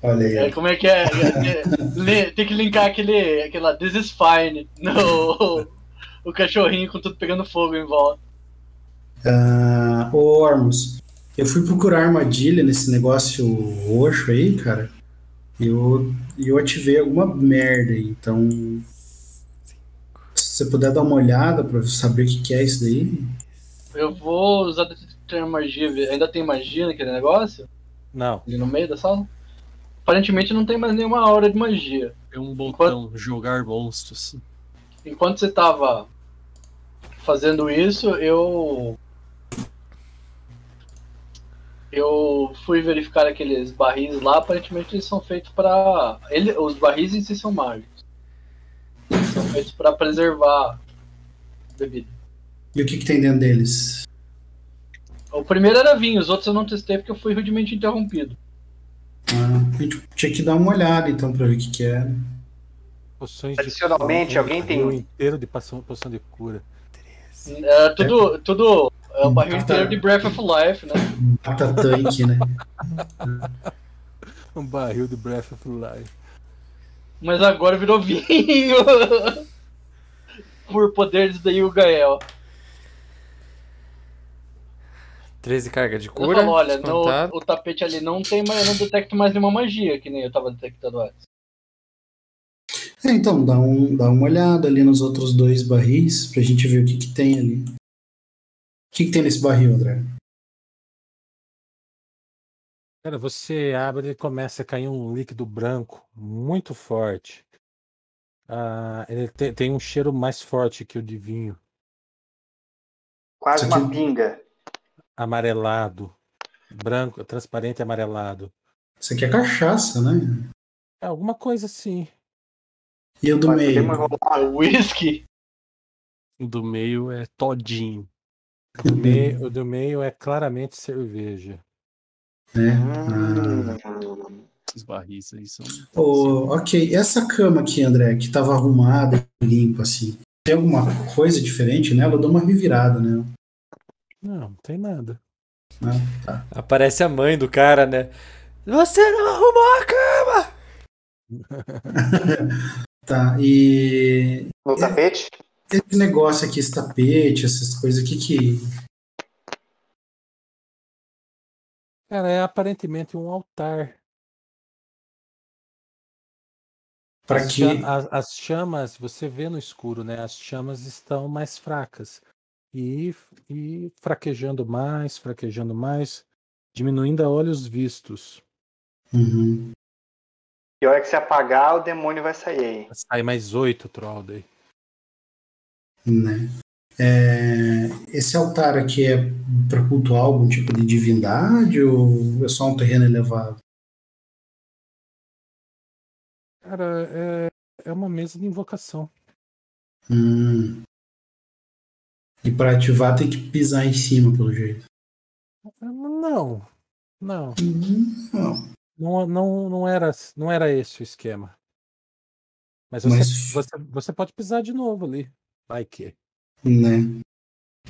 Speaker 6: Olha aí.
Speaker 2: É,
Speaker 6: ó.
Speaker 2: como é que é? É, é, li- tem que linkar aquele, aquela This is fine. No, o cachorrinho com tudo pegando fogo em volta.
Speaker 6: Ah, ô, Ormus, eu fui procurar armadilha nesse negócio roxo aí, cara. E eu, e eu ativei alguma merda aí. Então. Se você puder dar uma olhada pra saber o que, que é isso daí.
Speaker 2: Eu vou usar detectar magia. ver- Ainda tem magia naquele negócio?
Speaker 1: Não.
Speaker 2: Ali no meio da sala? Aparentemente não tem mais nenhuma aura de magia.
Speaker 8: É um botão, jogar monstros.
Speaker 2: enquanto você tava fazendo isso, eu. Eu fui verificar aqueles barris lá, aparentemente eles são feitos pra. Ele, os barris em si são mágicos. Eles são feitos pra preservar a bebida.
Speaker 6: E o que, que tem dentro deles?
Speaker 2: O primeiro era vinho, os outros eu não testei porque eu fui rudemente interrompido.
Speaker 6: Ah, a gente tinha que dar uma olhada então pra ver o que, que é.
Speaker 1: Poções
Speaker 3: Adicionalmente,
Speaker 1: de cura,
Speaker 3: alguém tem-
Speaker 1: barril inteiro de poção, poção de cura.
Speaker 2: É, tudo, tudo é o barril inteiro de Breath of Life, né?
Speaker 6: Mata tanque, né?
Speaker 1: Um barril de Breath of Life.
Speaker 2: Mas agora virou vinho. Por poderes da Gael.
Speaker 10: 13 cargas de
Speaker 2: Eu
Speaker 10: cura.
Speaker 2: falo, olha, no-
Speaker 10: descontado.
Speaker 2: o tapete ali não tem, mas eu não detecto mais nenhuma magia, que nem eu tava detectando antes.
Speaker 6: É, então, dá, um, dá uma olhada ali nos outros dois barris pra gente ver o que, que tem ali. O que, que tem nesse barril, André?
Speaker 1: Cara, você abre e começa a cair um líquido branco muito forte. Ah, ele te- tem um cheiro mais forte que o de vinho,
Speaker 3: Quase
Speaker 6: Isso aqui-
Speaker 3: uma pinga.
Speaker 1: amarelado, branco, transparente e amarelado.
Speaker 6: Isso aqui é cachaça, né?
Speaker 1: É alguma coisa assim.
Speaker 6: E eu do
Speaker 3: Mas
Speaker 6: meio.
Speaker 3: podemos rolar.
Speaker 2: O whisky.
Speaker 8: Do meio é todinho.
Speaker 1: O do meio- o do meio é claramente cerveja.
Speaker 6: Né?
Speaker 3: Hum.
Speaker 8: Esses barris aí são.
Speaker 6: Ah, ô, ok, essa cama aqui, André, que tava arrumada e limpa, assim, tem alguma coisa diferente nela? Eu dou uma revirada, né?
Speaker 1: Não, não tem nada.
Speaker 6: Ah, tá.
Speaker 10: Aparece a mãe do cara, né? Você não arrumou a cama!
Speaker 6: Tá, e é,
Speaker 3: No tapete?
Speaker 6: esse negócio aqui, esse tapete, essas coisas, o que que...
Speaker 1: Cara, é aparentemente um altar.
Speaker 6: Pra
Speaker 1: As
Speaker 6: que...
Speaker 1: cha- As, as chamas, você vê no escuro, né? As chamas estão mais fracas. E, e fraquejando mais, fraquejando mais, diminuindo a olhos vistos.
Speaker 6: Uhum.
Speaker 3: E a hora que se apagar, o demônio vai sair aí.
Speaker 1: Sai mais oito, Trollday.
Speaker 6: né? É, esse altar aqui é para cultuar algum tipo de divindade ou é só um terreno elevado?
Speaker 1: Cara, é, é uma mesa de invocação.
Speaker 6: Hum. E para ativar tem que pisar em cima, pelo jeito.
Speaker 1: Não, não.
Speaker 6: Não.
Speaker 1: Não, não, não, era, não era esse o esquema. Mas você,
Speaker 6: Mas-
Speaker 1: você, você pode pisar de novo ali. Vai que.
Speaker 6: Né?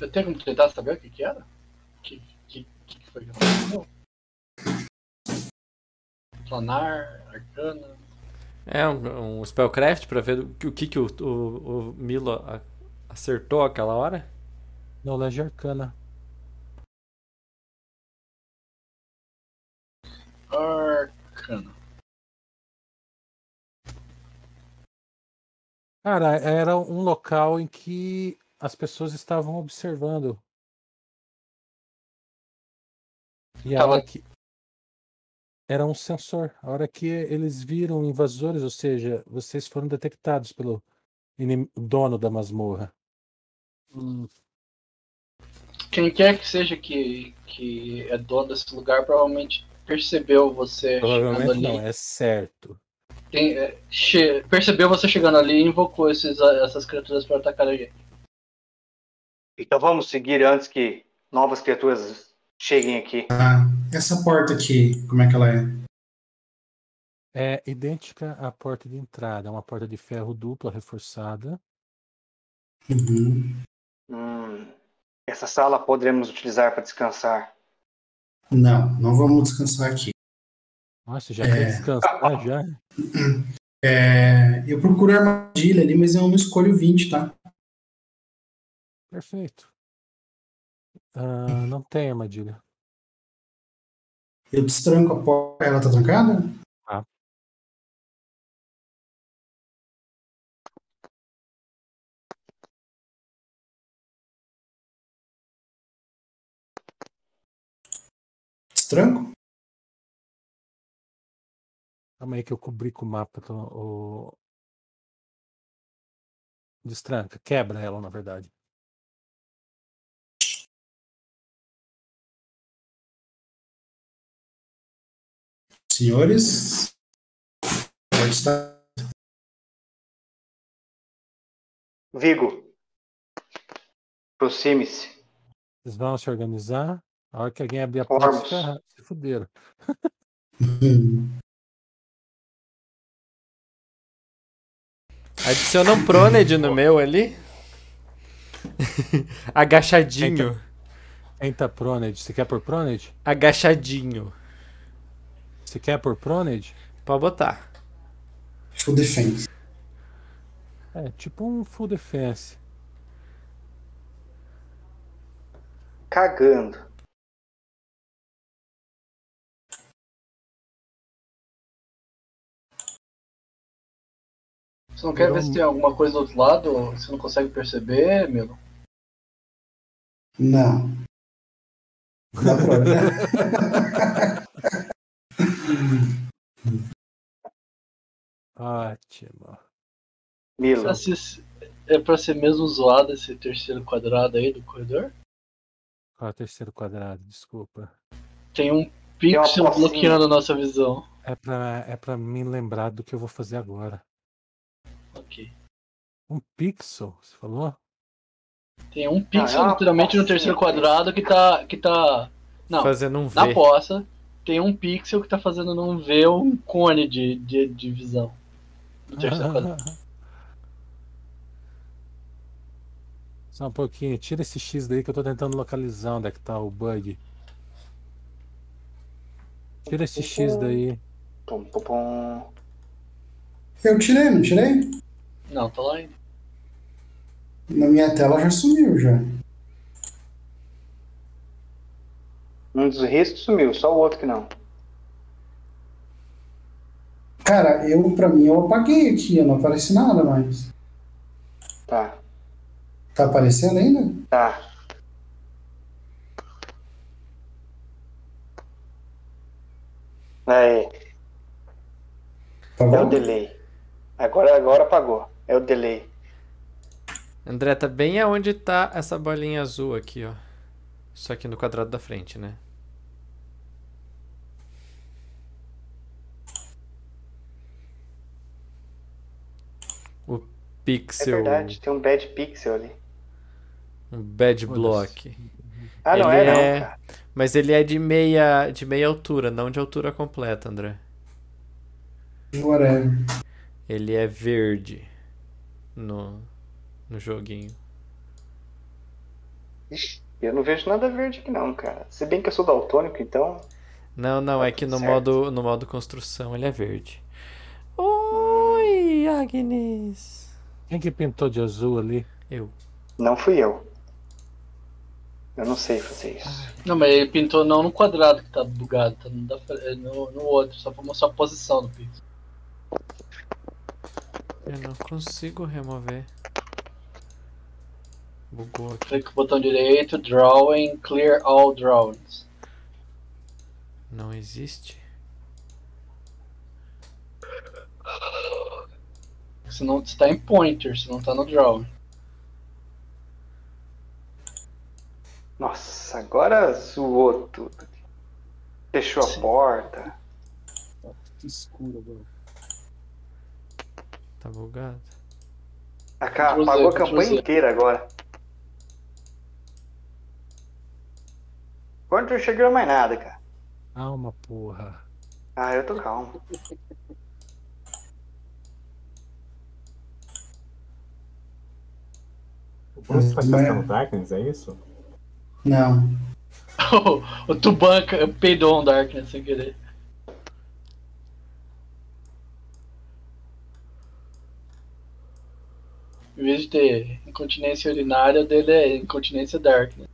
Speaker 2: Eu tenho como tentar saber o que que era? Que que, que que foi que aconteceu? Planar, arcana.
Speaker 10: É um, um spellcraft pra ver o que o, que que o, o- o Milo a- acertou aquela hora. um
Speaker 1: Knowledge Arcana.
Speaker 2: Arcana.
Speaker 1: Cara, era um local em que as pessoas estavam observando. E a
Speaker 2: Tava-
Speaker 1: hora que. Era um sensor. A hora que eles viram invasores, ou seja, vocês foram detectados pelo inim- dono da masmorra. Hum.
Speaker 2: Quem quer que seja que, que é dono desse lugar provavelmente percebeu você chegando
Speaker 1: Provavelmente
Speaker 2: ali.
Speaker 1: não, é certo.
Speaker 2: Tem- é, che- percebeu você chegando ali e invocou esses, essas criaturas pra atacar a gente.
Speaker 3: Então vamos seguir antes que novas criaturas cheguem aqui.
Speaker 6: Ah, essa porta aqui, como é que ela é?
Speaker 1: É idêntica à porta de entrada, é uma porta de ferro dupla reforçada.
Speaker 6: Uhum.
Speaker 3: Hum. Essa sala poderemos utilizar para descansar.
Speaker 6: Não, não vamos descansar aqui.
Speaker 1: Nossa, já quer
Speaker 6: É.
Speaker 1: descansar já?
Speaker 6: É, eu procuro armadilha ali, mas eu não escolho 20, tá?
Speaker 1: Perfeito. Ah, não tem armadilha.
Speaker 6: Eu destranco a porta, ela tá trancada?
Speaker 1: Ah.
Speaker 6: Destranco?
Speaker 1: Calma aí que eu cobri com o mapa. tô- o- Destranca, quebra ela, na verdade.
Speaker 6: Senhores, pode estar.
Speaker 3: Vigo, aproxime-se.
Speaker 1: Eles vão se organizar. A hora que alguém abrir a porta,
Speaker 3: Formos.
Speaker 1: se, ferra- se fuderam.
Speaker 6: Hum.
Speaker 7: Adiciona um Proned no meu ali. Agachadinho.
Speaker 1: Entra Proned. Você quer por Proned?
Speaker 7: Agachadinho.
Speaker 1: Você quer por Proned?
Speaker 7: Pode botar.
Speaker 6: Full defense.
Speaker 1: É tipo um full defense.
Speaker 3: Cagando.
Speaker 2: Você não quer ver se tem alguma coisa do outro lado? ou Você não consegue perceber, Milo?
Speaker 6: Não. Dá pra olhar.
Speaker 1: Ótimo.
Speaker 3: Milo.
Speaker 2: Pra ser- É pra ser mesmo zoado esse terceiro quadrado aí do corredor?
Speaker 1: Qual é o terceiro quadrado? Desculpa.
Speaker 2: Tem um
Speaker 3: Tem uma
Speaker 2: pixel
Speaker 3: pocinha.
Speaker 2: bloqueando a nossa visão.
Speaker 1: É pra, é pra me lembrar do que eu vou fazer agora.
Speaker 2: Ok.
Speaker 1: Um pixel, você falou?
Speaker 2: Tem um pixel
Speaker 3: é uma
Speaker 2: literalmente no
Speaker 3: pocinha,
Speaker 2: terceiro
Speaker 3: cara.
Speaker 2: quadrado que tá. que tá. Não,
Speaker 7: Fazendo um V.
Speaker 2: na poça. Tem um pixel que tá fazendo não ver um cone de, de, de visão. No terceiro quadrado.
Speaker 1: Só um pouquinho, tira esse X daí que eu tô tentando localizar onde é que tá o bug. Tira esse X daí.
Speaker 3: Pum, pum, pum.
Speaker 6: Eu tirei, não tirei?
Speaker 2: Não, tá lá ainda.
Speaker 6: Na minha tela já sumiu já.
Speaker 3: Um dos riscos sumiu, só o outro que não.
Speaker 6: Cara, eu pra mim eu apaguei aqui, eu não aparece nada mais.
Speaker 3: Tá,
Speaker 6: Tá aparecendo ainda?
Speaker 3: tá. Aí,
Speaker 6: Tá
Speaker 3: é o
Speaker 6: bom?
Speaker 3: delay. Agora, agora apagou. É o delay.
Speaker 7: André, tá bem aonde tá essa bolinha azul aqui, ó. Só que no quadrado da frente, né? O
Speaker 3: É
Speaker 7: pixel,
Speaker 3: verdade, tem um bad pixel ali.
Speaker 7: um bad
Speaker 1: Foda-se.
Speaker 7: block.
Speaker 3: Ah, não
Speaker 7: Ele
Speaker 3: é,
Speaker 7: é-
Speaker 3: não, cara.
Speaker 7: Mas ele é de meia, de meia altura, não de altura completa, André.
Speaker 6: Whatever.
Speaker 7: Ele é verde no, no joguinho.
Speaker 3: Ixi, Eu não vejo nada verde aqui não, cara. Se bem que eu sou daltônico, então.
Speaker 7: Não, não,
Speaker 3: Tá
Speaker 7: é que
Speaker 3: tudo
Speaker 7: no
Speaker 3: certo.
Speaker 7: modo, no modo construção ele é verde. Oi, Agnes!
Speaker 1: Quem que pintou de azul ali?
Speaker 7: Eu.
Speaker 3: Não fui eu. Eu não sei fazer isso.
Speaker 2: Não, mas ele pintou não no quadrado que tá bugado, tá no, da fre- é no, no outro, só pra mostrar a posição do pixel.
Speaker 7: Eu não consigo remover. Bugou aqui.
Speaker 2: Clica o botão direito, Drawing, Clear All Drawings.
Speaker 7: Não existe?
Speaker 2: Se não está em pointer, se não tá no drawing.
Speaker 3: Nossa, agora zoou tudo. Fechou a porta.
Speaker 8: Escuro agora.
Speaker 7: Tá bugado.
Speaker 3: A ca-
Speaker 2: Ctrl Z,
Speaker 3: Ah, Apagou a
Speaker 2: Ctrl
Speaker 3: campanha
Speaker 2: Z.
Speaker 3: inteira agora. Quando eu cheguei não é mais nada, cara.
Speaker 1: Calma, porra.
Speaker 3: Ah, eu tô calmo.
Speaker 4: O Bruce faz
Speaker 6: Hum, Mas-
Speaker 4: Castle Darkness, é isso?
Speaker 6: Não.
Speaker 2: o Tuban ca- peidou um Darkness sem querer. Em vez de ter incontinência urinária, o dele é incontinência Darkness.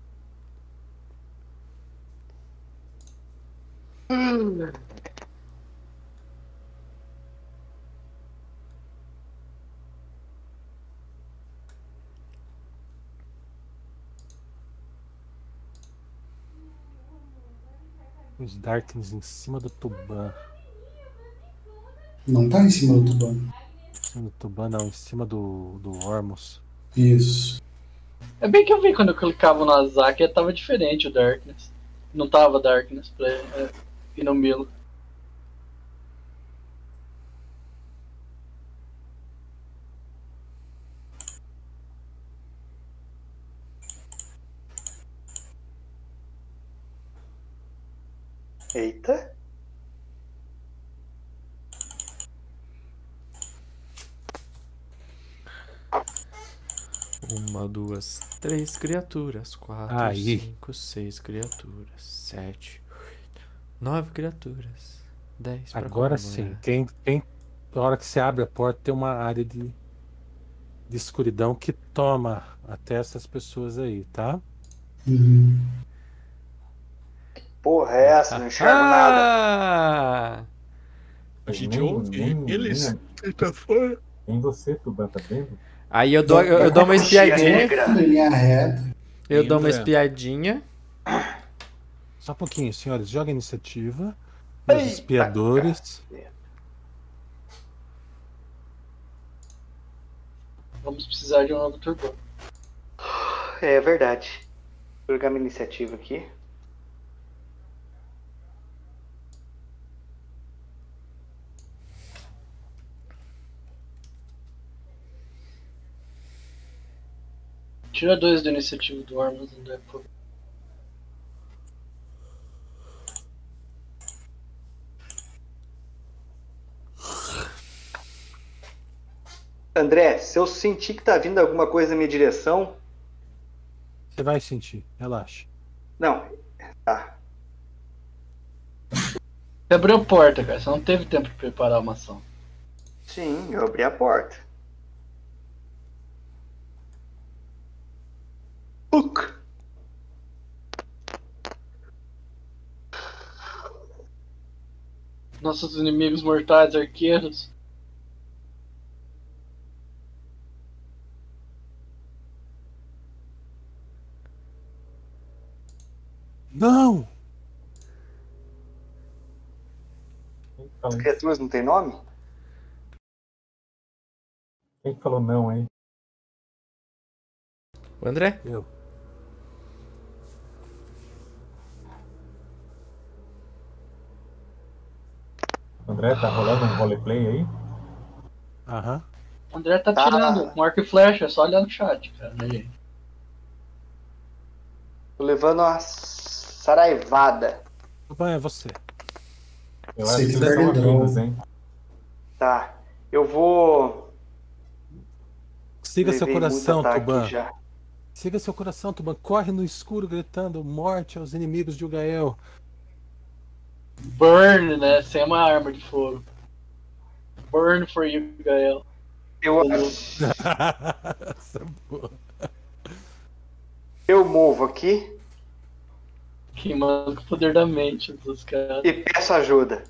Speaker 1: Os Darkness em cima do Tuban.
Speaker 6: Não tá em cima do tubo.
Speaker 1: Em cima do Tuban, não, em cima do, do Ormus.
Speaker 6: Isso.
Speaker 2: É bem que eu vi quando eu clicava no Azak, tava diferente o Darkness. Não tava Darkness pra ele. é, E no Milo.
Speaker 3: Eita.
Speaker 10: Uma, duas, três criaturas. Quatro,
Speaker 1: Aí.
Speaker 10: cinco, seis criaturas. Sete, oito, nove criaturas. Dez é pra
Speaker 1: Agora
Speaker 10: comemorar.
Speaker 1: sim. Quem, quem, na hora que você abre a porta, tem uma área de, de escuridão que toma até essas pessoas aí, tá?
Speaker 3: Porra, é essa? Não enxergo nada.
Speaker 10: Ah!
Speaker 8: A gente
Speaker 4: Nem-
Speaker 8: ouve
Speaker 4: nem-
Speaker 8: eles.
Speaker 4: nem-
Speaker 8: Eita, foi.
Speaker 4: Nem você, Tuban, tá vendo?
Speaker 10: Aí eu dou, eu, eu dou uma espiadinha.
Speaker 3: negra.
Speaker 6: Tudo em linha reta.
Speaker 10: Eu dou uma
Speaker 8: Lembra?
Speaker 10: espiadinha.
Speaker 1: Só um pouquinho, senhores. Joga a iniciativa. Os espiadores.
Speaker 2: Vamos precisar de um novo turbante.
Speaker 3: É verdade. Vou jogar minha iniciativa aqui.
Speaker 2: Tira dois da iniciativa do Armas and Deco.
Speaker 3: André, se eu sentir que tá vindo alguma coisa na minha direção.
Speaker 1: Você vai sentir, relaxa.
Speaker 3: Não. Tá.
Speaker 2: Você abriu a porta, cara. Você não teve tempo de preparar uma ação.
Speaker 3: Sim, eu abri a porta. Uk.
Speaker 2: Nossos inimigos mortais arqueiros.
Speaker 1: Não!
Speaker 4: Quem
Speaker 3: As
Speaker 4: falou,
Speaker 3: criaturas É, não tem nome?
Speaker 4: quem falou não, hein?
Speaker 10: O André?
Speaker 1: Eu.
Speaker 4: André, tá rolando um roleplay aí?
Speaker 1: Aham.
Speaker 2: O André tá
Speaker 3: Tá.
Speaker 2: tirando com arco e flecha, é só olhar no chat, cara. Aí.
Speaker 3: Tô levando uma saraivada.
Speaker 1: Tuban, é você.
Speaker 4: Eu
Speaker 6: Sei
Speaker 4: acho
Speaker 6: que
Speaker 4: que vocês
Speaker 6: tá
Speaker 4: são
Speaker 6: grandão.
Speaker 4: amigos, hein?
Speaker 3: Tá. Eu vou.
Speaker 1: Siga seu
Speaker 3: Levei muito
Speaker 1: coração,
Speaker 3: ataque
Speaker 1: Tuban.
Speaker 3: já.
Speaker 1: Siga seu coração, Tuban. Corre no escuro gritando morte aos inimigos de Ugael.
Speaker 2: Burn, né? Sem uma arma de fogo. Burn for you, Gael.
Speaker 3: Eu,
Speaker 1: Essa é boa.
Speaker 3: eu movo aqui
Speaker 2: Queimando com o poder da mente dos caras.
Speaker 3: e peço ajuda.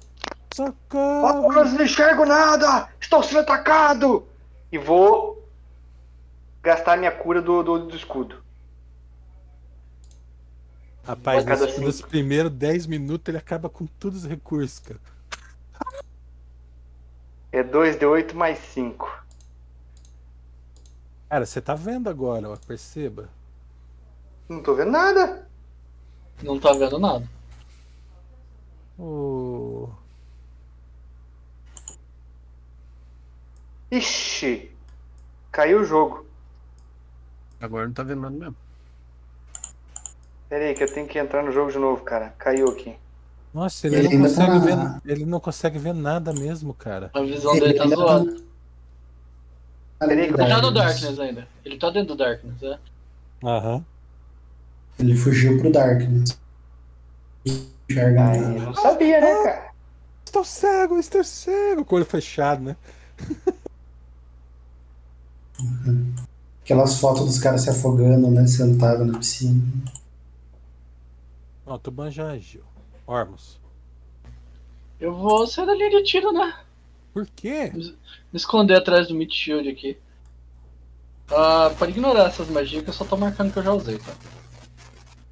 Speaker 1: Socorro!
Speaker 3: Horus, não enxergo nada! Estou sendo atacado! E vou gastar minha cura do, do, do escudo.
Speaker 1: Rapaz,
Speaker 3: Cada
Speaker 1: nos,
Speaker 3: cinco.
Speaker 1: nos primeiros 10 minutos ele acaba com todos os recursos, cara.
Speaker 3: É 2d8 mais 5.
Speaker 1: Cara, você tá vendo agora, ó, perceba.
Speaker 3: Não tô vendo nada.
Speaker 2: Não tá vendo nada.
Speaker 1: Ô,
Speaker 3: Ixi! Caiu o jogo.
Speaker 8: Agora não tá vendo nada mesmo.
Speaker 3: Pera aí, que eu tenho que entrar no jogo de novo, cara. Caiu aqui.
Speaker 1: Nossa, ele,
Speaker 6: Ele
Speaker 1: não
Speaker 6: ainda
Speaker 1: consegue
Speaker 6: tá-
Speaker 1: ver. Ele não consegue ver nada mesmo, cara.
Speaker 2: A visão dele tá zoada.
Speaker 3: Peraí,
Speaker 2: Ele tá no Darkness ainda. Ele tá dentro do Darkness, né?
Speaker 1: Aham.
Speaker 6: Ele fugiu pro Darkness. Enxerga
Speaker 3: Aí,
Speaker 6: nada.
Speaker 3: Ah, não sabia, né, cara?
Speaker 1: Ah, Estou cego, estou cego! Com o olho fechado, né?
Speaker 6: Aquelas fotos dos caras se afogando, né? Sentado na piscina.
Speaker 1: Ó, o Tuban já agiu. Ormus.
Speaker 2: Eu vou sair da linha de tiro, né?
Speaker 1: Por quê?
Speaker 2: Me esconder atrás do Meat Shield aqui. Ah, pode ignorar essas magias que eu só tô marcando que eu já usei, tá?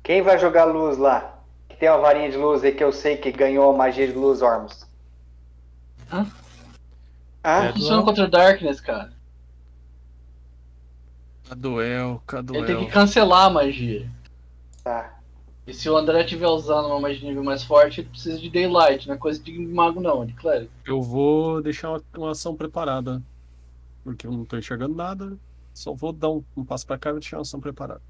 Speaker 3: Quem vai jogar luz lá? Que tem uma varinha de luz aí que eu sei que ganhou a magia de luz, Ormus.
Speaker 2: Hã?
Speaker 3: Hã?
Speaker 7: Ah.
Speaker 8: É,
Speaker 2: Funciona contra o Darkness, cara.
Speaker 8: É, Caduel,
Speaker 1: é
Speaker 2: Ele tem
Speaker 8: Caduel.
Speaker 2: que cancelar a magia.
Speaker 3: Tá.
Speaker 2: E se o André tiver usando uma magia de nível mais forte, ele precisa de Daylight, não é coisa de mago não, de clérigo.
Speaker 8: Eu vou deixar uma, uma ação preparada. Porque eu não tô enxergando nada. Só vou dar um, um passo pra cá e vou deixar uma ação preparada.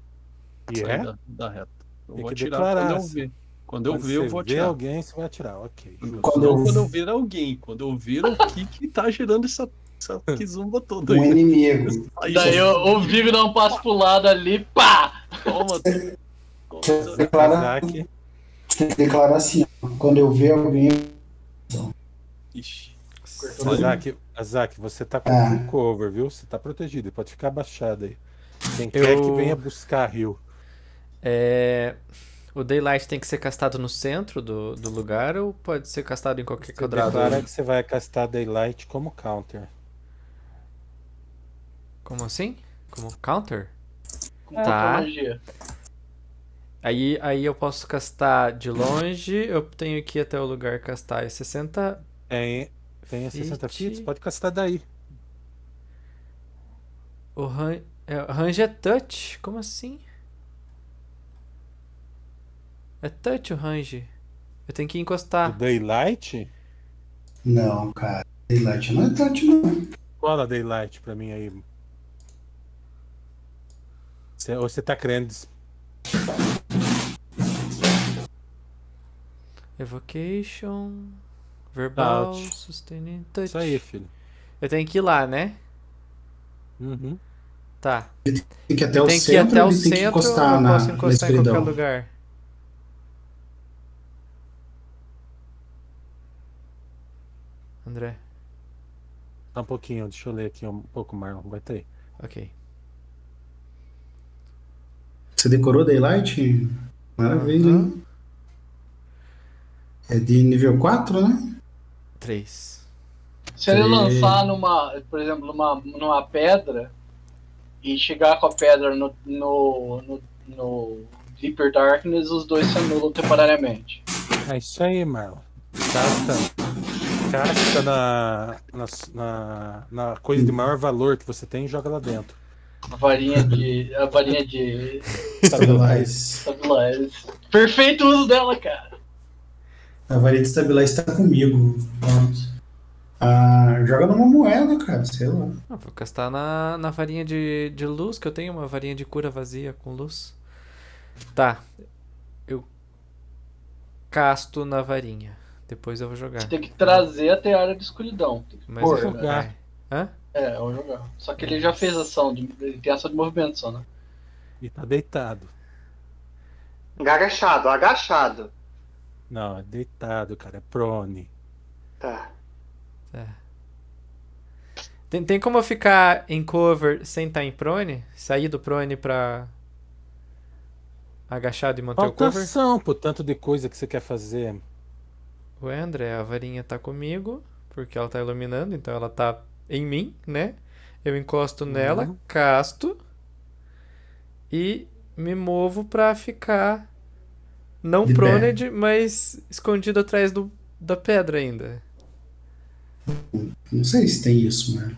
Speaker 1: E
Speaker 8: Sair
Speaker 1: é?
Speaker 8: da, da reta. Eu
Speaker 1: Tem
Speaker 8: vou
Speaker 1: que
Speaker 8: atirar
Speaker 1: declarar
Speaker 8: quando eu
Speaker 1: essa.
Speaker 8: ver. Quando eu
Speaker 1: Quando
Speaker 8: ver, eu
Speaker 1: você
Speaker 8: vou
Speaker 1: vê
Speaker 8: atirar.
Speaker 1: alguém, você vai atirar. Ok.
Speaker 8: Não
Speaker 6: Quando eu-
Speaker 8: quando eu ver alguém. Quando eu ver o que que tá gerando essa Só que zumba todo
Speaker 6: Um
Speaker 8: aí.
Speaker 6: inimigo.
Speaker 8: Aí,
Speaker 2: Daí eu, o Vigo dá um passo pro lado ali, pá!
Speaker 8: toma,
Speaker 6: Você
Speaker 8: toma.
Speaker 6: declara,
Speaker 1: Ataque.
Speaker 6: você declara assim: ó, quando eu ver alguém.
Speaker 8: Ixi.
Speaker 1: Azak, Azak, você tá com
Speaker 6: Ah.
Speaker 1: full cover, viu? Você tá protegido, pode ficar abaixado aí. Quem
Speaker 7: Eu-
Speaker 1: quer que venha buscar Rio.
Speaker 7: É, O Daylight tem que ser castado no centro do, do lugar ou pode ser castado em qualquer
Speaker 1: Você
Speaker 7: quadrado?
Speaker 1: declara que você vai castar Daylight como counter.
Speaker 7: Como assim? Como counter?
Speaker 2: Com
Speaker 1: é
Speaker 7: Tá.
Speaker 2: magia.
Speaker 7: Aí, aí eu posso castar de longe, eu tenho que ir até o lugar castar é 60.
Speaker 1: Tem, tem a 60
Speaker 7: Feet.
Speaker 1: feet, você pode castar daí.
Speaker 7: O ran- é, range é touch? Como assim? É touch o range. Eu tenho que
Speaker 1: O
Speaker 7: encostar.
Speaker 1: Daylight?
Speaker 6: Não, cara. Daylight não é touch, não.
Speaker 1: Cola Daylight pra mim aí. Você- ou você tá querendo. des-
Speaker 7: Evocation. Verbal.
Speaker 1: Touch.
Speaker 7: Sustaining touch.
Speaker 1: Isso aí, filho.
Speaker 7: Eu tenho que ir lá, né?
Speaker 1: Uhum.
Speaker 7: Tá.
Speaker 6: Tem que ir até o
Speaker 7: tem que ir
Speaker 6: centro,
Speaker 7: até o
Speaker 6: ele tem que
Speaker 7: centro ou
Speaker 6: encostar
Speaker 7: eu
Speaker 6: na,
Speaker 7: posso
Speaker 6: na
Speaker 7: encostar em
Speaker 6: escuridão.
Speaker 7: qualquer lugar? André,
Speaker 1: Tá um pouquinho, deixa eu ler aqui um pouco, Marlon. Vai ter.
Speaker 7: ok.
Speaker 6: Você decorou Daylight? Maravilha, hein? É de nível 4, né?
Speaker 7: 3.
Speaker 2: Se ele
Speaker 6: Sim.
Speaker 2: lançar numa, por exemplo, numa, numa pedra e chegar com a pedra no, no, no, no Deeper Darkness, os dois se anulam temporariamente.
Speaker 1: É isso aí, Marlon. Casta. Casta na, na, na, na coisa de maior valor que você tem e joga lá dentro.
Speaker 2: A varinha de. A varinha de.
Speaker 6: Stabilize.
Speaker 2: Stabilize. Perfeito uso dela, cara.
Speaker 6: A varinha de Stabilize tá comigo. Pronto. Ah, joga numa moeda, cara. Sei lá.
Speaker 7: Ah, vou castar na, na varinha de, de luz, que eu tenho uma varinha de cura vazia com luz. Tá. Eu casto na varinha. Depois eu vou jogar.
Speaker 2: Tem que trazer até a área de escuridão. Tem que
Speaker 7: Mas
Speaker 2: pôr,
Speaker 7: eu vou
Speaker 2: né?
Speaker 1: jogar.
Speaker 7: é. Hã?
Speaker 2: É, é o jogar. Só que ele já fez ação, de, ele tem ação de movimento só, né?
Speaker 1: E tá deitado.
Speaker 3: Agachado, agachado.
Speaker 1: Não, é deitado, cara. É prone.
Speaker 3: Tá.
Speaker 7: Tem, tem como eu ficar em cover sem estar em prone? Sair do prone pra agachado e manter é o cover?
Speaker 1: Faltação, pô, tanto de coisa que você quer fazer.
Speaker 7: O André, a varinha tá comigo, porque ela tá iluminando, então ela tá em mim, né? Eu encosto nela,
Speaker 1: Uhum.
Speaker 7: casto e me movo pra ficar não
Speaker 6: De pé.
Speaker 7: proned, mas escondido atrás do, da pedra ainda.
Speaker 6: Não sei se tem isso, né?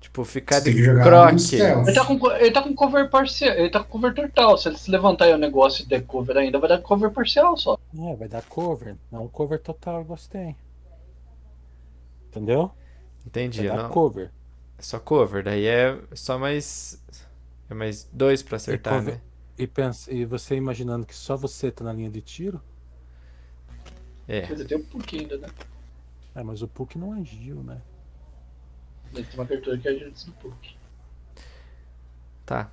Speaker 7: Tipo, ficar
Speaker 6: Tem
Speaker 7: de
Speaker 6: que jogar no
Speaker 7: croque.
Speaker 6: stealth.
Speaker 2: Ele tá, com, co- ele tá com cover parcial, ele tá com cover total. Se ele se levantar e o negócio der cover ainda, vai dar cover parcial só.
Speaker 1: É, vai dar cover. Não cover total, eu gostei. Entendeu? Vai
Speaker 7: Entendi,
Speaker 1: dar
Speaker 7: não.
Speaker 1: cover.
Speaker 7: É só cover, daí é só mais. É mais dois pra acertar,
Speaker 1: É cover.
Speaker 7: né?
Speaker 1: E, pensa, e você imaginando que só você tá na linha de tiro?
Speaker 7: É.
Speaker 2: Quer dizer, tem um pouquinho ainda, né?
Speaker 1: É, mas o Puck não agiu, né?
Speaker 2: Ele tem uma abertura que a gente se pouco.
Speaker 7: Tá.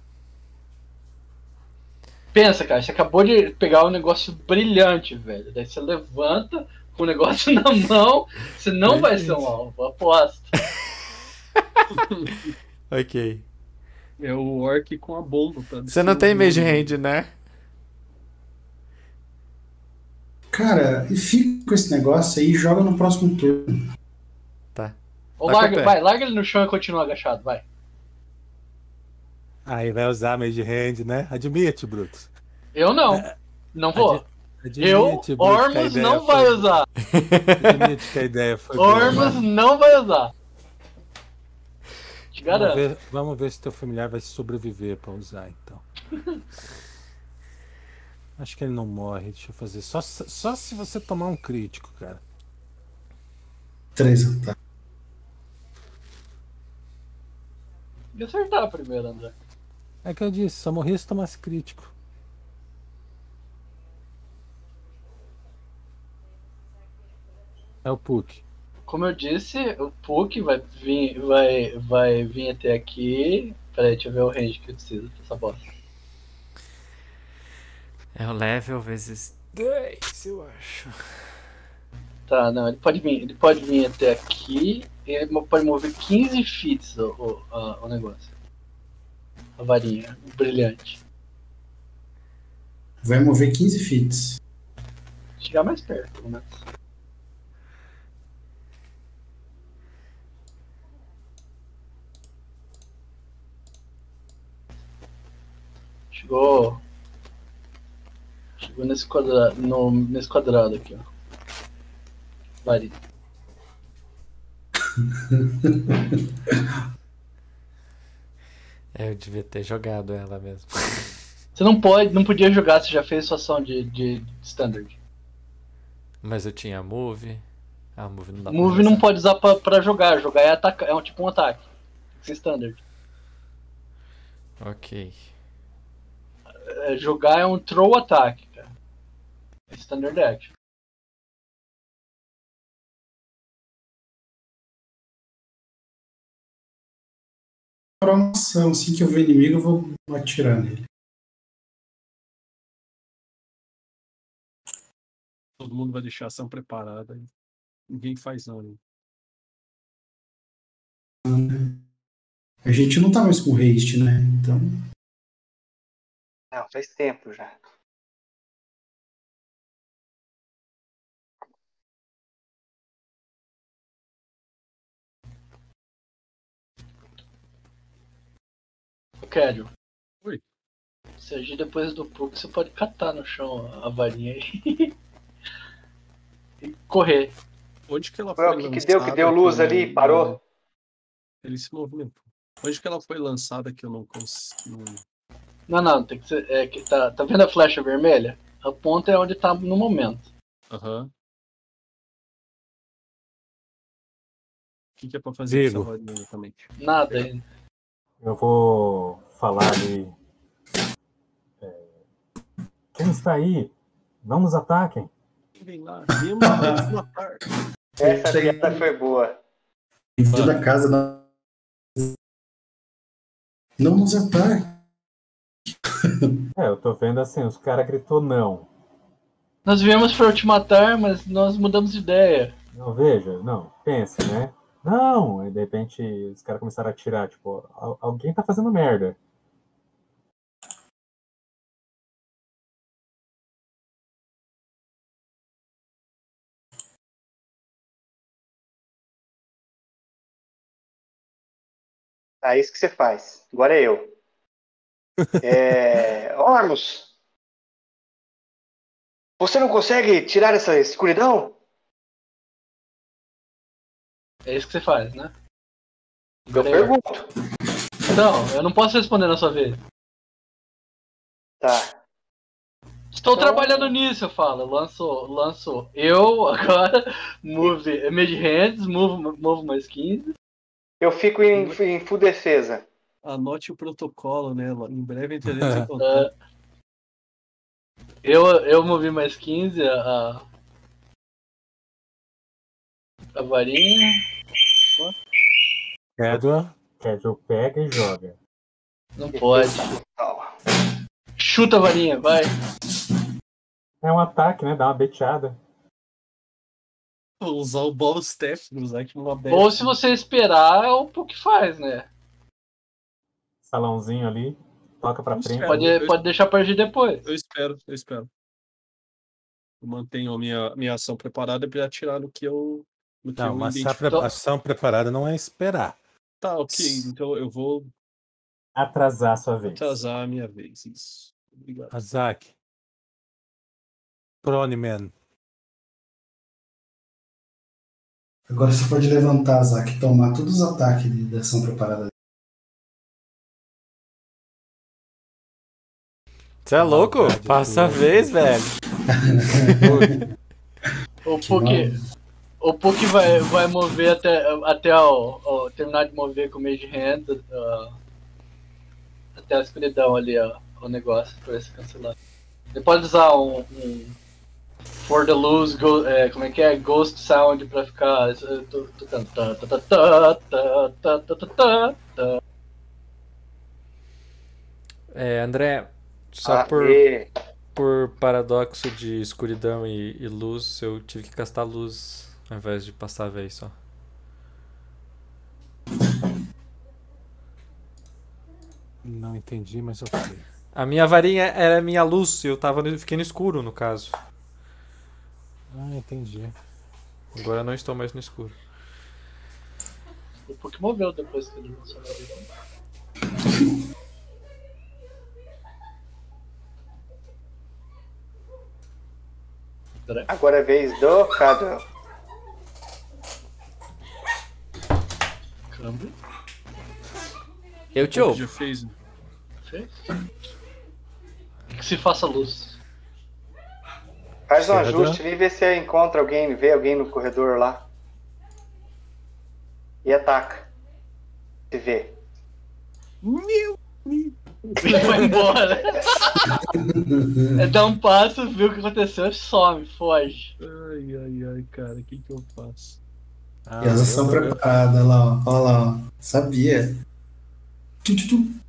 Speaker 2: Pensa, cara, você acabou de pegar um negócio brilhante, velho. Daí você levanta com o negócio na mão, você não vai ser um alvo, aposto.
Speaker 7: Ok.
Speaker 8: É o orc com a bomba. Tá
Speaker 7: Você não tem mage hand, né?
Speaker 6: Cara, e fica com esse negócio aí e joga no próximo turno.
Speaker 2: Ou
Speaker 7: Tá com o
Speaker 2: larga,
Speaker 7: pé.
Speaker 2: vai, larga ele no chão e continua agachado, vai.
Speaker 1: Aí Ah, vai usar Mage Hand, né? Admite, Brutus.
Speaker 2: Eu não.
Speaker 7: É,
Speaker 2: Não vou.
Speaker 1: Admite,
Speaker 2: Eu,
Speaker 1: Brutus, que a
Speaker 2: Ormus,
Speaker 1: ideia
Speaker 2: não
Speaker 1: foi-
Speaker 2: vai usar.
Speaker 1: Admite que a ideia foi boa.
Speaker 2: Ormus não vai usar. Te
Speaker 1: Vamos
Speaker 2: garanto.
Speaker 1: ver, vamos ver se teu familiar vai sobreviver pra usar, então. Acho que ele não morre, deixa eu fazer. Só, se- só se você tomar um crítico, cara.
Speaker 6: Três ataques.
Speaker 2: Tem que acertar primeiro, André.
Speaker 1: É que eu disse, só morri se tomasse crítico. É o Puck.
Speaker 2: como eu disse, o Puck vai vir, vai, vai vir até aqui. Peraí, deixa eu ver o range que eu preciso pra essa bosta.
Speaker 10: É o level vezes 10, eu acho.
Speaker 2: Tá, não, ele pode vir, ele pode vir até aqui. E ele mo- pode mover 15 feats o, o, a- o negócio. A varinha, brilhante.
Speaker 6: Vai mover 15 fits.
Speaker 2: Chegar mais perto, pelo menos.
Speaker 7: Ah,
Speaker 2: Chegou. Chegou nesse quadrado, no, nesse quadrado aqui, ó. Varinha.
Speaker 10: É, eu devia ter jogado ela mesmo.
Speaker 2: Você não pode, não podia jogar, você já fez sua ação de, de standard.
Speaker 10: Mas eu tinha move. Ah, move não dá pra
Speaker 2: Move
Speaker 10: usar.
Speaker 2: não pode usar pra, pra jogar, jogar é atacar, é um tipo um ataque. Tem que ser standard.
Speaker 10: Ok.
Speaker 2: É, jogar é um throw attack, cara. É standard action.
Speaker 6: Para uma ação, assim que eu ver inimigo, eu vou atirar nele.
Speaker 8: Todo mundo vai deixar a ação preparada. hein? Ninguém faz não. né?
Speaker 6: A gente não tá mais com haste, né? Então.
Speaker 3: Não, faz tempo já.
Speaker 2: Eu quero.
Speaker 8: Oi.
Speaker 2: Se agir depois do pouco, você pode catar no chão a varinha aí. e correr.
Speaker 8: Onde que ela foi
Speaker 3: Ué, o que que deu? Que deu luz ali e parou?
Speaker 8: Ele se movimentou. Onde que ela foi lançada que eu não consigo.
Speaker 2: Não, não, tem que ser. É, que tá, tá vendo a flecha vermelha? A ponta é onde tá no momento.
Speaker 8: Aham. O que, que é pra fazer
Speaker 1: Digo.
Speaker 8: com essa varinha exatamente?
Speaker 2: Nada ainda.
Speaker 4: Eu vou falar ali. é, Quem está aí? Não nos ataquem.
Speaker 8: Vem lá, vem lá, vem lá, par.
Speaker 3: Essa piada foi boa.
Speaker 6: Dentro da casa. Na... Não nos ataque.
Speaker 4: É, eu tô vendo assim, os caras gritou não.
Speaker 2: Nós viemos para te matar, mas nós mudamos de ideia.
Speaker 4: Não veja, não, pensa, né? Não! E de repente os caras começaram a atirar, tipo, "Al- alguém tá fazendo merda.
Speaker 3: Tá, isso que você faz. Agora é eu. É... Ormus! Você não consegue tirar essa escuridão?
Speaker 2: É isso que você faz, né?
Speaker 3: Eu
Speaker 2: Peraí.
Speaker 3: pergunto.
Speaker 2: Não, Então, eu não posso responder na sua vez.
Speaker 3: Tá.
Speaker 2: Estou
Speaker 3: Então-
Speaker 2: trabalhando nisso, eu falo. Eu Lanço, lanço eu agora, move mid hands, move, move mais 15.
Speaker 3: Eu fico em, em full defesa.
Speaker 8: Anote o protocolo, né? Lá- Em breve entraremos em contato.
Speaker 2: Ah, eu, eu movi mais ah, 15 a. a- A varinha.
Speaker 1: Edward,
Speaker 4: Casual pega e joga.
Speaker 2: Não pode.
Speaker 3: Calma.
Speaker 2: Chuta a varinha, vai.
Speaker 4: É um ataque, né? Dá uma beteada.
Speaker 8: Vou usar o ball step, vou usar aqui numa bad.
Speaker 2: Ou se você esperar, é o que faz, né?
Speaker 4: Salãozinho ali, toca pra
Speaker 8: Nossa,
Speaker 4: frente.
Speaker 8: cara.
Speaker 2: Pode, pode deixar pra agir depois.
Speaker 8: Eu espero, eu espero. Eu mantenho a minha, minha ação preparada pra atirar no que eu. No que
Speaker 1: não,
Speaker 8: eu
Speaker 1: mas a
Speaker 8: identifico.
Speaker 1: pre- ação preparada não é esperar.
Speaker 8: Tá, ok. Então eu vou
Speaker 4: Atrasar a sua vez.
Speaker 8: atrasar a minha vez. Isso. Obrigado.
Speaker 1: Azak. Proniman.
Speaker 6: Agora você pode levantar, Zack, e tomar todos os ataques de, da ação preparada.
Speaker 10: Você é louco?
Speaker 1: Maldade
Speaker 10: Passa a
Speaker 1: tua.
Speaker 10: vez, velho.
Speaker 2: O
Speaker 6: Que
Speaker 2: Puck, o Puck vai, vai mover até, até o, o- terminar de mover com o Mage Hand ah, até a escuridão ali, ó, o negócio, pra ver se cancelar. Ele pode usar um, um For the Luz, go- é, como é que é? Ghost Sound pra ficar. é, tu- tu- tan- tan- tan- tan- tan- tan- tan- tan- tan.
Speaker 10: É, André, só
Speaker 3: Ah,
Speaker 10: por,
Speaker 3: é.
Speaker 10: por paradoxo de escuridão e, e luz, eu tive que castar luz ao invés de passar a vez só.
Speaker 1: Não entendi, mas eu falei.
Speaker 10: A minha varinha era a minha luz, eu tava no, fiquei no escuro, no caso.
Speaker 1: Ah, entendi.
Speaker 10: Agora eu não estou mais no escuro.
Speaker 2: O Pokémon veio depois que ele lançou a vida.
Speaker 3: Agora é vez do Cadwell.
Speaker 2: Câmbio.
Speaker 10: Eu te
Speaker 8: Já
Speaker 10: ouvo.
Speaker 8: fez. um.
Speaker 2: Fez? Que se faça luz.
Speaker 3: Faz um
Speaker 1: Certo.
Speaker 3: ajuste ali e vê se encontra alguém, vê alguém no corredor lá. E ataca. Se vê.
Speaker 2: Ele foi embora. Ele dá um passo, viu o que aconteceu e some, foge.
Speaker 8: Ai, ai, ai, cara, o que que eu faço?
Speaker 1: Ah,
Speaker 6: E elas estão
Speaker 1: eu- eu-
Speaker 6: preparadas, olha lá, ó. Olha lá, ó. Sabia. Tu, tu, tu.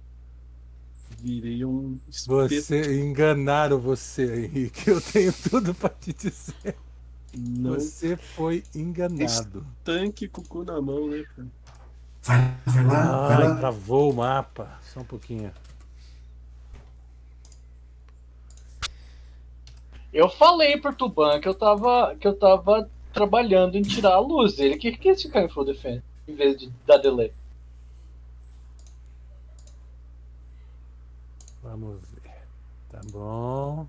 Speaker 8: Virei um espeto.
Speaker 1: Você enganaram você, Henrique. Eu tenho tudo pra te dizer.
Speaker 8: Não
Speaker 1: Você foi enganado.
Speaker 8: tanque com o cu na mão, né, cara?
Speaker 6: Vai lá, vai lá, vai
Speaker 1: Ah,
Speaker 6: lá.
Speaker 1: travou o mapa. Só um pouquinho.
Speaker 2: Eu falei pro Tuban que eu tava. que eu tava trabalhando em tirar a luz. Ele que quis ficar em full defense, em vez de dar delay.
Speaker 1: Vamos ver. Tá bom.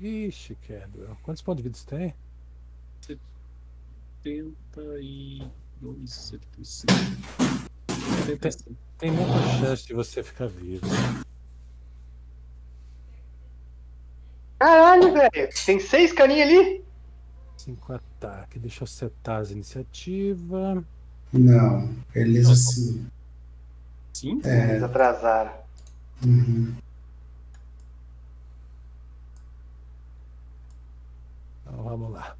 Speaker 1: Vixe, Cadwell. Quantos pontos de vida você tem?
Speaker 8: 72, 75.
Speaker 6: Tá.
Speaker 8: 75.
Speaker 1: Tem muita chance de você ficar vivo.
Speaker 3: Caralho, velho. Tem seis carinha ali?
Speaker 1: Cinco ataque. Deixa eu setar as iniciativas.
Speaker 6: Não, eles assim.
Speaker 8: Sim?
Speaker 6: É.
Speaker 3: Eles atrasaram.
Speaker 6: uhum.
Speaker 1: Então vamos lá.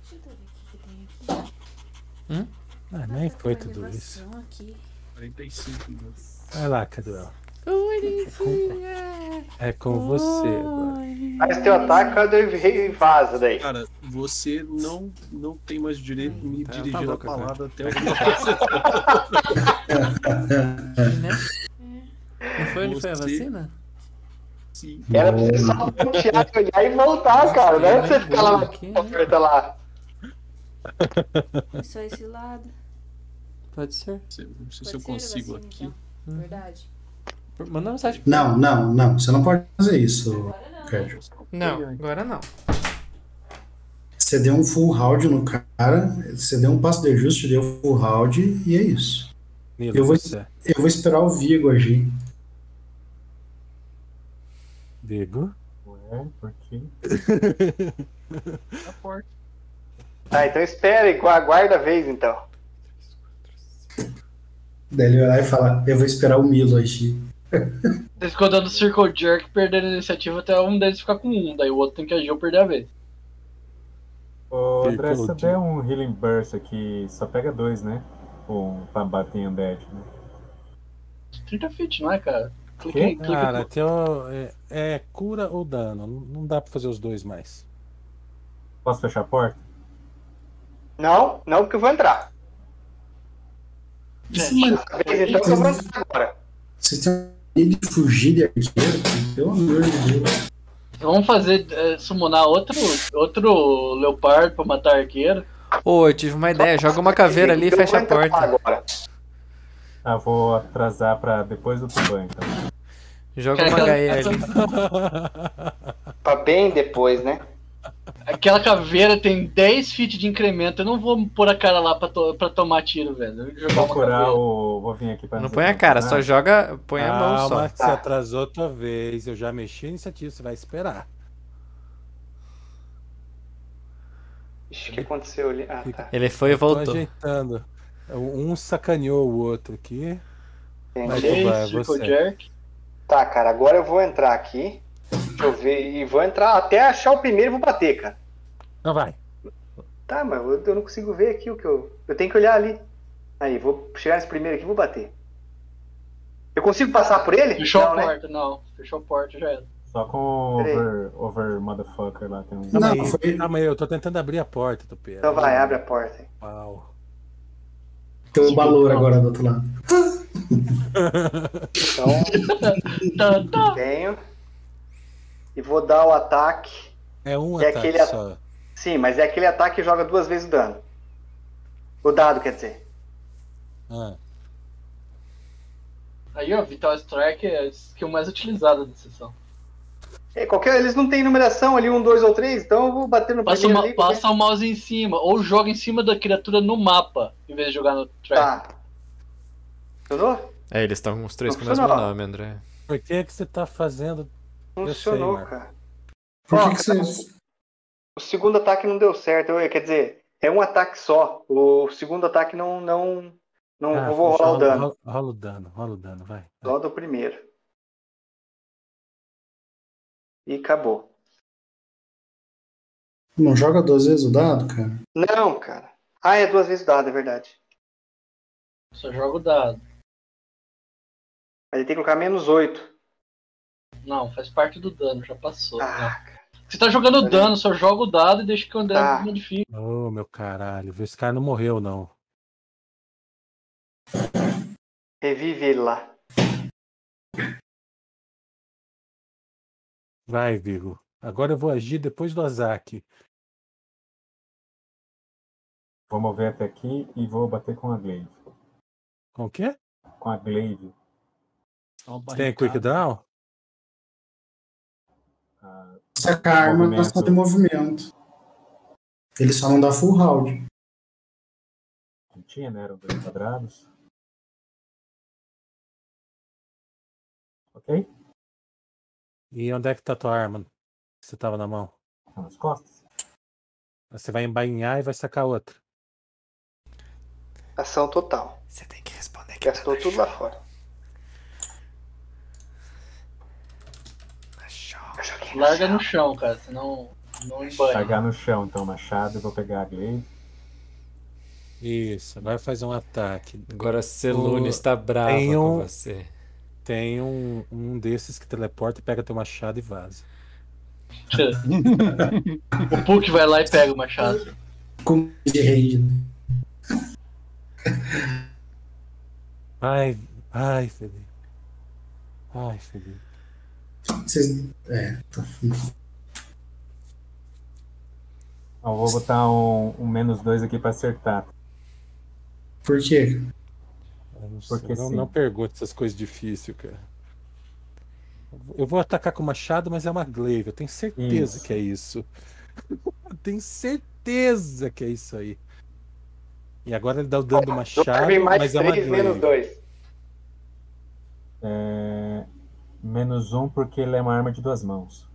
Speaker 9: Deixa eu ver o que, que tem aqui.
Speaker 1: Ah, nem foi tudo isso.
Speaker 9: Aqui.
Speaker 8: 45 minutos.
Speaker 1: Vai lá, Cadwell. É com você agora.
Speaker 3: Faz teu ataque, Cadwell, e e vaza daí.
Speaker 8: Cara, você não, não tem mais o direito de me
Speaker 10: tá, tá
Speaker 8: dirigir a
Speaker 10: louca, cara.
Speaker 8: palavra até o
Speaker 14: Né?
Speaker 10: Não foi onde foi a
Speaker 8: Você-
Speaker 10: vacina?
Speaker 8: Sim.
Speaker 3: Era pra você só pontear, um olhar e voltar, cara. Não era pra você ficar lá
Speaker 10: Aqui,
Speaker 3: na
Speaker 10: né?
Speaker 3: porta lá.
Speaker 9: É Só esse lado.
Speaker 10: Pode ser. Hum.
Speaker 8: Se- Não
Speaker 9: Pode
Speaker 8: sei se eu
Speaker 9: ser
Speaker 8: consigo
Speaker 9: vacina,
Speaker 8: aqui.
Speaker 9: então. Verdade.
Speaker 10: Manda mensagem.
Speaker 6: Não, não, não. Você não pode fazer isso,
Speaker 9: Agora não.
Speaker 6: Cadro.
Speaker 7: Não, agora não.
Speaker 6: Você deu um full round no cara, você deu um passo de ajuste, deu full round e é isso.
Speaker 1: Nilo,
Speaker 6: Eu vou-
Speaker 1: você.
Speaker 6: Eu vou esperar o Vigo agir.
Speaker 1: Digo.
Speaker 4: Ué, por quê?
Speaker 8: A porta.
Speaker 3: Tá, então espera e aguarda a vez, então.
Speaker 6: Daí ele vai lá e fala, eu vou esperar o Milo agir.
Speaker 2: Vocês ficam dando circle jerk, perdendo a iniciativa até um deles ficar com um, daí o outro tem que agir ou perder a vez.
Speaker 4: Ô, André, se eu
Speaker 1: Pergunte.
Speaker 4: der um Healing Burst aqui, só pega dois, né? Um pra bater em Undead, né?
Speaker 2: 30 feet, não é, cara? Clica
Speaker 4: Quê?
Speaker 2: em clica
Speaker 1: Cara,
Speaker 2: em-
Speaker 1: tem o- é, é cura ou dano? Não- Não dá pra fazer os dois mais.
Speaker 4: Posso fechar a porta?
Speaker 3: Não, não, porque eu vou entrar.
Speaker 6: Esse mano,
Speaker 3: A vez, então, eu vou entrar agora.
Speaker 6: vocês têm medo de fugir de arqueiro? Pelo amor de Deus.
Speaker 2: Vamos fazer, é, summonar outro, outro leopardo pra matar arqueiro.
Speaker 7: Ô, eu tive uma ideia. Joga uma caveira ali e
Speaker 3: Então, eu
Speaker 7: fecha
Speaker 3: vou
Speaker 7: a
Speaker 3: entrar
Speaker 7: porta.
Speaker 3: Agora.
Speaker 4: Ah, vou atrasar pra depois do Tuban, então.
Speaker 7: Joga uma HE ali.
Speaker 3: Pra bem depois, né?
Speaker 2: Aquela caveira tem 10 feet de incremento. Eu não vou pôr a cara lá pra, to- pra tomar tiro, velho. Eu vou jogar
Speaker 4: Vou
Speaker 2: uma
Speaker 4: curar
Speaker 2: caveira.
Speaker 4: o. Vou vir aqui pra
Speaker 7: Não
Speaker 4: nos
Speaker 7: põe a cara, só
Speaker 4: atrapalhar.
Speaker 7: joga. Põe a mão
Speaker 1: Calma,
Speaker 7: só.
Speaker 1: que você atrasou outra vez. Eu já mexi a iniciativa, você vai esperar.
Speaker 3: Ixi, o que aconteceu ali? Ah, tá.
Speaker 7: Ele foi e
Speaker 1: Tô
Speaker 7: voltou.
Speaker 1: ajeitando. Um sacaneou o outro aqui. Mas
Speaker 3: Entendi.
Speaker 1: tu vai, é
Speaker 2: Jace,
Speaker 1: você.
Speaker 2: Jack.
Speaker 3: Tá, cara, agora eu vou entrar aqui. Deixa eu ver. E vou entrar até achar o primeiro e vou bater, cara.
Speaker 1: Não Então vai.
Speaker 3: Tá, mas eu, eu não consigo ver aqui o que eu. Eu tenho que olhar ali. Aí, vou chegar nesse primeiro aqui e vou bater. Eu consigo passar por ele?
Speaker 2: Fechou
Speaker 3: não,
Speaker 2: a
Speaker 3: né?
Speaker 2: porta, Tá não. Fechou a porta, já era.
Speaker 4: Só com o
Speaker 3: Peraí.
Speaker 4: over, over motherfucker lá. Tem um uns...
Speaker 6: Não,
Speaker 1: Calma aí,
Speaker 6: foi-
Speaker 1: calma aí, eu tô tentando abrir a porta, Tupeira.
Speaker 3: Então vai, abre a porta. aí.
Speaker 1: Pau.
Speaker 6: Tem um valor agora do outro lado.
Speaker 3: Então,
Speaker 2: Tá, tá.
Speaker 3: tenho. Então, E vou dar o ataque.
Speaker 1: É um
Speaker 3: É
Speaker 1: ataque
Speaker 3: aquele at-
Speaker 1: só.
Speaker 3: Sim, mas é aquele ataque que joga duas vezes o dano. O dado, quer dizer.
Speaker 1: Ah,
Speaker 2: Aí, ó, Vital Strike é a skill mais utilizada da sessão.
Speaker 3: É, qualquer, eles não têm numeração ali, um, dois ou três, então eu vou bater no
Speaker 2: Passa,
Speaker 3: primeiro
Speaker 2: o ma-
Speaker 3: ali.
Speaker 2: passa o mouse em cima, ou joga em cima da criatura no mapa, em vez de jogar no track.
Speaker 3: Tá. Funcionou?
Speaker 7: É, eles estão com os três
Speaker 3: Não
Speaker 7: com o mesmo
Speaker 3: funcionou.
Speaker 7: nome, André.
Speaker 1: Por que que você tá fazendo?
Speaker 3: Funcionou,
Speaker 1: sei, Marco.
Speaker 3: cara.
Speaker 6: Por
Speaker 3: Ó, tá
Speaker 6: que, que você.
Speaker 3: O segundo ataque não deu certo, eu- quer dizer, é um ataque só. O segundo ataque não. Não, não
Speaker 1: Ah,
Speaker 3: eu vou rolar o
Speaker 1: rola-
Speaker 3: dano.
Speaker 1: rola- Rola o dano, rola o dano, vai.
Speaker 3: Só do primeiro. E acabou.
Speaker 6: Não joga duas vezes o dado, cara?
Speaker 3: Não, cara. Ah, é duas vezes o dado, é verdade.
Speaker 2: Só joga o dado.
Speaker 3: Mas ele tem que colocar menos oito.
Speaker 2: Não, faz parte do dano, já passou. né?
Speaker 3: Ah, cara.
Speaker 2: Você tá jogando o dano, só joga o dado e deixa que o André
Speaker 3: Tá.
Speaker 2: modifique.
Speaker 1: Ô, meu caralho, viu? esse cara não morreu, não.
Speaker 3: revive ele lá.
Speaker 1: Vai, Vigo. Agora eu vou agir depois do Azaki.
Speaker 4: Vou mover até aqui e vou bater com a Glaive.
Speaker 1: Com o quê?
Speaker 4: Com a Glaive.
Speaker 8: Dá uma
Speaker 1: Tem Quick
Speaker 8: barricada.
Speaker 1: Down?
Speaker 4: a-
Speaker 6: Saca a arma
Speaker 4: Movimento.
Speaker 6: mas só de movimento. Ele só não dá full round.
Speaker 4: que tinha, né? Eram dois quadrados. Ok?
Speaker 1: E onde é que tá tua arma? Que você tava na mão?
Speaker 4: Tá nas costas.
Speaker 1: Você vai embainhar e vai sacar outra.
Speaker 3: Ação total.
Speaker 7: Você tem que responder que
Speaker 3: Gastou tudo lá fora. Eu joguei no
Speaker 2: Larga
Speaker 3: chão.
Speaker 2: no chão, cara, senão não embanha.
Speaker 4: Largar no chão, então, o machado. e Vou pegar a Glaive.
Speaker 1: Isso, agora faz um ataque.
Speaker 7: Agora a Celune
Speaker 1: O-
Speaker 7: está brava
Speaker 1: tem
Speaker 7: com
Speaker 1: um-
Speaker 7: você.
Speaker 1: Tem um, um desses que teleporta, pega teu machado e vaza.
Speaker 2: o Puck vai lá e pega o machado.
Speaker 6: Com de range. né?
Speaker 1: Ai, ai, Felipe. Ai, Felipe.
Speaker 6: Vocês. É, tá.
Speaker 4: Então, vou botar um, um menos dois aqui pra acertar.
Speaker 6: Por quê?
Speaker 1: Eu não,
Speaker 4: Porque
Speaker 1: sei,
Speaker 4: assim,
Speaker 1: não,
Speaker 4: sim.
Speaker 1: não pergunte essas coisas difíceis, cara. Eu vou atacar com o machado, mas é uma glaive. Eu tenho certeza
Speaker 4: Isso.
Speaker 1: que é isso. Eu tenho certeza que é isso aí. E agora ele dá o dano do machado,
Speaker 3: Vem mais
Speaker 1: mas é uma
Speaker 3: três, menos
Speaker 1: glaive.
Speaker 3: dois.
Speaker 4: É, Menos um porque ele é uma arma de duas mãos.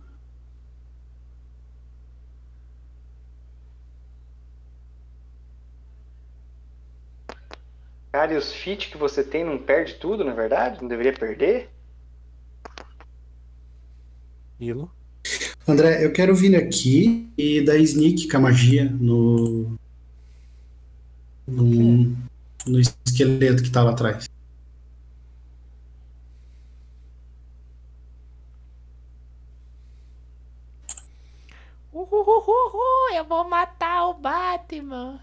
Speaker 3: Cara, e os feats que você tem não perde tudo, na verdade? Não deveria perder?
Speaker 1: Milo.
Speaker 6: André, eu quero vir aqui e dar sneak com a magia no. No, no esqueleto que tá lá atrás.
Speaker 10: Uhuhuhuhu, eu vou matar o Batman.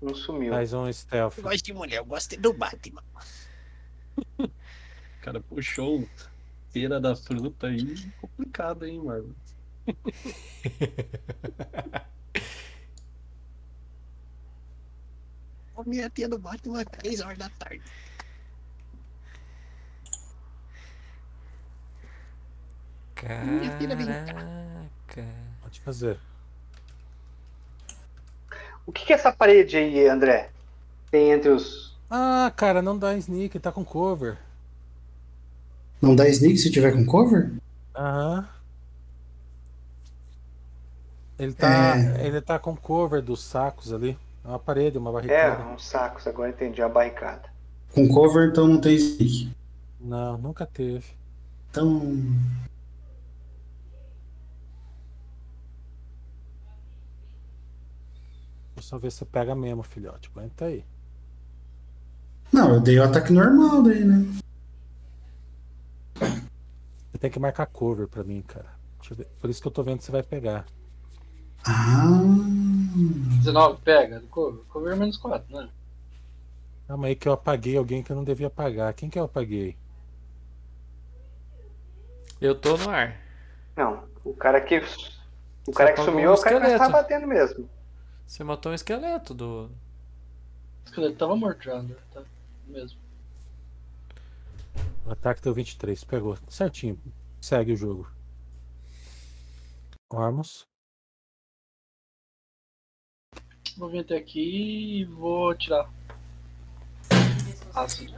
Speaker 3: Não sumiu.
Speaker 1: Faz um stealth.
Speaker 14: gosto de mulher, eu gosto do Batman.
Speaker 8: O cara puxou um feira da fruta aí. Complicado, hein, mano?
Speaker 14: A minha tia do Batman às 3 horas da tarde. Minha filha vem.
Speaker 7: Caraca. cara.
Speaker 1: Pode fazer.
Speaker 3: O que, que é essa parede aí, André? Tem entre os.
Speaker 1: Ah, cara, não dá sneak, tá com cover.
Speaker 6: Não dá sneak se tiver com cover?
Speaker 1: Aham. Ele tá,
Speaker 4: É.
Speaker 1: ele tá com cover dos sacos ali. É uma parede, uma
Speaker 3: É,
Speaker 1: barricada.
Speaker 3: uns sacos, agora entendi, a barricada.
Speaker 6: Com cover, então não tem sneak.
Speaker 1: Não, nunca teve.
Speaker 6: Então.
Speaker 1: Vou só ver se pega mesmo, filhote. Aguenta aí.
Speaker 6: Não, eu dei o ataque normal daí, né?
Speaker 1: Você tem que marcar cover pra mim, cara. Deixa eu ver. Por isso que eu tô vendo se vai pegar.
Speaker 6: Ah.
Speaker 2: 19 pega, cover, cover menos 4, né?
Speaker 1: Calma aí que eu apaguei alguém que eu não devia apagar. Quem que eu apaguei?
Speaker 7: Eu tô no ar.
Speaker 3: Não, o cara que. O cara que
Speaker 7: apagou
Speaker 3: sumiu é
Speaker 7: um
Speaker 3: o cara que nós tá
Speaker 7: esqueleto.
Speaker 3: batendo mesmo.
Speaker 7: Você matou um esqueleto do.
Speaker 2: O esqueleto tava morto já, André. Tá mesmo.
Speaker 1: O ataque deu 23. Pegou. Certinho. Segue o jogo. Ormus.
Speaker 2: Vou vir até aqui e vou tirar. Ácido.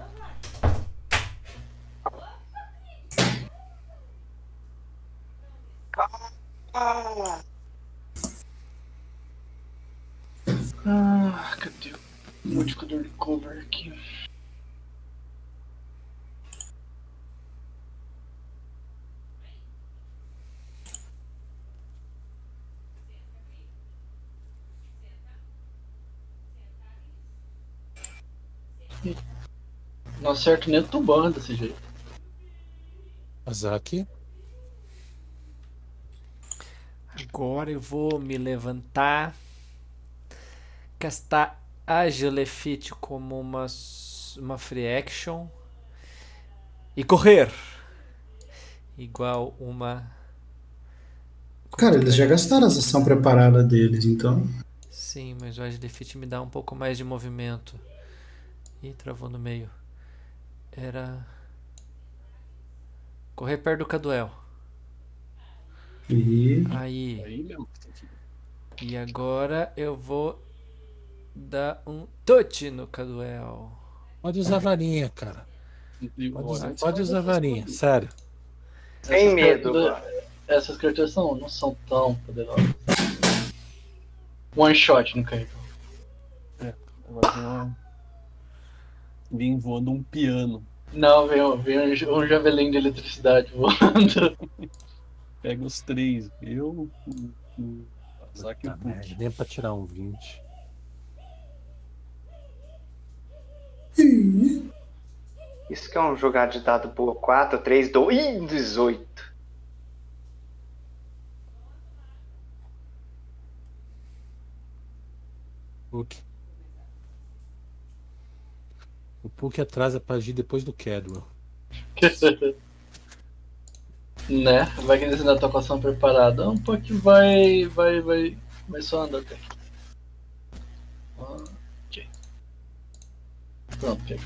Speaker 3: Ah,
Speaker 2: Ah, cadê o modificador de cover aqui? Não acerto nem o tubarão desse jeito.
Speaker 1: Azaki.
Speaker 7: Agora eu vou me levantar. Castar Agelefit como uma, s- uma free action. E correr. Igual uma.
Speaker 6: Cara, eles já gastaram a ação preparada deles, então.
Speaker 7: Sim, mas o Agelefit me dá um pouco mais de movimento. Ih, travou no meio. Era. Correr perto do Caduel.
Speaker 6: E.
Speaker 7: Aí.
Speaker 2: Aí mesmo.
Speaker 7: E agora eu vou dar um touch no Caduel.
Speaker 1: Pode usar varinha, cara. Pode usar,
Speaker 2: Olha,
Speaker 1: pode usar varinha, sério.
Speaker 3: Sem
Speaker 2: Essas
Speaker 3: medo,
Speaker 2: criaturas- Essas criaturas são, não são tão poderosas. One shot no Caio.
Speaker 8: É, Agora tem uma... Vim voando um piano.
Speaker 2: Não, vem, um- vem um, ja- um javelin de eletricidade voando.
Speaker 8: Pega os três. Eu. o- o Azaki e o
Speaker 1: Tá, merda,
Speaker 8: Puck.
Speaker 1: nem pra tirar um 20.
Speaker 3: Isso que é um jogar de dado boa. 4, 3, 2. Ih, 18.
Speaker 1: Puck. O Puck atrasa pra agir depois do Cadwell.
Speaker 2: né? Vai que eles ainda estão com a ação preparada. Um pouco que vai. vai. vai. vai só andar até aqui. Ok. Pronto, pega.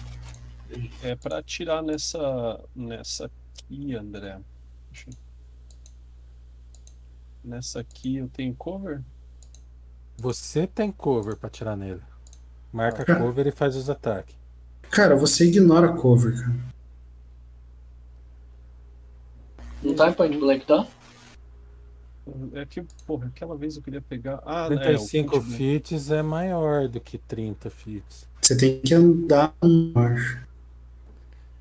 Speaker 8: É pra atirar nessa. nessa aqui, André. Deixa eu- Nessa aqui eu tenho cover?
Speaker 1: Você tem cover pra tirar nele. Marca cover e faz os ataques.
Speaker 6: Cara, você ignora a cover, cara.
Speaker 2: Não tá em point blank, tá?
Speaker 8: É que, porra, aquela vez eu queria pegar. Ah, é, o
Speaker 1: 35
Speaker 8: Puck, né?
Speaker 1: fits é maior do que 30 fits.
Speaker 6: Você tem que andar um marcho.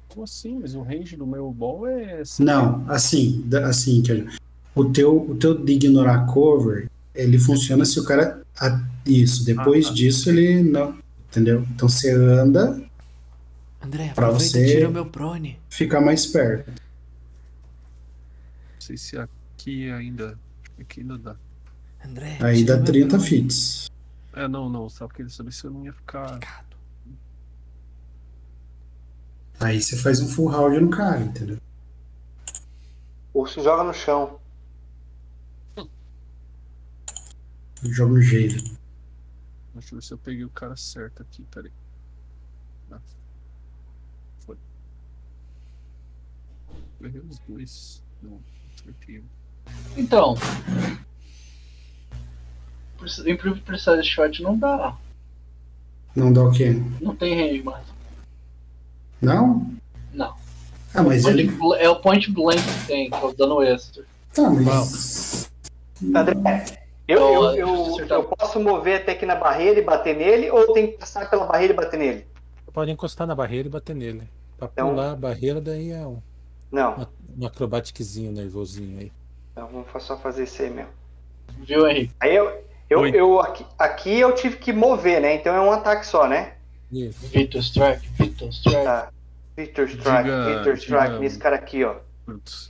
Speaker 8: Como assim? Mas o range do meu ball é.
Speaker 6: Não, assim, da- assim, que o teu, o teu de ignorar cover, ele funciona se o cara a- isso.
Speaker 7: Ah,
Speaker 6: Depois
Speaker 7: tá.
Speaker 6: disso ele não, entendeu? Então você anda,
Speaker 7: André,
Speaker 6: Pra
Speaker 7: aproveita
Speaker 6: você-
Speaker 7: e tira o meu prone.
Speaker 6: fica mais perto.
Speaker 8: Não sei se aqui ainda. Aqui ainda dá.
Speaker 7: André,
Speaker 6: Aí
Speaker 7: É, tira
Speaker 6: dá
Speaker 7: o meu
Speaker 6: 30
Speaker 7: prone.
Speaker 6: fits.
Speaker 8: É, não, não. Só porque ele sabia se eu não ia ficar.
Speaker 7: Picado.
Speaker 6: Aí você faz um full round no cara, entendeu?
Speaker 3: Urso joga no chão.
Speaker 6: Joga um jeito.
Speaker 8: Deixa eu ver se eu peguei o cara certo aqui, peraí. Ah, foi. Peguei os dois. Não, acertei um.
Speaker 2: Então. Preci- Improve Precise Shot não dá.
Speaker 6: Não dá o quê?
Speaker 2: Não tem range mais.
Speaker 6: Não?
Speaker 2: Não.
Speaker 6: Ah, mas
Speaker 2: Point
Speaker 6: ele.
Speaker 2: bl- É o point blank que tem, que é o dano extra.
Speaker 6: Tá, mas.
Speaker 3: André, eu,
Speaker 2: Então,
Speaker 3: eu,
Speaker 2: deixa eu
Speaker 3: eu,
Speaker 2: acertar.
Speaker 3: eu posso mover até aqui na barreira e bater nele, ou tem que passar pela barreira e bater nele?
Speaker 1: Pode encostar na barreira e bater nele. Pra
Speaker 3: Então-
Speaker 1: pular a barreira, daí é um,
Speaker 3: Não.
Speaker 1: um acrobatiquezinho nervosinho aí.
Speaker 3: Então vamos só fazer isso aí mesmo.
Speaker 2: Viu, Henrique?
Speaker 3: Aí eu. Eu,
Speaker 1: Oi.
Speaker 3: eu aqui, aqui eu tive que mover, né? Então é um ataque só, né?
Speaker 1: Isso.
Speaker 2: Victor Strike, Victor Strike.
Speaker 3: Tá. Victor Strike,
Speaker 8: Diga-
Speaker 3: Victor Strike,
Speaker 8: diga-
Speaker 3: nesse cara aqui, ó.
Speaker 8: Putz.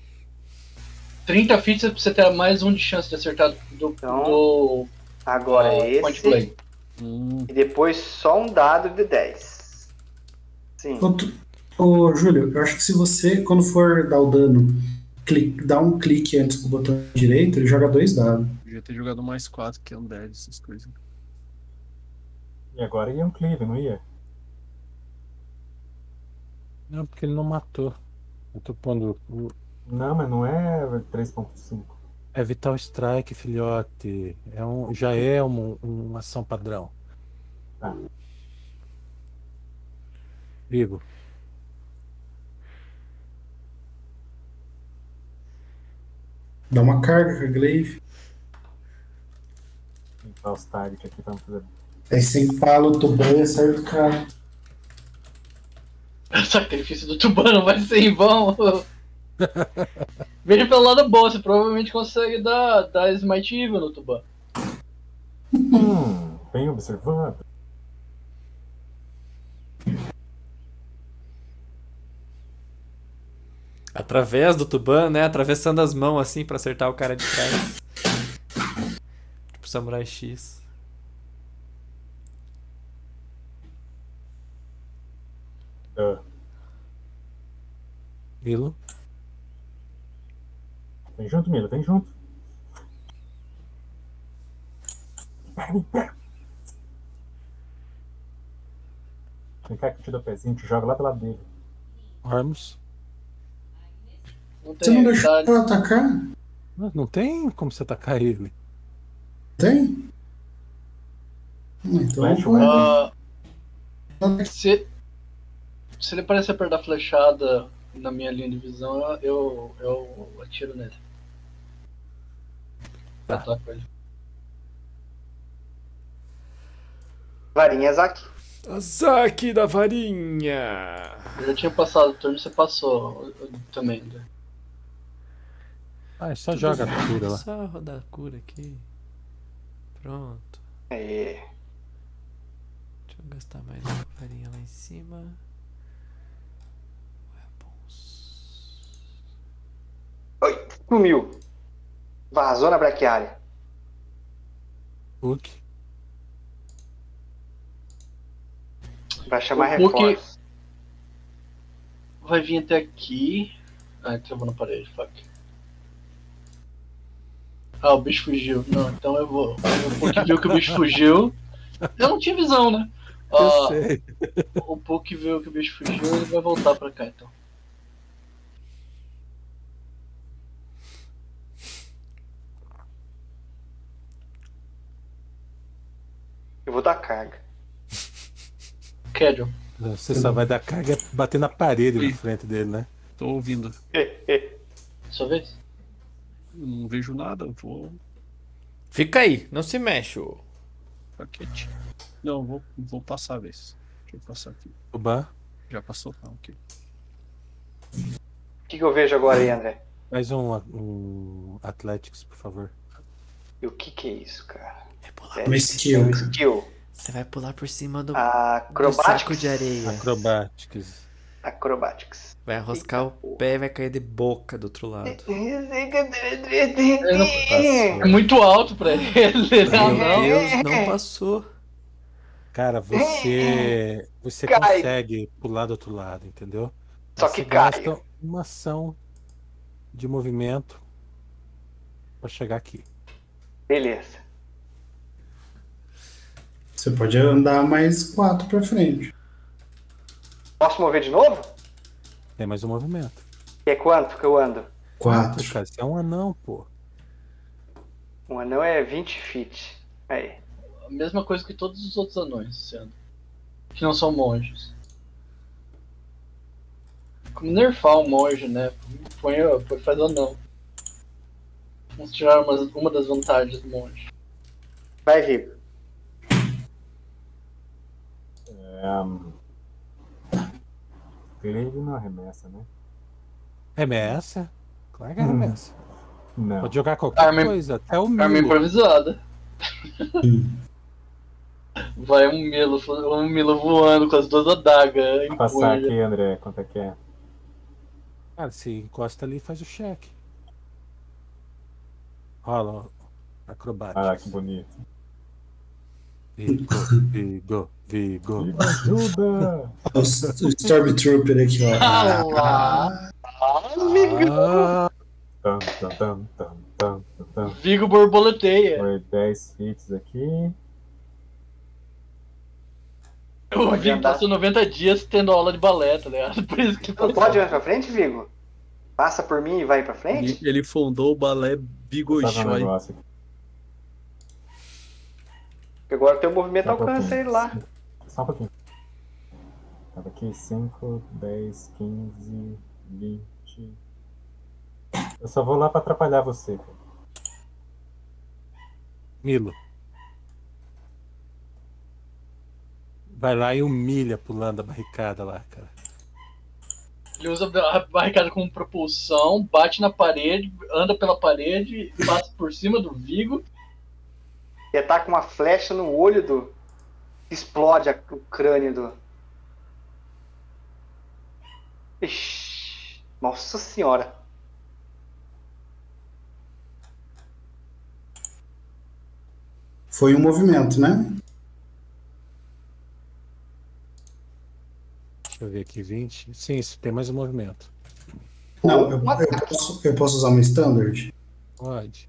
Speaker 2: 30 fits é pra você ter mais um de chance de acertar do,
Speaker 3: Então,
Speaker 2: do
Speaker 3: Agora
Speaker 2: do
Speaker 3: é
Speaker 2: point
Speaker 3: esse.
Speaker 2: blank.
Speaker 8: Hum,
Speaker 3: E depois só um dado de 10. Sim.
Speaker 6: Ô, tu- Ô, Júlio, eu acho que se você, quando for dar o dano, clic- dá um clique antes com o botão direito, ele joga dois dados.
Speaker 8: podia ter jogado mais 4 que é um 10, essas coisas.
Speaker 4: E agora ia um cleave, não ia?
Speaker 1: Não, porque ele não matou. Eu tô pondo.
Speaker 4: Não, mas não é 3.5.
Speaker 1: É Vital Strike, filhote. É um, já é um- uma ação padrão.
Speaker 4: Tá.
Speaker 1: Digo.
Speaker 6: Dá uma carga com a Glaive.
Speaker 4: Limpar Então, os target aqui pra não fazer.
Speaker 6: Aí você empala o tubarão e acerta o é cara.
Speaker 2: O sacrifício do Tubano vai ser em vão. Veja pelo lado bom, você provavelmente consegue dar, dar Smite Evil no Tuban.
Speaker 4: Hum, bem observado.
Speaker 7: Através do Tuban, né? Atravessando as mãos assim pra acertar o cara de trás. tipo Samurai X.
Speaker 4: Ah,
Speaker 1: Grilo.
Speaker 4: vem junto, Mila, vem junto. Vem cá que eu te dou um pezinho, te joga lá do lado dele.
Speaker 1: Armos.
Speaker 2: Não
Speaker 6: Você não
Speaker 2: tem
Speaker 6: deixou
Speaker 2: habilidade.
Speaker 6: ela atacar?
Speaker 1: Mas Não tem como você atacar ele.
Speaker 6: Tem? Hum, Então
Speaker 4: Flash,
Speaker 6: eu vou-
Speaker 2: Ah, se, se ele parecer perto da flechada na minha linha de visão, eu, eu, eu atiro nele.
Speaker 1: Tá.
Speaker 2: Ataco ele.
Speaker 3: Varinha Zaki.
Speaker 7: Azaki da varinha!
Speaker 2: Eu já tinha passado o turno, você passou eu- eu também. né?
Speaker 1: Ah, é só joga a cura lá.
Speaker 7: Só rodar a cura aqui. Pronto.
Speaker 3: É.
Speaker 7: Deixa eu gastar mais uma varinha lá em cima. Weapons.
Speaker 3: Oi, sumiu. Vazou na braquiária.
Speaker 1: Hook.
Speaker 3: Vai chamar
Speaker 2: O Hulk-
Speaker 3: reforço.
Speaker 2: Vai vir até aqui. Ah, travou na parede, fuck. Ah, o bicho fugiu. Não, então eu vou. O Puck viu que o bicho fugiu. Eu não tinha visão, né? Ah,
Speaker 1: sei.
Speaker 2: o Puck viu que o bicho fugiu, ele vai voltar pra cá então.
Speaker 3: Eu vou dar carga.
Speaker 2: Kedron.
Speaker 1: Você só vai dar carga bater na parede na frente dele, né?
Speaker 8: Tô ouvindo.
Speaker 2: Sua vez?
Speaker 8: Não vejo nada, vou
Speaker 7: Fica aí, não se mexe. ô.
Speaker 8: ficar Tá quietinho. Não, vou, vou passar a vez. Deixa eu passar aqui.
Speaker 1: Oba.
Speaker 8: Já passou? Tá, ok.
Speaker 3: O que, que eu vejo agora aí, André?
Speaker 1: Faz um, um Athletics, por favor.
Speaker 3: E o que, que é isso, cara?
Speaker 7: Vai pular.
Speaker 3: É
Speaker 6: Uma skill.
Speaker 3: skill.
Speaker 7: Você vai pular por cima do, do saco
Speaker 3: Acrobatics.
Speaker 7: de areia.
Speaker 1: Acrobatics.
Speaker 3: Acrobatics.
Speaker 7: Vai arroscar o pé e vai cair de boca do outro lado.
Speaker 2: É muito alto pra ele. Não,
Speaker 7: Meu
Speaker 2: não.
Speaker 7: Deus,
Speaker 3: É.
Speaker 7: não passou.
Speaker 1: Cara, você. Você
Speaker 3: Cai.
Speaker 1: consegue pular do outro lado, entendeu?
Speaker 3: Só
Speaker 1: Você
Speaker 3: que cai.
Speaker 1: gasta uma ação de movimento pra chegar aqui.
Speaker 3: Beleza.
Speaker 6: Você pode andar mais quatro pra frente.
Speaker 3: Posso mover de novo?
Speaker 1: Tem mais um movimento.
Speaker 3: Que é quanto que eu ando?
Speaker 6: Quatro.
Speaker 1: Cara, você é um anão, pô.
Speaker 3: Um anão é 20 feet. Aí.
Speaker 2: A mesma coisa que todos os outros anões, sendo. Que não são monges. Como nerfar um monge, né? Põe, põe faz anão. Vamos tirar uma, uma das vantagens do monge.
Speaker 3: Vai, Rico.
Speaker 4: É, hum, Cleide não arremessa, né?
Speaker 1: Remessa. É Claro que é remessa.
Speaker 4: Não.
Speaker 1: Pode jogar qualquer
Speaker 2: Arma-
Speaker 1: coisa, até o
Speaker 2: Arma
Speaker 1: milo.
Speaker 2: improvisada. Vai um Milo, um Milo voando com as duas adagas. em
Speaker 4: Passar
Speaker 2: punho.
Speaker 4: aqui, André, quanto é que é?
Speaker 1: Cara, se encosta ali e faz o cheque. Rola acrobática.
Speaker 4: Ah, que bonito.
Speaker 1: Vigor, vigor, vigor.
Speaker 4: Ajuda!
Speaker 6: O S- o Stormtrooper aqui,
Speaker 2: Ah,
Speaker 6: ó.
Speaker 4: Tam, tam, tam, tam, tam, tam, tam.
Speaker 2: Vigo borboleteia.
Speaker 4: Foi 10 fits aqui.
Speaker 2: O
Speaker 3: Pode
Speaker 2: Vigo
Speaker 3: andar.
Speaker 2: passou 90 dias tendo aula de balé, tá ligado? Por isso que
Speaker 3: Não pode ir mais pra frente, Vigo? Passa por mim e vai pra frente?
Speaker 8: Ele, ele fundou o balé
Speaker 4: Passar um
Speaker 8: Bigojoy.
Speaker 4: negócio aqui.
Speaker 3: Porque agora teu movimento
Speaker 4: Tá bom.
Speaker 3: alcança ele lá.
Speaker 4: Só um pouquinho. Tava aqui 5, 10, 15, 20. Eu só vou lá pra atrapalhar você, cara.
Speaker 1: Milo. Vai lá e humilha pulando a barricada lá, cara.
Speaker 2: Ele usa a barricada como propulsão, bate na parede, anda pela parede, passa por cima do Vigo.
Speaker 3: E ataca uma flecha no olho do. Explode a- o crânio do. Ixi, nossa senhora.
Speaker 6: Foi um movimento, né?
Speaker 1: Deixa eu ver aqui, 20. Sim, isso tem mais um movimento.
Speaker 6: Não, eu, eu posso, eu posso usar uma standard?
Speaker 1: Pode.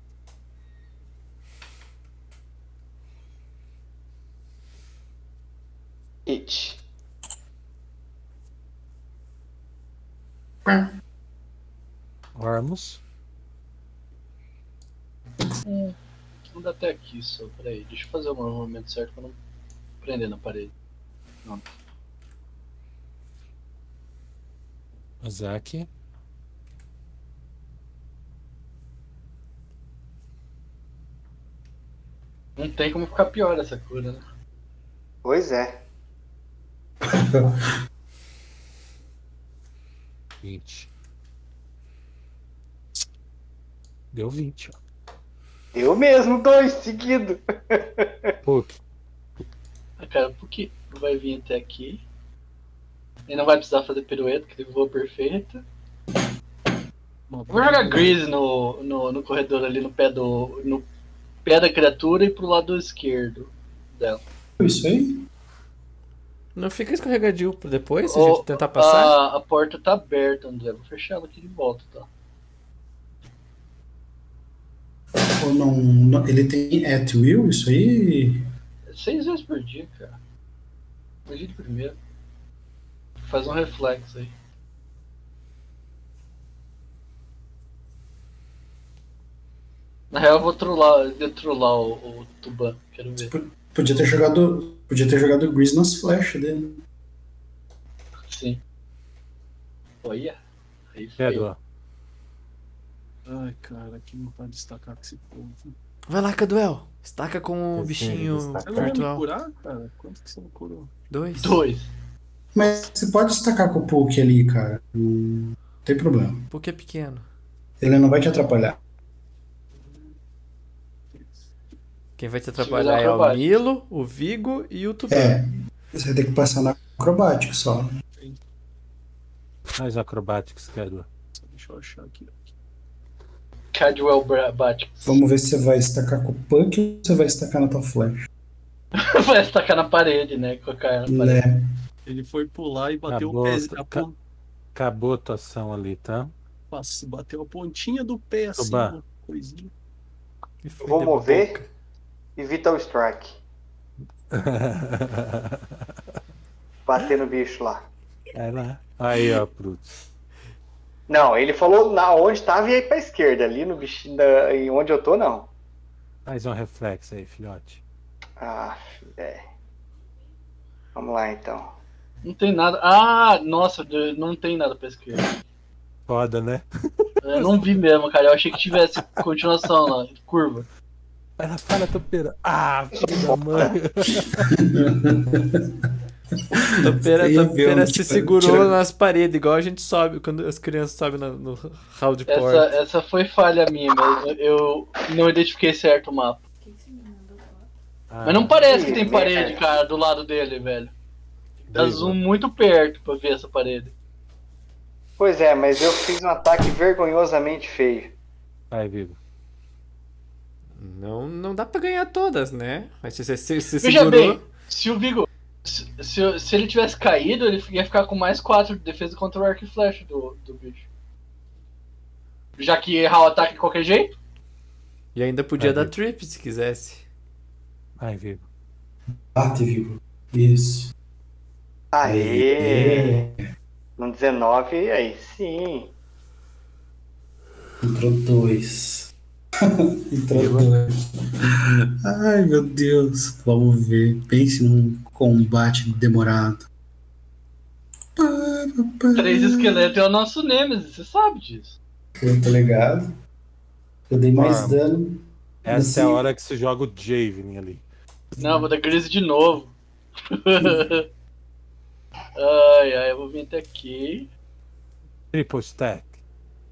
Speaker 3: It.
Speaker 1: Ormus.
Speaker 2: Não dá até aqui só, peraí. Deixa eu fazer o meu movimento certo pra não prender na parede.
Speaker 1: Ozaki.
Speaker 2: Não tem como ficar pior essa cura, né?
Speaker 3: Pois é.
Speaker 1: 20. Deu 20, ó.
Speaker 3: Eu mesmo, dois seguido.
Speaker 1: Pô, que-
Speaker 2: Ah, cara, por que não vai vir até aqui? Ele não vai precisar fazer pirueta, que ele voa perfeito.
Speaker 8: Uma
Speaker 2: Eu Vou jogar Grease no, no, no corredor ali no pé do. no pé da criatura e pro lado esquerdo dela.
Speaker 6: Isso aí?
Speaker 7: Não fica escorregadio por depois, se a
Speaker 2: Ô,
Speaker 7: gente tentar passar.
Speaker 2: A, a porta tá aberta, André. Vou fechar ela aqui de volta, tá?
Speaker 6: Ou não, não- ele tem at will, isso aí?
Speaker 2: É seis vezes por dia, cara. Fugir de primeiro. Faz um reflexo aí. Na real eu vou trollar, detrolar o, o Tuban, quero ver.
Speaker 6: Tipo, Podia ter jogado, podia ter jogado o Grease nas flechas dele.
Speaker 2: Sim. Olha. Aí foi.
Speaker 1: Pedro, ó.
Speaker 8: Ai, cara, aqui não vai destacar com esse povo.
Speaker 7: Vai lá, Caduel. Estaca com o
Speaker 4: Esse
Speaker 7: Um bichinho
Speaker 4: destaca.
Speaker 8: Você não vai me
Speaker 7: virtual.
Speaker 8: curar, cara? Quanto que você me curou?
Speaker 7: Dois.
Speaker 2: Dois.
Speaker 6: Mas você pode destacar com o Puck ali, cara. Não tem problema.
Speaker 7: Porque é pequeno.
Speaker 6: Ele não vai te atrapalhar.
Speaker 7: Quem vai te
Speaker 2: Deixa eu
Speaker 7: atrapalhar
Speaker 2: olhar
Speaker 7: é o
Speaker 2: acrobático.
Speaker 7: Milo, o Vigo e o Tuban.
Speaker 6: É. Você vai ter que passar na acrobática só.
Speaker 1: mais acrobatics, Pedro.
Speaker 8: Deixa eu achar aqui.
Speaker 2: Cadwell Bra- bate.
Speaker 6: Vamos ver se você vai destacar com o Puck ou você vai destacar na tua flecha.
Speaker 2: Vai estacar na parede, né? Com a cara na parede.
Speaker 6: Né?
Speaker 8: Ele foi pular e bateu
Speaker 1: Acabou,
Speaker 8: o pé. A
Speaker 1: ca-
Speaker 8: pon-
Speaker 1: Acabou a tua ação ali, tá?
Speaker 8: passe- Bateu a pontinha do pé assim,
Speaker 1: Tuban.
Speaker 8: uma coisinha.
Speaker 7: E foi
Speaker 3: Vou
Speaker 7: de
Speaker 3: mover.
Speaker 7: boca.
Speaker 3: E Vital Strike. Bater no bicho lá.
Speaker 1: Vai lá. É, né? Aí, ó, Brutus.
Speaker 3: Não, ele falou na onde tava e aí pra esquerda. Ali no bichinho, da, em onde eu tô, não.
Speaker 1: Faz um reflexo aí, filhote.
Speaker 3: Ah, é. Vamos lá então.
Speaker 2: Não tem nada. Ah, nossa, de- não tem nada pra escrever.
Speaker 1: Foda, né?
Speaker 2: Eu não vi mesmo, cara. Eu achei que tivesse continuação lá, curva.
Speaker 1: Ela fala topeira. Ah, filho da mãe.
Speaker 7: Topeira,
Speaker 10: Você ia ver
Speaker 6: é
Speaker 7: topeira
Speaker 10: onde
Speaker 7: se
Speaker 10: que foi
Speaker 7: segurou
Speaker 10: tirado.
Speaker 7: nas paredes, igual a gente sobe, quando as crianças sobem no, no hall de
Speaker 2: Essa, é
Speaker 7: porta.
Speaker 2: essa foi falha minha mesmo. Eu não identifiquei certo o mapa. Mas não parece que tem parede, cara, do lado dele, velho. Dá
Speaker 3: Beleza.
Speaker 7: né?
Speaker 2: zoom muito perto pra ver essa parede.
Speaker 3: Pois é, mas eu fiz um ataque vergonhosamente feio.
Speaker 1: Vai, vivo.
Speaker 7: Não, não dá pra ganhar todas, né? Mas se você se, se
Speaker 2: Veja
Speaker 7: segurou.
Speaker 2: bem, se o Vigo. Se, se- se ele tivesse caído, ele ia ficar com mais 4 de defesa contra o arco e flecha do, do bicho. Já que errar o ataque de qualquer jeito?
Speaker 7: E ainda podia dar trip se quisesse.
Speaker 1: Vai, vivo.
Speaker 6: Bate, vivo. Isso.
Speaker 3: Aê! Um 19, aí sim.
Speaker 6: Entrou dois. Entrou dois. Ai, meu Deus. Vamos ver. Pense num combate demorado.
Speaker 2: 3 esqueletos é o nosso Nemesis, você sabe disso.
Speaker 6: Eu tô ligado. Eu dei mais
Speaker 1: Ah,
Speaker 6: dano.
Speaker 1: Essa é a
Speaker 6: Assim.
Speaker 1: hora que se joga o Javelin ali.
Speaker 2: Não, vou dar crise de novo. ai, ai, eu vou vir até aqui.
Speaker 1: Triple stack.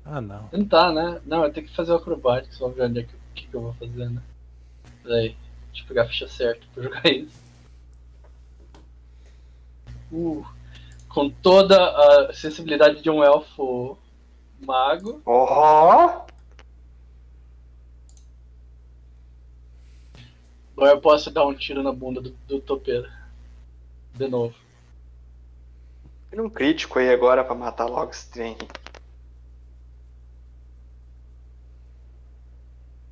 Speaker 1: Ah, não.
Speaker 2: Tentar, né? Não, eu tenho que fazer o acrobático, só ver onde é que, o que, que eu vou fazer, né? Peraí, deixa eu pegar a ficha certa pra jogar isso. Uh, com toda a sensibilidade de um elfo mago.
Speaker 3: Oh!
Speaker 2: Agora eu posso dar um tiro na bunda do, do topeira. De novo.
Speaker 3: Tira um crítico aí agora pra matar logo esse trem.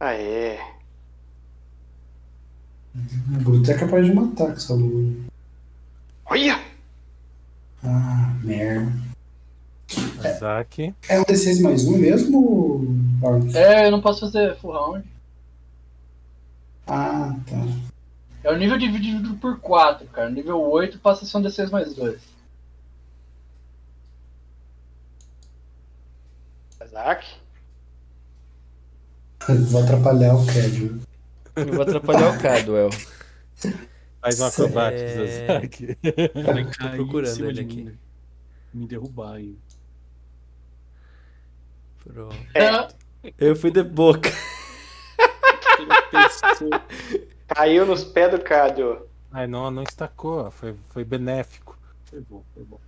Speaker 3: Aê!
Speaker 6: A bruta é capaz de matar com essa lua.
Speaker 3: Olha!
Speaker 6: Ah, merda.
Speaker 1: Isaac.
Speaker 6: É um D6 mais um mesmo, Barnes?
Speaker 2: É, eu não posso fazer full round.
Speaker 6: Ah, tá.
Speaker 2: É o nível dividido por 4, cara. Nível 8 passa a ser um D6 mais 2.
Speaker 3: Isaac?
Speaker 6: Vou atrapalhar o Cad.
Speaker 7: Eu vou atrapalhar o Caduel.
Speaker 1: Faz um assim,
Speaker 6: Certo.
Speaker 1: acrobático,
Speaker 7: É.
Speaker 1: Isaac.
Speaker 8: Vai
Speaker 7: Tô
Speaker 8: cair em
Speaker 7: procurando
Speaker 8: cima
Speaker 7: ele
Speaker 8: de
Speaker 7: aqui.
Speaker 8: mim, velho. Me derrubar aí.
Speaker 7: Pronto.
Speaker 8: Ah!
Speaker 3: É.
Speaker 7: Eu fui de boca.
Speaker 3: Caiu nos pés do Cádio.
Speaker 1: Ai, não, não estacou. Foi, foi benéfico.
Speaker 8: Foi bom, foi bom.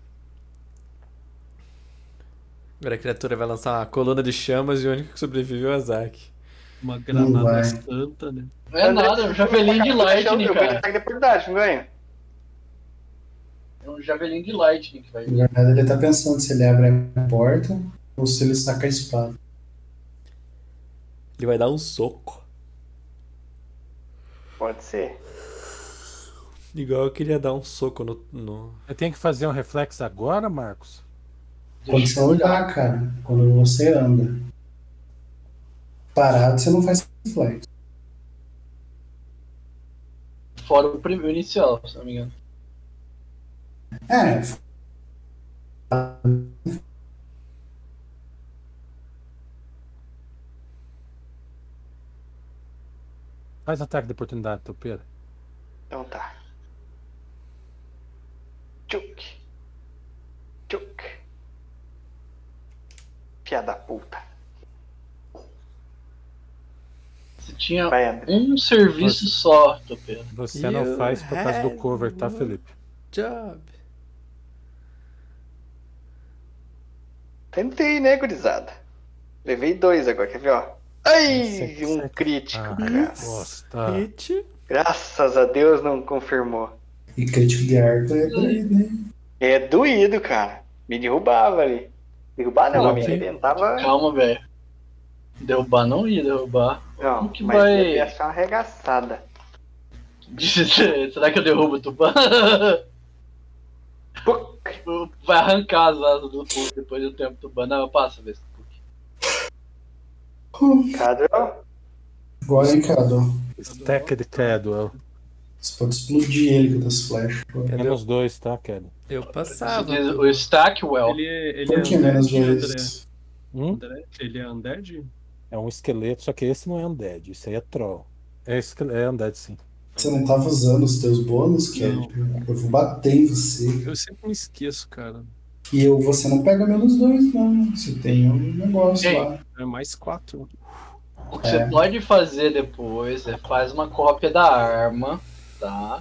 Speaker 7: Agora a criatura vai lançar uma coluna de chamas e o único que sobreviveu é o Zack.
Speaker 8: Uma
Speaker 6: Não vai.
Speaker 8: granada santa, né?
Speaker 2: Não é nada, é um javelin de lightning,
Speaker 3: Eu ganho
Speaker 2: cara.
Speaker 3: ataque de oportunidade, não ganho?
Speaker 2: É um javelin de lightning que vai
Speaker 6: Na verdade, ele tá pensando se ele abre a porta ou se ele saca a espada.
Speaker 7: Ele vai dar um soco.
Speaker 3: Pode ser.
Speaker 7: Igual eu queria dar um soco no. no...
Speaker 1: Eu tenho que fazer um reflexo agora, Marcos?
Speaker 6: Quando você andar, um cara. Quando você anda. Parado, você não faz reflexo.
Speaker 2: fora o primeiro inicial, se não me engano.
Speaker 6: É.
Speaker 1: Faz um ataque de oportunidade, topeira.
Speaker 3: Então tá. Tchuk. Tchuk. Piada puta.
Speaker 2: Você tinha
Speaker 3: Vai, André.
Speaker 2: um serviço só, Topera.
Speaker 1: Você não
Speaker 7: You
Speaker 1: faz por causa do
Speaker 7: have
Speaker 1: cover, tá,
Speaker 7: one
Speaker 1: Felipe?
Speaker 7: Job.
Speaker 3: Tentei, né, gurizada? Levei dois agora, quer ver, ó? Ai,
Speaker 1: Sete,
Speaker 3: um
Speaker 1: sete.
Speaker 3: crítico.
Speaker 1: Ah,
Speaker 3: graças-
Speaker 1: bosta.
Speaker 7: Hit.
Speaker 3: Graças a Deus não confirmou.
Speaker 6: E crítico de arco é doido, né?
Speaker 3: É doído, cara. Me derrubava ali. Derrubar não,
Speaker 1: Ela
Speaker 3: me
Speaker 1: tem-
Speaker 3: arrebentava.
Speaker 2: Calma, velho. Derrubar não ia derrubar.
Speaker 3: Não,
Speaker 2: Como que
Speaker 3: mas é-
Speaker 2: vai-
Speaker 3: ia achar uma arregaçada.
Speaker 2: Será que eu derrubo o tubarão?
Speaker 3: Puk.
Speaker 2: Tipo, Vai arrancar as asas do Puck depois de um
Speaker 6: Hum,
Speaker 2: tempo, tubarão. Não, eu passo a vez com o Puck.
Speaker 3: Cadê? ó?
Speaker 6: Golem Cadwell.
Speaker 1: Stacked Cadwell.
Speaker 6: Você pode explodir ele com as flechas.
Speaker 1: Menos dois, tá, Cadwell?
Speaker 10: Eu passado.
Speaker 2: O Stackwell.
Speaker 8: Ele, é- ele
Speaker 6: Por
Speaker 8: é
Speaker 6: que né,
Speaker 8: undead,
Speaker 6: menos
Speaker 8: André?
Speaker 6: dois?
Speaker 1: Hum?
Speaker 8: André, ele é undead?
Speaker 1: É um esqueleto, só que esse não é undead, isso aí é troll. É, esquele- é undead sim.
Speaker 6: Você não tava usando os teus bônus, é Kelly? Eu vou bater em você.
Speaker 8: Eu sempre me esqueço, cara.
Speaker 6: E eu, você não pega menos dois, não. Você tem um negócio
Speaker 2: Ei.
Speaker 6: lá.
Speaker 8: É mais quatro.
Speaker 2: O que você pode fazer depois é faz uma cópia da arma, tá?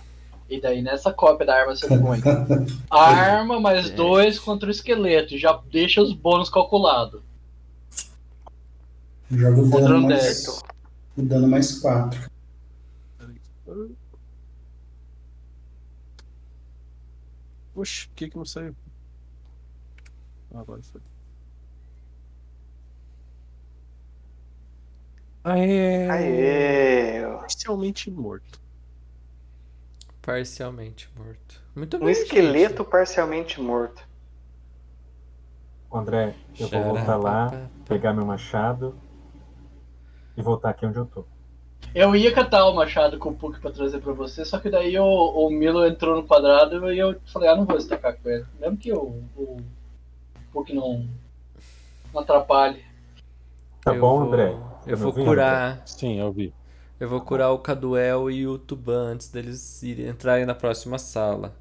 Speaker 2: E daí nessa cópia da arma você põe arma mais dois contra o esqueleto. e Já deixa os bônus calculados.
Speaker 6: Joga o
Speaker 2: Contra
Speaker 6: dano
Speaker 2: o
Speaker 6: mais.
Speaker 2: Deco.
Speaker 6: O dano mais quatro.
Speaker 8: Oxe, por que que não saiu? Ah, Agora foi.
Speaker 1: Aê!
Speaker 8: É,
Speaker 3: Aê! ó.
Speaker 8: Parcialmente morto.
Speaker 10: Parcialmente morto. Muito bem.
Speaker 3: Um
Speaker 10: gente.
Speaker 3: esqueleto parcialmente morto.
Speaker 4: André, eu vou voltar lá, pegar meu machado e voltar aqui onde eu tô.
Speaker 2: Eu ia catar o machado com o Puck pra trazer pra você, só que daí o, o Milo entrou no quadrado e eu falei, ah, não vou estacar com ele. Mesmo que o, o Puck não, não atrapalhe.
Speaker 4: Tá
Speaker 10: Eu
Speaker 4: bom,
Speaker 10: vou-
Speaker 4: André? Tá
Speaker 10: Eu
Speaker 4: me
Speaker 10: vou
Speaker 4: ouvindo?
Speaker 10: curar. Tá
Speaker 1: Sim, eu vi.
Speaker 10: Eu vou curar o Caduel e o Tuban antes deles irem, entrarem na próxima sala.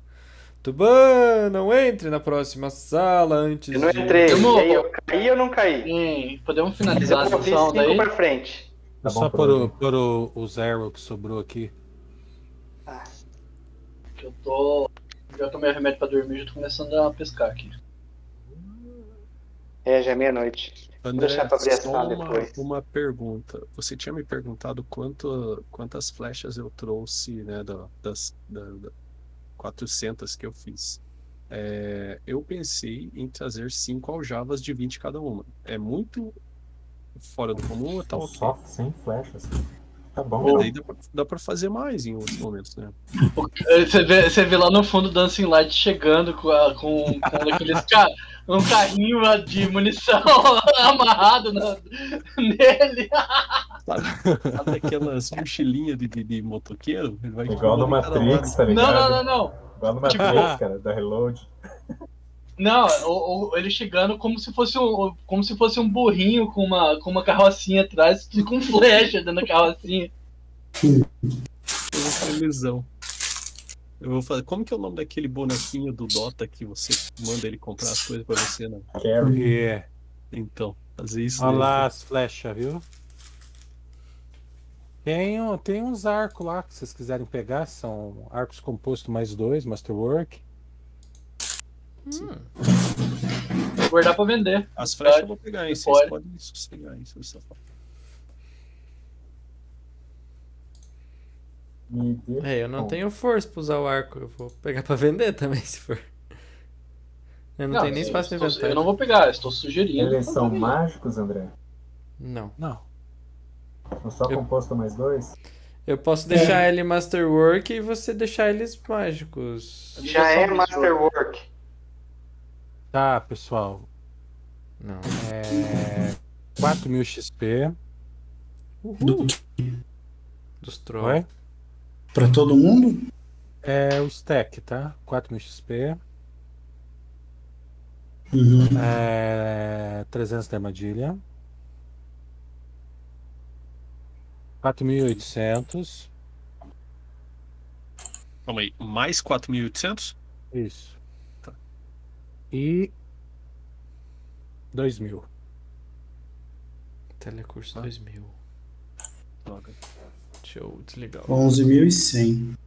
Speaker 10: Tuban, não entre na próxima sala antes
Speaker 3: Eu não
Speaker 10: de...
Speaker 3: entrei.
Speaker 2: Demorou.
Speaker 3: E aí eu caí ou não caí?
Speaker 2: Sim, podemos
Speaker 3: Mas
Speaker 2: finalizar
Speaker 3: eu
Speaker 2: a
Speaker 3: fiz
Speaker 2: sessão
Speaker 3: cinco
Speaker 2: daí?
Speaker 3: pra frente.
Speaker 4: Tá bom
Speaker 1: só
Speaker 4: pra
Speaker 1: por,
Speaker 4: mim.
Speaker 1: o- por o, o zero que sobrou aqui.
Speaker 2: que Eu tô. Já tomei remédio pra dormir, já tô começando a pescar aqui.
Speaker 3: É, já é meia-noite.
Speaker 8: André,
Speaker 3: deixar pra abrir a
Speaker 8: só
Speaker 3: sala
Speaker 8: uma,
Speaker 3: depois.
Speaker 8: uma pergunta. Você tinha me perguntado quanto, quantas flechas eu trouxe, né, da- das da, da 400 que eu fiz. É, eu pensei em trazer cinco aljavas de 20 cada uma. É muito fora do comum ou tá
Speaker 4: Então,
Speaker 8: ok?
Speaker 4: só sem flechas. Tá bom.
Speaker 8: Mas
Speaker 4: então.
Speaker 8: daí dá pra, dá pra fazer mais em outros momentos, né?
Speaker 2: Eh, Você vê, você vê lá no fundo o Dancing Light chegando com, a- com, com aqueles ca- um carrinho lá de munição amarrado na- nele.
Speaker 8: Sabe aquelas mochilinhas de, de, de motoqueiro? Ele vai
Speaker 4: Igual no
Speaker 8: cada lado.
Speaker 4: Matrix, tá
Speaker 2: Não,
Speaker 4: ligado?
Speaker 2: não, não, não.
Speaker 4: Igual no
Speaker 3: Tipo,
Speaker 4: Matrix, cara, da Reload.
Speaker 2: Não, o- o- ele chegando como se fosse um, como se fosse um burrinho com uma, com uma carrocinha atrás, tudo com flecha dentro da carrocinha.
Speaker 8: Eu vou fazer lesão. Eu vou fazer. Como que é o nome daquele bonequinho do Dota que você manda ele comprar as coisas pra você, né?
Speaker 4: Carry.
Speaker 1: Yeah.
Speaker 8: Então, fazer isso.
Speaker 1: Uhum. Olha
Speaker 8: daí.
Speaker 1: lá as flechas, viu? Tem, um- tem uns arcos lá que vocês quiserem pegar, são arcos composto mais dois, Masterwork.
Speaker 2: Vou guardar pra vender.
Speaker 8: Hum. As flechas eu vou pegar, hein? Vocês
Speaker 2: Pode.
Speaker 8: podem sossegar, hein? seus safados.
Speaker 4: Me dê-
Speaker 10: É, eu não
Speaker 4: Bom.
Speaker 10: tenho força pra usar o arco. Eu vou pegar pra vender também, se for. Eu não, tenho nem
Speaker 2: eu
Speaker 10: espaço no
Speaker 2: estou-
Speaker 10: inventário.
Speaker 2: Eu não vou pegar, eu estou sugerindo.
Speaker 4: Eles são mágicos, André?
Speaker 10: Não.
Speaker 1: Não.
Speaker 4: Não só
Speaker 10: Eu-
Speaker 4: composto mais dois?
Speaker 10: Eu posso
Speaker 4: É.
Speaker 10: deixar ele Masterwork e você deixar eles mágicos.
Speaker 3: Já é Masterwork.
Speaker 1: Tá, pessoal.
Speaker 10: Não.
Speaker 1: É... 4 mil XP.
Speaker 6: Do-
Speaker 10: Dos
Speaker 1: Ué?
Speaker 10: trolls.
Speaker 6: Pra todo mundo?
Speaker 1: É o stack, tá? 4 mil XP.
Speaker 6: Uhum.
Speaker 1: É... 300 de armadilha. 4.800.
Speaker 8: Calma aí. Mais 4.800?
Speaker 1: Isso.
Speaker 8: Tá.
Speaker 1: E. 2.000.
Speaker 10: Telecurso 2000.
Speaker 8: Tá. Droga.
Speaker 10: Deixa eu desligar. o-
Speaker 6: 11.100.